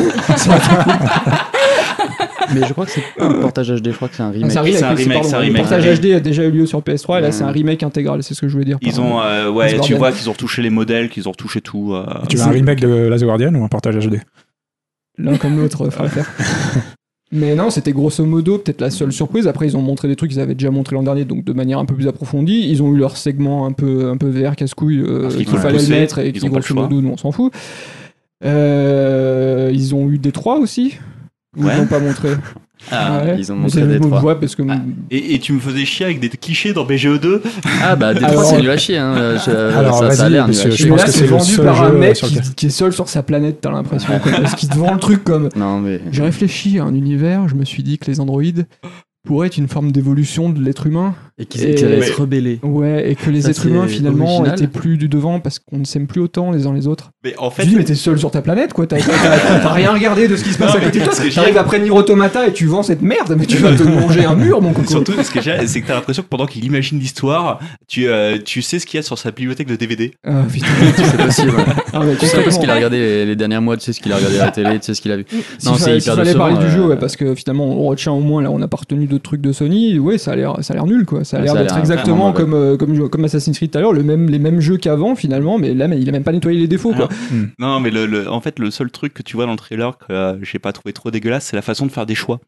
Speaker 4: *laughs* Mais je crois que c'est pas un portage HD, je crois que c'est un remake.
Speaker 2: Ah, C'est un remake.
Speaker 3: *laughs* C'est un
Speaker 2: oui,
Speaker 3: remake,
Speaker 2: pardon.
Speaker 3: c'est un
Speaker 2: Le
Speaker 3: remake.
Speaker 2: portage
Speaker 3: Ouais.
Speaker 2: HD a déjà eu lieu sur PS3 et là
Speaker 4: Ouais.
Speaker 2: c'est un remake intégral, c'est ce que je voulais dire.
Speaker 3: Ils
Speaker 2: pardon.
Speaker 3: ont, euh, ouais,
Speaker 2: Last
Speaker 3: tu
Speaker 2: Guardian.
Speaker 3: vois qu'ils ont retouché les modèles, qu'ils ont retouché tout. euh,
Speaker 1: Tu veux un remake de Last Guardian ou un portage HD
Speaker 2: l'un comme l'autre, faut le faire. euh, *laughs* Mais non, c'était grosso modo peut-être la seule surprise. Après, ils ont montré des trucs qu'ils avaient déjà montré l'an dernier, donc de manière un peu plus approfondie. Ils ont eu leur segment un peu, un peu VR casse-couille euh,
Speaker 3: Parce qu'il
Speaker 2: qu'il
Speaker 3: faut le
Speaker 2: fallait
Speaker 3: pousser,
Speaker 2: le mettre et
Speaker 3: ils
Speaker 2: qui,
Speaker 3: ont pas le
Speaker 2: grosso
Speaker 3: choix.
Speaker 2: modo, nous on s'en fout. Euh, ils ont eu des trois aussi Ou
Speaker 3: Ouais.
Speaker 2: Ils l'ont pas montré.
Speaker 3: Ah.
Speaker 2: Ouais.
Speaker 4: ils ont
Speaker 2: Mais
Speaker 4: montré
Speaker 2: c'est-
Speaker 4: des
Speaker 2: je me
Speaker 4: trois.
Speaker 2: vois parce que
Speaker 3: Ah. Et, et tu me faisais chier avec des clichés dans E BGE2.
Speaker 4: Ah bah des
Speaker 2: Alors-
Speaker 4: trois c'est nul à chier hein. euh, je-
Speaker 2: *laughs*
Speaker 1: Alors,
Speaker 4: ça, ça a
Speaker 1: vas-y,
Speaker 4: l'air nul
Speaker 1: parce
Speaker 4: à
Speaker 1: que je
Speaker 4: chier.
Speaker 2: Mais
Speaker 1: pense
Speaker 2: là,
Speaker 1: que
Speaker 2: c'est
Speaker 1: c'est le
Speaker 2: vendu
Speaker 1: seul
Speaker 2: par un
Speaker 1: jeu, euh,
Speaker 2: mec
Speaker 1: sur
Speaker 2: qui,
Speaker 1: lequel-
Speaker 2: qui est seul sur sa planète, t'as l'impression. quoi. Parce qu'il te vend le truc comme
Speaker 4: Non mais
Speaker 2: J'ai réfléchi à un univers, je me suis dit que les androïdes pourraient être une forme d'évolution de l'être humain.
Speaker 4: et
Speaker 2: Et-
Speaker 4: qu'ils qu'ils allaient
Speaker 3: Mais-
Speaker 4: se rebeller.
Speaker 2: Ouais, et que les
Speaker 4: Ça,
Speaker 2: êtres
Speaker 4: c'est
Speaker 2: humains finalement
Speaker 4: original.
Speaker 2: étaient plus du devant parce qu'on ne s'aime plus autant les uns les autres.
Speaker 3: Mais en
Speaker 2: Tu
Speaker 3: fait,
Speaker 2: dis, mais t'es seul sur ta planète quoi, t'as t'as- t'as rien regardé de ce qui se passe
Speaker 3: Non,
Speaker 2: à côté de
Speaker 3: mais
Speaker 2: toi.
Speaker 3: ce que je
Speaker 2: T'arrives
Speaker 3: dirais-
Speaker 2: après Nier Automata et tu vends cette merde, mais tu vas
Speaker 4: *laughs*
Speaker 2: te manger un mur mon
Speaker 3: *laughs*
Speaker 2: coco.
Speaker 3: surtout, ce que j'ai, c'est que t'as l'impression que pendant qu'il imagine l'histoire, tu, euh, tu sais ce qu'il y a sur sa bibliothèque de DVD.
Speaker 2: Ah putain,
Speaker 4: *laughs* C'est possible. ouais.
Speaker 2: ah, mais
Speaker 4: Tu sais parce
Speaker 2: complètement.
Speaker 4: qu'il a regardé les, les derniers mois, tu sais ce qu'il a regardé à la télé, tu sais ce qu'il a vu.
Speaker 2: S'il
Speaker 4: Non, c'est
Speaker 2: fallait,
Speaker 4: hyper
Speaker 2: s'il fallait
Speaker 4: décevant,
Speaker 2: parler du
Speaker 4: euh,
Speaker 2: jeu, ouais, parce que finalement on retient au moins là, on a pas retenu d'autres trucs de Sony. Ouais, ça a l'air, ça a l'air nul quoi. Ça a
Speaker 4: Ouais,
Speaker 2: l'air
Speaker 4: ça a
Speaker 2: d'être
Speaker 4: l'air
Speaker 2: exactement
Speaker 4: vraiment
Speaker 2: comme, euh, comme comme Assassin's Creed tout à l'heure, le même les mêmes jeux qu'avant finalement, mais là mais il a même pas nettoyé les défauts quoi.
Speaker 3: Non, mais le, le- en fait, le seul truc que tu vois dans le trailer que euh, j'ai pas trouvé trop dégueulasse, c'est la façon de faire des choix.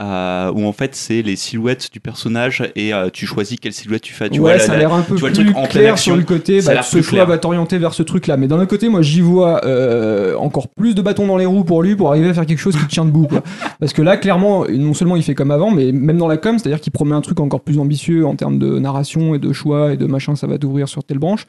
Speaker 3: Euh, où en fait, c'est les silhouettes du personnage et euh, tu choisis quelle silhouette tu fais. Tu
Speaker 2: ouais,
Speaker 3: vois, la-
Speaker 2: ça a
Speaker 3: la-
Speaker 2: l'air un peu
Speaker 3: tu vois le
Speaker 2: plus
Speaker 3: truc en pleine
Speaker 2: clair
Speaker 3: action,
Speaker 2: sur le côté.
Speaker 3: ça a
Speaker 2: Bah,
Speaker 3: l'air
Speaker 2: ce
Speaker 3: plus
Speaker 2: choix
Speaker 3: clair.
Speaker 2: va t'orienter vers ce truc-là. Mais d'un autre côté, moi, j'y vois euh, encore plus de bâtons dans les roues pour lui pour arriver à faire quelque chose qui tient debout.
Speaker 4: *laughs*
Speaker 2: Quoi. Parce que là, clairement, non seulement il fait comme avant, mais même dans la com, c'est-à-dire qu'il promet un truc encore plus ambitieux en termes de narration et de choix et de machin, ça va t'ouvrir sur telle branche.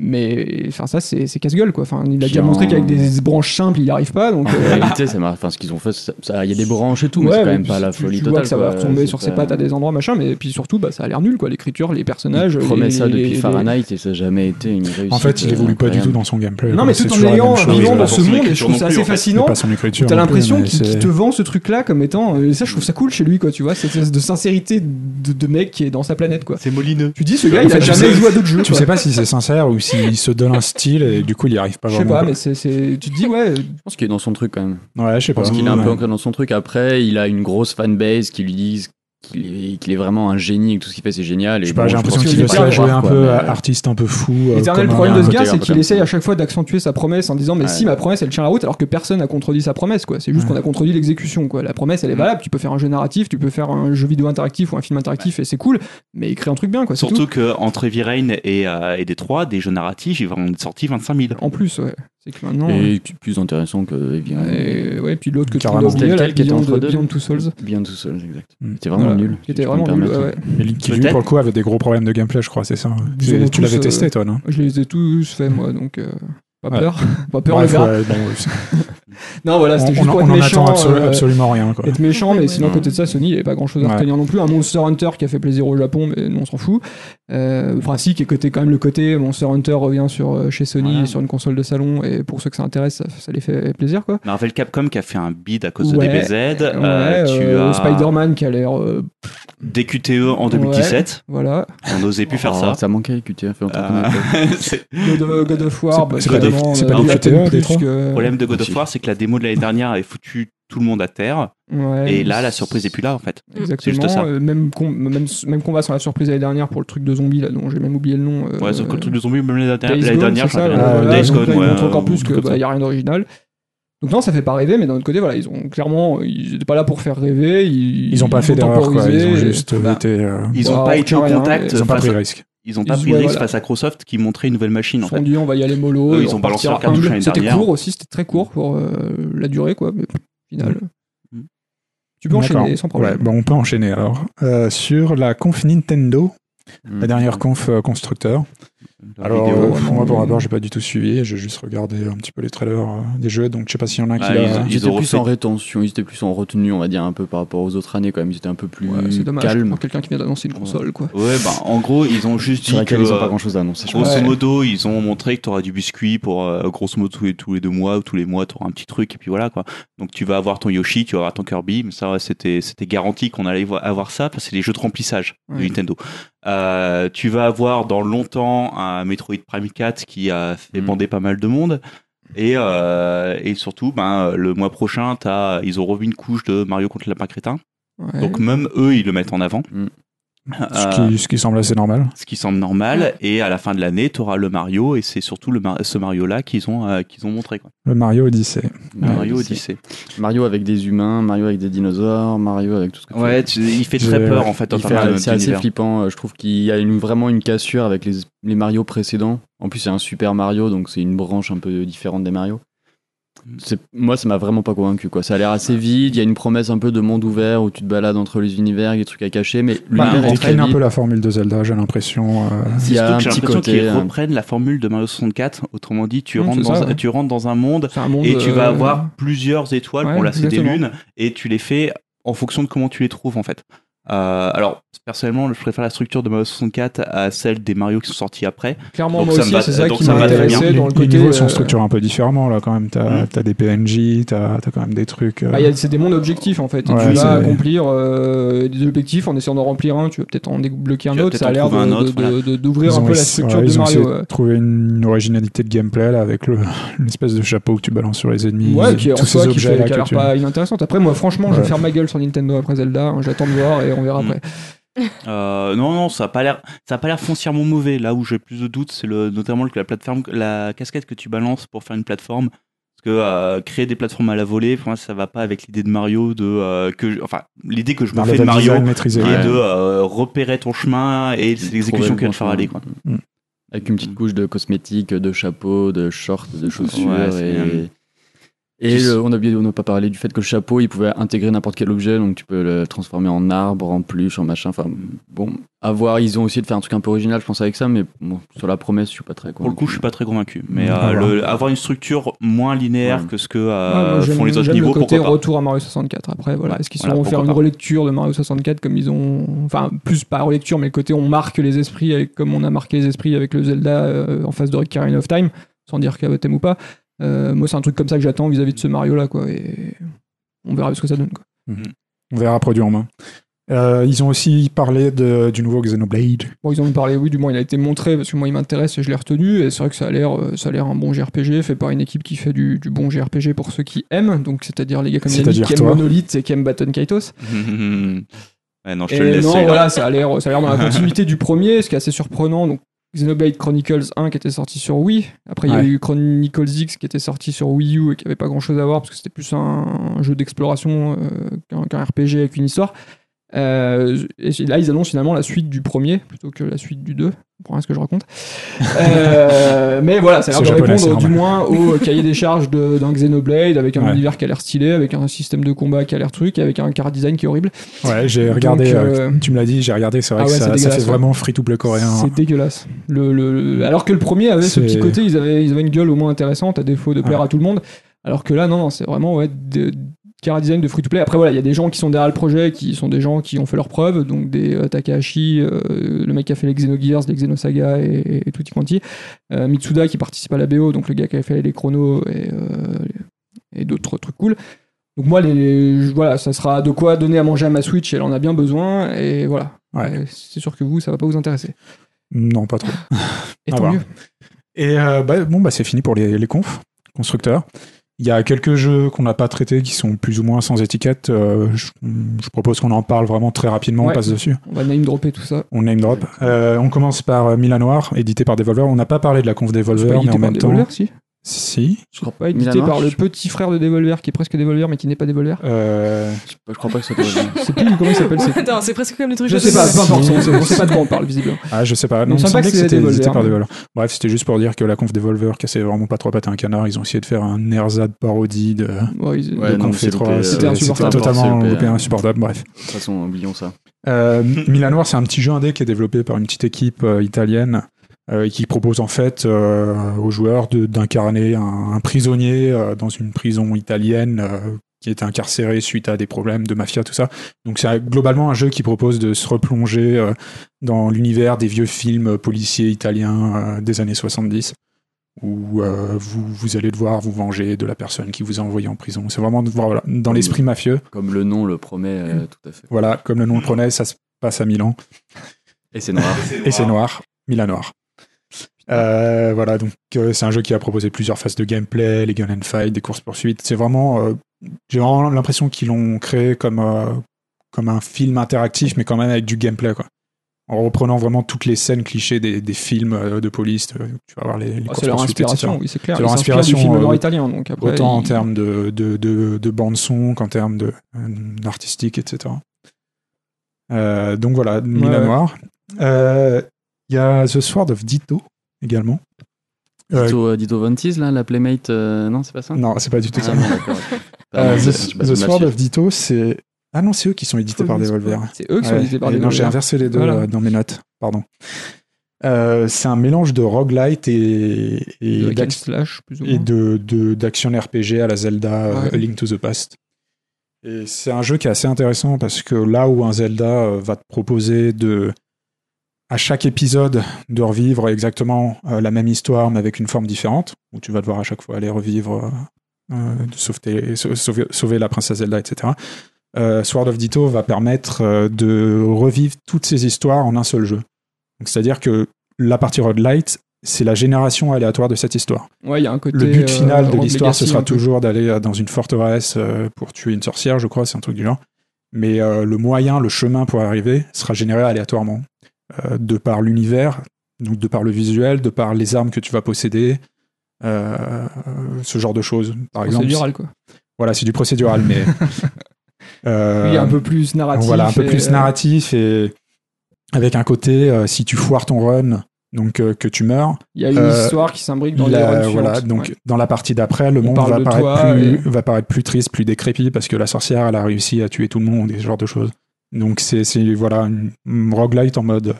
Speaker 2: Mais enfin, ça, c'est c'est casse-gueule. quoi. Enfin, il a
Speaker 4: Puis
Speaker 2: déjà montré
Speaker 4: en-
Speaker 2: qu'avec des branches simples, il n'y arrive pas. Donc,
Speaker 4: En
Speaker 2: euh,
Speaker 4: réalité, ça marche. Enfin, ce qu'ils ont fait, ça- ça- il y a des branches et *laughs* tout, mais
Speaker 2: Ouais,
Speaker 4: c'est quand
Speaker 2: mais
Speaker 4: même pas
Speaker 2: tu-
Speaker 4: la
Speaker 2: tu-
Speaker 4: folie
Speaker 2: tu vois
Speaker 4: totale.
Speaker 2: que ça va
Speaker 4: quoi.
Speaker 2: retomber
Speaker 4: C'est
Speaker 2: sur
Speaker 4: pas-
Speaker 2: ses pattes à des endroits, machin, mais puis surtout, bah, ça a l'air nul, quoi. L'écriture, les personnages.
Speaker 4: Il promet
Speaker 2: les-
Speaker 4: ça depuis
Speaker 2: les-
Speaker 4: Fahrenheit et ça n'a jamais été une réussite.
Speaker 1: En fait, il
Speaker 4: euh,
Speaker 1: évolue pas du
Speaker 4: incroyable.
Speaker 1: tout dans son gameplay.
Speaker 2: Non,
Speaker 1: Voilà,
Speaker 2: mais
Speaker 1: c'est
Speaker 2: tout en
Speaker 1: toujours la
Speaker 2: ayant
Speaker 1: même chose,
Speaker 2: vivant
Speaker 1: voilà.
Speaker 2: dans
Speaker 3: pas
Speaker 2: ce
Speaker 3: son
Speaker 2: monde, et je
Speaker 3: écriture
Speaker 2: trouve
Speaker 3: non
Speaker 2: ça
Speaker 3: plus,
Speaker 2: assez
Speaker 3: en fait.
Speaker 1: hein. C'est
Speaker 2: fascinant.
Speaker 1: pas son écriture.
Speaker 2: T'as
Speaker 1: non plus, hein,
Speaker 2: l'impression
Speaker 1: mais
Speaker 2: qu'il
Speaker 1: c'est-
Speaker 2: qu'il te vend ce truc-là comme étant. euh, ça, je trouve ça cool chez lui, quoi, tu vois, cette espèce de sincérité de, de mec qui est dans sa planète, quoi.
Speaker 3: C'est molineux.
Speaker 2: Tu dis, ce gars, il
Speaker 1: fait,
Speaker 2: a
Speaker 1: tu
Speaker 2: jamais
Speaker 1: sais-
Speaker 2: joué à d'autres jeux.
Speaker 1: Tu
Speaker 2: quoi.
Speaker 1: sais pas si c'est sincère ou s'il se donne un style et du coup il y arrive pas
Speaker 2: Je sais
Speaker 1: vraiment.
Speaker 2: pas,
Speaker 1: quoi.
Speaker 2: mais c'est, c'est- tu te dis, ouais,
Speaker 4: Je pense qu'il est dans son truc quand même.
Speaker 1: Ouais, je sais
Speaker 4: Je
Speaker 1: pas.
Speaker 4: pense qu'il est un
Speaker 1: Bah Ouais.
Speaker 4: peu ancré dans son truc. Après, il a une grosse fanbase qui lui disent qu'il est, qu'il est vraiment un génie et que tout ce qu'il fait c'est génial. Et
Speaker 1: Je sais pas,
Speaker 4: bon,
Speaker 1: j'ai
Speaker 4: je
Speaker 1: l'impression
Speaker 4: pense
Speaker 1: qu'il
Speaker 2: qu'il
Speaker 1: veut
Speaker 2: est
Speaker 1: se la
Speaker 2: pas
Speaker 1: jouer
Speaker 4: rare,
Speaker 1: un
Speaker 4: quoi,
Speaker 1: peu
Speaker 4: mais-
Speaker 1: euh, artiste, un peu fou. euh,
Speaker 2: l'éternel
Speaker 1: comme un-
Speaker 2: problème de ce
Speaker 4: côté
Speaker 2: gars,
Speaker 4: un
Speaker 2: c'est
Speaker 4: peu
Speaker 2: qu'il
Speaker 4: comme
Speaker 2: essaye
Speaker 4: ça.
Speaker 2: à chaque fois d'accentuer sa promesse en disant, mais
Speaker 4: Ouais.
Speaker 2: si ma promesse, elle tient la route, alors que personne n'a contredit sa promesse, quoi. C'est juste
Speaker 1: Ouais. Mm.
Speaker 2: qu'on a contredit l'exécution, quoi. La promesse, elle est valable. Tu peux faire un jeu narratif, tu peux faire un jeu vidéo interactif ou un film interactif, et c'est cool, mais il crée un truc bien, quoi. c'est tout.
Speaker 3: Surtout qu'entre Heavy Rain et, euh, et Détroit, des jeux narratifs, ils en sorti 25 000.
Speaker 2: En plus, ouais. C'est que
Speaker 1: hein.
Speaker 2: maintenant.
Speaker 4: Et plus intéressant que eh Evian.
Speaker 2: euh, ouais, puis l'autre que tu
Speaker 1: Carrément.
Speaker 2: l'as oublié,
Speaker 4: C'était
Speaker 2: là,
Speaker 4: lequel qui était
Speaker 2: Beyond-
Speaker 4: entre deux
Speaker 2: Beyond Two Souls.
Speaker 4: Bien tout seul, exact.
Speaker 1: Mm.
Speaker 4: C'était vraiment
Speaker 2: Voilà.
Speaker 4: nul.
Speaker 2: Qui était
Speaker 4: si je peux
Speaker 2: vraiment
Speaker 4: me
Speaker 2: nul,
Speaker 4: permettre.
Speaker 2: ouais, ouais.
Speaker 1: Mais lui, qui lui,
Speaker 3: Peut-être.
Speaker 1: pour le coup avait des gros problèmes de gameplay, je crois, c'est ça. hein.
Speaker 2: Ils
Speaker 1: Tu,
Speaker 2: ont
Speaker 1: tu l'avais
Speaker 2: tous, euh,
Speaker 1: testé toi, non
Speaker 2: Je les ai tous faits, moi, donc euh, pas
Speaker 1: Ouais.
Speaker 2: peur. *laughs* Pas peur,
Speaker 1: Bref,
Speaker 2: le gars.
Speaker 1: ouais, bon, c'est-
Speaker 2: Non, voilà, c'était
Speaker 1: on,
Speaker 2: juste
Speaker 1: on,
Speaker 2: pour
Speaker 1: on
Speaker 2: être
Speaker 1: en
Speaker 2: méchant.
Speaker 1: attend absolu-
Speaker 2: euh,
Speaker 1: absolument rien. Quoi.
Speaker 2: être méchant, mais
Speaker 5: Ouais.
Speaker 2: sinon, à côté de ça, Sony, il n'y avait pas grand chose à
Speaker 1: Ouais.
Speaker 2: retenir non plus. Un Monster Hunter qui a fait plaisir au Japon, mais nous, on s'en fout. Euh, enfin, si, qui est côté, quand même le côté Monster Hunter revient sur, euh, chez Sony,
Speaker 3: Voilà.
Speaker 2: sur une console de salon, et pour ceux que ça intéresse, ça, ça les fait plaisir, quoi.
Speaker 3: Marvel Capcom qui a fait un bid à cause
Speaker 2: Ouais.
Speaker 3: de DBZ.
Speaker 2: Ouais,
Speaker 3: euh, tu
Speaker 2: euh,
Speaker 3: as
Speaker 2: Spider-Man qui a l'air. euh,
Speaker 3: DQTE E en 2017.
Speaker 2: voilà.
Speaker 3: On n'osait plus faire
Speaker 4: Oh,
Speaker 3: ça.
Speaker 4: Ça manquait QTF. fait
Speaker 2: Ah.
Speaker 4: longtemps qu'on a
Speaker 3: Euh, *laughs*
Speaker 4: fait.
Speaker 3: c'est-
Speaker 2: God of, God of War,
Speaker 1: C'est- c'est pas
Speaker 2: finalement,
Speaker 1: des- c'est
Speaker 2: euh,
Speaker 1: pas
Speaker 2: il
Speaker 1: des
Speaker 2: a
Speaker 1: GTA,
Speaker 2: plus
Speaker 1: des trois
Speaker 2: que-
Speaker 3: Le problème de God of
Speaker 4: Aussi.
Speaker 3: War, c'est que la démo de l'année dernière avait foutu tout le monde à terre.
Speaker 2: Ouais.
Speaker 3: Et là, la surprise est plus là, en fait. C'est
Speaker 2: Exactement.
Speaker 3: juste ça.
Speaker 2: euh, même, com- même, même combat sans la surprise l'année dernière pour le truc de zombie là dont j'ai même oublié le nom. euh,
Speaker 3: Ouais, sauf que le truc de zombie, même l'année dernière,
Speaker 2: Days
Speaker 3: l'année
Speaker 2: Gone,
Speaker 3: dernière,
Speaker 2: c'est ça,
Speaker 3: je
Speaker 1: crois.
Speaker 2: là,
Speaker 1: Euh,
Speaker 2: voilà,
Speaker 1: Days
Speaker 2: donc là,
Speaker 3: Gone,
Speaker 2: ils
Speaker 3: ouais,
Speaker 2: montrent encore
Speaker 3: ou
Speaker 2: plus
Speaker 3: un
Speaker 2: que
Speaker 3: truc
Speaker 2: bah,
Speaker 3: comme
Speaker 2: y a rien d'original. Donc non, ça fait pas rêver, mais d'un autre côté, voilà, ils ont clairement, ils étaient pas là pour faire rêver. Ils,
Speaker 1: Ils ont pas fait d'erreur, quoi. Ils ont
Speaker 2: temporisé.
Speaker 1: juste
Speaker 3: Bah,
Speaker 1: été. euh,
Speaker 3: Ils
Speaker 2: Bah,
Speaker 3: n'ont
Speaker 2: on
Speaker 3: pas été
Speaker 2: tient
Speaker 3: au
Speaker 2: rien,
Speaker 3: contact.
Speaker 1: Ils ont pas
Speaker 3: face
Speaker 1: pris
Speaker 3: à-
Speaker 1: le risque.
Speaker 3: Ils ont pas
Speaker 2: Ils-
Speaker 3: pris
Speaker 2: ouais,
Speaker 3: de risque
Speaker 2: voilà.
Speaker 3: face à Microsoft qui montrait une nouvelle machine,
Speaker 2: Ils
Speaker 3: en
Speaker 2: sont
Speaker 3: fait.
Speaker 2: dit, on va y aller mollo.
Speaker 3: Eux,
Speaker 2: et
Speaker 3: ils
Speaker 2: on
Speaker 3: ont balancé leur
Speaker 2: partira humble.
Speaker 3: cartouche l'année
Speaker 2: C'était
Speaker 3: dernière.
Speaker 2: court aussi, c'était très court pour euh, la durée, quoi. Mais au final,
Speaker 3: Mhm.
Speaker 2: tu peux enchaîner sans
Speaker 1: D'accord. Ouais,
Speaker 2: problème.
Speaker 1: bah, on peut enchaîner alors. Euh, sur la conf Nintendo,
Speaker 4: Hmm.
Speaker 1: la dernière conf euh, constructeur.
Speaker 3: Leur
Speaker 1: Alors, euh,
Speaker 3: vidéo, ouais.
Speaker 1: moi pour ma part, j'ai pas du tout suivi. J'ai juste regardé un petit peu les trailers euh, des jeux. Donc, je sais pas s'il y en a un qui
Speaker 3: Ah,
Speaker 1: l'a.
Speaker 3: Ils
Speaker 4: Ils,
Speaker 3: ont
Speaker 4: étaient plus
Speaker 3: refait-
Speaker 4: en rétention, ils étaient plus en retenue, on va dire, un peu par rapport aux autres années quand même. Ils étaient un peu plus
Speaker 2: Ouais, C'est dommage
Speaker 4: calmes.
Speaker 2: pour quelqu'un qui vient d'annoncer une console, quoi.
Speaker 3: Ouais, bah, en gros, ils ont juste
Speaker 4: Sur
Speaker 3: dit que.
Speaker 4: laquelle ils ont pas
Speaker 3: euh,
Speaker 4: grand chose à annoncer. je
Speaker 3: Grosso
Speaker 2: Ouais.
Speaker 3: modo, ils ont montré que tu auras du biscuit pour euh, grosso modo tous les, tous les deux mois ou tous les mois, tu auras un petit truc et puis voilà quoi. Donc tu vas avoir ton Yoshi, tu vas avoir ton Kirby, mais ça ouais, c'était c'était garanti qu'on allait vo- avoir ça parce que c'est les jeux de remplissage de
Speaker 2: Ouais.
Speaker 3: Nintendo. Euh, tu vas avoir dans longtemps un Metroid Prime 4 qui a fait
Speaker 4: Mm.
Speaker 3: bander pas mal de monde. Et, euh, et surtout, ben, le mois prochain, as, ils ont revu une couche de Mario contre le lapin crétin.
Speaker 2: Ouais. Mm.
Speaker 3: Donc même eux, ils le mettent en avant. Euh,
Speaker 1: Ce, qui, ce qui semble assez normal.
Speaker 3: ce qui semble normal. Et à la fin de l'année, tu auras le Mario, et c'est surtout le Mar- ce Mario-là qu'ils ont, euh, qu'ils ont montré. Quoi.
Speaker 1: Le Mario Odyssey.
Speaker 4: Ouais,
Speaker 3: Mario
Speaker 4: Odyssey.
Speaker 3: Odyssey.
Speaker 4: Mario avec des humains, Mario avec des dinosaures, Mario avec tout ce que tu
Speaker 3: Ouais,
Speaker 4: veux.
Speaker 3: tu- il fait
Speaker 1: Je-
Speaker 3: très peur en fait en
Speaker 4: Il fait-
Speaker 3: termes
Speaker 4: C'est assez
Speaker 3: d'univers.
Speaker 4: flippant. euh, Je trouve qu'il y a une- vraiment une cassure avec les, les Mario précédents. En plus, c'est un Super Mario, donc c'est une branche un peu différente des Mario. C'est- Moi, ça m'a vraiment pas convaincu. Quoi. Ça a l'air assez vide. Il y a une promesse un peu de monde ouvert où tu te balades entre les univers, il y a des trucs à cacher, mais
Speaker 1: Bah,
Speaker 4: l'univers
Speaker 1: il
Speaker 4: est très
Speaker 1: décline un
Speaker 4: vide.
Speaker 1: peu la formule de Zelda, j'ai l'impression. euh,
Speaker 4: Il y
Speaker 3: Surtout
Speaker 4: a un
Speaker 3: que j'ai
Speaker 4: petit
Speaker 3: l'impression
Speaker 4: côté.
Speaker 3: qu'ils
Speaker 4: euh,
Speaker 3: reprennent la formule de Mario 64. Autrement dit, tu,
Speaker 2: Mm,
Speaker 3: rentres,
Speaker 2: c'est
Speaker 3: dans
Speaker 2: ça,
Speaker 3: un,
Speaker 2: ouais.
Speaker 3: tu rentres dans un monde
Speaker 2: C'est un monde,
Speaker 3: et tu vas
Speaker 2: euh,
Speaker 3: avoir plusieurs étoiles,
Speaker 2: ouais,
Speaker 3: bon là c'est des
Speaker 2: exactement.
Speaker 3: lunes, et tu les fais en fonction de comment tu les trouves en fait. Euh, alors personnellement, je préfère la structure de Mario 64 à celle des Mario qui sont sortis après.
Speaker 2: Clairement,
Speaker 3: Donc
Speaker 2: moi
Speaker 3: ça me
Speaker 2: aussi,
Speaker 3: va-
Speaker 2: c'est ça
Speaker 3: donc
Speaker 2: qui
Speaker 3: ça
Speaker 2: m'a
Speaker 3: va très
Speaker 2: intéressé
Speaker 1: les,
Speaker 2: dans le
Speaker 1: les
Speaker 2: côté.
Speaker 1: niveaux sont
Speaker 2: euh,
Speaker 1: structurés un peu différemment là quand même. T'as
Speaker 3: Mm.
Speaker 1: t'as des PNJ, t'as as quand même des trucs. euh,
Speaker 2: bah, il y a- c'est des mondes objectifs en fait. Et
Speaker 1: Ouais,
Speaker 2: tu vas
Speaker 1: c'est-
Speaker 2: accomplir euh, des objectifs en essayant d'en remplir un. Tu vas peut-être en débloquer un
Speaker 3: Tu vas
Speaker 2: autre. Ça a
Speaker 3: peut-être
Speaker 2: l'air
Speaker 3: en trouver
Speaker 2: de-
Speaker 3: un autre,
Speaker 2: de-
Speaker 3: voilà.
Speaker 2: de- de-
Speaker 1: ils
Speaker 2: d'ouvrir un
Speaker 1: ont
Speaker 2: peu la
Speaker 1: ess-
Speaker 2: structure
Speaker 1: ouais,
Speaker 2: de
Speaker 1: ils ont essayé
Speaker 2: Mario. ouais.
Speaker 1: de trouver une originalité de gameplay là avec le *laughs* une espèce de chapeau que tu balances sur les ennemis.
Speaker 2: Ouais, qui est en
Speaker 1: tous
Speaker 2: soi
Speaker 1: ces
Speaker 2: qui,
Speaker 1: objets
Speaker 2: fait,
Speaker 1: là
Speaker 2: qui a
Speaker 1: que
Speaker 2: l'air
Speaker 1: tu.
Speaker 2: pas inintéressante. Après, moi, franchement, je
Speaker 1: Ouais.
Speaker 2: vais faire ma gueule sur Nintendo après Zelda. hein. J'attends de voir et on verra
Speaker 3: Mm.
Speaker 2: après.
Speaker 3: Euh, non, non, ça a pas l'air, ça a pas l'air foncièrement mauvais. Là où j'ai plus de doutes, c'est le, notamment le- la plateforme, la casquette que tu balances pour faire une plateforme. Parce que euh, créer des plateformes à la volée, pour moi, ça va pas avec l'idée de Mario, de euh, que, je- enfin, l'idée que je me
Speaker 1: Dans
Speaker 3: fais
Speaker 1: le
Speaker 3: de Mario,
Speaker 1: design maîtrisé.
Speaker 3: qui
Speaker 4: Ouais.
Speaker 3: est de euh, repérer ton chemin et
Speaker 4: trouver
Speaker 3: l'exécution
Speaker 4: le
Speaker 3: qu'il va
Speaker 4: bon
Speaker 3: te faire
Speaker 4: chemin.
Speaker 3: aller. Quoi.
Speaker 2: Mm.
Speaker 4: Avec une petite couche de cosmétiques, de chapeaux, de shorts, de chaussures.
Speaker 3: Ouais, c'est-
Speaker 4: et et
Speaker 3: Tu-
Speaker 4: le- on a oublié, on n'a pas parlé du fait que le chapeau, il pouvait intégrer n'importe quel objet, donc tu peux le transformer en arbre, en peluche, en machin. Enfin, bon, à voir. Ils ont essayé de faire un truc un peu original, je pense, avec ça, mais bon, sur la promesse, je suis pas très
Speaker 3: Pour le coup, je suis pas très convaincu. Mais
Speaker 1: On
Speaker 2: Mm.
Speaker 1: va
Speaker 2: Ah,
Speaker 3: euh,
Speaker 1: voir.
Speaker 3: le- avoir une structure moins linéaire
Speaker 4: Ouais.
Speaker 3: que ce que
Speaker 2: Ouais,
Speaker 3: euh,
Speaker 2: Ah, moi, j'aime-
Speaker 3: font les autres
Speaker 2: j'aime
Speaker 3: niveaux,
Speaker 2: le côté
Speaker 3: pourquoi pas.
Speaker 2: retour à Mario 64. Après, voilà.
Speaker 3: Ouais,
Speaker 2: Est-ce qu'ils
Speaker 3: voilà,
Speaker 2: sauront
Speaker 3: pourquoi
Speaker 2: faire une
Speaker 3: pas.
Speaker 2: relecture de Mario 64 comme ils ont. Enfin, plus pas relecture, mais le côté on marque les esprits avec, comme on a marqué les esprits avec le Zelda euh, en face de Ocarina of Time, sans dire que thème ou pas. Euh, moi, c'est un truc comme ça que j'attends vis-à-vis de ce Mario-là, quoi. Et on verra ce que ça donne, quoi.
Speaker 1: On verra produit en main. Euh, ils ont aussi parlé de- du nouveau Xenoblade.
Speaker 2: Bon, ils en ont parlé, oui, du moins il a été montré parce que moi il m'intéresse et je l'ai retenu. Et c'est vrai que ça a l'air, euh, ça a l'air un bon JRPG fait par une équipe qui fait du, du bon JRPG pour ceux qui aiment, donc c'est-à-dire les gars comme Yannick
Speaker 1: C'est-à-dire
Speaker 2: qui aiment
Speaker 1: toi.
Speaker 2: Monolith et qui aiment Baton Kaitos.
Speaker 3: *laughs* Ouais, non, je te le
Speaker 2: Et
Speaker 3: laisse.
Speaker 2: non,
Speaker 3: celui-là.
Speaker 2: voilà, ça a l'air, ça a l'air dans la continuité du premier, ce qui est assez surprenant. Donc Xenoblade Chronicles 1 qui était sorti sur Wii. Après il y a
Speaker 1: Ouais.
Speaker 2: eu Chronicles X qui était sorti sur Wii U et qui avait pas grand-chose à voir parce que c'était plus un, un jeu d'exploration euh, qu'un, qu'un RPG avec une histoire. Euh, et là, ils annoncent finalement la suite du premier plutôt que la suite du 2. Pour rien ce que je raconte. Euh, mais voilà, ça a l'air
Speaker 1: C'est
Speaker 2: de
Speaker 1: japonais,
Speaker 2: répondre
Speaker 1: c'est
Speaker 2: du moins au cahier des charges de- d'un Xenoblade avec un
Speaker 1: Ouais.
Speaker 2: univers qui a l'air stylé, avec un système de combat qui a l'air truc, et avec un car design qui est horrible.
Speaker 1: Ouais, j'ai regardé.
Speaker 2: Donc,
Speaker 1: euh,
Speaker 2: euh,
Speaker 1: Tu me l'as dit, j'ai regardé. C'est vrai
Speaker 2: ah
Speaker 1: que
Speaker 2: ouais, c'est
Speaker 1: ça, ça
Speaker 2: dégueulasse,
Speaker 1: fait
Speaker 2: ouais.
Speaker 1: vraiment free to play coréen.
Speaker 2: C'est dégueulasse. Le, le- le- Alors que le premier avait
Speaker 1: C'est-
Speaker 2: ce petit côté, ils avaient, ils avaient une gueule au moins intéressante, à défaut de plaire
Speaker 1: Ouais.
Speaker 2: à tout le monde. Alors que là, non, non, c'est vraiment ouais, de, car design de free to play. Après, voilà, il y a des gens qui sont derrière le projet, qui sont des gens qui ont fait leurs preuves, donc des euh, Takahashi, euh, le mec qui a fait les Xenogears, les Xenosaga et, et tout y quanti. Euh, Mitsuda qui participe à la BO, donc le gars qui a fait les Chronos et, euh, et d'autres trucs cool. Donc moi, les, je- voilà, ça sera de quoi donner à manger à ma Switch, elle en a bien besoin, et voilà.
Speaker 1: Ouais.
Speaker 2: Euh, C'est sûr que vous, ça va pas vous intéresser.
Speaker 1: Non, pas trop.
Speaker 2: Et
Speaker 1: À
Speaker 2: tant
Speaker 1: voir.
Speaker 2: mieux.
Speaker 1: Et euh, bah, bon, bah, c'est fini pour les, les confs constructeurs. Il y a quelques jeux qu'on n'a pas traités qui sont plus ou moins sans étiquette. Euh, je, je propose qu'on en parle vraiment très rapidement.
Speaker 2: Ouais.
Speaker 1: On passe dessus.
Speaker 2: On va name dropper tout ça.
Speaker 1: On name drop. Euh, on commence par euh, Mila Noir, édité par Devolver. On n'a pas parlé de la conf
Speaker 2: C'est pas
Speaker 1: Devolver, mais
Speaker 2: édité
Speaker 1: en
Speaker 2: par
Speaker 1: même temps.
Speaker 2: Devolver, si.
Speaker 1: Si.
Speaker 4: je crois
Speaker 2: Pas édité par le petit frère de Devolver qui est presque Devolver mais qui n'est pas Devolver.
Speaker 1: Euh,
Speaker 4: Je crois pas que ça soit
Speaker 2: *laughs*
Speaker 4: original.
Speaker 2: Je sais plus comment il s'appelle. *laughs* c'est-
Speaker 5: Attends, c'est presque comme les trucs
Speaker 2: Je sais pas,
Speaker 5: japonais.
Speaker 2: peu importe,
Speaker 1: Si.
Speaker 2: on, on sait pas de quoi on parle visiblement.
Speaker 1: Ah, je sais pas.
Speaker 2: Il me
Speaker 1: Non, il me
Speaker 2: semble pas
Speaker 1: semblait
Speaker 2: que
Speaker 1: que
Speaker 2: c'était
Speaker 1: c'était
Speaker 2: Devolver, hein.
Speaker 1: édité par
Speaker 2: mais-
Speaker 1: Devolver. Bref, c'était juste pour dire que la conf Devolver cassait vraiment pas trop pâté un canard. Ils ont essayé de faire un airzad parodie de,
Speaker 2: *laughs* Ouais, ils- Ah,
Speaker 4: Ouais,
Speaker 1: de
Speaker 4: non,
Speaker 1: conf
Speaker 4: c'est
Speaker 1: E3.
Speaker 4: loupé, euh,
Speaker 1: C'était
Speaker 2: c'est
Speaker 1: c'était
Speaker 2: loupé,
Speaker 1: totalement
Speaker 4: c'est loupé,
Speaker 1: loupé,
Speaker 4: hein.
Speaker 1: insupportable. Bref.
Speaker 4: De toute façon, oublions ça.
Speaker 1: Euh, Milan Noir, c'est un petit jeu indé qui est développé par une petite équipe euh, italienne euh, et qui propose en fait euh, aux joueurs de- d'incarner un, un prisonnier euh, dans une prison italienne euh, qui est incarcéré suite à des problèmes de mafia, tout ça. Donc c'est euh, globalement un jeu qui propose de se replonger euh, dans l'univers des vieux films euh, policiers italiens euh, des années 70 où euh, vous, vous allez devoir vous venger de la personne qui vous a envoyé en prison. C'est vraiment voilà, dans l'esprit mafieux.
Speaker 4: Comme le nom le promet, euh, tout à fait.
Speaker 1: Voilà, comme le nom le prenait, ça se passe à Milan.
Speaker 4: Et c'est noir.
Speaker 1: Et c'est noir, Milan noir. Euh, voilà, donc euh, c'est un jeu qui a proposé plusieurs phases de gameplay, les gun and fight, des courses poursuites. C'est vraiment, euh, j'ai vraiment l'impression qu'ils l'ont créé comme euh, comme un film interactif, mais quand même avec du gameplay quoi. en reprenant vraiment toutes les scènes clichés des, des films euh, de police. euh, Tu vas voir les, les
Speaker 2: Ah,
Speaker 1: courses
Speaker 2: c'est leur
Speaker 1: poursuites, etc.
Speaker 2: inspiration, oui, c'est clair.
Speaker 1: C'est leur
Speaker 2: Ils s'inspirent
Speaker 1: inspiration,
Speaker 2: du film
Speaker 1: euh,
Speaker 2: noir italien, donc après.
Speaker 1: Autant en
Speaker 2: ils-
Speaker 1: termes de, de, de, de bande-son qu'en termes de, euh, d'artistique, etc. Euh, donc voilà, Mina
Speaker 2: Ouais, ouais.
Speaker 1: Noire. Euh, Il y a The Sword of Ditto également. Euh,
Speaker 4: Dito, Dito Von Teese, là, la Playmate. euh, non, c'est
Speaker 2: hein
Speaker 4: pas ça
Speaker 1: non, c'est pas du tout ça.
Speaker 4: Ah, non, d'accord.
Speaker 1: Euh,
Speaker 4: Pardon, je-
Speaker 1: The,
Speaker 4: je passe
Speaker 1: The
Speaker 4: au
Speaker 1: Sword
Speaker 4: match.
Speaker 1: of Ditto, c'est. Ah non, c'est eux qui sont édités par Devolver.
Speaker 2: C'est eux qui sont
Speaker 1: Ouais,
Speaker 2: édités par
Speaker 1: et
Speaker 2: des
Speaker 1: non, j'ai inversé les deux
Speaker 2: Voilà.
Speaker 1: euh, dans mes notes, pardon. Euh, c'est un mélange de roguelite et, et
Speaker 2: de hack and
Speaker 1: d'ac-
Speaker 2: slash, plus ou moins.
Speaker 1: et de, de- d'action RPG à la Zelda euh,
Speaker 2: Ouais.
Speaker 1: A Link to the Past. Et c'est un jeu qui est assez intéressant parce que là où un Zelda euh, va te proposer de à chaque épisode de revivre exactement euh, la même histoire mais avec une forme différente, où tu vas devoir à chaque fois aller revivre, euh, euh, de sauveter- sau- sauver, sauver la princesse Zelda, etc. Euh, Sword of Ditto va permettre euh, de revivre toutes ces histoires en un seul jeu. Donc, C'est-à-dire que la partie Roguelite, c'est la génération aléatoire de cette histoire.
Speaker 2: Ouais, il y a un côté.
Speaker 1: Le but
Speaker 2: euh,
Speaker 1: final de
Speaker 2: Rogue
Speaker 1: l'histoire, ce
Speaker 2: Legacy,
Speaker 1: sera
Speaker 2: un peu.
Speaker 1: toujours d'aller euh, dans une forteresse euh, pour tuer une sorcière, je crois, c'est un truc du genre. Mais euh, le moyen, le chemin pour arriver sera généré aléatoirement, euh, de par l'univers, donc de par le visuel, de par les armes que tu vas posséder, euh, ce genre de choses. Par exemple,
Speaker 2: Procédural, quoi.
Speaker 1: voilà, c'est du procédural,
Speaker 2: *laughs*
Speaker 1: mais euh,
Speaker 2: Oui, un peu plus narratif.
Speaker 1: voilà, un peu
Speaker 2: et,
Speaker 1: plus
Speaker 2: euh,
Speaker 1: narratif et avec un côté, euh, si tu foires ton run, donc euh, que tu meurs,
Speaker 2: Il y a une
Speaker 1: Euh,
Speaker 2: histoire qui s'imbrique dans
Speaker 1: il
Speaker 2: les
Speaker 1: a-
Speaker 2: runs
Speaker 1: voilà,
Speaker 2: suivantes,
Speaker 1: donc
Speaker 2: ouais.
Speaker 1: dans la partie d'après, le
Speaker 2: On
Speaker 1: monde
Speaker 2: parle
Speaker 1: va
Speaker 2: de
Speaker 1: paraître,
Speaker 2: toi
Speaker 1: plus,
Speaker 2: et-
Speaker 1: va paraître plus triste, plus décrépit parce que la sorcière, elle a réussi à tuer tout le monde et ce genre de choses. Donc c'est c'est, voilà une, une roguelite en mode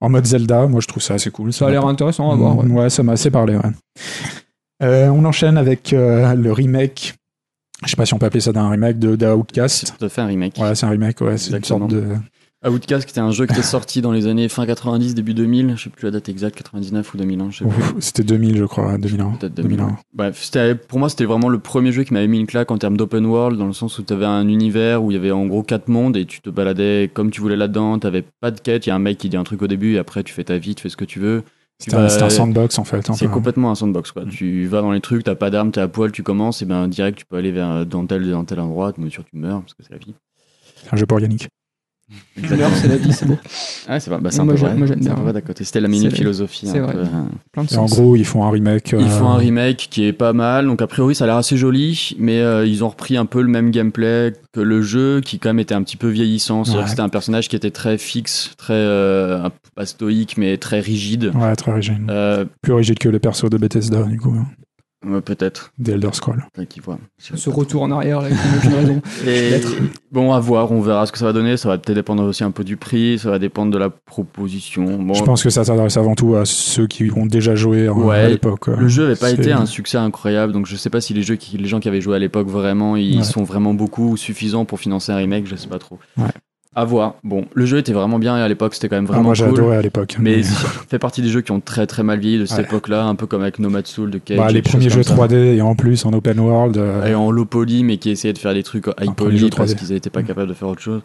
Speaker 1: en mode Zelda. Moi, je trouve ça assez cool.
Speaker 2: Ça a l'air intéressant à
Speaker 1: m'a-
Speaker 2: voir. ouais.
Speaker 1: ouais, ça m'a assez parlé. ouais. Euh, on enchaîne avec euh, le remake. Je sais pas si on peut appeler ça d'un remake de d'Outcast.
Speaker 4: Tout à fait un remake.
Speaker 1: Voilà, c'est un remake. Ouais, c'est une
Speaker 4: Exactement.
Speaker 1: sorte de.
Speaker 4: Outcast, qui était un jeu qui était sorti dans les années fin 90, début 2000, je sais plus la date exacte, 99 ou 2001, je sais plus.
Speaker 1: Ouf, C'était 2000, je crois, 2001.
Speaker 4: Peut-être
Speaker 1: 2001.
Speaker 4: 2001. Bref, c'était- pour moi, c'était vraiment le premier jeu qui m'avait mis une claque en termes d'open world, dans le sens où tu avais un univers où il y avait en gros quatre mondes et tu te baladais comme tu voulais là-dedans, tu pas de quête, il y a un mec qui dit un truc au début et après tu fais ta vie, tu fais ce que tu veux.
Speaker 1: C'était un,
Speaker 4: vas-
Speaker 1: c'était un sandbox hein, en fait. un
Speaker 4: C'est
Speaker 1: peu.
Speaker 4: complètement un sandbox
Speaker 1: Mm.
Speaker 4: quoi. Tu vas dans les trucs, t'as pas d'armes, t'es à poil, tu commences, et ben direct tu peux aller vers dans tel dans tel endroit, bien sûr tu meurs parce que c'est la vie.
Speaker 1: C'est un jeu pour Yannick.
Speaker 2: L'heure, c'est la vie, c'est beau.
Speaker 4: Ah c'est vrai, bah, c'est un
Speaker 2: Moi,
Speaker 4: peu
Speaker 2: j'aime-
Speaker 4: vrai.
Speaker 2: moi, j'aime
Speaker 4: C'est un
Speaker 2: bien.
Speaker 4: peu vrai d'accord. C'était la
Speaker 2: C'est
Speaker 4: mini
Speaker 2: vrai.
Speaker 4: philosophie.
Speaker 2: C'est
Speaker 4: un
Speaker 2: vrai.
Speaker 4: peu, hein.
Speaker 2: Plein de
Speaker 1: Et en
Speaker 2: sens.
Speaker 1: gros, ils font un remake.
Speaker 4: Ils font un
Speaker 1: euh,
Speaker 4: remake qui est pas mal, donc a priori ça a l'air assez joli, mais euh, ils ont repris un peu le même gameplay que le jeu, qui quand même était un petit peu vieillissant. C'est-à-dire
Speaker 1: Ouais.
Speaker 4: que c'était un personnage qui était très fixe, très euh, un peu pas stoïque, mais très rigide.
Speaker 1: Ouais, très rigide.
Speaker 4: Euh,
Speaker 1: Plus rigide que les persos de Bethesda, du coup, hein,
Speaker 4: euh, Peut-être,
Speaker 1: des Elder Scrolls.
Speaker 4: Peut-être qu'il voit.
Speaker 2: Ce retour en arrière, là, qui n'a aucune raison.
Speaker 4: Et-
Speaker 2: Peut-être.
Speaker 4: bon, à voir, on verra ce que ça va donner. Ça va peut-être dépendre aussi un peu du prix, ça va dépendre de la proposition. Bon,
Speaker 1: Je pense que ça s'adresse avant tout à ceux qui ont déjà joué hein,
Speaker 4: Ouais,
Speaker 1: à l'époque.
Speaker 4: Le jeu n'avait pas
Speaker 1: C'est-
Speaker 4: été un succès incroyable, donc je sais pas si les jeux qui, les gens qui avaient joué à l'époque vraiment, ils
Speaker 1: Ouais.
Speaker 4: sont vraiment beaucoup ou suffisants pour financer un remake, je sais pas trop.
Speaker 1: Ouais.
Speaker 4: À voir. Bon, le jeu était vraiment bien et à l'époque c'était quand même
Speaker 1: Ah,
Speaker 4: vraiment
Speaker 1: moi, j'ai
Speaker 4: cool.
Speaker 1: adoré à l'époque.
Speaker 4: Mais *laughs* ça fait partie des jeux qui ont très très mal vieilli de cette
Speaker 1: Ouais.
Speaker 4: époque-là, un peu comme avec Nomad Soul de Cage.
Speaker 1: Bah,
Speaker 4: et
Speaker 1: les
Speaker 4: des
Speaker 1: premiers
Speaker 4: choses
Speaker 1: jeux
Speaker 4: comme ça.
Speaker 1: 3D et en plus en open world. euh,
Speaker 4: Et en low poly, mais qui essayaient de faire des trucs high
Speaker 1: premier jeu
Speaker 4: poly parce
Speaker 1: 3D.
Speaker 4: qu'ils n'étaient pas capables de faire autre chose.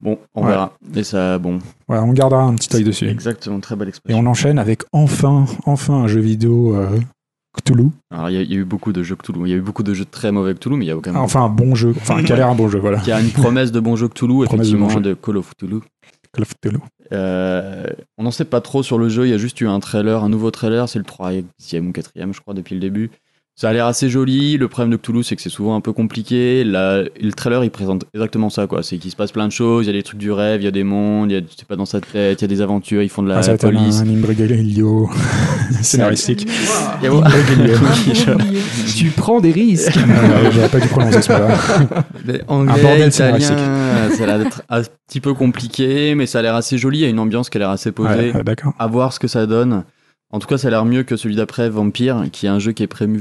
Speaker 4: Bon, on
Speaker 1: Ouais.
Speaker 4: verra. Et ça, bon.
Speaker 1: ouais, on gardera un petit œil dessus.
Speaker 4: Exactement, très belle
Speaker 1: Et
Speaker 4: expression.
Speaker 1: on enchaîne avec enfin, enfin un jeu vidéo euh, Cthulhu.
Speaker 4: Alors, il y, a- il y a eu beaucoup de jeux Cthulhu. Il y a eu beaucoup de jeux très mauvais Cthulhu, mais il y a aucun.
Speaker 1: Enfin, un bon jeu. Enfin, qui a l'air un bon jeu, voilà.
Speaker 4: Il y a
Speaker 1: *laughs*
Speaker 4: une promesse de bon jeu Cthulhu,
Speaker 1: Promesse de bon
Speaker 4: effectivement, de,
Speaker 1: jeu.
Speaker 4: Call of Cthulhu.
Speaker 1: Call of Cthulhu.
Speaker 4: Euh, on n'en sait pas trop sur le jeu. Il y a juste eu un trailer, un nouveau trailer. C'est le troisième ou quatrième, je crois, depuis le début. Ça a l'air assez joli. Le problème de Cthulhu, c'est que c'est souvent un peu compliqué. La- le trailer, il présente exactement ça, quoi. C'est qu'il se passe plein de choses. Il y a des trucs du rêve, il y a des mondes, il y a, c'est pas dans sa tête, il y a des aventures, ils font de la
Speaker 1: Ah, ça va être un,
Speaker 4: Bah, police.
Speaker 1: un *laughs* imbroglio scénaristique.
Speaker 4: *laughs* Il y
Speaker 1: *laughs*
Speaker 4: a- *laughs*
Speaker 2: Ah, Tu prends des risques.
Speaker 1: Euh, J'aurais pas dû prononcer ce mot-là.
Speaker 4: Mais Anglais,
Speaker 1: Un bordel
Speaker 4: italien,
Speaker 1: scénaristique.
Speaker 4: ça a l'air d'être un petit peu compliqué, mais ça a l'air assez joli. Il y a une ambiance qui a l'air assez posée.
Speaker 1: Ouais, euh, D'accord.
Speaker 4: à voir ce que ça donne. En tout cas, ça a l'air mieux que celui d'après, Vampire, qui est un jeu qui est prému,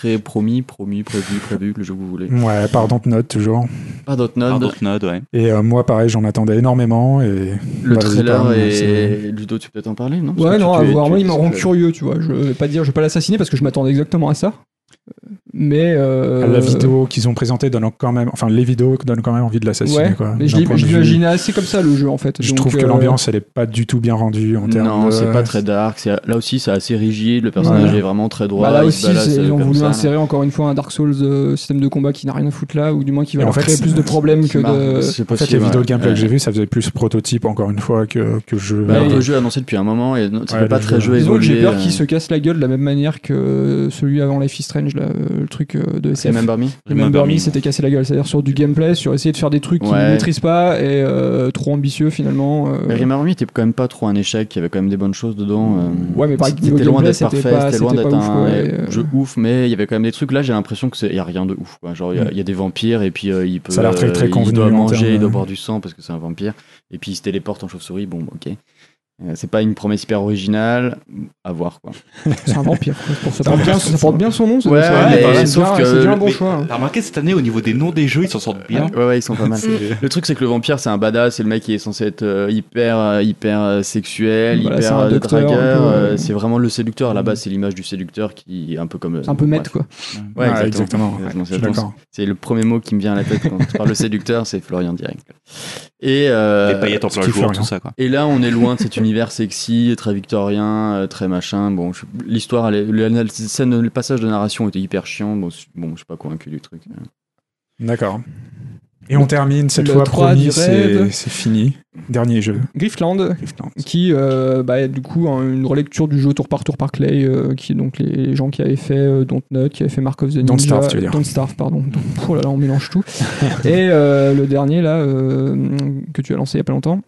Speaker 4: pré- promis, promis, prévu, prévu, le jeu que vous voulez.
Speaker 1: Ouais, par note toujours.
Speaker 4: Pas d'autres
Speaker 3: Par
Speaker 4: notes.
Speaker 3: d'autres nodes, ouais.
Speaker 1: Et euh, moi, pareil, j'en attendais énormément. Et
Speaker 4: Le
Speaker 1: Bah,
Speaker 4: trailer
Speaker 1: Vampire,
Speaker 4: et
Speaker 1: c'est-
Speaker 4: Ludo, tu peux t'en parler, non Parce
Speaker 2: Ouais,
Speaker 4: que
Speaker 2: non,
Speaker 4: tu-
Speaker 2: à
Speaker 4: tu-
Speaker 2: voir.
Speaker 4: tu-
Speaker 2: Moi, il me rend
Speaker 4: tu-
Speaker 2: curieux, tu vois. Je vais pas dire, je vais pas l'assassiner parce que je m'attendais exactement à ça. Euh, Mais euh,
Speaker 1: La vidéo qu'ils ont présentée donne quand même, enfin les vidéos donnent quand même envie de l'assassiner.
Speaker 2: ouais,
Speaker 1: quoi.
Speaker 2: mais je
Speaker 1: D'un
Speaker 2: l'ai-
Speaker 1: point de
Speaker 2: je
Speaker 1: vue-
Speaker 2: l'imaginais assez comme ça le jeu en fait.
Speaker 1: Je
Speaker 2: Donc,
Speaker 1: trouve que
Speaker 2: euh,
Speaker 1: l'ambiance elle est pas du tout bien rendue en termes.
Speaker 4: non,
Speaker 1: de-
Speaker 4: c'est pas très dark. c'est- Là aussi, c'est assez rigide. Le personnage
Speaker 1: Ouais.
Speaker 4: est vraiment très droit.
Speaker 2: bah, là
Speaker 4: il se
Speaker 2: aussi,
Speaker 4: balade,
Speaker 2: c'est-
Speaker 4: euh,
Speaker 2: ils ont
Speaker 4: comme
Speaker 2: voulu
Speaker 4: ça.
Speaker 2: insérer encore une fois un Dark Souls euh, système de combat qui n'a rien à foutre là, ou du moins qui va
Speaker 1: Et en
Speaker 2: leur
Speaker 1: fait,
Speaker 2: créer
Speaker 1: c'est-
Speaker 2: plus de problèmes
Speaker 4: Qui
Speaker 2: que
Speaker 4: marque-
Speaker 2: de.
Speaker 4: c'est
Speaker 1: En fait,
Speaker 4: possible,
Speaker 1: les vidéos
Speaker 4: ouais.
Speaker 1: de gameplay que j'ai
Speaker 4: Ouais.
Speaker 1: vues, ça faisait plus prototype encore une fois que, que jeu.
Speaker 4: Bah,
Speaker 2: Ouais.
Speaker 4: Le jeu est annoncé depuis un moment et ça
Speaker 1: Ouais,
Speaker 4: fait pas
Speaker 1: le
Speaker 4: très
Speaker 1: jeu.
Speaker 4: jeu
Speaker 2: Disons que
Speaker 4: évoluer.
Speaker 2: j'ai peur
Speaker 4: euh,
Speaker 2: qu'il se casse la gueule de la même manière que euh, celui avant Life is Strange, là, euh, le truc euh, de
Speaker 4: C'est
Speaker 2: SF.
Speaker 4: même Barbie
Speaker 2: Remember
Speaker 3: Remember
Speaker 2: Me
Speaker 3: Me.
Speaker 2: s'était cassé la gueule, c'est-à-dire sur du gameplay, sur essayer de faire des trucs qu'il
Speaker 4: Ouais.
Speaker 2: ne maîtrise pas et euh, trop ambitieux finalement. euh.
Speaker 4: Mais Remember Me était quand même pas trop un échec, il y avait quand même des bonnes choses dedans. euh,
Speaker 2: Ouais, mais par
Speaker 4: c'était
Speaker 2: niveau
Speaker 4: loin
Speaker 2: gameplay,
Speaker 4: d'être
Speaker 2: c'était
Speaker 4: parfait,
Speaker 2: pas-
Speaker 4: c'était loin
Speaker 2: c'était
Speaker 4: d'être
Speaker 2: pas ouf,
Speaker 4: un
Speaker 2: quoi, et, euh,
Speaker 4: jeu ouf, mais il y avait quand même des trucs. Là, j'ai l'impression que c'est y a rien de ouf. Quoi. Genre, il y a-
Speaker 1: Mm.
Speaker 4: il y, a des vampires et puis euh, il peut.
Speaker 1: Ça a l'air très, très
Speaker 4: euh,
Speaker 1: convenu
Speaker 4: Il doit
Speaker 1: en
Speaker 4: manger,
Speaker 1: termes de-
Speaker 4: il doit boire du sang parce que c'est un vampire. Et puis il se téléporte en chauve-souris. Bon, ok. Euh, C'est pas une promesse hyper originale, à voir quoi.
Speaker 2: C'est un vampire. quoi. Pour ça, porte bien, ça porte bien son nom. ce-
Speaker 4: Ouais,
Speaker 2: c'est-
Speaker 4: mais
Speaker 2: c'est bien-
Speaker 4: sauf que-
Speaker 2: c'est déjà un bon
Speaker 3: Mais
Speaker 2: choix. hein.
Speaker 3: T'as remarqué cette année au niveau des noms des jeux, ils s'en sortent bien.
Speaker 4: Ouais, ouais, ils sont pas mal. Mm. Le truc, c'est que le vampire, c'est un badass, c'est le mec qui est censé être euh, hyper, euh, hyper euh, sexuel,
Speaker 2: Voilà, c'est
Speaker 4: hyper
Speaker 2: un
Speaker 4: euh,
Speaker 2: docteur, un peu,
Speaker 4: dragueur.
Speaker 2: ouais. Mm.
Speaker 4: euh, c'est vraiment le séducteur. Là-bas, c'est l'image du séducteur qui est un peu comme. euh,
Speaker 2: C'est un peu
Speaker 4: bref.
Speaker 2: maître quoi.
Speaker 4: Ouais,
Speaker 1: Ouais,
Speaker 4: exactement.
Speaker 1: exactement.
Speaker 4: Je m'en
Speaker 1: Je
Speaker 4: suis
Speaker 1: suis
Speaker 4: attendu.
Speaker 1: d'accord.
Speaker 4: C'est le premier mot qui me vient à la tête quand on parle de séducteur, c'est Florian direct. Et, euh,
Speaker 3: les paillettes en plein
Speaker 1: ce qui fait
Speaker 3: jour,
Speaker 1: rien.
Speaker 3: tout ça quoi.
Speaker 4: et là, on est loin de cet univers sexy, très victorien, euh, très machin. Bon, je- l'histoire, elle est- le, le- scène- le passage de narration était hyper chiant. Bon, je- bon, je suis pas convaincu du truc.
Speaker 1: D'accord. Et on termine cette
Speaker 2: Le
Speaker 1: fois,
Speaker 2: 3
Speaker 1: promis,
Speaker 2: du
Speaker 1: c'est
Speaker 2: raid.
Speaker 1: c'est fini. Dernier jeu.
Speaker 2: Griffland,
Speaker 1: Riftlands.
Speaker 2: qui euh, bah, est du coup un- une relecture du jeu tour par tour par Clay, euh, qui est donc les, les gens qui avaient fait euh, Dontnod, qui avaient fait Mark of the Ninja,
Speaker 1: Don't Starve, tu veux dire.
Speaker 2: Don't Starve, *laughs* pardon. Donc, oh là là, on mélange tout. Et euh, le dernier là euh, que tu as lancé il y a pas longtemps,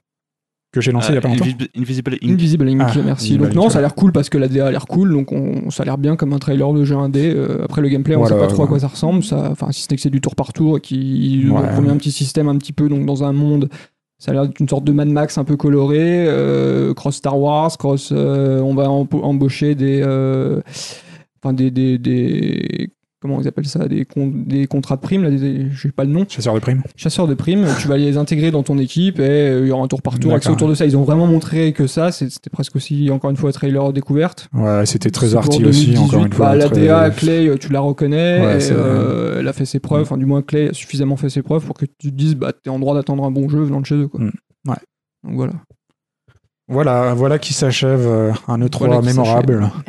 Speaker 1: Que j'ai lancé il y a pas
Speaker 3: Euh,
Speaker 1: longtemps.
Speaker 3: Invis- Invisible Ink.
Speaker 2: Invisible Ink,
Speaker 1: Ah,
Speaker 2: merci.
Speaker 1: Invisible
Speaker 2: Donc non,
Speaker 1: Ink,
Speaker 2: ça a l'air cool parce que la DA a l'air cool, donc on, ça a l'air bien comme un trailer de jeu indé. Euh, après le gameplay, on
Speaker 1: Voilà,
Speaker 2: sait pas trop
Speaker 1: ouais.
Speaker 2: à quoi ça ressemble, ça, enfin si ce n'est que c'est du tour par tour et qui
Speaker 1: Ouais.
Speaker 2: remet un petit système un petit peu donc dans un monde. Ça a l'air d'une sorte de Mad Max un peu coloré, euh, cross Star Wars, cross. euh, on va empo- embaucher des, euh, enfin des, des, des- comment ils appellent ça, des, con- des contrats de primes là, des- des- j'ai pas le nom
Speaker 1: Chasseur de primes.
Speaker 2: chasseurs de primes, tu vas les intégrer dans ton équipe et euh, il y aura un tour par tour,
Speaker 1: D'accord.
Speaker 2: axé autour de ça. Ils ont vraiment montré que ça, c'est- c'était presque aussi, encore une fois, trailer découverte.
Speaker 1: Ouais, c'était très
Speaker 2: C'est pour
Speaker 1: arty aussi,
Speaker 2: 2018.
Speaker 1: encore une fois.
Speaker 2: Bah, la
Speaker 1: très-
Speaker 2: DA, Clay, euh, tu la reconnais,
Speaker 1: Ouais,
Speaker 2: et,
Speaker 1: c'est- Mm.
Speaker 2: euh, elle a fait ses preuves, enfin, du moins Clay a suffisamment fait ses preuves pour que tu te dises, bah, t'es en droit d'attendre un bon jeu venant de chez eux, quoi.
Speaker 1: Mm. Ouais.
Speaker 2: Donc voilà.
Speaker 1: Voilà, voilà qui s'achève euh, un E3
Speaker 2: Voilà qui
Speaker 1: mémorable.
Speaker 3: Oh,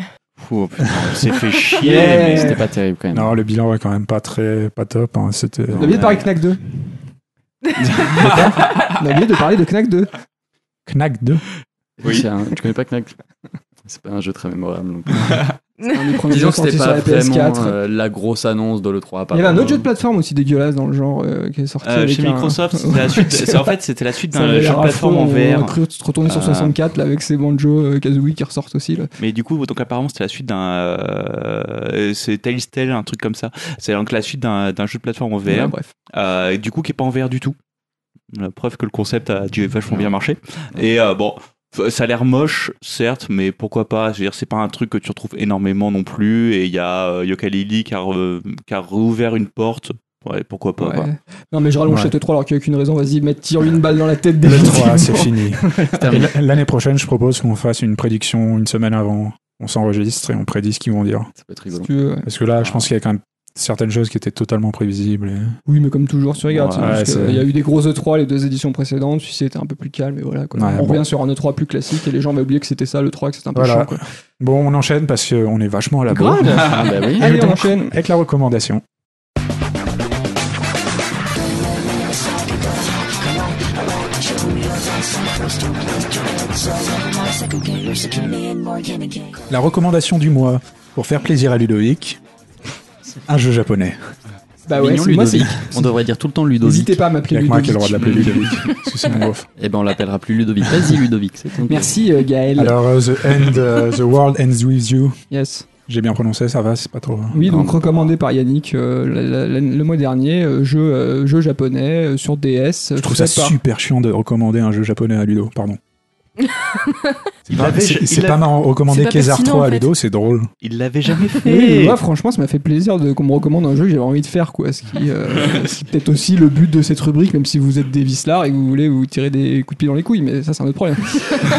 Speaker 4: Pouh, putain,
Speaker 3: C'est fait
Speaker 2: *laughs*
Speaker 3: chier.
Speaker 2: Yeah.
Speaker 3: mais
Speaker 4: C'était pas terrible quand même.
Speaker 1: Non, le bilan est quand même pas très pas top. hein, C'était.
Speaker 2: On a oublié de parler de
Speaker 1: *laughs*
Speaker 2: Knack 2. On a oublié de parler de Knack 2.
Speaker 1: Knack 2.
Speaker 3: Oui.
Speaker 4: C'est un- tu connais pas Knack C'est pas un jeu très mémorable.
Speaker 2: *laughs*
Speaker 4: donc.
Speaker 2: Un des premiers
Speaker 4: Disons
Speaker 2: jeux
Speaker 4: que c'était
Speaker 2: sortis sur
Speaker 4: pas
Speaker 2: la PS4.
Speaker 4: vraiment euh, la grosse annonce de l'E3.
Speaker 2: Il y avait un autre jeu de plateforme aussi dégueulasse dans le genre euh, qui est sorti.
Speaker 3: Euh,
Speaker 2: avec
Speaker 3: chez
Speaker 2: un- *laughs*
Speaker 3: Microsoft, c'était la suite. c'est- En fait, c'était la suite
Speaker 2: Ça avait
Speaker 3: d'un jeu
Speaker 2: l'air à
Speaker 3: plateforme en
Speaker 2: fond, On a
Speaker 3: VR.
Speaker 2: cru se retourner sur
Speaker 3: Euh.
Speaker 2: 64 là, avec ces banjos euh, Kazooie qui ressortent aussi. Là.
Speaker 3: Mais du coup, donc apparemment, c'était la suite d'un. euh, c'est Tales Tale, un truc comme ça. C'est donc la suite d'un d'un jeu de plateforme en
Speaker 2: Ouais,
Speaker 3: VR.
Speaker 2: bref.
Speaker 3: Euh, et du coup qui est pas en VR du tout. La preuve que le concept a dû vachement bien marché. Et euh, bon, f- ça a l'air moche, certes, mais pourquoi pas Je veux dire, c'est pas un truc que tu retrouves énormément non plus. Et il y a euh, Yokalili qui a, re- qui a rouvert une porte. Ouais, pourquoi pas
Speaker 2: Ouais.
Speaker 3: quoi.
Speaker 2: Non mais je rallonge
Speaker 1: Ouais.
Speaker 2: cette 3 alors qu'il n'y a aucune raison. Vas-y, mets, tire une balle dans la tête
Speaker 1: *laughs*
Speaker 2: des
Speaker 1: Le
Speaker 2: gens. *laughs*
Speaker 1: 3, c'est *laughs* fini. Et l- L'année prochaine, je propose qu'on fasse une prédiction une semaine avant. On s'enregistre et on prédit ce qu'ils vont dire.
Speaker 4: Ça peut être
Speaker 2: Si
Speaker 4: rigolo.
Speaker 2: tu veux, ouais.
Speaker 1: Parce que là, je pense qu'il y a quand même certaines choses qui étaient totalement prévisibles. et-
Speaker 2: Oui, mais comme toujours, tu regardes.
Speaker 3: Ouais,
Speaker 2: c'est juste
Speaker 1: c'est-
Speaker 2: que euh, Il y a eu des gros E3 les deux éditions précédentes. Si c'était un peu plus calme, et voilà. Quoi.
Speaker 1: Ouais,
Speaker 2: on
Speaker 1: bon.
Speaker 2: revient sur un E3 plus classique et les gens vont oublier que c'était ça, le 3 que c'était un peu
Speaker 1: Voilà.
Speaker 2: chiant. Quoi.
Speaker 1: Bon, on enchaîne parce qu'on est vachement à la bourre.
Speaker 4: Ah, bah oui.
Speaker 2: Allez, on
Speaker 1: donc-
Speaker 2: enchaîne.
Speaker 1: Avec la recommandation. La recommandation du mois pour faire plaisir à Ludovic. Un jeu japonais.
Speaker 2: Bah ouais,
Speaker 4: Mignon,
Speaker 2: c'est- moi c'est.
Speaker 4: Ludovic. On devrait dire tout le temps
Speaker 2: N'hésitez
Speaker 4: Ludovic.
Speaker 2: pas à
Speaker 1: Il y
Speaker 2: m'appeler
Speaker 1: a que moi qui ai le droit de
Speaker 2: Ludovic.
Speaker 1: l'appeler Ludovic. parce que c'est mon off.
Speaker 4: Et ben on l'appellera plus Ludovic. Vas-y Ludovic, c'est ton tour.
Speaker 2: Merci euh, Gaël.
Speaker 1: Alors, euh, The End, euh, The World Ends With You.
Speaker 2: Yes.
Speaker 1: J'ai bien prononcé, ça va, c'est pas trop.
Speaker 2: Oui, donc
Speaker 4: Non.
Speaker 2: recommandé par Yannick euh, la- la- la- le mois dernier, euh, jeu, euh, jeu japonais euh, sur DS.
Speaker 5: *laughs*
Speaker 1: Je trouve ça super chiant de recommander un jeu japonais à Ludo, pardon. C'est
Speaker 3: Il
Speaker 1: pas,
Speaker 3: l'avait-
Speaker 1: c'est-
Speaker 3: il
Speaker 1: c'est
Speaker 3: l'a-
Speaker 1: pas marrant. Recommander
Speaker 5: C'est pas
Speaker 1: Kesar
Speaker 5: pertinent,
Speaker 1: 3 à
Speaker 5: en fait.
Speaker 1: Ludo, c'est drôle.
Speaker 3: Il l'avait
Speaker 2: *laughs*
Speaker 3: jamais
Speaker 2: Oui,
Speaker 3: fait.
Speaker 2: moi, franchement, ça m'a fait plaisir de, qu'on me recommande un jeu que j'avais envie de faire, quoi. Ce qui,
Speaker 3: *laughs*
Speaker 2: euh, c'est peut-être aussi le but de cette rubrique, même si vous êtes des vislards et que vous voulez vous tirer des coups de pied dans les couilles, mais ça, c'est un
Speaker 3: *laughs*
Speaker 2: autre problème.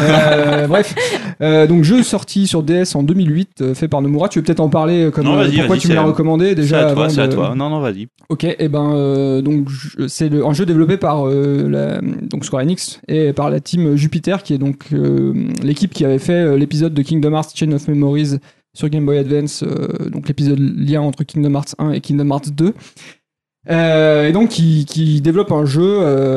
Speaker 2: Euh, bref. Euh, donc, jeu sorti sur DS en 2008, euh, fait par Nomura. Tu veux peut-être en parler euh, comme
Speaker 3: Non,
Speaker 2: euh,
Speaker 3: vas-y,
Speaker 2: pourquoi
Speaker 3: vas-y,
Speaker 2: tu me
Speaker 3: c'est
Speaker 2: l'as
Speaker 3: à-
Speaker 2: recommandé
Speaker 3: C'est
Speaker 2: déjà
Speaker 3: à toi,
Speaker 2: avant
Speaker 3: c'est à
Speaker 2: de-
Speaker 3: toi. Non, non, vas-y.
Speaker 2: Ok, et ben euh, donc je- c'est le- un jeu développé par euh, la, donc Square Enix et par la team Jupiter qui est donc euh, l'équipe qui avait fait euh, l'épisode de Kingdom Hearts Chain of Memories sur Game Boy Advance, euh, donc l'épisode lien entre Kingdom Hearts 1 et Kingdom Hearts 2. Euh, et donc qui, qui développe un jeu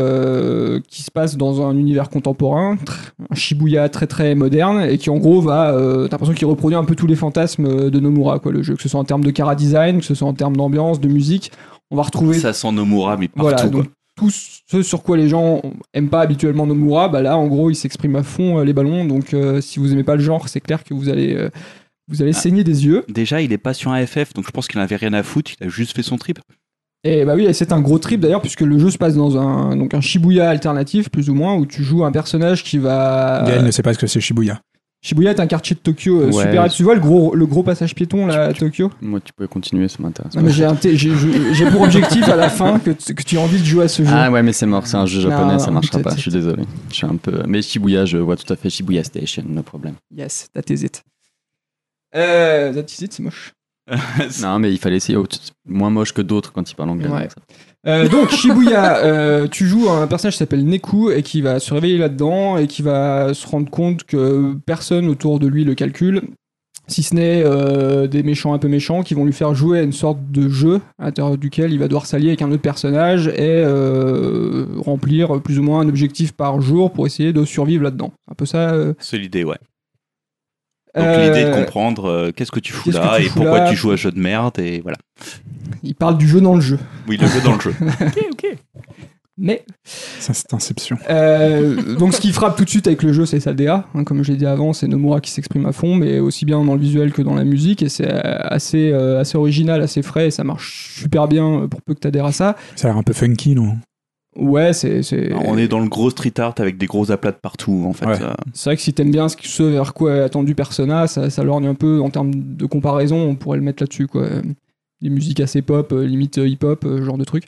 Speaker 2: euh, qui se passe dans un univers contemporain, tr- un Shibuya très très moderne et qui en gros va, euh, t'as l'impression qu'il reproduit un peu tous les fantasmes euh, de Nomura quoi le jeu, que ce soit en termes de cara design, que ce soit en termes d'ambiance, de musique, on va retrouver
Speaker 3: Ça sent Nomura, mais partout.
Speaker 2: voilà,
Speaker 3: quoi.
Speaker 2: donc tout ce sur quoi les gens aiment pas habituellement Nomura, bah là en gros il s'exprime à fond euh, les ballons, donc euh, si vous aimez pas le genre, c'est clair que vous allez euh, vous allez
Speaker 3: Ah.
Speaker 2: saigner des yeux.
Speaker 3: Déjà, il est pas sur un FF, donc je pense qu'il en avait rien à foutre. Il a juste fait son trip.
Speaker 2: Et bah oui, et c'est un gros trip d'ailleurs, puisque le jeu se passe dans un, donc un Shibuya alternatif, plus ou moins, où tu joues un personnage qui va.
Speaker 1: Gaël ne sait pas ce que c'est Shibuya.
Speaker 2: Shibuya est un quartier de Tokyo euh,
Speaker 4: Ouais.
Speaker 2: super. Tu vois le gros, le gros passage piéton là à Tokyo
Speaker 4: Moi, tu pouvais continuer, ça m'intéresse.
Speaker 2: Non, mais j'ai, un t- j'ai, j'ai- j'ai pour objectif à la fin que, tu- que tu aies envie de jouer à ce jeu.
Speaker 4: Ah ouais, mais c'est mort, c'est un jeu
Speaker 2: Non,
Speaker 4: japonais, ça
Speaker 2: non,
Speaker 4: marchera
Speaker 2: c'est-
Speaker 4: pas,
Speaker 2: c'est-
Speaker 4: je suis désolé. Je suis un peu. Mais Shibuya, je vois tout à fait Shibuya Station, le problème.
Speaker 2: Yes, that is it. Euh, that is it, c'est moche.
Speaker 4: Non, mais il fallait essayer autre- moins moche que d'autres quand ils parlent anglais.
Speaker 2: Ouais. Euh, donc Shibuya, euh, tu joues un personnage qui s'appelle Neku et qui va se réveiller là-dedans et qui va se rendre compte que personne autour de lui le calcule, si ce n'est euh, des méchants un peu méchants qui vont lui faire jouer à une sorte de jeu à l'intérieur duquel il va devoir s'allier avec un autre personnage et euh, remplir plus ou moins un objectif par jour pour essayer de survivre là-dedans. Un peu ça. euh.
Speaker 3: C'est l'idée, ouais. Donc
Speaker 2: Euh,
Speaker 3: l'idée de comprendre euh, qu'est-ce que tu fous
Speaker 2: qu'est-ce que
Speaker 3: là
Speaker 2: tu
Speaker 3: et
Speaker 2: fous
Speaker 3: pourquoi
Speaker 2: là
Speaker 3: tu joues à un jeu de merde et voilà.
Speaker 2: Il parle du jeu dans le jeu.
Speaker 3: Oui, le jeu dans le
Speaker 2: *laughs*
Speaker 3: jeu.
Speaker 2: Mais
Speaker 1: Ça, c'est Inception.
Speaker 2: Euh, donc ce qui frappe tout de suite avec le jeu, c'est sa DA. hein, comme je l'ai dit avant, c'est Nomura qui s'exprime à fond, mais aussi bien dans le visuel que dans la musique. Et c'est euh, assez, euh, assez original, assez frais, et ça marche super bien euh, pour peu que t'adhères à ça.
Speaker 1: Ça a l'air un peu funky, non
Speaker 2: Ouais, c'est... c'est...
Speaker 3: Alors, on est dans le gros street art avec des gros aplats de partout en fait.
Speaker 1: Ouais.
Speaker 3: Euh,
Speaker 2: C'est vrai que si t'aimes bien ce- ce vers quoi est attendu Persona, ça, ça lorgne un peu en termes de comparaison, on pourrait le mettre là-dessus, quoi. Des musiques assez pop, euh, limite euh, hip-hop, euh, genre de truc.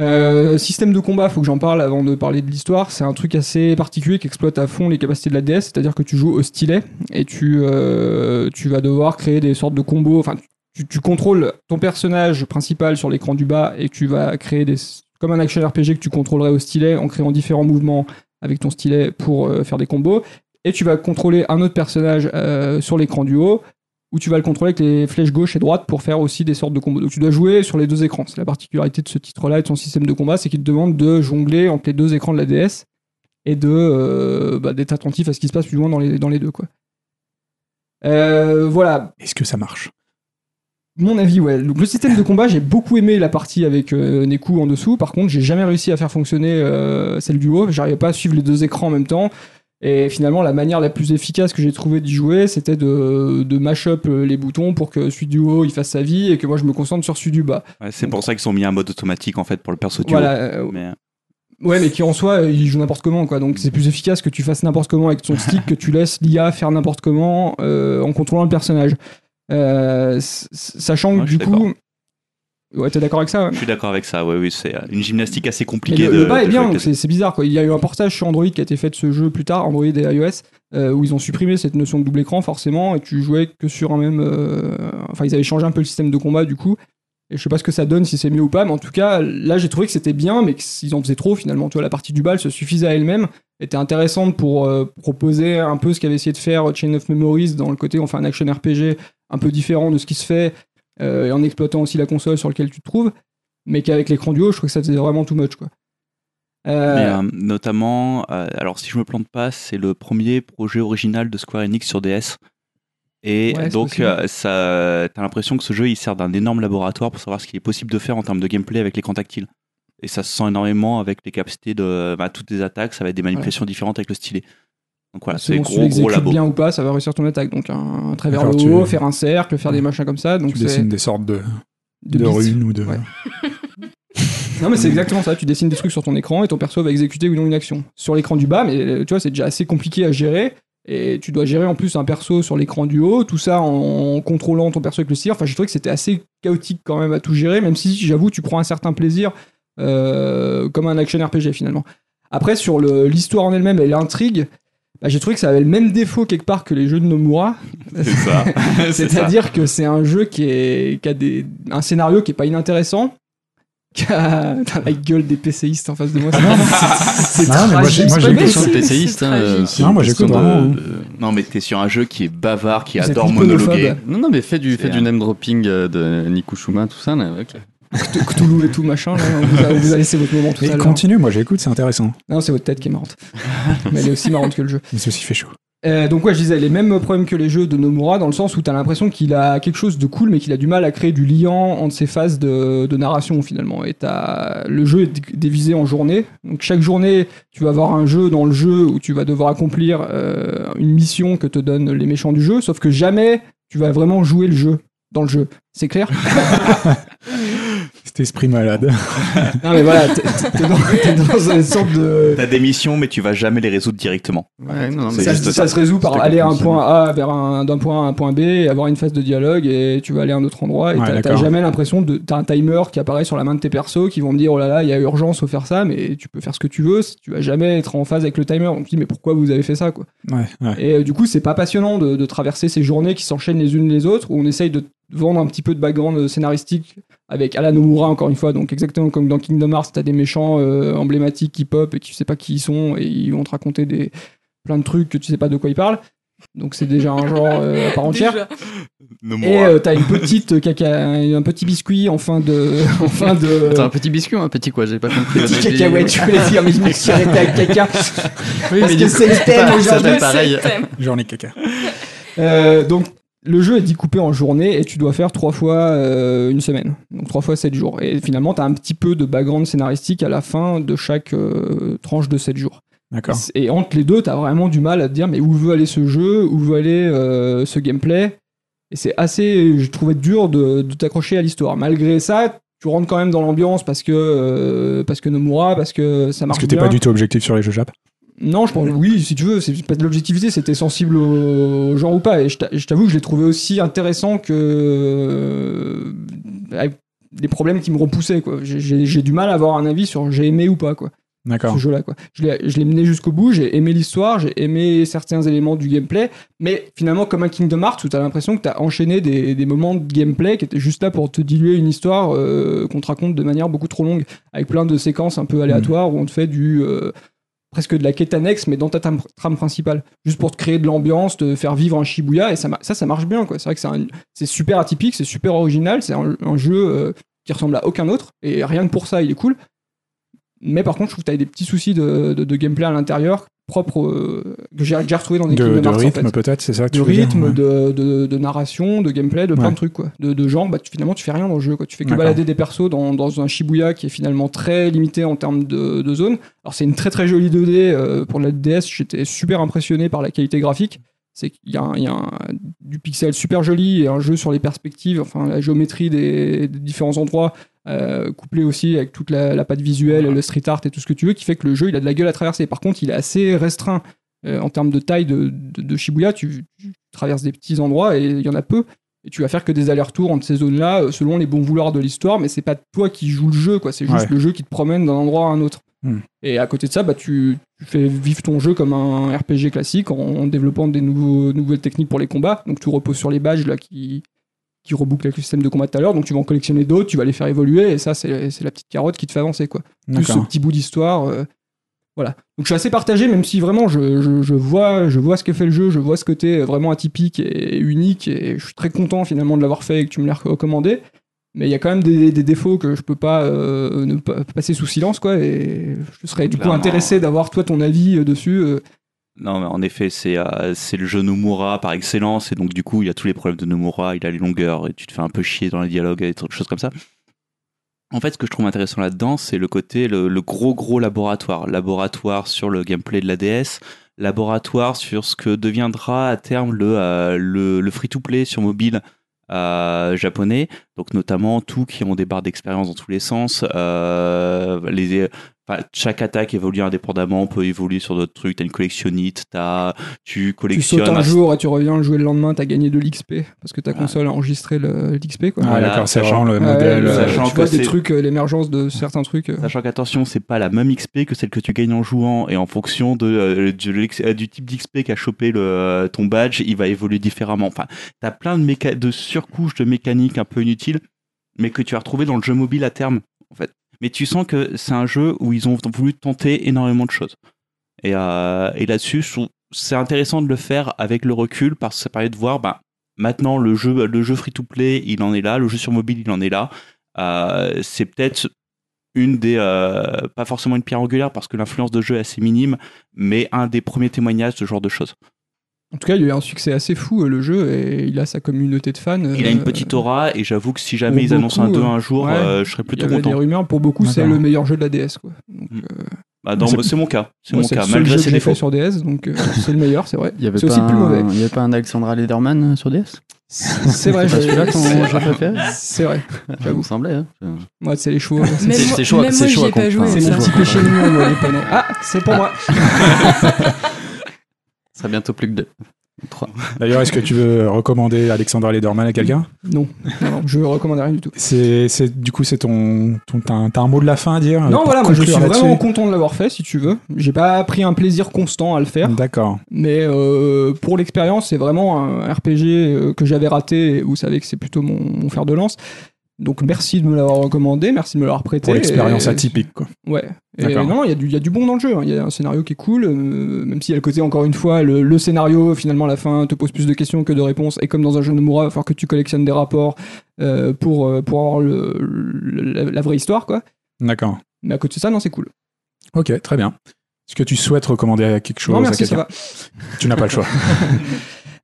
Speaker 2: Euh, système de combat, faut que j'en parle avant de parler de l'histoire. C'est un truc assez particulier qui exploite à fond les capacités de la DS, c'est-à-dire que tu joues au stylet et tu, euh, tu vas devoir créer des sortes de combos. Enfin, tu, tu contrôles ton personnage principal sur l'écran du bas et tu vas créer des comme un action RPG que tu contrôlerais au stylet en créant différents mouvements avec ton stylet pour euh, faire des combos. Et tu vas contrôler un autre personnage euh, sur l'écran du haut, où tu vas le contrôler avec les flèches gauche et droite pour faire aussi des sortes de combos. Donc tu dois jouer sur les deux écrans. C'est la particularité de ce titre-là et de son système de combat, c'est qu'il te demande de jongler entre les deux écrans de la DS et de euh, bah, d'être attentif à ce qui se passe plus loin dans les, dans les deux. Quoi. Euh, voilà,
Speaker 1: Est-ce que ça marche
Speaker 2: mon avis, ouais. Donc, le système de combat, j'ai beaucoup aimé la partie avec euh, Neku en dessous. Par contre, j'ai jamais réussi à faire fonctionner euh, celle du haut. J'arrivais pas à suivre les deux écrans en même temps. Et finalement, la manière la plus efficace que j'ai trouvé d'y jouer, c'était de, de mash up euh, les boutons pour que celui du haut il fasse sa vie et que moi je me concentre sur celui du bas.
Speaker 3: ouais, c'est pour ça qu'ils ont mis un mode automatique en fait pour le perso duo.
Speaker 2: Voilà. euh,
Speaker 3: Mais, euh,
Speaker 2: Ouais, mais qui en soi, euh, il joue n'importe comment, quoi. Donc c'est plus efficace que tu fasses n'importe comment
Speaker 3: *laughs*
Speaker 2: avec ton stick que tu laisses l'IA faire n'importe comment euh, en contrôlant le personnage. Euh, s- s- sachant
Speaker 3: Ouais,
Speaker 2: que
Speaker 3: je suis
Speaker 2: du coup. Ouais, t'es d'accord avec ça ouais.
Speaker 3: je suis d'accord avec ça. Ouais, oui, c'est euh, une gymnastique assez
Speaker 2: Mais
Speaker 3: compliquée.
Speaker 2: le,
Speaker 3: de,
Speaker 2: le bas
Speaker 3: de
Speaker 2: est bien,
Speaker 3: jouer
Speaker 2: donc
Speaker 3: avec les-
Speaker 2: c'est c'est bizarre. Quoi. Il y a eu un portage sur Android qui a été fait de ce jeu plus tard, Android et iOS, euh, où ils ont supprimé cette notion de double écran, forcément, et tu jouais que sur un même. euh, Enfin, ils avaient changé un peu le système de combat, du coup. Et je sais pas ce que ça donne, si c'est mieux ou pas, mais en tout cas, là, j'ai trouvé que c'était bien, mais qu'ils en faisaient trop, finalement. Tu vois, la partie du bal se suffisait à elle-même, était intéressante pour euh, proposer un peu ce qu'avait essayé de faire Chain of Memories dans le côté, on fait un action RPG un peu différent de ce qui se fait, euh, et en exploitant aussi la console sur laquelle tu te trouves, mais qu'avec l'écran du haut, je trouve que ça faisait vraiment too much, quoi. Euh,
Speaker 3: Mais, euh, notamment, euh, alors si je me plante pas, c'est le premier projet original de Square Enix sur DS. Et
Speaker 2: Ouais, c'est
Speaker 3: donc,
Speaker 2: possible.
Speaker 3: euh, ça, t'as l'impression que ce jeu, il sert d'un énorme laboratoire pour savoir ce qu'il est possible de faire en termes de gameplay avec l'écran tactile. Et ça se sent énormément avec les capacités de bah, toutes les attaques, ça va être des manipulations différentes avec le stylet. Donc voilà, c'est
Speaker 2: Selon si tu
Speaker 3: gros gros
Speaker 2: l'exécutes
Speaker 3: labo.
Speaker 2: bien ou pas, ça va réussir ton attaque. Donc un, un travers
Speaker 1: Alors,
Speaker 2: le
Speaker 1: tu-
Speaker 2: haut, faire un cercle, faire des machins comme ça. Donc
Speaker 1: Tu
Speaker 2: c'est
Speaker 1: dessines des sortes de, de
Speaker 2: de bits.
Speaker 1: runes ou de.
Speaker 2: Ouais. Non, mais c'est exactement ça. Tu dessines des trucs sur ton écran et ton perso va exécuter ou non une action. Sur l'écran du bas, mais euh, tu vois, c'est déjà assez compliqué à gérer. Et tu dois gérer en plus un perso sur l'écran du haut, tout ça en contrôlant ton perso avec le tir. Enfin, j'ai trouvé que c'était assez chaotique quand même à tout gérer, même si j'avoue, tu prends un certain plaisir euh, comme un action RPG finalement. Après, sur le- l'histoire en elle-même et l'intrigue, bah, j'ai trouvé que ça avait le même défaut quelque part que les jeux de Nomura.
Speaker 3: C'est ça. C'est ça.
Speaker 2: *laughs* C'est-à-dire que c'est un jeu qui, est, qui a des, un scénario qui est pas inintéressant. Qui a *laughs* Putain, la gueule des PCistes en face de moi. c'est-
Speaker 1: Non, mais moi, j'ai-
Speaker 2: tragique,
Speaker 1: moi,
Speaker 2: c'est
Speaker 1: j'ai-
Speaker 2: pas
Speaker 4: une
Speaker 2: mais
Speaker 4: question de
Speaker 5: c'est-
Speaker 4: PCiste.
Speaker 5: c'est
Speaker 4: hein, euh,
Speaker 5: tragique.
Speaker 4: c'est
Speaker 1: Non,
Speaker 4: une
Speaker 1: moi, j'écoute
Speaker 4: question de-
Speaker 1: vraiment.
Speaker 2: hein.
Speaker 4: de-
Speaker 3: Non, mais t'es sur un jeu qui est bavard, qui
Speaker 2: Vous êtes
Speaker 3: adore
Speaker 2: iconophobe.
Speaker 3: monologuer.
Speaker 4: Non, non, mais fais du,
Speaker 3: C'est
Speaker 4: fais du
Speaker 3: un-
Speaker 4: name dropping euh, de Nikushima, tout ça. là, ok.
Speaker 2: Cthul- Cthulhu et tout machin. là, on, vous a, on vous a laissé votre moment tout
Speaker 1: Mais
Speaker 2: à l'heure.
Speaker 1: continue, moi j'écoute, c'est intéressant.
Speaker 2: Non, c'est votre tête qui
Speaker 1: *laughs*
Speaker 2: est marrante. Mais elle est aussi marrante que le jeu.
Speaker 1: Mais ceci fait chaud.
Speaker 2: Euh, donc ouais, je disais les mêmes problèmes que les jeux de Nomura dans le sens où t'as l'impression qu'il a quelque chose de cool mais qu'il a du mal à créer du lien entre ses phases de, de narration finalement. Et t'as le jeu est dé- divisé en journées. Donc chaque journée, tu vas avoir un jeu dans le jeu où tu vas devoir accomplir euh, une mission que te donnent les méchants du jeu. Sauf que jamais tu vas vraiment jouer le jeu dans le jeu. C'est clair
Speaker 1: Cet esprit malade.
Speaker 2: *laughs* Non mais voilà, t'es t'es dans, t'es dans une sorte de
Speaker 3: T'as des missions, mais tu vas jamais les résoudre directement.
Speaker 4: Ouais, non, non, mais
Speaker 3: C'est
Speaker 2: ça,
Speaker 3: juste
Speaker 2: ça se résout par
Speaker 4: C'était
Speaker 2: aller à un
Speaker 4: compréhensible.
Speaker 2: point A vers un d'un point A à un point B et avoir une phase de dialogue et tu vas aller à un autre endroit et
Speaker 1: Ouais,
Speaker 2: t'as- t'as
Speaker 1: d'accord.
Speaker 2: jamais l'impression de t'as un timer qui apparaît sur la main de tes persos qui vont me dire oh là là il y a urgence faut faire ça mais tu peux faire ce que tu veux tu vas jamais être en phase avec le timer on te dit mais pourquoi vous avez fait ça quoi
Speaker 1: Ouais, ouais.
Speaker 2: et euh, du coup c'est pas passionnant de, de traverser ces journées qui s'enchaînent les unes les autres où on essaye de vendre un petit peu de background euh, scénaristique avec Alan Nomura encore une fois donc exactement comme dans Kingdom Hearts t'as des méchants euh, emblématiques qui pop et qui tu sais pas qui ils sont et ils vont te raconter des plein de trucs que tu sais pas de quoi ils parlent donc c'est déjà un genre euh, à part entière
Speaker 5: Déjà.
Speaker 2: et euh, t'as une petite caca un petit biscuit en fin de *laughs* en fin de
Speaker 4: Attends, un petit biscuit ou un petit quoi J'ai pas compris.
Speaker 2: petit cacahuète je voulais dire mais je me suis arrêté à caca
Speaker 4: Oui,
Speaker 2: parce
Speaker 4: mais
Speaker 2: que
Speaker 4: du coup,
Speaker 2: c'est le thème
Speaker 4: ça
Speaker 2: aujourd'hui
Speaker 4: fait pareil.
Speaker 5: C'est le thème.
Speaker 1: J'en ai caca.
Speaker 2: Euh, donc le jeu est découpé en journée et tu dois faire trois fois euh, une semaine, donc trois fois sept jours. Et finalement, tu as un petit peu de background scénaristique à la fin de chaque euh, tranche de sept jours.
Speaker 1: D'accord.
Speaker 2: Et entre les deux, tu as vraiment du mal à te dire mais où veut aller ce jeu, où veut aller euh, ce gameplay. Et c'est assez, je trouvais dur de, de t'accrocher à l'histoire. Malgré ça, tu rentres quand même dans l'ambiance parce que euh, parce que Nomura, parce que ça marche
Speaker 1: Parce que t'es
Speaker 2: bien.
Speaker 1: pas du tout objectif sur les jeux Jap.
Speaker 2: Non, je pense, oui, si tu veux, c'est pas de l'objectivité, c'était sensible au genre ou pas. Et je t'a- je t'avoue que je l'ai trouvé aussi intéressant que. euh, avec les problèmes qui me repoussaient, quoi. J'ai- J'ai j'ai du mal à avoir un avis sur j'ai aimé ou pas, quoi,
Speaker 1: D'accord.
Speaker 2: ce jeu-là, quoi. Je l'ai je l'ai mené jusqu'au bout, j'ai aimé l'histoire, j'ai aimé certains éléments du gameplay, mais finalement, comme un Kingdom Hearts où t'as l'impression que t'as enchaîné des, des moments de gameplay qui étaient juste là pour te diluer une histoire euh, qu'on te raconte de manière beaucoup trop longue, avec plein de séquences un peu aléatoires où on te fait du. euh, presque de la quête annexe, mais dans ta trame, trame principale, juste pour te créer de l'ambiance, te faire vivre un Shibuya, et ça, ma- ça, ça marche bien, quoi. C'est vrai que c'est un- c'est super atypique, c'est super original, c'est un, un jeu euh, qui ressemble à aucun autre, et rien que pour ça, il est cool. Mais par contre, je trouve que t'as des petits soucis de, de- de gameplay à l'intérieur, propre euh, que j'ai déjà retrouvé dans des
Speaker 1: De,
Speaker 2: Kingdom
Speaker 1: de
Speaker 2: Hearts, en
Speaker 1: rythme
Speaker 2: fait.
Speaker 1: peut-être, c'est ça que
Speaker 2: De
Speaker 1: tu veux dire
Speaker 2: rythme, de, de- de narration, de gameplay, de plein
Speaker 1: Ouais.
Speaker 2: de trucs, quoi. De, de genre, bah, tu- finalement, tu fais rien dans le jeu, quoi. Tu fais que
Speaker 1: D'accord.
Speaker 2: balader des persos dans, dans un Shibuya qui est finalement très limité en termes de, de zone. Alors, c'est une très très jolie 2D euh, pour la DS. J'étais super impressionné par la qualité graphique. C'est qu'il y a, un- il y a un- du pixel super joli et un jeu sur les perspectives, enfin, la géométrie des, des différents endroits. euh, couplé aussi avec toute la, la patte visuelle, le street art et tout ce que tu veux, qui fait que le jeu il a de la gueule à traverser. Par contre, il est assez restreint euh, en termes de taille de, de- de Shibuya, tu, tu traverses des petits endroits et il y en a peu. Et tu vas faire que des allers-retours entre ces zones-là, euh, selon les bons vouloirs de l'histoire, mais c'est pas toi qui joues le jeu, quoi. C'est juste
Speaker 1: Ouais.
Speaker 2: le jeu qui te promène d'un endroit à un autre.
Speaker 1: Hmm.
Speaker 2: Et à côté de ça, bah, tu, tu fais vivre ton jeu comme un RPG classique en, en développant des nouveaux, nouvelles techniques pour les combats. Donc tu reposes sur les badges là qui, qui rebouclent avec le système de combat de tout à l'heure. Donc tu vas en collectionner d'autres, tu vas les faire évoluer, et ça, c'est c'est la petite carotte qui te fait avancer, quoi plus ce
Speaker 1: D'accord.
Speaker 2: petit bout d'histoire. euh, voilà. Donc je suis assez partagé, même si vraiment je, je- je vois, je vois ce que fait le jeu, je vois ce côté euh, vraiment atypique et unique, et je suis très content finalement de l'avoir fait et que tu me l'as recommandé. Mais il y a quand même des, des défauts que je peux pas euh, ne pas passer sous silence, quoi. Et je serais du
Speaker 3: Clairement.
Speaker 2: coup intéressé d'avoir toi ton avis euh, dessus. euh.
Speaker 3: Non, mais en effet, c'est euh, c'est le jeu Nomura par excellence, et donc du coup, il y a tous les problèmes de Nomura, il a les longueurs, et tu te fais un peu chier dans les dialogues et des trucs- choses comme ça. En fait, ce que je trouve intéressant là-dedans, c'est le côté, le, le gros gros laboratoire. Laboratoire sur le gameplay de la DS, laboratoire sur ce que deviendra à terme le, euh, le, free to play sur mobile euh, japonais, Donc notamment tout qui ont des barres d'expérience dans tous les sens. euh, les, enfin, chaque attaque évolue indépendamment, peut évoluer sur d'autres trucs. T'as une collectionnite, t'as tu
Speaker 2: Tu
Speaker 3: collectionnes.
Speaker 2: sautes un
Speaker 3: un-
Speaker 2: jour et tu reviens le jouer le lendemain, t'as gagné de l'XP parce que ta
Speaker 3: Voilà.
Speaker 2: console a enregistré le- l'XP quoi.
Speaker 1: Ah,
Speaker 3: Voilà,
Speaker 1: d'accord,
Speaker 3: sachant-
Speaker 1: sachant le
Speaker 2: Ouais,
Speaker 1: modèle.
Speaker 2: le-
Speaker 1: euh,
Speaker 3: sachant
Speaker 2: tu vois
Speaker 3: que
Speaker 2: des
Speaker 3: c'est-
Speaker 2: trucs, euh, l'émergence de certains trucs. euh.
Speaker 3: Sachant qu'attention, c'est pas la même XP que celle que tu gagnes en jouant, et en fonction de, euh, de l'ex- euh, du type d'XP qu'a chopé le, euh, ton badge, il va évoluer différemment. Enfin, t'as plein de, méca- de surcouches de mécaniques un peu inutiles, mais que tu as retrouvé dans le jeu mobile à terme, en fait. Mais tu sens que c'est un jeu où ils ont voulu tenter énormément de choses. Et, euh, et là-dessus, je trouve- c'est intéressant de le faire avec le recul, parce que ça permet de voir, bah, maintenant, le jeu, le jeu free-to-play, il en est là, le jeu sur mobile, il en est là. Euh, c'est peut-être une des euh, pas forcément une pierre angulaire parce que l'influence de jeu est assez minime mais un des premiers témoignages de ce genre de choses
Speaker 2: En tout cas, il y a eu un succès assez fou euh, le jeu et il a sa communauté de fans.
Speaker 3: il a
Speaker 2: euh,
Speaker 3: une petite aura et j'avoue que si jamais
Speaker 2: pour
Speaker 3: ils annoncent un
Speaker 2: beaucoup,
Speaker 3: 2 un jour
Speaker 2: ouais.
Speaker 3: euh, je serais
Speaker 2: Il y
Speaker 3: plutôt
Speaker 2: avait des
Speaker 3: content
Speaker 2: rumeurs pour beaucoup, c'est
Speaker 1: D'accord.
Speaker 2: le meilleur jeu de la DS quoi. Donc,
Speaker 3: Mm.
Speaker 2: euh,
Speaker 3: Bah, dans-
Speaker 1: C'est-
Speaker 3: c'est mon cas c'est
Speaker 2: moi,
Speaker 3: mon
Speaker 2: c'est
Speaker 3: cas
Speaker 2: le seul
Speaker 3: malgré
Speaker 2: jeu que
Speaker 3: ses
Speaker 2: j'ai fait
Speaker 3: défauts
Speaker 2: sur DS, donc euh, c'est le meilleur, c'est vrai.
Speaker 4: Il y avait
Speaker 2: C'est
Speaker 4: pas
Speaker 2: aussi plus
Speaker 4: un-
Speaker 2: mauvais.
Speaker 4: Il y avait pas un Alexandra Lederman sur DS
Speaker 2: C'est vrai,
Speaker 4: C'est pas
Speaker 2: je-
Speaker 4: celui-là ton
Speaker 2: c'est-
Speaker 4: jeu préféré
Speaker 2: C'est vrai.
Speaker 4: Ça me semblait. hein.
Speaker 2: Moi, c'est les chevaux.
Speaker 5: Même
Speaker 4: c'est
Speaker 5: moi-
Speaker 4: chaud à-
Speaker 5: même
Speaker 4: c'est
Speaker 5: moi,
Speaker 4: chaud
Speaker 5: j'y
Speaker 4: à
Speaker 5: ai pas joué.
Speaker 4: comprendre.
Speaker 5: ça.
Speaker 2: C'est mon petit péché mignon, moi, les panneaux. Ah, c'est pour moi.
Speaker 4: Ce sera bientôt plus que deux. Trois.
Speaker 1: D'ailleurs, est-ce que tu veux recommander Alexandra Lederman à quelqu'un
Speaker 2: Non, non, non, je recommande rien du tout.
Speaker 1: C'est, c'est- du coup, c'est ton, ton t'as, un, t'as un mot de la fin à dire euh,
Speaker 2: Non,
Speaker 1: pour
Speaker 2: voilà, moi je suis
Speaker 1: conclure
Speaker 2: vraiment
Speaker 1: là-dessus
Speaker 2: content de l'avoir fait, si tu veux. J'ai pas pris un plaisir constant à le faire,
Speaker 1: D'accord.
Speaker 2: mais euh, pour l'expérience, c'est vraiment un RPG euh, que j'avais raté. et Vous savez que c'est plutôt mon, mon fer de lance. Donc merci de me l'avoir recommandé, merci de me l'avoir prêté.
Speaker 1: Pour l'expérience
Speaker 2: et- euh,
Speaker 1: atypique, quoi.
Speaker 2: Ouais. Et
Speaker 1: D'accord.
Speaker 2: non, il y, a du- il y a du bon dans le jeu. hein. Il y a un scénario qui est cool, euh, même s'il y a le côté, encore une fois, le, le scénario, finalement, à la fin, te pose plus de questions que de réponses. Et comme dans un jeu de Moura, il va falloir que tu collectionnes des rapports euh, pour, euh, pour avoir le- le- la, la vraie histoire, quoi.
Speaker 1: D'accord.
Speaker 2: Mais à côté de ça, non, c'est cool.
Speaker 1: Ok, très bien. Est-ce que tu souhaites recommander à quelque chose
Speaker 2: non,
Speaker 1: à
Speaker 2: merci, ça
Speaker 1: quelqu'un
Speaker 2: va.
Speaker 1: Tu n'as pas le choix.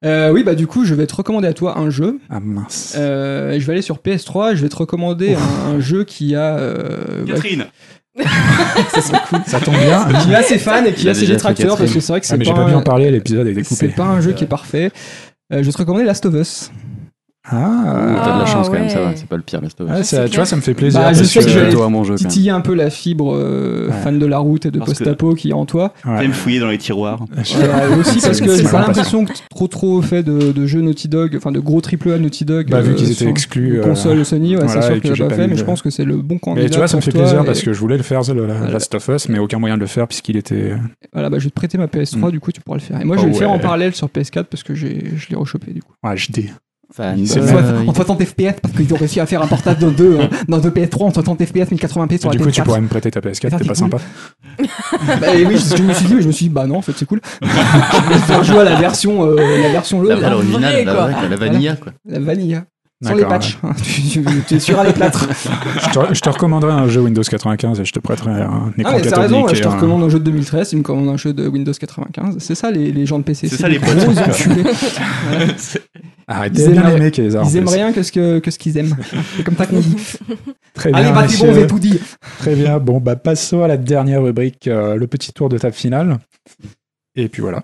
Speaker 2: Euh, oui, bah du coup, je vais te recommander à toi un jeu.
Speaker 1: Ah mince.
Speaker 2: Euh, et je vais aller sur PS3, je vais te recommander un, un jeu qui a... euh, bah,
Speaker 3: Catherine
Speaker 1: Ça tombe
Speaker 2: *laughs*
Speaker 1: bien. Ah,
Speaker 2: qui a ses fans et qui
Speaker 4: Il
Speaker 2: a
Speaker 4: a
Speaker 2: ses
Speaker 4: déjà fait
Speaker 2: détracteurs,
Speaker 4: Catherine.
Speaker 2: parce que c'est vrai que c'est
Speaker 1: mais
Speaker 2: pas,
Speaker 1: j'ai pas
Speaker 2: un-
Speaker 1: bien parlé à l'épisode, elle est
Speaker 2: c'est
Speaker 1: découpée.
Speaker 2: pas un jeu qui est parfait. Euh, je vais te recommander Last of Us.
Speaker 1: Ah,
Speaker 4: T'as de la
Speaker 5: Ah,
Speaker 4: chance quand même, ça va.
Speaker 5: ouais.
Speaker 4: C'est pas le pire, Last of Us.
Speaker 1: Ah, ça-
Speaker 5: c'est
Speaker 1: tu vois,
Speaker 5: clair.
Speaker 1: ça me fait plaisir.
Speaker 2: Bah, je
Speaker 1: parce
Speaker 2: sais que je vais-
Speaker 4: toi à mon jeu. quand même.
Speaker 2: titiller un peu la fibre euh,
Speaker 1: Ouais.
Speaker 2: fan de la route et de
Speaker 3: Parce que-
Speaker 2: post-apo qui est en toi.
Speaker 1: Ouais.
Speaker 3: T'aimes fouiller dans les tiroirs
Speaker 2: Euh,
Speaker 1: *laughs*
Speaker 2: aussi
Speaker 1: C'est-
Speaker 2: parce que
Speaker 1: c'est
Speaker 2: j'ai
Speaker 1: ma
Speaker 2: pas
Speaker 1: passion.
Speaker 2: l'impression que trop trop fait de, de jeux Naughty Dog, enfin de gros triple A Naughty Dog.
Speaker 1: Bah, vu
Speaker 2: euh,
Speaker 1: qu'ils
Speaker 2: sur
Speaker 1: étaient exclus. euh,
Speaker 2: console Sony, ouais,
Speaker 1: voilà,
Speaker 2: c'est
Speaker 1: et
Speaker 2: sûr
Speaker 1: que
Speaker 2: que
Speaker 1: j'ai
Speaker 2: j'ai pas
Speaker 1: pas
Speaker 2: fait,
Speaker 1: vu
Speaker 2: mais
Speaker 1: de-
Speaker 2: je pense que c'est le bon candidat.
Speaker 1: Mais tu vois, ça me
Speaker 2: pour
Speaker 1: fait
Speaker 2: toi,
Speaker 1: plaisir
Speaker 2: et-
Speaker 1: parce que je voulais le faire, The la-
Speaker 2: Voilà.
Speaker 1: Last of Us, mais aucun moyen de le faire puisqu'il était.
Speaker 2: Voilà, bah, je vais te prêter ma PS3, du coup tu pourras le faire. Et moi je
Speaker 1: Oh
Speaker 2: vais le faire
Speaker 1: ouais.
Speaker 2: en parallèle sur PS4 parce que j'ai- je l'ai rechopé du coup. Euh,
Speaker 1: Ouais, HD.
Speaker 4: Fanboy.
Speaker 1: C'est
Speaker 2: En 60 FPS parce qu'ils ont réussi à faire un portable dans deux,
Speaker 1: *laughs*
Speaker 2: euh, dans deux PS3 en 60 FPS, 1080p
Speaker 1: Du coup, tu pourrais me prêter ta PS4,
Speaker 2: Ça,
Speaker 1: t'es
Speaker 2: c'est
Speaker 1: pas
Speaker 2: cool.
Speaker 1: sympa.
Speaker 2: Bah, et oui, c'est ce que je me suis dit, mais je me suis dit, bah non, en fait,
Speaker 1: *laughs*
Speaker 2: c'est cool. je vais faire jouer à la version, euh, la version
Speaker 4: La
Speaker 2: l'autre,
Speaker 4: vraie
Speaker 5: vraie,
Speaker 4: originale, la
Speaker 5: quoi.
Speaker 4: vraie, quoi, la vanilla, quoi.
Speaker 2: la vanilla. Sans les
Speaker 1: D'accord.
Speaker 2: patchs. hein. *laughs* Tu- tu- tu es sûr à les plâtres. Ah,
Speaker 1: Je te, je te recommanderais un jeu Windows 95 et je te prêterais un écran
Speaker 2: Ah, mais
Speaker 1: cathodique.
Speaker 2: t'as raison, ouais, je
Speaker 1: et
Speaker 2: te
Speaker 1: un-
Speaker 2: recommande un jeu de 2013, tu me commandes un jeu de Windows 95. C'est ça, les, les gens de PC.
Speaker 3: C'est ça, les
Speaker 2: des
Speaker 3: potes.
Speaker 1: *laughs*
Speaker 2: gros enculés.
Speaker 1: Arrêtez
Speaker 2: Ils
Speaker 1: de bien
Speaker 2: aiment-
Speaker 1: aimer qui les a en
Speaker 2: Ils aiment
Speaker 1: plus.
Speaker 2: rien que ce que, que ce qu'ils aiment. C'est comme ça qu'on dit.
Speaker 1: Très Eh bien,
Speaker 2: Allez, bah, c'est bon,
Speaker 1: messieurs.
Speaker 2: j'ai tout dit.
Speaker 1: Très bien. Bon, bah, passons à la dernière rubrique, euh, le petit tour de table finale. Et puis voilà.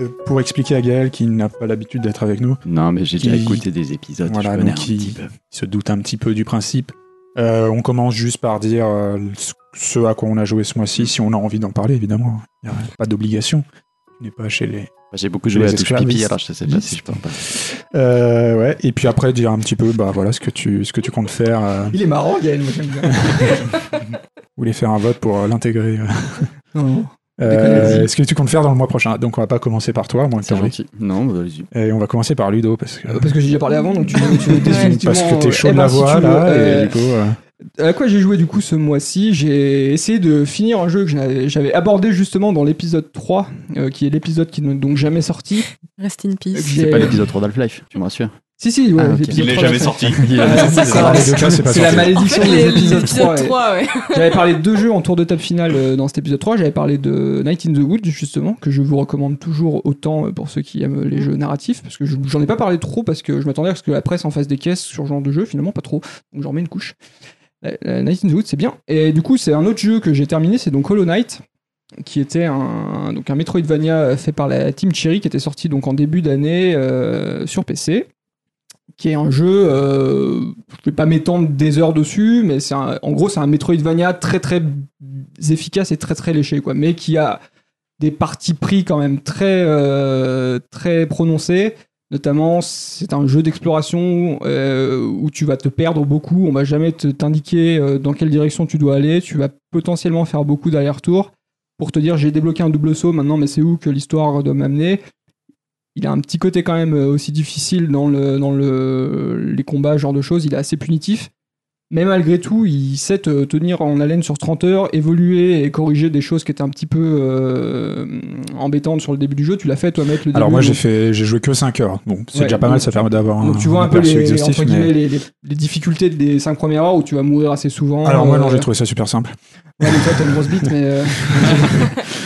Speaker 1: Euh, Pour expliquer à Gaël, qui n'a pas l'habitude d'être avec nous,
Speaker 4: Non, mais j'ai déjà
Speaker 1: Qui-
Speaker 4: écouté des épisodes.
Speaker 1: Voilà,
Speaker 4: je connais
Speaker 1: donc
Speaker 4: un
Speaker 1: qui-
Speaker 4: petit peu.
Speaker 1: il se doute un petit peu du principe. Euh, on commence juste par dire euh, ce- ce à quoi on a joué ce mois-ci, si on a envie d'en parler, évidemment. Il n'y a pas d'obligation. Tu n'es pas chez les.
Speaker 4: Bah, J'ai beaucoup joué
Speaker 1: Les
Speaker 4: à Touche
Speaker 1: esclavistes.
Speaker 4: Pipi, alors je sais pas si je peux en parler.
Speaker 1: Euh, ouais. Et puis après, dire un petit peu bah, voilà, ce, que tu, ce que tu comptes faire. euh,
Speaker 2: Il est marrant, Gaël, moi j'aime bien.
Speaker 1: Vous voulez faire un vote pour euh, l'intégrer euh.
Speaker 2: Non, non.
Speaker 1: Euh,
Speaker 2: vas-y.
Speaker 1: Ce que tu comptes faire dans le mois prochain. Donc on va pas commencer par toi, moi.
Speaker 4: C'est gentil. Non, bah, vas-y.
Speaker 1: Et on va commencer par Ludo parce que
Speaker 2: Euh, Parce que j'ai déjà parlé avant, donc tu, tu veux définitivement.
Speaker 1: parce que t'es chaud
Speaker 2: eh
Speaker 1: de
Speaker 2: ben,
Speaker 1: la
Speaker 2: si
Speaker 1: voix
Speaker 2: tu veux,
Speaker 1: là
Speaker 2: euh,
Speaker 1: et du coup euh,
Speaker 2: À quoi j'ai joué du coup ce mois-ci J'ai essayé de finir un jeu que j'avais- j'avais abordé justement dans l'épisode 3, euh, qui est l'épisode qui n'est donc jamais sorti.
Speaker 5: Rest in peace.
Speaker 2: J'ai-
Speaker 4: C'est pas l'épisode 3 d'Half-Life, tu me rassures.
Speaker 2: Si, si, ouais,
Speaker 4: Ah, ok.
Speaker 2: l'épisode
Speaker 3: Il n'est
Speaker 2: 3,
Speaker 3: jamais
Speaker 2: la-
Speaker 3: sorti.
Speaker 2: Ah, ça,
Speaker 1: Ah, les deux cas, c'est
Speaker 2: c'est
Speaker 1: pas
Speaker 2: c'est la
Speaker 1: sorti.
Speaker 2: malédiction des épisodes 3. ouais.
Speaker 5: 3, ouais.
Speaker 2: J'avais parlé de deux jeux en tour de table finale euh, dans cet épisode 3. J'avais parlé de Night in the Woods, justement, que je vous recommande toujours autant euh, pour ceux qui aiment les jeux narratifs. Parce que je- j'en ai pas parlé trop, parce que je m'attendais à ce que la presse en fasse des caisses sur ce genre de jeu, finalement, pas trop. Donc j'en mets une couche. La- la Night in the Woods, c'est bien. Et du coup, c'est un autre jeu que j'ai terminé, c'est donc Hollow Knight qui était un, donc un Metroidvania euh, fait par la Team Cherry, qui était sorti donc en début d'année euh, sur PC, qui est un jeu, euh, je vais pas m'étendre des heures dessus, mais c'est un- en gros c'est un Metroidvania très très efficace et très très léché, quoi, mais qui a des parties pris quand même très euh, très prononcées. Notamment, c'est un jeu d'exploration euh, où tu vas te perdre beaucoup. On va jamais te- t'indiquer euh, dans quelle direction tu dois aller. Tu vas potentiellement faire beaucoup d'allers-retours pour te dire j'ai débloqué un double saut maintenant, mais c'est où que l'histoire doit m'amener. Il a un petit côté quand même euh, aussi difficile dans, le, dans le, les combats, ce genre de choses. Il est assez punitif. Mais malgré tout, il sait te tenir en haleine sur 30 heures, évoluer et corriger des choses qui étaient un petit peu euh, embêtantes sur le début du jeu. Tu l'as fait, toi, mettre le
Speaker 1: Alors
Speaker 2: début,
Speaker 1: moi j'ai
Speaker 2: donc-
Speaker 1: fait, j'ai joué que 5 heures. Bon, c'est
Speaker 2: Ouais,
Speaker 1: déjà pas mal,
Speaker 2: donc-
Speaker 1: ça permet d'avoir un,
Speaker 2: donc tu vois un peu
Speaker 1: aperçu
Speaker 2: les,
Speaker 1: exhaustif,
Speaker 2: entre
Speaker 1: mais-
Speaker 2: guillemets, les, les- les difficultés des 5 premières heures où tu vas mourir assez souvent.
Speaker 1: Alors moi non,
Speaker 2: euh,
Speaker 1: j'ai trouvé ça super simple.
Speaker 2: Ouais, mais toi, t'as une grosse bite, mais
Speaker 1: *laughs*
Speaker 2: euh,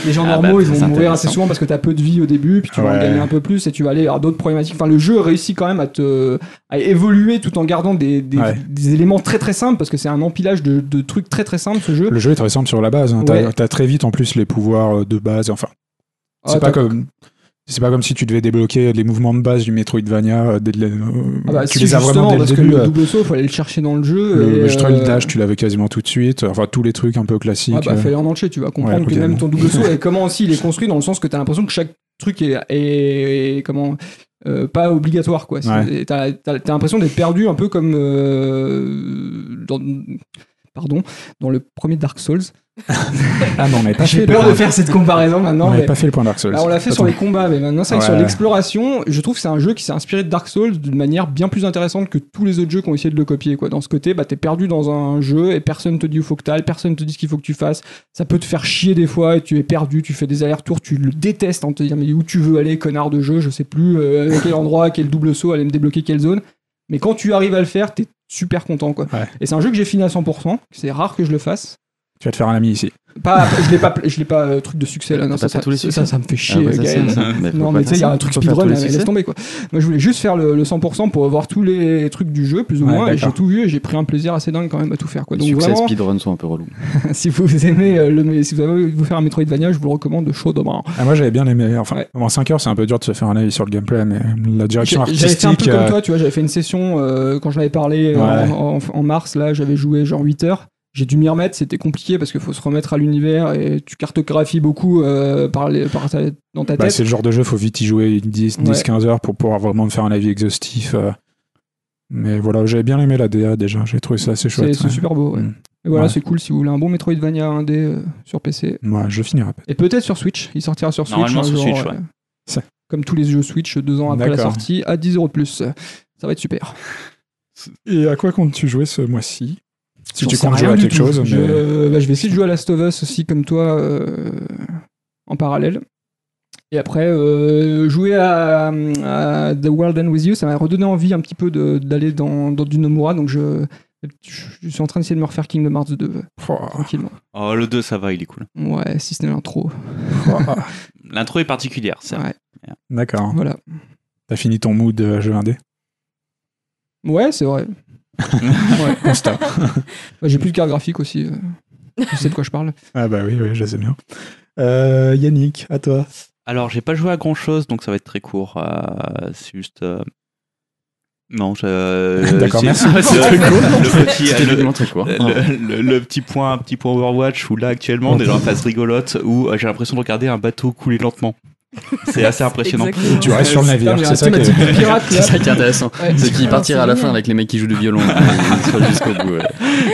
Speaker 2: les gens
Speaker 4: Ah bah,
Speaker 2: normaux, ils
Speaker 4: c'est
Speaker 2: vont mourir assez
Speaker 4: intéressant.
Speaker 2: souvent parce que t'as peu de vie au début, puis tu vas en
Speaker 1: Ouais.
Speaker 2: gagner un peu plus et tu vas aller vers d'autres problématiques. Enfin, le jeu réussit quand même à te à évoluer tout en gardant des, des,
Speaker 1: Ouais.
Speaker 2: des éléments très très simples parce que c'est un empilage de, de trucs très très simples ce jeu.
Speaker 1: Le jeu est très simple sur la base. hein. T'as,
Speaker 2: Ouais.
Speaker 1: t'as très vite en plus les pouvoirs euh, de base. Enfin, c'est
Speaker 2: Ah,
Speaker 1: pas
Speaker 2: t'as-
Speaker 1: comme. C'est pas comme si tu devais débloquer les mouvements de base du Metroidvania. euh, dès le- euh,
Speaker 2: Ah bah,
Speaker 1: tu
Speaker 2: si,
Speaker 1: les as vraiment
Speaker 2: justement,
Speaker 1: dès le
Speaker 2: parce
Speaker 1: début.
Speaker 2: que le
Speaker 1: euh,
Speaker 2: double saut, faut aller le chercher dans le jeu.
Speaker 1: Le,
Speaker 2: et,
Speaker 1: le Stroll
Speaker 2: euh,
Speaker 1: Dash, tu l'avais quasiment tout de suite. Enfin, tous les trucs un peu classiques.
Speaker 2: Ah bah,
Speaker 1: euh.
Speaker 2: fallait en entier, tu vas comprendre
Speaker 1: Ouais,
Speaker 2: que même
Speaker 1: évidemment.
Speaker 2: ton double saut et comment aussi il est construit dans le sens que t'as l'impression que chaque truc est, est- est- comment euh, pas obligatoire quoi. C'est-
Speaker 1: Ouais.
Speaker 2: T'as t'as- t'as l'impression d'être perdu un peu comme euh, dans pardon dans le premier Dark Souls.
Speaker 1: Ah non, on n'avait pas fait
Speaker 2: *laughs* J'ai
Speaker 1: le
Speaker 2: peur
Speaker 1: point.
Speaker 2: de faire cette comparaison maintenant.
Speaker 1: on n'avait
Speaker 2: mais-
Speaker 1: pas fait le point Dark Souls.
Speaker 2: Là, Bah, on l'a fait sur les combats, mais maintenant, c'est vrai que
Speaker 1: Ouais,
Speaker 2: sur
Speaker 1: ouais.
Speaker 2: l'exploration, je trouve que c'est un jeu qui s'est inspiré de Dark Souls d'une manière bien plus intéressante que tous les autres jeux qui ont essayé de le copier. Quoi. Dans ce côté, bah, t'es perdu dans un jeu et personne te dit où faut que t'ailles, personne te dit ce qu'il faut que tu fasses. Ça peut te faire chier des fois et tu es perdu, tu fais des allers-retours, tu le détestes en te disant mais où tu veux aller, connard de jeu, je sais plus euh, à quel endroit, quel double saut, aller me débloquer quelle zone. Mais quand tu arrives à le faire, t'es super content. Quoi.
Speaker 1: Ouais.
Speaker 2: Et c'est un jeu que j'ai fini à 100%, c'est rare que je le fasse.
Speaker 1: Tu vas te faire un ami ici.
Speaker 2: Pas, je l'ai pas, je l'ai pas euh, truc de succès là, non,
Speaker 4: T'as
Speaker 2: ça,
Speaker 4: pas
Speaker 2: ça,
Speaker 4: tous les
Speaker 2: ça,
Speaker 4: succès
Speaker 2: ça me fait chier,
Speaker 4: Ah, bah, ça,
Speaker 2: Gaël.
Speaker 4: c'est- ça- mais faut
Speaker 2: Non,
Speaker 4: pas
Speaker 2: mais tu sais,
Speaker 4: faire
Speaker 2: il y a
Speaker 4: ça.
Speaker 2: un truc
Speaker 4: Faut faire
Speaker 2: speedrun,
Speaker 4: tous les
Speaker 2: là, mais
Speaker 4: succès.
Speaker 2: laisse tomber quoi. Moi, je voulais juste faire le, le 100% pour avoir tous les trucs du jeu, plus ou
Speaker 1: Ouais,
Speaker 2: moins, et j'ai
Speaker 1: d'accord.
Speaker 2: tout vu et j'ai pris un plaisir assez dingue quand même à tout faire quoi.
Speaker 4: Les
Speaker 2: Donc
Speaker 4: succès
Speaker 2: vraiment,
Speaker 4: speedrun sont un peu relous.
Speaker 2: *laughs* si vous aimez, euh, le, si vous avez envie de vous faire un Metroidvania, je vous le recommande chaudement.
Speaker 1: Ah, moi, j'avais bien aimé. Enfin,
Speaker 2: Ouais.
Speaker 1: en 5 heures, c'est un peu dur de se faire un avis sur le gameplay, mais la direction
Speaker 2: J'ai- J'avais
Speaker 1: artistique.
Speaker 2: fait un peu comme
Speaker 1: euh,
Speaker 2: toi, tu vois, j'avais fait une session euh, quand je l'avais parlé euh,
Speaker 1: Ouais.
Speaker 2: en, en- en mars, là, j'avais joué genre 8 heures. J'ai dû m'y remettre, c'était compliqué parce qu'il faut se remettre à l'univers et tu cartographies beaucoup euh, par les, par ta- dans ta
Speaker 1: bah,
Speaker 2: tête.
Speaker 1: c'est le genre de jeu, faut vite y jouer 10, 10
Speaker 2: Ouais.
Speaker 1: 15 heures pour pouvoir vraiment me faire un avis exhaustif. euh. Mais voilà, j'avais bien aimé la DA déjà, j'ai trouvé ça assez
Speaker 2: C'est
Speaker 1: chouette.
Speaker 2: c'est super beau. ouais.
Speaker 1: Mm.
Speaker 2: Et voilà,
Speaker 1: Ouais.
Speaker 2: c'est cool si vous voulez un bon Metroidvania 1D euh, sur PC.
Speaker 1: Moi, je finirai peut-être.
Speaker 2: Et peut-être sur Switch. Il sortira sur Switch.
Speaker 3: Normalement
Speaker 2: un
Speaker 3: sur
Speaker 2: jour,
Speaker 3: Switch, ouais.
Speaker 1: Ça.
Speaker 2: Comme tous les jeux Switch, deux ans après la
Speaker 1: D'accord.
Speaker 2: sortie, à 10 euros de plus. Ça va être super.
Speaker 1: Et à quoi comptes-tu jouer ce mois-ci Si
Speaker 2: J'en
Speaker 1: tu
Speaker 2: sais
Speaker 1: comptes
Speaker 2: rien
Speaker 1: jouer à
Speaker 2: du
Speaker 1: quelque
Speaker 2: tout.
Speaker 1: chose,
Speaker 2: Je,
Speaker 1: mais-
Speaker 2: bah, je vais essayer de jouer à Last of Us aussi, comme toi, euh, en parallèle. Et après, euh, jouer à, à The World and With You, ça m'a redonné envie un petit peu de- d'aller dans, dans du Nomura. Donc je, je suis en train d'essayer de me refaire Kingdom Hearts 2, euh,
Speaker 1: Oh,
Speaker 2: tranquillement.
Speaker 3: Oh, le 2, ça va, il est cool.
Speaker 2: Ouais, si ce n'est l'intro.
Speaker 1: oh, oh.
Speaker 3: L'intro est particulière, c'est
Speaker 2: Ouais,
Speaker 1: *laughs* D'accord.
Speaker 2: voilà.
Speaker 1: T'as fini ton mood euh, jeu indé
Speaker 2: Ouais,
Speaker 3: *laughs*
Speaker 2: c'est vrai. Ouais.
Speaker 1: Constat.
Speaker 2: Bah, J'ai plus de carte graphique aussi. euh. Je sais de quoi je parle.
Speaker 1: Ah bah oui, oui, je sais bien. Euh, Yannick, à toi.
Speaker 3: Alors, j'ai pas joué à grand chose, donc ça va être très court. euh, c'est juste. euh, Non, je. euh,
Speaker 2: *laughs*
Speaker 1: D'accord,
Speaker 3: c'est-
Speaker 1: merci.
Speaker 3: *laughs* c'est-
Speaker 1: C'est très court.
Speaker 3: Le petit,
Speaker 4: C'était
Speaker 3: le-
Speaker 4: vraiment très court.
Speaker 3: le, le- le petit point, petit point Overwatch où là actuellement on est dans la phase rigolote où euh, j'ai l'impression de regarder un bateau couler lentement.
Speaker 4: *laughs*
Speaker 3: C'est assez impressionnant.
Speaker 5: Exactement.
Speaker 1: Tu restes sur le navire, c'est ça qui
Speaker 2: thématique
Speaker 1: est...
Speaker 2: de pirate,
Speaker 4: C'est
Speaker 2: là.
Speaker 4: ça qui est intéressant.
Speaker 2: Ouais.
Speaker 4: C'est qu'il
Speaker 5: Alors,
Speaker 4: partira
Speaker 5: c'est
Speaker 4: à la
Speaker 5: génial.
Speaker 4: fin avec les mecs qui jouent du violon. euh, Ils seront jusqu'au bout. ouais.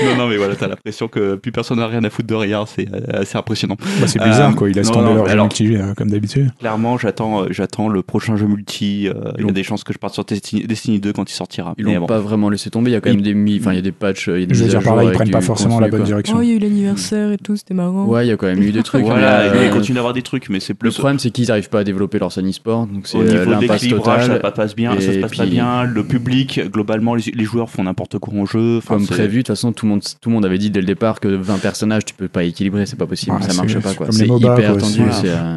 Speaker 3: Non, non, mais voilà, t'as l'impression que plus personne n'a rien à foutre de rien. C'est euh, assez impressionnant.
Speaker 1: Bah, c'est bizarre,
Speaker 3: Euh,
Speaker 1: quoi. Ils laissent
Speaker 3: non,
Speaker 1: tomber
Speaker 3: non,
Speaker 1: leur jeu
Speaker 3: alors-
Speaker 1: multi, euh, comme d'habitude.
Speaker 3: Clairement, j'attends, euh, j'attends le prochain jeu multi. euh, Il y
Speaker 4: l'ont-
Speaker 3: a des chances que je parte sur Destiny, Destiny 2 quand il sortira.
Speaker 4: Ils
Speaker 3: mais
Speaker 4: l'ont
Speaker 3: bon.
Speaker 4: pas vraiment laissé tomber. Il y a quand même des mi- enfin il y a des patchs, il y a des
Speaker 1: Je veux
Speaker 4: mises
Speaker 1: dire,
Speaker 4: à
Speaker 1: par
Speaker 4: jour
Speaker 1: là, ils
Speaker 4: avec
Speaker 1: prennent
Speaker 4: du
Speaker 1: pas forcément la
Speaker 4: contenu,
Speaker 1: bonne
Speaker 4: quoi.
Speaker 1: direction.
Speaker 5: Oh, il y a eu l'anniversaire et tout, c'était marrant.
Speaker 4: Ouais, il y a quand même eu des trucs.
Speaker 3: Voilà,
Speaker 4: mais, euh,
Speaker 3: il continue d'avoir des trucs, mais c'est
Speaker 4: le
Speaker 3: plus.
Speaker 4: problème c'est qu'ils arrivent n'arrivent pas à développer leur scène e-sport, donc c'est
Speaker 3: Au
Speaker 4: euh,
Speaker 3: niveau de
Speaker 4: l'impasse
Speaker 3: l'équilibrage, ça
Speaker 4: totale.
Speaker 3: pa- passe bien, ça se
Speaker 4: Et
Speaker 3: passe pas
Speaker 4: puis-
Speaker 3: bien. Le public, globalement, les, les joueurs font n'importe quoi en jeu. Enfin,
Speaker 4: Comme
Speaker 3: c'est-
Speaker 4: prévu, de toute façon, tout le, monde, tout le monde avait dit dès le départ que 20 personnages, tu peux pas équilibrer, c'est pas possible,
Speaker 1: Ouais,
Speaker 4: ça
Speaker 1: c'est-
Speaker 4: marche
Speaker 1: c'est
Speaker 4: pas. quoi.
Speaker 1: comme les
Speaker 4: C'est
Speaker 1: MOBA,
Speaker 4: hyper
Speaker 1: quoi,
Speaker 4: tendu,
Speaker 1: c'est-
Speaker 4: c'est euh,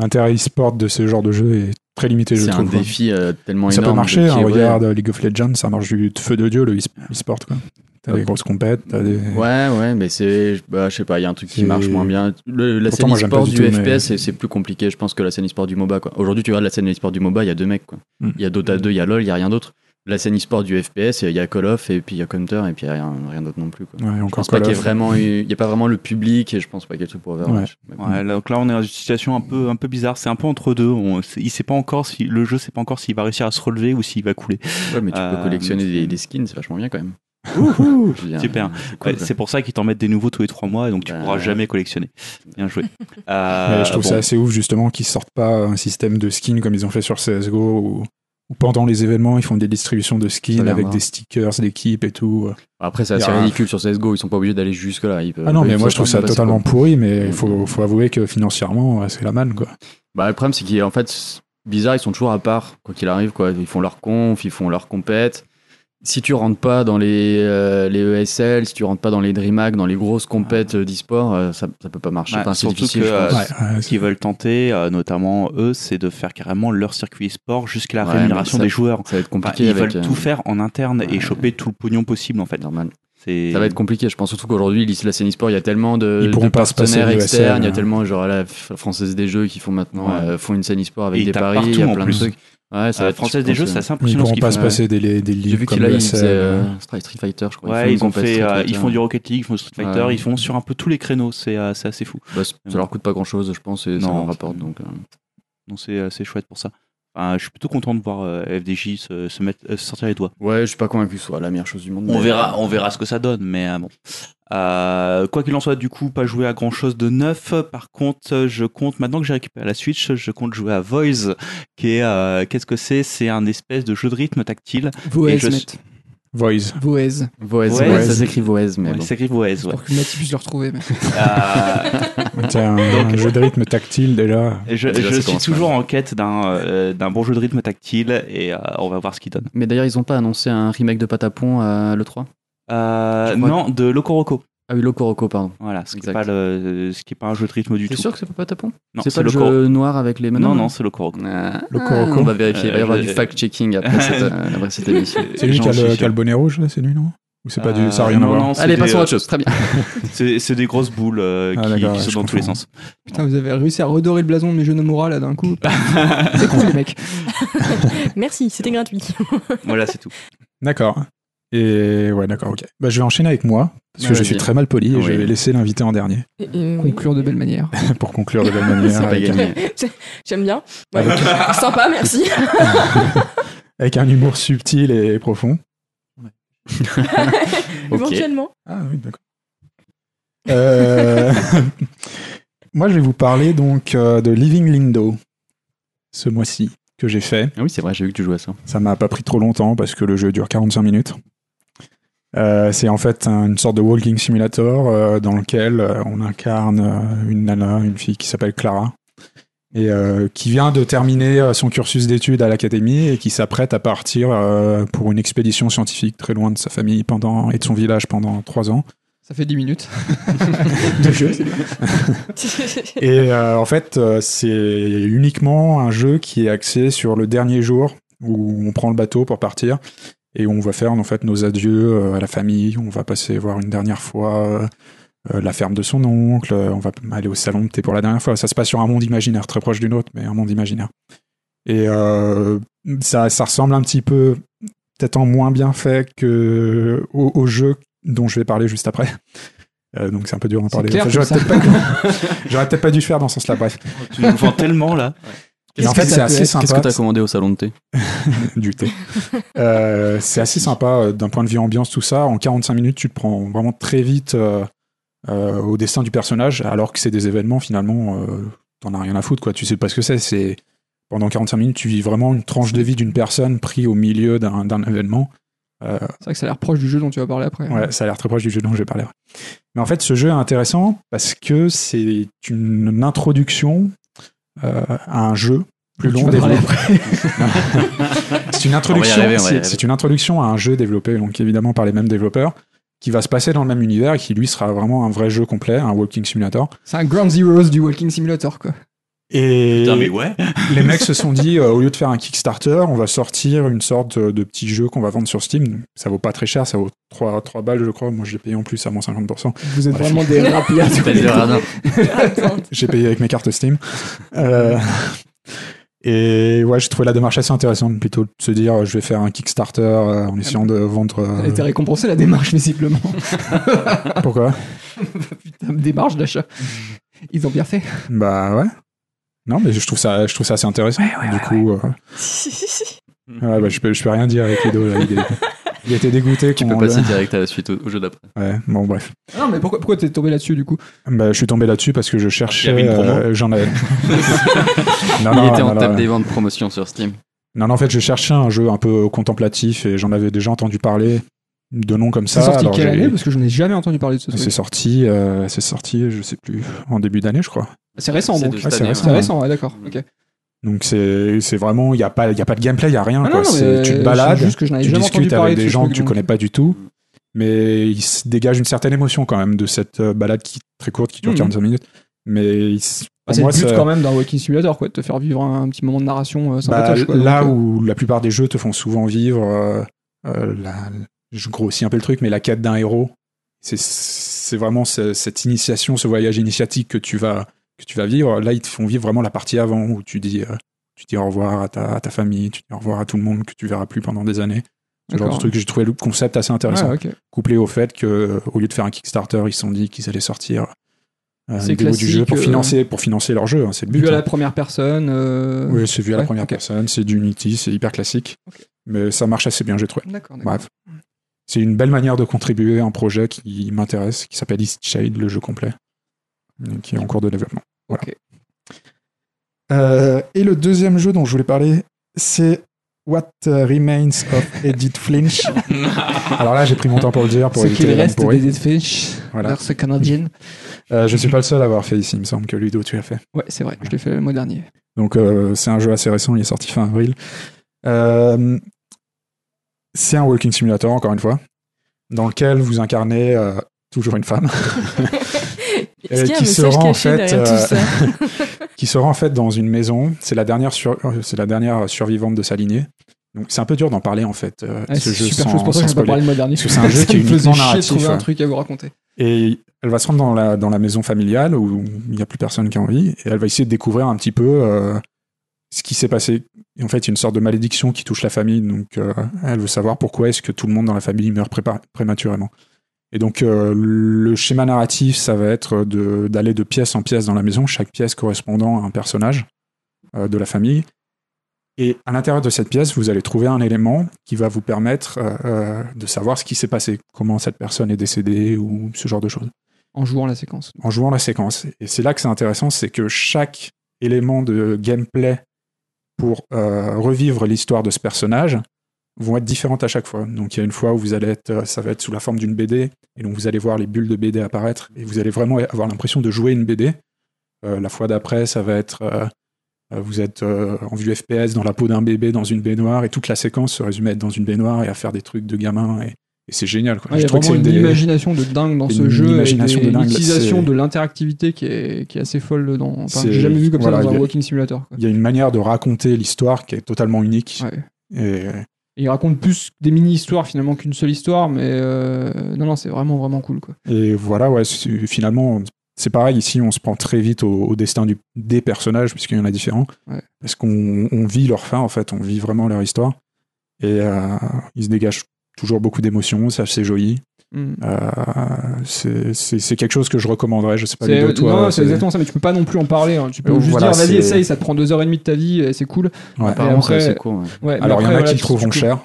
Speaker 1: L'intérêt e-sport de ce genre de jeu est très limité, je
Speaker 4: c'est un
Speaker 1: trouve. quoi.
Speaker 4: défi euh, tellement
Speaker 1: Ça
Speaker 4: énorme.
Speaker 1: peut
Speaker 4: de
Speaker 1: marcher, hein,
Speaker 4: équilibrer.
Speaker 1: regarde League of Legends, ça marche du feu de Dieu le e- e-sport. quoi. T'as des grosses compètes, t'as des.
Speaker 4: Ouais, ouais, mais c'est. bah, je sais pas, il y a un truc qui
Speaker 1: C'est-
Speaker 4: marche moins bien. Le- la
Speaker 1: Pourtant,
Speaker 4: scène
Speaker 1: moi, j'aime pas
Speaker 4: e-sport
Speaker 1: du
Speaker 4: du,
Speaker 1: tout,
Speaker 4: FPS,
Speaker 1: mais-
Speaker 4: c'est- c'est plus compliqué, je pense, que la scène e-sport du MOBA. quoi. Aujourd'hui, tu regardes la scène e-sport du MOBA, il y a deux mecs. quoi. Il
Speaker 1: Mm.
Speaker 4: y a Dota 2, il y a LoL, il y a rien d'autre. La scène e-sport du FPS, il y a Call of, et puis il y a Counter, et puis il y a rien, rien d'autre non plus. Quoi.
Speaker 1: Ouais,
Speaker 4: Je
Speaker 1: encore
Speaker 4: pense pas
Speaker 1: Call
Speaker 4: qu'il y ait
Speaker 1: of.
Speaker 4: vraiment eu- Il n'y a pas vraiment le public, et je pense pas qu'il y ait tout pour Overwatch. Mais bon.
Speaker 3: Ouais, là- donc là, on est dans une situation un peu, un peu bizarre. C'est un peu entre deux. On, c'est- il sait pas encore si le jeu sait pas encore s'il va réussir à se relever ou s'il va couler.
Speaker 4: Ouais, mais tu
Speaker 3: Euh,
Speaker 4: peux collectionner des, des skins, c'est vachement bien quand même. Je veux dire, euh,
Speaker 3: Super.
Speaker 4: c'est cool,
Speaker 3: Ouais,
Speaker 4: quoi.
Speaker 3: c'est pour ça qu'ils t'en mettent des nouveaux tous les trois mois et donc tu
Speaker 4: Bah,
Speaker 3: pourras
Speaker 4: ouais.
Speaker 3: jamais collectionner. Bien
Speaker 4: *laughs*
Speaker 3: joué. Euh,
Speaker 1: Mais je trouve
Speaker 3: bon.
Speaker 1: ça assez ouf justement qu'ils sortent pas un système de skins comme ils ont fait sur CSGO où, où pendant les événements ils font des distributions de skins
Speaker 4: Ça
Speaker 1: avec
Speaker 4: viendra.
Speaker 1: des stickers d'équipes et tout.
Speaker 4: Après, c'est
Speaker 1: Il y
Speaker 4: assez
Speaker 1: a un-
Speaker 4: ridicule sur CSGO, ils sont pas obligés d'aller jusque-là. ils peuvent-
Speaker 1: Ah non,
Speaker 4: ils
Speaker 1: mais
Speaker 4: peuvent
Speaker 1: moi je trouve ça
Speaker 4: passer, quoi.
Speaker 1: totalement pourri, mais il faut,
Speaker 4: faut-
Speaker 1: faut avouer que financièrement c'est la manne quoi.
Speaker 4: Bah, le problème, c'est qu'en fait, c'est bizarre, ils sont toujours à part, quoi qu'il arrive. Quoi. Ils font leur conf, ils font leur compète. Si tu rentres pas dans les, euh, les ESL, si tu rentres pas dans les DreamHack, dans les grosses compètes euh, d'e-sport, euh, ça, ça peut pas marcher.
Speaker 3: Ouais,
Speaker 4: Enfin, c'est
Speaker 3: surtout
Speaker 4: difficile,
Speaker 3: que,
Speaker 4: je
Speaker 3: euh,
Speaker 4: pense.
Speaker 3: Ouais, Ce qu'ils veulent tenter, euh, notamment eux, c'est de faire carrément leur circuit sport jusqu'à la
Speaker 4: Ouais,
Speaker 3: rémunération
Speaker 4: mais ça-
Speaker 3: des joueurs.
Speaker 4: Ça va être
Speaker 3: Enfin,
Speaker 4: compliqué
Speaker 3: ils
Speaker 4: avec...
Speaker 3: veulent
Speaker 4: euh,
Speaker 3: tout faire en interne et
Speaker 4: ouais.
Speaker 3: choper tout le pognon possible en fait.
Speaker 4: Normal.
Speaker 3: C'est
Speaker 4: Ça va être compliqué, je pense surtout qu'aujourd'hui, la scène e-sport, il y a tellement Euh, de,
Speaker 1: Ils pourront
Speaker 4: de
Speaker 1: pas se passer
Speaker 4: partenaires
Speaker 1: de ESL,
Speaker 4: externes, il y a
Speaker 1: hein.
Speaker 4: tellement genre la F- française des jeux qui font maintenant
Speaker 3: Ouais.
Speaker 4: euh, font une scène e-sport avec
Speaker 3: Et ils
Speaker 4: des
Speaker 3: tapent
Speaker 4: paris,
Speaker 3: partout,
Speaker 4: il y a
Speaker 3: en
Speaker 4: plein
Speaker 3: plus.
Speaker 4: de trucs. Ouais, ça
Speaker 3: Euh,
Speaker 4: va être
Speaker 3: française des jeux, ça
Speaker 4: ça
Speaker 3: c'est
Speaker 1: Ils
Speaker 3: impressionnant ce
Speaker 1: pourront
Speaker 3: qu'ils
Speaker 1: pas
Speaker 3: font.
Speaker 1: se passer des, des, des
Speaker 4: J'ai vu
Speaker 1: livres comme
Speaker 4: qu'il a
Speaker 1: le
Speaker 4: ils
Speaker 1: SL,
Speaker 4: faisaient, euh, Street Street Fighter, je crois.
Speaker 3: Ouais,
Speaker 4: une
Speaker 3: ils ont
Speaker 4: compète
Speaker 3: fait,
Speaker 4: Street
Speaker 3: euh, ils
Speaker 4: Fighter.
Speaker 3: font du Rocket League, ils font du Street Fighter,
Speaker 4: Ouais.
Speaker 3: ils font sur un peu tous les créneaux. C'est euh, c'est assez fou.
Speaker 4: Bah, c- ça leur coûte pas grand chose, je pense, et ça
Speaker 3: Non.
Speaker 4: leur rapporte. Donc, euh,
Speaker 3: Donc c'est euh, c'est chouette pour ça. Enfin, je suis plutôt content de voir euh, FDJ se, se mettre, euh, se sortir les doigts. euh,
Speaker 4: ouais, je suis pas convaincu que ce soit la meilleure chose du monde.
Speaker 3: On
Speaker 4: mais-
Speaker 3: verra, on verra ce que ça donne, mais euh, bon. Euh, quoi qu'il en soit, du coup, pas joué à grand chose de neuf. Par contre, euh, je compte maintenant que j'ai récupéré la Switch, je compte jouer à Voice, qui est euh, qu'est-ce que c'est C'est un espèce de jeu de rythme tactile.
Speaker 2: Voez,
Speaker 3: Et je-
Speaker 2: mec.
Speaker 4: *laughs*
Speaker 1: Voice.
Speaker 2: Voez.
Speaker 4: Voez,
Speaker 3: Voez.
Speaker 4: ouais, ça s'écrit Voez, mais
Speaker 3: Ouais,
Speaker 4: Ah bon.
Speaker 3: C'est écrit Voice.
Speaker 4: *laughs*
Speaker 3: Ouais.
Speaker 2: Pour que Mathis puisse le retrouver. mec.
Speaker 3: Euh,
Speaker 1: C'est un, un jeu de rythme tactile déjà.
Speaker 4: *laughs*
Speaker 3: je
Speaker 4: Déjà,
Speaker 3: je
Speaker 4: ça
Speaker 3: suis
Speaker 4: commence
Speaker 3: toujours en quête d'un euh, d'un bon jeu de rythme tactile et euh, on va voir ce qu'il donne.
Speaker 4: Mais d'ailleurs, ils ont pas annoncé un remake de Patapon à l'E3
Speaker 3: Euh,
Speaker 4: Je crois-
Speaker 3: non, de Locoroko.
Speaker 4: Ah oui, Locoroco, pardon.
Speaker 3: Voilà, ce qui n'est pas
Speaker 4: Exact.
Speaker 3: le, ce qui est pas un jeu de rythme du
Speaker 4: T'es
Speaker 3: tout.
Speaker 4: sûr que c'est pas Patapon
Speaker 3: Non,
Speaker 4: C'est pas
Speaker 3: c'est
Speaker 4: le
Speaker 3: Locoro-
Speaker 4: jeu noir avec les
Speaker 3: Non,
Speaker 4: menottes
Speaker 3: non, c'est Locoroko.
Speaker 4: Ah,
Speaker 1: Locoroco.
Speaker 4: On va vérifier, il va y
Speaker 3: Euh,
Speaker 4: avoir
Speaker 3: je-
Speaker 4: du fact-checking *laughs* après cette, euh, après cette *laughs* émission.
Speaker 1: C'est lui qui a,
Speaker 3: J'en
Speaker 1: le,
Speaker 3: suis
Speaker 1: qui a
Speaker 3: sûr.
Speaker 1: le bonnet rouge, là, c'est lui, non Ou c'est pas
Speaker 3: Euh,
Speaker 1: du. Ça n'a rien à
Speaker 3: non,
Speaker 1: voir.
Speaker 3: non, c'est
Speaker 4: Allez,
Speaker 3: des,
Speaker 4: passons à
Speaker 3: euh,
Speaker 4: autre chose, très bien.
Speaker 3: C'est c'est des grosses boules euh,
Speaker 1: Ah,
Speaker 3: qui,
Speaker 1: d'accord,
Speaker 3: qui
Speaker 1: ouais,
Speaker 3: sautent
Speaker 1: je
Speaker 3: dans tous les
Speaker 1: comprends.
Speaker 3: sens.
Speaker 2: Putain, vous avez réussi à redorer le blason de mes jeux Nomura là d'un coup. C'est cool les mecs.
Speaker 5: Merci, c'était gratuit.
Speaker 3: Voilà, c'est tout.
Speaker 1: D'accord. Et ouais, d'accord, ok. Bah, je vais enchaîner avec moi, parce que
Speaker 4: Ouais,
Speaker 1: je
Speaker 4: vas-y.
Speaker 1: suis très mal poli et je
Speaker 4: Oui.
Speaker 1: vais laisser l'invité en dernier *laughs*
Speaker 5: Et- et oui,
Speaker 2: Conclure de belle manière.
Speaker 1: pour
Speaker 4: *laughs*
Speaker 1: conclure de belle manière.
Speaker 4: C'est pas
Speaker 1: avec,
Speaker 4: gagné.
Speaker 5: *laughs* J'aime bien. Ouais, *laughs* Sympa, merci.
Speaker 1: avec un humour subtil et profond.
Speaker 5: Éventuellement. *laughs*
Speaker 1: Ah oui, d'accord. Euh, *laughs* moi, je vais vous parler donc euh, de Living Lindo ce mois-ci que j'ai fait.
Speaker 4: Ah oui, c'est vrai, j'ai vu que tu jouais à ça.
Speaker 1: Ça m'a pas pris trop longtemps parce que le jeu dure 45 minutes. Euh, c'est en fait un- une sorte de walking simulator euh, dans lequel euh, on incarne euh, une nana, une fille qui s'appelle Clara et euh, qui vient de terminer euh, son cursus d'études à l'académie et qui s'apprête à partir euh, pour une expédition scientifique très loin de sa famille pendant et de son village pendant trois ans.
Speaker 2: Ça fait 10 minutes.
Speaker 1: Et euh, en fait, euh, c'est uniquement un jeu qui est axé sur le dernier jour où on prend le bateau pour partir et on va faire en fait nos adieux euh, à la famille. On va passer voir une dernière fois euh, euh, la ferme de son oncle. On va aller au salon de thé pour la dernière fois. Ça se passe sur un monde imaginaire très proche d'une autre, mais un monde imaginaire. Et euh, ça, ça ressemble un petit peu, peut-être en moins bien fait que au, au jeu dont je vais parler juste après. Euh, donc c'est un peu dur d'en
Speaker 2: C'est
Speaker 1: parler.
Speaker 2: clair
Speaker 1: Enfin,
Speaker 2: comme
Speaker 1: j'aurais
Speaker 2: ça.
Speaker 1: peut-être pas J'aurais peut-être pas dû *laughs* le faire dans ce sens-là, bref.
Speaker 3: Tu nous vends tellement là.
Speaker 1: Et
Speaker 2: Qu'est-ce
Speaker 1: en
Speaker 2: que
Speaker 1: fait,
Speaker 2: ça
Speaker 1: c'est
Speaker 2: peut
Speaker 1: assez
Speaker 2: être
Speaker 4: Qu'est-ce que
Speaker 1: sympa.
Speaker 4: t'as commandé au salon de thé
Speaker 1: *laughs* du thé. Euh, c'est assez sympa euh, d'un point de vue ambiance, tout ça. En 45 minutes, tu te prends vraiment très vite euh, euh, au dessin du personnage, alors que c'est des événements, finalement, euh, t'en as rien à foutre, quoi. Tu sais pas ce que c'est. C'est Pendant 45 minutes, tu vis vraiment une tranche de vie d'une personne pris au milieu d'un d'un événement. Euh,
Speaker 2: C'est vrai que ça a l'air proche du jeu dont tu vas parler après.
Speaker 1: Ouais, ça a l'air très proche du jeu dont je vais parler. ouais. Mais en fait, ce jeu est intéressant parce que c'est une introduction euh, à un jeu plus
Speaker 2: Tu
Speaker 1: long *laughs*
Speaker 2: vas parler
Speaker 1: développé. c'est une introduction.
Speaker 3: arriver, on va y
Speaker 1: c'est-
Speaker 3: arriver.
Speaker 1: c'est une introduction à un jeu développé donc évidemment par les mêmes développeurs qui va se passer dans le même univers et qui lui sera vraiment un vrai jeu complet, un walking simulator.
Speaker 2: C'est un Ground Zeroes du Walking Simulator, quoi.
Speaker 1: Et
Speaker 3: Putain, mais ouais.
Speaker 1: les mecs se sont dit, euh, au lieu de faire un Kickstarter, on va sortir une sorte de, de petit jeu qu'on va vendre sur Steam. Ça vaut pas très cher, ça vaut 3, 3 balles, je crois. Moi, j'ai payé en plus à moins 50%.
Speaker 2: Vous êtes
Speaker 1: Bref.
Speaker 2: vraiment des rapiers.
Speaker 4: T'as des radins.
Speaker 1: J'ai payé avec mes cartes Steam. Euh, et ouais, j'ai trouvé la démarche assez intéressante, plutôt de se dire, euh, je vais faire un Kickstarter euh, en essayant de vendre. euh,
Speaker 2: Elle a été récompensée la démarche, visiblement. *laughs*
Speaker 1: pourquoi
Speaker 2: Putain, démarche d'achat. Ils ont bien fait.
Speaker 1: Bah ouais. Non, mais je trouve ça, je trouve ça assez intéressant. du coup, euh, ouais, bah, je, peux, je peux rien dire avec les deux. là, il, est- il était dégoûté.
Speaker 4: Tu
Speaker 1: qu'on
Speaker 4: peux
Speaker 1: le-
Speaker 4: passer direct à la suite au, au jeu d'après.
Speaker 1: Ouais, bon, bref.
Speaker 2: Ah Non, mais pourquoi, pourquoi t'es tombé là-dessus, du coup
Speaker 1: Bah, je suis tombé là-dessus parce que je cherchais.
Speaker 3: Il y avait une promo
Speaker 1: euh, J'en
Speaker 4: *laughs*
Speaker 1: avais. non,
Speaker 4: Il
Speaker 1: non,
Speaker 4: était
Speaker 1: non,
Speaker 4: en
Speaker 1: non,
Speaker 4: table
Speaker 1: ouais.
Speaker 4: des ventes promotion sur Steam.
Speaker 1: Non, non, en fait, je cherchais un jeu un peu contemplatif et j'en avais déjà entendu parler de noms comme ça.
Speaker 2: C'est sorti
Speaker 1: alors
Speaker 2: quelle
Speaker 1: j'ai- Ah,
Speaker 2: année Parce que je n'ai jamais entendu parler de ce
Speaker 1: C'est
Speaker 2: truc.
Speaker 1: sorti, euh, c'est sorti, je sais plus, en début d'année, je crois.
Speaker 2: C'est récent,
Speaker 4: C'est
Speaker 2: donc.
Speaker 4: de
Speaker 1: Ouais,
Speaker 4: cette
Speaker 1: c'est
Speaker 4: année,
Speaker 1: récent.
Speaker 2: C'est
Speaker 4: ouais.
Speaker 2: récent, ouais, d'accord. ok.
Speaker 1: Donc c'est c'est vraiment, il n'y a, pas- y a pas de gameplay, il n'y a rien.
Speaker 2: Ah
Speaker 1: quoi. C'est-
Speaker 2: mais
Speaker 1: tu te
Speaker 2: c'est
Speaker 1: balades,
Speaker 2: juste que je n'avais
Speaker 1: tu
Speaker 2: jamais entendu
Speaker 1: discutes
Speaker 2: parler
Speaker 1: avec
Speaker 2: de
Speaker 1: des
Speaker 2: ce
Speaker 1: gens que
Speaker 2: truc,
Speaker 1: tu
Speaker 2: donc.
Speaker 1: connais pas du tout, mais il se dégage une certaine émotion quand même de cette euh, balade qui très courte, qui dure
Speaker 2: Mhm.
Speaker 1: 45 minutes. Mais il s-
Speaker 2: Bah,
Speaker 1: pour
Speaker 2: c'est
Speaker 1: moi,
Speaker 2: le but
Speaker 1: ça-
Speaker 2: quand même d'un Walking Simulator, quoi, de te faire vivre un, un petit moment de narration euh,
Speaker 1: Bah,
Speaker 2: sympatoche. quoi,
Speaker 1: là
Speaker 2: donc, euh,
Speaker 1: où la plupart des jeux te font souvent vivre, euh, euh, la- je grossis un peu le truc, mais la quête d'un héros, c'est- c'est vraiment ce- cette initiation, ce voyage initiatique que tu vas que tu vas vivre. Là, ils te font vivre vraiment la partie avant où tu dis euh, tu dis au revoir à ta, à ta famille, tu dis au revoir à tout le monde que tu verras plus pendant des années. Ce genre de
Speaker 2: D'accord.
Speaker 1: truc, j'ai trouvé le concept assez intéressant,
Speaker 2: ouais, ok.
Speaker 1: couplé au fait que euh, au lieu de faire un Kickstarter, ils se sont dit qu'ils allaient sortir euh,
Speaker 2: C'est
Speaker 1: une démo du
Speaker 2: classique,
Speaker 1: jeu pour
Speaker 2: euh,
Speaker 1: financer pour financer leur jeu. hein, c'est le but.
Speaker 2: Vu à
Speaker 1: hein.
Speaker 2: la première personne. euh,
Speaker 1: Oui, c'est vu à la
Speaker 2: ouais,
Speaker 1: première
Speaker 2: ok.
Speaker 1: personne, c'est du Unity, c'est hyper classique. Mais ça marche assez bien, j'ai trouvé.
Speaker 2: D'accord, d'accord.
Speaker 1: Bref. C'est une belle manière de contribuer à un projet qui m'intéresse, qui s'appelle East Shade, le jeu complet, et qui est en cours de développement. Voilà.
Speaker 2: Ok.
Speaker 1: Euh, et le deuxième jeu dont je voulais parler, c'est What Remains of Edith Flinch. Alors là, j'ai pris mon temps pour le dire, pour
Speaker 2: Ce
Speaker 1: éviter
Speaker 2: qu'il
Speaker 1: les vannes
Speaker 2: reste
Speaker 1: pourries.
Speaker 2: des Finch,
Speaker 1: Voilà.
Speaker 2: version canadienne.
Speaker 1: Euh, je suis pas le seul à avoir fait ici, il me semble que Ludo, tu l'as fait.
Speaker 2: Ouais, c'est vrai, je l'ai fait le mois dernier.
Speaker 1: Donc euh, c'est un jeu assez récent, il est sorti fin avril. Euh, c'est un walking simulator, encore une fois, dans lequel vous incarnez euh, toujours une femme, *laughs*
Speaker 5: Est-ce qu'il y a
Speaker 1: qui
Speaker 5: un
Speaker 1: se
Speaker 5: message
Speaker 1: rend, en
Speaker 5: caché
Speaker 1: fait,
Speaker 5: derrière
Speaker 1: euh,
Speaker 5: tout ça
Speaker 1: qui sera en fait dans une maison. C'est la dernière, sur- euh, c'est la dernière survivante de sa lignée. Donc c'est un peu dur d'en parler en fait. euh,
Speaker 2: Ouais,
Speaker 1: ce
Speaker 2: c'est
Speaker 1: jeu
Speaker 2: super
Speaker 1: sans-
Speaker 2: chose pour ça
Speaker 1: sans
Speaker 2: que je n'ai pas
Speaker 1: spoiler.
Speaker 2: parlé le mois dernier.
Speaker 1: Parce que c'est un jeu
Speaker 2: Ça
Speaker 1: qui est
Speaker 2: me faisait
Speaker 1: uniquement
Speaker 2: chier de
Speaker 1: narratif,
Speaker 2: trouver
Speaker 1: ouais.
Speaker 2: un truc à vous raconter.
Speaker 1: Et elle va se rendre dans la, dans la maison familiale où il n'y a plus personne qui a envie et elle va essayer de découvrir un petit peu euh, ce qui s'est passé. Et en fait, il y a une sorte de malédiction qui touche la famille, donc euh, elle veut savoir pourquoi est-ce que tout le monde dans la famille meurt prépa- prématurément. Et donc, euh, le schéma narratif, ça va être de- d'aller de, pièce en pièce dans la maison, chaque pièce correspondant à un personnage euh, de la famille. Et à l'intérieur de cette pièce, vous allez trouver un élément qui va vous permettre euh, euh, de savoir ce qui s'est passé, comment cette personne est décédée ou ce genre de choses
Speaker 2: En jouant la séquence.
Speaker 1: en jouant la séquence. Et c'est là que c'est intéressant, c'est que chaque élément de gameplay pour euh, revivre l'histoire de ce personnage vont être différentes à chaque fois. Donc il y a une fois où vous allez être, euh, ça va être sous la forme d'une BD, et donc vous allez voir les bulles de BD apparaître, et vous allez vraiment avoir l'impression de jouer une BD. Euh, la fois d'après, ça va être, euh, euh, vous êtes euh, en vue FPS dans la peau d'un bébé dans une baignoire, et toute la séquence se résume à être dans une baignoire et à faire des trucs de gamin, et, et c'est génial. Quoi.
Speaker 2: Ouais, il y a
Speaker 1: trouve que
Speaker 2: vraiment une
Speaker 1: des-
Speaker 2: imagination de dingue dans
Speaker 1: une
Speaker 2: ce jeu et
Speaker 1: imagination de
Speaker 2: des-
Speaker 1: dingue,
Speaker 2: l'utilisation
Speaker 1: c'est-
Speaker 2: de l'interactivité qui est, qui est assez folle dans. Enfin,
Speaker 1: C'est-
Speaker 2: j'ai jamais vu comme ça
Speaker 1: voilà,
Speaker 2: dans
Speaker 1: il y
Speaker 2: un
Speaker 1: a-
Speaker 2: walking simulator. Quoi.
Speaker 1: Il y a une manière de raconter l'histoire qui est totalement unique.
Speaker 2: Ouais.
Speaker 1: Et
Speaker 2: Et il raconte plus des mini-histoires finalement qu'une seule histoire, mais euh, non, non, c'est vraiment vraiment cool quoi.
Speaker 1: Et voilà, ouais, c'est- finalement, c'est pareil, ici, on se prend très vite au, au destin du, des personnages, puisqu'il y en a différents.
Speaker 2: Ouais.
Speaker 1: Parce qu'on on vit leur fin, en fait, on vit vraiment leur histoire. Et euh, ils se dégagent toujours beaucoup d'émotions, ça, c'est joli.
Speaker 2: Hmm.
Speaker 1: Euh, c'est- c'est c'est quelque chose que je recommanderais, je sais pas,
Speaker 2: C'est-
Speaker 1: Ludo, toi.
Speaker 2: non, c'est
Speaker 1: c'est-
Speaker 2: exactement ça, mais tu peux pas non plus en parler. hein. Tu peux
Speaker 1: Euh,
Speaker 2: juste
Speaker 1: voilà,
Speaker 2: dire, vas-y,
Speaker 1: c'est-
Speaker 2: essaye, ça te prend deux heures et demie de ta vie, et c'est cool.
Speaker 1: ouais.
Speaker 4: Apparemment,
Speaker 2: après-
Speaker 4: c'est assez court. ouais.
Speaker 2: Ouais, mais
Speaker 1: Alors, il y en
Speaker 2: après,
Speaker 1: a
Speaker 2: voilà,
Speaker 1: qui le
Speaker 2: tu-
Speaker 1: trouveront
Speaker 2: tu-
Speaker 1: cher,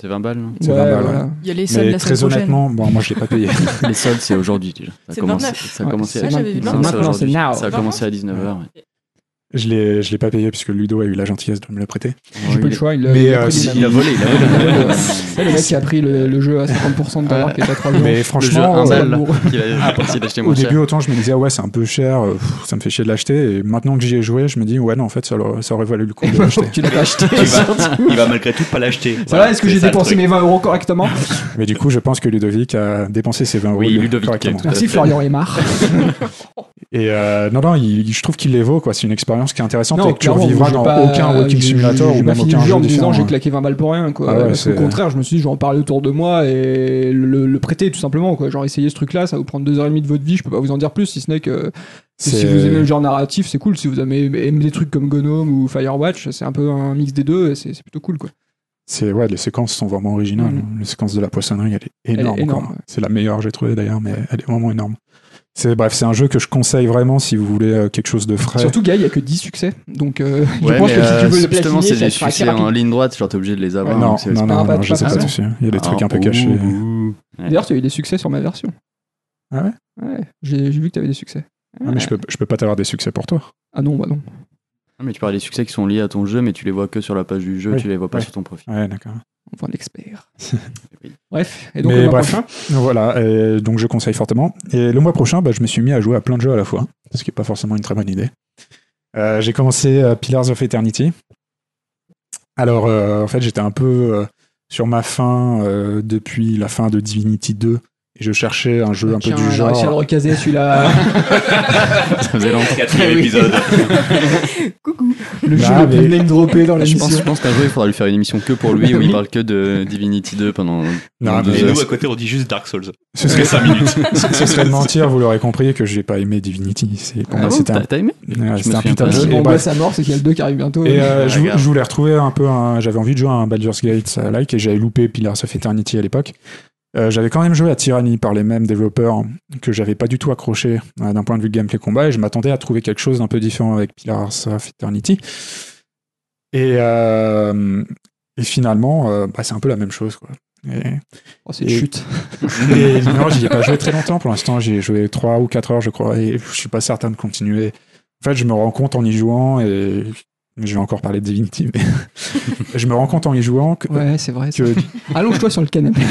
Speaker 4: C'est 20 balles. non
Speaker 1: c'est hein.
Speaker 2: Ouais,
Speaker 1: 20 balles,
Speaker 2: voilà.
Speaker 5: Il y a les soldes
Speaker 1: mais
Speaker 5: la semaine
Speaker 1: très
Speaker 5: prochaine.
Speaker 1: honnêtement, bon, moi, je l'ai pas payé. *laughs*
Speaker 4: Les soldes, c'est aujourd'hui déjà. Ça
Speaker 5: C'est
Speaker 4: commence-
Speaker 5: 29.
Speaker 4: Ça a
Speaker 2: Ouais,
Speaker 4: commencé
Speaker 5: Ah,
Speaker 2: c'est
Speaker 5: j'avais vu
Speaker 4: ça a
Speaker 5: maintenant,
Speaker 4: commencé aujourd'hui.
Speaker 2: c'est now.
Speaker 4: Ça a commencé à 19h.
Speaker 1: Je l'ai, je l'ai pas payé puisque Ludo a eu la gentillesse de me le prêter.
Speaker 2: J'ai pas eu le choix, il l'a
Speaker 1: Mais,
Speaker 2: il l'a
Speaker 1: euh,
Speaker 2: pris
Speaker 1: si-
Speaker 2: lui-même. *laughs*
Speaker 4: Il a volé, il a volé.
Speaker 2: C'est le mec qui a pris le, le jeu à 50% de dollars qui est à 3 euros.
Speaker 1: Mais
Speaker 4: Le jeu
Speaker 1: franchement,
Speaker 4: un
Speaker 1: euh,
Speaker 4: balle
Speaker 2: l'amour.
Speaker 4: qu'il a parti d'acheter
Speaker 1: au
Speaker 4: moins cher.
Speaker 1: début, autant je me disais, ah ouais, c'est un peu cher, euh, pff, ça me fait chier de l'acheter. Et maintenant que j'y ai joué, je me dis, ouais, non, en fait, ça, aurait- ça aurait valu le coup
Speaker 4: *laughs*
Speaker 1: *laughs* de l'acheter.
Speaker 2: Tu l'as pas acheté.
Speaker 3: Il va, il va malgré tout pas l'acheter.
Speaker 2: Ça
Speaker 3: Voilà,
Speaker 2: va, est-ce que
Speaker 3: c'est
Speaker 2: j'ai
Speaker 3: ça le
Speaker 2: dépensé
Speaker 3: truc.
Speaker 2: mes 20 euros correctement
Speaker 1: Mais du coup, je pense que Ludovic a dépensé ses 20 euros
Speaker 4: Oui,
Speaker 1: de-
Speaker 4: Ludovic,
Speaker 1: correctement.
Speaker 4: tout à
Speaker 2: Merci
Speaker 4: fait.
Speaker 2: Florian Aymar.
Speaker 1: Et euh, non, non, il- je trouve qu'il les vaut, quoi. C'est une expérience qui est intéressante et que tu
Speaker 2: clairement,
Speaker 1: revivras
Speaker 2: j'ai
Speaker 1: dans
Speaker 2: pas-
Speaker 1: aucun Walking
Speaker 2: j'ai-
Speaker 1: Simulator
Speaker 2: j'ai
Speaker 1: ou
Speaker 2: pas
Speaker 1: même
Speaker 2: fini
Speaker 1: aucun
Speaker 2: le jeu
Speaker 1: jeu
Speaker 2: en me disant
Speaker 1: différent.
Speaker 2: j'ai claqué 20 balles pour rien quoi.
Speaker 1: Ah ouais,
Speaker 2: Parce qu'au
Speaker 1: c'est-
Speaker 2: contraire, je me suis dit je vais en parler autour de moi et le, le prêter tout simplement quoi. Genre essayez ce truc là, ça va vous prendre deux heures et demie de votre vie, je peux pas vous en dire plus si ce n'est que
Speaker 1: C'est-
Speaker 2: si vous aimez le genre narratif, c'est cool. Si vous aimez, aimez des trucs comme Gnome ou Firewatch, c'est un peu un mix des deux et c'est c'est plutôt cool quoi.
Speaker 1: C'est ouais, les séquences sont vraiment originales.
Speaker 2: Mhm.
Speaker 1: La séquence de la poissonnerie, elle est énorme.
Speaker 2: Elle est énorme,
Speaker 1: quoi.
Speaker 2: ouais.
Speaker 1: C'est la meilleure j'ai trouvée d'ailleurs, mais elle est vraiment énorme. C'est bref, c'est un jeu que je conseille vraiment si vous voulez euh, quelque chose de frais.
Speaker 2: Surtout Guy, il y a que 10 succès donc euh, je
Speaker 4: Ouais,
Speaker 2: pense
Speaker 4: mais,
Speaker 2: que si tu
Speaker 4: euh,
Speaker 2: veux le
Speaker 4: justement,
Speaker 2: platiner,
Speaker 4: c'est
Speaker 2: ça
Speaker 4: des
Speaker 2: te fera assez
Speaker 4: succès en
Speaker 2: rapide.
Speaker 4: ligne droite, genre t'es obligé de les avoir.
Speaker 1: non,
Speaker 4: Ah, donc c'est-
Speaker 1: non,
Speaker 4: c'est
Speaker 1: non,
Speaker 2: pas-
Speaker 1: non,
Speaker 2: pas-
Speaker 1: je les ai
Speaker 2: pas
Speaker 1: pas
Speaker 2: ça.
Speaker 1: tous. hein. Il y a des trucs
Speaker 4: Ah,
Speaker 1: un peu
Speaker 4: ouh,
Speaker 1: cachés.
Speaker 4: ouh.
Speaker 2: D'ailleurs, tu as eu des succès sur ma version.
Speaker 1: Ah ouais
Speaker 2: Ouais, j'ai j'ai vu que tu avais des succès.
Speaker 1: Ah, mais je peux, je peux pas t'avoir des succès pour toi.
Speaker 2: Ah non, bah non.
Speaker 4: Ah, mais tu parles des succès qui sont liés à ton jeu, mais tu les vois que sur la page du jeu,
Speaker 1: Oui,
Speaker 4: tu les vois pas
Speaker 1: ouais.
Speaker 4: sur ton profil.
Speaker 1: Ouais, d'accord.
Speaker 2: Enfin,
Speaker 1: *laughs*
Speaker 2: l'expert.
Speaker 4: Oui.
Speaker 2: bref, et donc
Speaker 1: Mais
Speaker 2: le mois
Speaker 1: bref.
Speaker 2: prochain,
Speaker 1: Voilà, et donc je conseille fortement. Et le mois prochain, bah, je me suis mis à jouer à plein de jeux à la fois, ce qui n'est pas forcément une très bonne idée. Euh, j'ai commencé euh, Pillars of Eternity. Alors, euh, en fait, j'étais un peu euh, sur ma fin euh, depuis la fin de Divinity 2, et je cherchais un jeu un peu
Speaker 2: Tiens,
Speaker 1: hein, du
Speaker 2: on a réussi à le
Speaker 1: genre.
Speaker 2: recaser celui-là.
Speaker 1: *laughs*
Speaker 4: Ça faisait longtemps.
Speaker 3: Quatrième épisode.
Speaker 5: Coucou.
Speaker 2: le jeu
Speaker 1: Bah,
Speaker 2: le plus
Speaker 1: mais-
Speaker 2: name droppé dans la
Speaker 4: Je pense, je
Speaker 2: mission.
Speaker 4: pense qu'un jour il faudra lui faire une émission que pour lui où il parle que de Divinity 2 pendant.
Speaker 1: Ah,
Speaker 4: pendant
Speaker 1: mais
Speaker 4: deux
Speaker 3: Et
Speaker 4: heures.
Speaker 3: nous, à côté, on dit juste Dark Souls.
Speaker 1: Ce serait,
Speaker 3: Parce que 5 minutes.
Speaker 1: ce
Speaker 2: *laughs*
Speaker 1: serait de mentir, vous l'aurez compris, que j'ai pas aimé Divinity. C'est, pour
Speaker 4: Ah
Speaker 1: moi,
Speaker 4: bon,
Speaker 1: c'était un,
Speaker 4: t'as t'as aimé
Speaker 1: ouais,
Speaker 4: me
Speaker 1: c'était un
Speaker 4: souviens
Speaker 1: putain
Speaker 4: pas.
Speaker 1: de
Speaker 2: Ce
Speaker 1: jeu.
Speaker 2: qui
Speaker 1: Et bref,
Speaker 2: m'angoisse à mort, c'est qu'il y a le 2 qui arrive bientôt.
Speaker 1: Et euh,
Speaker 4: Ah,
Speaker 1: je, vou-
Speaker 4: regarde.
Speaker 1: je voulais retrouver un peu un. J'avais envie de jouer à un Baldur's Gate euh, like et j'avais loupé Pillars of Eternity à l'époque. Euh, j'avais quand même joué à Tyranny par les mêmes développeurs que j'avais pas du tout accroché euh, d'un point de vue gameplay combat et je m'attendais à trouver quelque chose d'un peu différent avec Pillars of Eternity. Et, euh, et finalement, euh, bah, c'est un peu la même chose. Quoi. Et,
Speaker 2: Oh, c'est une
Speaker 1: Et-
Speaker 2: chute.
Speaker 1: et non, j'y ai pas joué très longtemps pour l'instant. J'y ai joué 3 ou 4 heures, je crois, et je suis pas certain de continuer. En fait, je me rends compte en y jouant, et je vais encore parler de Divinity, mais *laughs* je me rends compte en y jouant que.
Speaker 2: Ouais, c'est vrai. ça.
Speaker 1: que-
Speaker 2: Allonge-toi sur le canapé.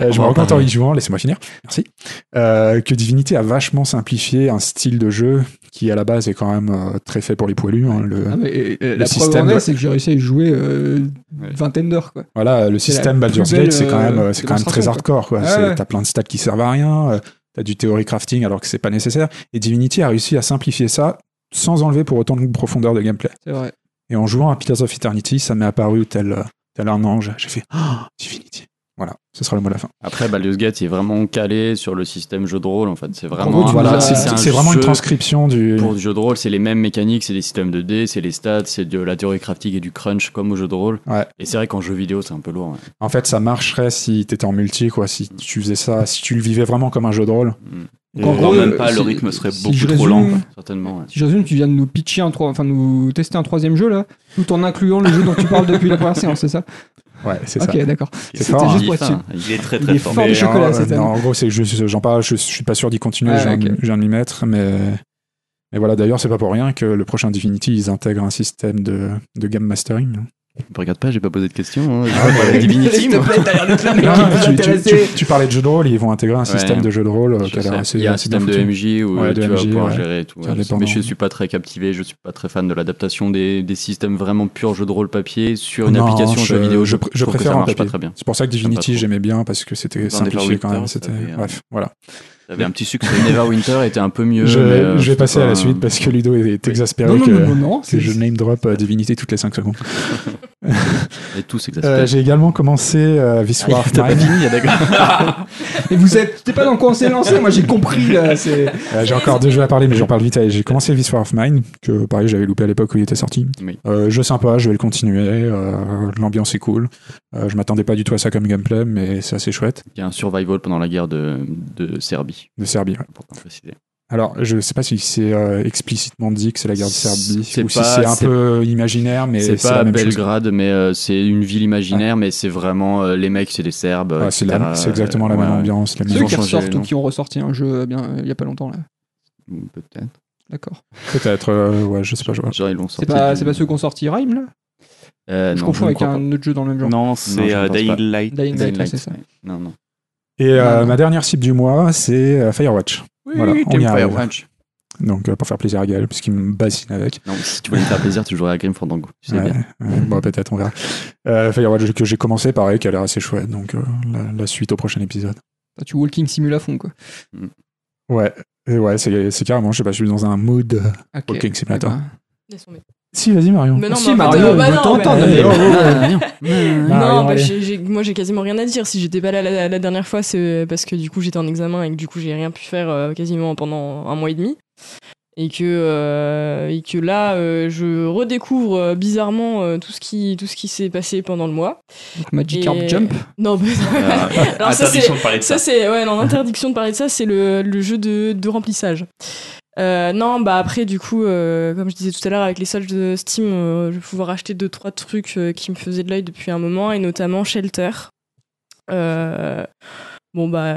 Speaker 1: euh, je
Speaker 4: On
Speaker 1: me rends
Speaker 4: va en
Speaker 1: compte en
Speaker 4: parler.
Speaker 1: y jouant, laissez-moi finir, merci, euh, que Divinity a vachement simplifié un style de jeu qui, à la base, est quand même euh, très fait pour les poilus. hein, le,
Speaker 2: Ah, mais, euh, euh, la preuve
Speaker 1: système
Speaker 2: en
Speaker 1: de-
Speaker 2: est, c'est que j'ai réussi à y jouer euh, une vingtaine d'heures. quoi.
Speaker 1: Voilà, le
Speaker 2: C'est la
Speaker 1: système
Speaker 2: plus
Speaker 1: Baldur's
Speaker 2: belle,
Speaker 1: Gate, c'est quand
Speaker 2: euh,
Speaker 1: même, euh, c'est quand même très
Speaker 2: démonstration,
Speaker 1: hardcore. quoi.
Speaker 2: Ouais,
Speaker 1: C'est-
Speaker 2: ouais.
Speaker 1: T'as plein de stats qui servent à rien, euh, t'as du théorie crafting alors que c'est pas nécessaire. Et Divinity a réussi à simplifier ça sans enlever pour autant de profondeur de gameplay.
Speaker 2: C'est vrai.
Speaker 1: Et en jouant à Pillars of Eternity, ça m'est apparu tel, euh, tel un ange. J'ai fait Ah, Divinity. Voilà, ce sera le mot de la fin.
Speaker 4: Après, Baldur's Gate il est vraiment calé sur le système jeu de rôle en fait. C'est
Speaker 2: gros,
Speaker 4: vraiment.
Speaker 2: tu
Speaker 4: un-
Speaker 2: nous as-
Speaker 1: Voilà, c'est-
Speaker 4: Oh, c'est un
Speaker 1: c'est vraiment
Speaker 4: jeu
Speaker 1: une transcription du.
Speaker 4: Pour du jeu de rôle, c'est les mêmes mécaniques, c'est les systèmes de dés, c'est les stats, c'est de la théorie crafting et du crunch comme au jeu de rôle.
Speaker 1: Ouais.
Speaker 4: Et c'est vrai qu'en jeu vidéo, c'est un peu lourd. ouais.
Speaker 1: En fait, ça marcherait si t'étais en multi, quoi, si tu faisais ça, si tu le vivais vraiment comme un jeu de rôle.
Speaker 4: Mm.
Speaker 1: Et-
Speaker 2: En gros,
Speaker 3: Non, même
Speaker 2: euh,
Speaker 3: pas, le
Speaker 2: si-
Speaker 3: rythme serait
Speaker 2: si
Speaker 3: beaucoup
Speaker 2: je
Speaker 3: trop lent.
Speaker 1: Mm.
Speaker 2: résume-
Speaker 4: Certainement. ouais.
Speaker 2: Si je résume, tu viens de nous pitcher un trois, enfin nous tester un troisième jeu là, tout en incluant le jeu dont tu parles depuis la première séance, c'est ça
Speaker 1: ouais, c'est ça.
Speaker 2: Ok, d'accord.
Speaker 1: C'est
Speaker 2: C'était
Speaker 1: fort, hein.
Speaker 2: juste
Speaker 4: Il
Speaker 2: pour
Speaker 4: est
Speaker 2: être
Speaker 4: fin,
Speaker 2: sûr.
Speaker 4: il-
Speaker 3: Il est très
Speaker 2: Il
Speaker 3: très
Speaker 2: est
Speaker 3: fort.
Speaker 2: fort. du
Speaker 1: Mais
Speaker 2: chocolat,
Speaker 1: en,
Speaker 2: cette
Speaker 1: non,
Speaker 2: année.
Speaker 1: en gros, c'est juste, j'en parle, je, je suis pas sûr d'y continuer,
Speaker 2: Ah,
Speaker 1: je, viens,
Speaker 2: ok.
Speaker 1: je viens de m'y mettre, mais, mais voilà, d'ailleurs, c'est pas pour rien que le prochain Divinity, ils intègrent un système de, de game
Speaker 2: *laughs*
Speaker 1: mastering.
Speaker 4: Me regarde pas, j'ai pas posé de
Speaker 1: *laughs*
Speaker 4: questions. hein. Je vais parler de Divinity,
Speaker 2: S'il te
Speaker 4: moi.
Speaker 2: plaît, t'as l'air d'être le mec
Speaker 1: Non,
Speaker 2: qui
Speaker 1: non,
Speaker 2: est plus
Speaker 1: tu, tu-
Speaker 2: intéressé.
Speaker 1: tu- tu parlais de jeu de rôle, ils vont intégrer un
Speaker 4: Ouais.
Speaker 1: système de jeu de rôle euh, qui
Speaker 4: Je
Speaker 1: a l'air
Speaker 4: sais.
Speaker 1: assez,
Speaker 4: il y a un
Speaker 1: assez bien
Speaker 4: système de
Speaker 1: foutu.
Speaker 4: MJ où
Speaker 1: Ouais,
Speaker 4: euh,
Speaker 1: de
Speaker 4: tu vas
Speaker 1: MJ,
Speaker 4: pouvoir
Speaker 1: ouais.
Speaker 4: gérer et tout.
Speaker 1: C'est
Speaker 4: ouais.
Speaker 1: indépendant.
Speaker 4: Mais je suis pas très captivé, je suis pas très fan de l'adaptation des, des systèmes vraiment purs jeu de rôle papier sur une
Speaker 1: Non,
Speaker 4: application
Speaker 1: je-
Speaker 4: jeu vidéo.
Speaker 1: je pr- je
Speaker 4: trouve que
Speaker 1: préfère
Speaker 4: ça
Speaker 1: en
Speaker 4: marche pas
Speaker 1: papier.
Speaker 4: très bien.
Speaker 1: C'est pour ça que
Speaker 4: J'aime
Speaker 1: Divinity,
Speaker 4: pas
Speaker 1: j'aimais bien parce que c'était
Speaker 3: Dans
Speaker 1: simplifié
Speaker 3: Developer
Speaker 1: quand même.
Speaker 3: Winter,
Speaker 1: C'était,
Speaker 3: ça fait, euh,
Speaker 1: bref, voilà.
Speaker 3: J'avais un petit succès.
Speaker 4: Neverwinter était un peu mieux.
Speaker 1: je,
Speaker 4: mais, euh,
Speaker 1: je vais
Speaker 4: c'était
Speaker 1: passer à
Speaker 4: pas
Speaker 1: la
Speaker 4: un-
Speaker 1: suite parce que Ludo est, est exaspéré
Speaker 2: Non, non,
Speaker 1: que,
Speaker 2: non, non, non,
Speaker 1: que
Speaker 2: c'est-
Speaker 1: je name drop euh, Divinity toutes les 5 secondes.
Speaker 4: Et tous
Speaker 1: Euh,
Speaker 4: exaspérés.
Speaker 1: J'ai également commencé euh,
Speaker 4: Ah, il-
Speaker 1: Viswar
Speaker 4: *laughs* t'as pas fini, il y a d'accord.
Speaker 2: Et vous êtes, c'était pas dans quoi on s'est lancé, moi j'ai compris là, c'est.
Speaker 1: Euh, j'ai encore deux jeux à parler, mais j'en parle vite. Allez, J'ai commencé This War of Mine, que pareil, j'avais loupé à l'époque où il était sorti.
Speaker 4: Oui.
Speaker 1: Euh, jeu sympa, je vais le continuer. euh, L'ambiance est cool. Euh, je m'attendais pas du tout à ça comme gameplay, mais c'est assez chouette.
Speaker 4: Il y a un survival pendant la guerre de, de Serbie,
Speaker 1: De Serbie. ouais.
Speaker 4: pour préciser.
Speaker 1: Alors, je sais pas si c'est euh, explicitement dit que c'est la guerre de Serbie
Speaker 4: C'est
Speaker 1: ou si
Speaker 4: pas-
Speaker 1: c'est un
Speaker 4: c'est-
Speaker 1: peu imaginaire, mais
Speaker 4: c'est pas
Speaker 1: la
Speaker 4: à
Speaker 1: même chose.
Speaker 4: Belgrade, mais euh, c'est une ville imaginaire, mais c'est vraiment euh, les mecs, c'est des Serbes.
Speaker 1: Ouais, c'est
Speaker 4: etc.
Speaker 1: la- c'est exactement la
Speaker 4: Ouais,
Speaker 1: même
Speaker 4: ouais.
Speaker 1: ambiance. La
Speaker 4: Ils
Speaker 2: Ceux
Speaker 1: musique.
Speaker 4: ont
Speaker 2: qui
Speaker 4: changé
Speaker 2: ressortent
Speaker 4: les
Speaker 2: ou
Speaker 4: noms.
Speaker 2: qui ont ressorti un jeu euh, bien, euh, il y a pas longtemps là.
Speaker 4: Peut-être.
Speaker 2: D'accord.
Speaker 1: Peut-être, euh, ouais, je sais pas. Je vois.
Speaker 4: Genre, ils l'ont sorti.
Speaker 2: C'est pas,
Speaker 4: du-
Speaker 2: c'est pas ceux qui ont sorti Rhyme là
Speaker 4: Euh,
Speaker 2: Je
Speaker 4: non,
Speaker 2: confonds
Speaker 4: ne
Speaker 2: avec
Speaker 4: crois
Speaker 2: un autre jeu dans le même genre.
Speaker 3: Non,
Speaker 4: Non,
Speaker 3: c'est
Speaker 4: je
Speaker 3: euh,
Speaker 4: pense
Speaker 3: Dying
Speaker 4: pas.
Speaker 3: Light.
Speaker 2: Dying
Speaker 4: pas.
Speaker 2: Light,
Speaker 4: Dying
Speaker 2: ouais,
Speaker 4: Light,
Speaker 2: c'est ça.
Speaker 4: ouais. Non, non.
Speaker 1: Et euh,
Speaker 2: Ouais.
Speaker 1: ma dernière cible du mois, c'est euh, Firewatch. Voilà,
Speaker 2: *laughs*
Speaker 1: on y
Speaker 3: Team
Speaker 1: arrive.
Speaker 3: Firewatch.
Speaker 1: Donc, euh, pour faire plaisir à Gaël, parce qu'il me bassine avec.
Speaker 4: Non, si tu voulais me faire plaisir, tu jouerais à Grim Fandango. Tu sais
Speaker 1: Ouais,
Speaker 4: *laughs* bien.
Speaker 1: ouais, *laughs* bon, peut-être, on verra. Euh, Firewatch que j'ai commencé, pareil, qui a l'air assez chouette. Donc, euh, la, la suite au prochain épisode.
Speaker 2: Toi, Tu Walking Simula fond quoi.
Speaker 1: Ouais, et ouais, c'est c'est carrément, je sais pas, je suis dans un mood. euh,
Speaker 2: Ok.
Speaker 1: Walking Simulator.
Speaker 2: Eh ben,
Speaker 5: Laisse tomber.
Speaker 1: Si, vas-y, Marion.
Speaker 5: Mais non,
Speaker 2: Si,
Speaker 5: mais en fait,
Speaker 2: Mario,
Speaker 5: euh, bah
Speaker 2: on
Speaker 5: non,
Speaker 2: t'entend,
Speaker 5: mais-
Speaker 1: Daniel. Marion,
Speaker 5: Non, bah,
Speaker 1: allez.
Speaker 5: j'ai- j'ai- moi j'ai quasiment rien à dire. Si j'étais pas là la, la dernière fois, c'est euh, parce que du coup j'étais en examen et que du coup j'ai rien pu faire euh, quasiment pendant un mois et demi. Et que, euh, et que là, euh, je redécouvre euh, bizarrement euh, tout ce qui, tout ce qui s'est passé pendant le mois.
Speaker 2: Donc Magikarp
Speaker 5: Et-
Speaker 2: Jump.
Speaker 5: Non, bah, *laughs*
Speaker 3: Euh,
Speaker 5: Alors, ça,
Speaker 3: Interdiction de parler de
Speaker 5: Ça,
Speaker 3: ça.
Speaker 5: c'est ouais,
Speaker 3: *laughs*
Speaker 5: non, l'interdiction de parler de ça, c'est le, le jeu de, de remplissage. Euh, non, bah après, du coup, euh, comme je disais tout à l'heure, avec les soldes de Steam, euh, je vais pouvoir acheter deux trois trucs euh, qui me faisaient de l'œil depuis un moment, et notamment Shelter. Euh, bon bah,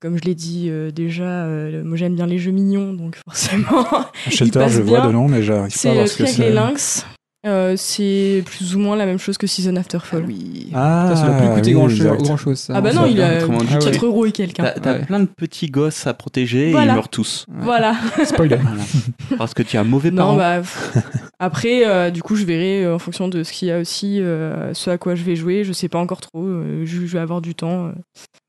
Speaker 5: comme je l'ai dit euh, déjà, euh, moi j'aime bien les jeux mignons, donc *laughs* forcément,
Speaker 1: Shelter,
Speaker 5: passe
Speaker 1: je vois
Speaker 5: bien.
Speaker 1: de nom, mais j'arrive pas à
Speaker 5: c'est
Speaker 1: voir
Speaker 5: le
Speaker 1: ce que
Speaker 5: truc avec les
Speaker 1: c'est.
Speaker 5: lynx. Euh, c'est plus ou moins la même chose que Season After Fall.
Speaker 3: Oui.
Speaker 1: Ah,
Speaker 2: Ça, ça doit plus coûter
Speaker 1: oui,
Speaker 2: grand,
Speaker 1: exact.
Speaker 2: grand chose. Ça,
Speaker 5: Ah bah
Speaker 2: Ça,
Speaker 5: non, il a
Speaker 3: Autrement dit, Bah,
Speaker 2: Ah ouais.
Speaker 5: 4 euros et quelques. hein.
Speaker 3: T'as t'as
Speaker 2: Ouais.
Speaker 3: plein de petits gosses à protéger et
Speaker 5: Voilà.
Speaker 3: ils meurent tous.
Speaker 5: Voilà.
Speaker 1: Spoiler.
Speaker 3: Voilà. Parce que tu es un mauvais
Speaker 5: Non,
Speaker 3: parent.
Speaker 5: bah, pff. après, euh, du coup, je verrai euh, en fonction de ce qu'il y a aussi, euh, ce à quoi je vais jouer. Je sais pas encore trop. euh, je, je vais avoir du temps. euh,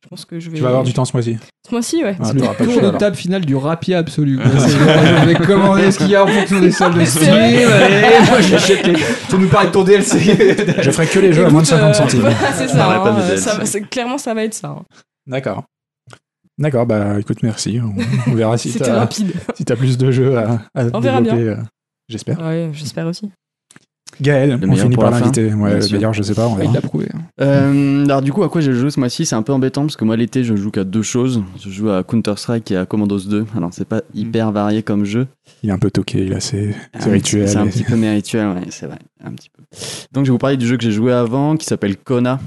Speaker 5: je pense que je vais.
Speaker 1: Tu vas avoir du temps ce mois-ci.
Speaker 5: Ce mois-ci, ouais.
Speaker 1: Ah,
Speaker 2: C'est
Speaker 1: t'auras pas
Speaker 2: le
Speaker 1: le
Speaker 2: tour
Speaker 1: choix,
Speaker 2: de
Speaker 1: alors.
Speaker 2: table final du rapia
Speaker 4: *laughs*
Speaker 2: absolu. quoi. C'est- Je vais commander ce
Speaker 5: *laughs*
Speaker 2: qu'il y a en fonction des salles de stream.
Speaker 4: *laughs*
Speaker 2: Allez, moi j'achète les. Faut nous parler de ton *laughs* DLC.
Speaker 1: Je ferai que les jeux à moins de
Speaker 5: Écoute,
Speaker 1: 50
Speaker 5: euh,
Speaker 1: centimes.
Speaker 5: *laughs* voilà, c'est ça.
Speaker 3: Parlez pas
Speaker 5: hein,
Speaker 3: de
Speaker 5: euh,
Speaker 3: DLC.
Speaker 5: ça va- c'est- clairement, ça va être ça. hein.
Speaker 1: D'accord. D'accord, bah écoute, merci. On, on
Speaker 5: *laughs*
Speaker 1: verra si
Speaker 5: C'était
Speaker 1: t'as *laughs*
Speaker 5: rapide.
Speaker 1: si t'as plus de jeux à, à
Speaker 5: On verra
Speaker 1: développer. euh, J'espère.
Speaker 5: Ouais, j'espère aussi.
Speaker 1: Gaël, on
Speaker 4: meilleur
Speaker 1: finit
Speaker 4: pour
Speaker 1: par
Speaker 4: la fin.
Speaker 1: l'inviter. Ouais,
Speaker 4: Bien
Speaker 1: le
Speaker 4: sûr.
Speaker 1: meilleur, je sais pas, on verra.
Speaker 2: Il l'a prouvé.
Speaker 4: *laughs*
Speaker 2: hein.
Speaker 4: Euh, alors du coup, à quoi j'ai joué ce mois-ci C'est un peu embêtant parce que moi l'été, je joue qu'à deux choses. Je joue à Counter Strike et à Commandos 2. Alors c'est pas
Speaker 2: Mm.
Speaker 4: hyper varié comme jeu.
Speaker 1: Il est un peu toqué, il a ses, ses
Speaker 4: Ah,
Speaker 1: rituels.
Speaker 4: C'est un
Speaker 1: et-
Speaker 4: petit peu mes rituels, ouais, c'est vrai, un petit peu. Donc je vais vous parler du jeu que j'ai joué avant, qui s'appelle Kona,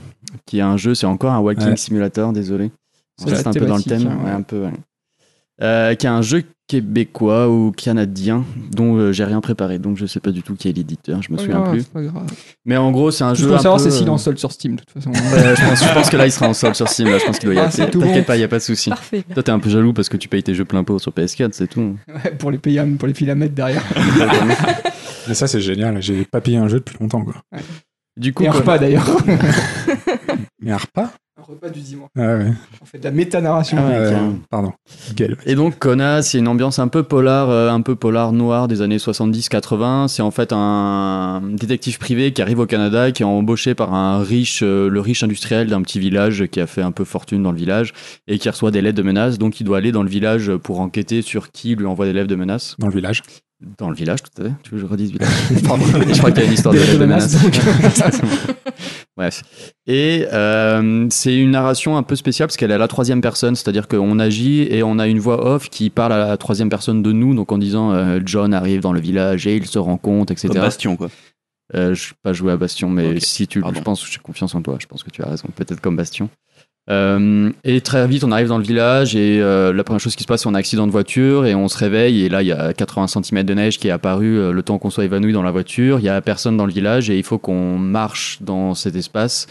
Speaker 4: qui est un jeu, c'est encore un walking
Speaker 1: Ouais.
Speaker 4: simulator, désolé. On
Speaker 2: C'est la
Speaker 4: reste un peu dans le
Speaker 2: thématique,
Speaker 4: thème,
Speaker 2: hein,
Speaker 4: ouais,
Speaker 2: ouais.
Speaker 4: un peu. ouais. Euh, qui est un jeu québécois ou canadien, dont euh, j'ai rien préparé, donc je sais pas du tout qui est l'éditeur,
Speaker 2: Oh
Speaker 4: je me souviens plus.
Speaker 2: C'est pas grave.
Speaker 4: Mais en gros, c'est un
Speaker 2: Ce
Speaker 4: jeu.
Speaker 2: qu'on
Speaker 4: un
Speaker 2: veut savoir,
Speaker 4: peu,
Speaker 2: c'est s'il est
Speaker 4: euh,
Speaker 2: en solde sur Steam, de toute façon.
Speaker 4: euh, je, pense, je pense que là, il sera en sol sur Steam, là, je pense qu'il doit y
Speaker 2: Ah,
Speaker 4: aller.
Speaker 2: c'est tout
Speaker 4: T'inquiète
Speaker 2: bon.
Speaker 4: pas, il n'y a pas de souci.
Speaker 5: Parfait.
Speaker 4: Toi, t'es un peu jaloux parce que tu payes tes jeux plein pot sur PS4, c'est tout.
Speaker 2: Ouais, pour les payer, pour les filer à mettre derrière.
Speaker 1: Mais ça, c'est génial. J'ai pas payé un jeu depuis longtemps, quoi.
Speaker 4: Du coup,
Speaker 2: Et *laughs* un
Speaker 4: Kona-
Speaker 2: repas d'ailleurs.
Speaker 1: Mais un repas
Speaker 2: Un repas du dimanche.
Speaker 1: Ah ouais.
Speaker 2: On fait de la métanarration.
Speaker 4: Ah ouais.
Speaker 1: Euh,
Speaker 4: carrément.
Speaker 1: pardon. Gaël.
Speaker 4: Et donc Kona, c'est une ambiance un peu polar, euh, un peu polar noir des années 70-80. C'est en fait un détective privé qui arrive au Canada, qui est embauché par un riche, euh, le riche industriel d'un petit village qui a fait un peu fortune dans le village et qui reçoit des lettres de menaces. Donc il doit aller dans le village pour enquêter sur qui lui envoie des lettres de menaces.
Speaker 1: Dans le village.
Speaker 4: Dans le village, tout à fait. Tu veux que je redise village *laughs* Pardon. Je crois qu'il y a une histoire de,
Speaker 2: Des
Speaker 4: de *laughs*
Speaker 2: menaces,
Speaker 4: menaces. Exactement. Bref. Et euh, c'est une narration un peu spéciale parce qu'elle est à la troisième personne, c'est-à-dire qu'on agit et on a une voix off qui parle à la troisième personne de nous, donc en disant euh, John arrive dans le village et il se rend compte, etc.
Speaker 3: Comme Bastion, quoi.
Speaker 4: Euh, je pas joué à Bastion, mais
Speaker 3: Ok,
Speaker 4: si tu,
Speaker 3: pardon.
Speaker 4: je pense, j'ai confiance en toi. Je pense que tu as raison. Peut-être comme Bastion. Euh, et très vite, on arrive dans le village et euh, la première chose qui se passe, c'est un accident de voiture et on se réveille et là, il y a 80 cm de neige qui est apparu euh, le temps qu'on soit évanoui dans la voiture. Il y a personne dans le village et il faut qu'on marche dans cet espace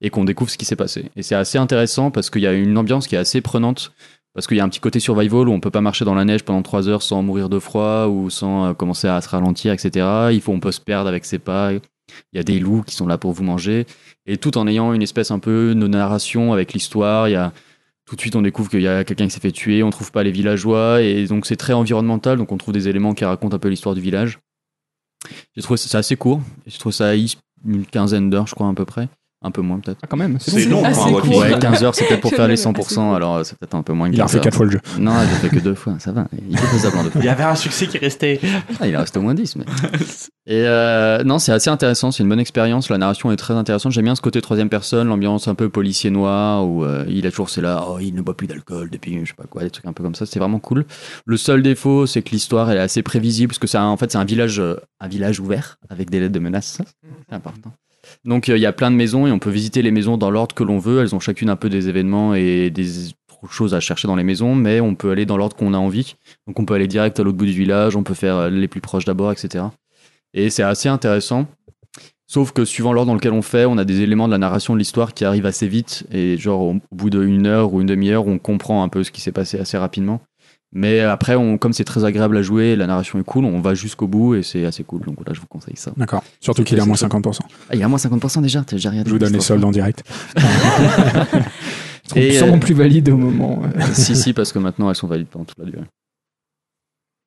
Speaker 4: et qu'on découvre ce qui s'est passé. Et c'est assez intéressant parce qu'il y a une ambiance qui est assez prenante. Parce qu'il y a un petit côté survival où on peut pas marcher dans la neige pendant 3 heures sans mourir de froid ou sans euh, commencer à se ralentir, etc. Il faut, on peut se perdre avec ses pas. Il y a des loups qui sont là pour vous manger. Et tout en ayant une espèce un peu de narration avec l'histoire, il y a tout de suite on découvre qu'il y a quelqu'un qui s'est fait tuer, on trouve pas les villageois et donc c'est très environnemental. Donc on trouve des éléments qui racontent un peu l'histoire du village. J'ai trouvé ça c'est assez court. Je trouve ça une quinzaine d'heures, je crois à peu près, un peu moins peut-être.
Speaker 2: *laughs* Ah, quand même.
Speaker 3: C'est long,
Speaker 4: hein,
Speaker 5: assez
Speaker 3: pour un walking.
Speaker 5: court.
Speaker 4: Ouais, 15 heures, c'est peut-être pour
Speaker 5: Je
Speaker 4: faire les
Speaker 5: l'aime assez
Speaker 4: 100%, alors euh, c'est peut-être un peu moins que
Speaker 1: Il a
Speaker 4: 15
Speaker 1: refait
Speaker 4: heures.
Speaker 1: 4 fois le jeu.
Speaker 4: Non, je l'ai fait que deux fois, ça va. Il est faisable en
Speaker 3: *laughs*
Speaker 4: deux fois.
Speaker 3: Il y avait un succès qui restait.
Speaker 4: Ah, il en reste au moins 10. Mais... Et euh, non, c'est assez intéressant, c'est une bonne expérience. La narration est très intéressante. J'aime bien ce côté troisième personne, l'ambiance un peu policier noir où euh, il a toujours c'est là, oh, il ne boit plus d'alcool depuis je sais pas quoi, des trucs un peu comme ça. C'est vraiment cool. Le seul défaut, c'est que l'histoire elle est assez prévisible parce que c'est un- en fait c'est un village, euh, un village ouvert avec des lettres de menace. C'est important. Donc euh, il y a plein de maisons et on peut visiter les maisons dans l'ordre que l'on veut. Elles ont chacune un peu des événements et des trop de choses à chercher dans les maisons, mais on peut aller dans l'ordre qu'on a envie. Donc on peut aller direct à l'autre bout du village, on peut faire euh, les plus proches d'abord, etc. Et c'est assez intéressant. Sauf que suivant l'ordre dans lequel on fait, on a des éléments de la narration de l'histoire qui arrivent assez vite. Et genre au au bout d'une heure ou une demi-heure, on comprend un peu ce qui s'est passé assez rapidement. Mais après, on, comme c'est très agréable à jouer, la narration est cool, on va jusqu'au bout et c'est assez cool. Donc voilà, je vous conseille ça.
Speaker 1: D'accord. Surtout
Speaker 4: C'est-
Speaker 1: qu'il est à
Speaker 4: c'est
Speaker 1: moins
Speaker 4: ça.
Speaker 1: 50%.
Speaker 4: Ah, il y a moins 50% déjà, t'as- j'ai rien dit.
Speaker 1: Je vous donne les soldes en direct.
Speaker 4: Et,
Speaker 2: Sont
Speaker 4: euh,
Speaker 2: plus valides au moment. euh.
Speaker 4: si, si, parce que maintenant elles sont valides pendant toute la durée.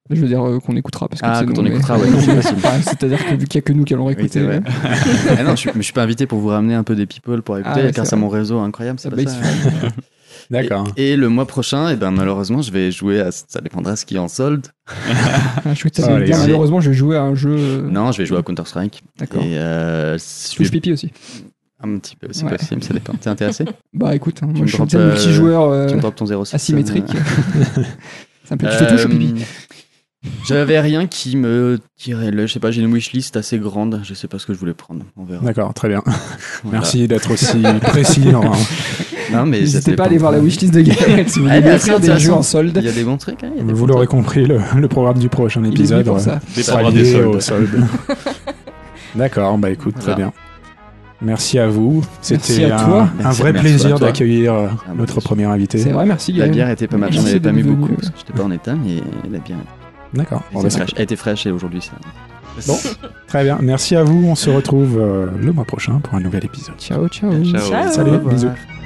Speaker 2: Je veux dire euh, qu'on écoutera. Parce que
Speaker 4: Ah,
Speaker 2: c'est
Speaker 4: quand
Speaker 2: nous,
Speaker 4: on
Speaker 2: mais-
Speaker 4: écoutera,
Speaker 2: *laughs*
Speaker 4: ouais, non, c'est possible.
Speaker 2: Enfin, C'est-à-dire que vu qu'il n'y a que nous qui allons écouter.
Speaker 4: c'est
Speaker 2: euh,
Speaker 4: vrai. Ah non, je, suis- mais je suis pas invité pour vous ramener un peu des people pour écouter,
Speaker 2: Ah ouais,
Speaker 4: car
Speaker 2: c'est
Speaker 4: c'est
Speaker 2: vrai.
Speaker 4: mon réseau incroyable, c'est
Speaker 2: Ah
Speaker 4: pas
Speaker 2: bah, il
Speaker 4: ça.
Speaker 1: D'accord.
Speaker 4: Et le mois prochain, et ben, malheureusement, je vais jouer à. Ça dépendra ce qui est en solde.
Speaker 2: Ah, je suis
Speaker 1: Ah, les
Speaker 2: bien,
Speaker 1: gars.
Speaker 2: malheureusement, je jouais à un jeu. euh,
Speaker 4: Non, je vais jouer à Counter-Strike.
Speaker 2: D'accord.
Speaker 4: Et euh, je
Speaker 2: Touche
Speaker 4: vais
Speaker 2: pipi aussi.
Speaker 4: un petit peu, c'est
Speaker 2: Ouais.
Speaker 4: possible, ça dépend. T'es intéressé
Speaker 2: Bah écoute, hein, moi
Speaker 4: me
Speaker 2: je suis
Speaker 4: droppes,
Speaker 2: peut-être
Speaker 4: euh,
Speaker 2: multijoueur euh,
Speaker 4: Tu me drops ton 06.
Speaker 2: asymétrique.
Speaker 4: euh,
Speaker 2: *laughs* C'est un peu. Tu fais touche au pipi.
Speaker 4: Euh, J'avais rien qui me tirait le. Je sais pas, j'ai une wishlist assez grande. Je sais pas ce que je voulais prendre. On verra.
Speaker 1: D'accord, très bien.
Speaker 4: Voilà.
Speaker 1: Merci d'être aussi précis, Laurent.
Speaker 4: Non, mais ça
Speaker 2: N'hésitez pas
Speaker 4: dépend.
Speaker 2: à aller voir la wishlist de Gaël si vous voulez
Speaker 4: Elle est
Speaker 2: lui
Speaker 4: assez
Speaker 2: offrir des jeux
Speaker 4: intéressante.
Speaker 2: en solde.
Speaker 4: Il y a des bons trucs. hein, il y a des
Speaker 1: Vous
Speaker 4: bons
Speaker 1: l'aurez
Speaker 4: trucs.
Speaker 1: compris, le, le programme du prochain
Speaker 2: Il est venu
Speaker 1: épisode
Speaker 2: pour
Speaker 1: euh,
Speaker 2: ça.
Speaker 1: sera
Speaker 3: Dépendra des
Speaker 1: lié au
Speaker 3: soldes.
Speaker 1: solde. D'accord, bah écoute, très
Speaker 4: Voilà.
Speaker 1: bien. Merci à vous.
Speaker 2: Merci
Speaker 1: C'était
Speaker 2: à
Speaker 1: un,
Speaker 2: toi.
Speaker 1: un
Speaker 4: Merci,
Speaker 1: vrai
Speaker 4: merci à
Speaker 1: plaisir
Speaker 4: toi.
Speaker 1: d'accueillir euh,
Speaker 4: bah,
Speaker 1: notre
Speaker 4: merci.
Speaker 1: premier
Speaker 2: C'est
Speaker 1: invité.
Speaker 2: vrai, merci
Speaker 4: La
Speaker 2: Gaël.
Speaker 4: bière était pas mal. J'en
Speaker 2: Merci
Speaker 4: avais pas
Speaker 2: d'être
Speaker 4: mis
Speaker 2: venu.
Speaker 4: beaucoup parce que j'étais pas en état, mais la bière
Speaker 1: D'accord. bah, on
Speaker 4: était
Speaker 1: va s'en-
Speaker 4: fraîche. Elle était fraîche et aujourd'hui, c'est.
Speaker 1: Bon, très bien. Merci à vous. On se retrouve euh, le mois prochain pour un nouvel épisode.
Speaker 2: Ciao, ciao.
Speaker 3: Ciao.
Speaker 5: Ciao.
Speaker 1: Salut, bisous.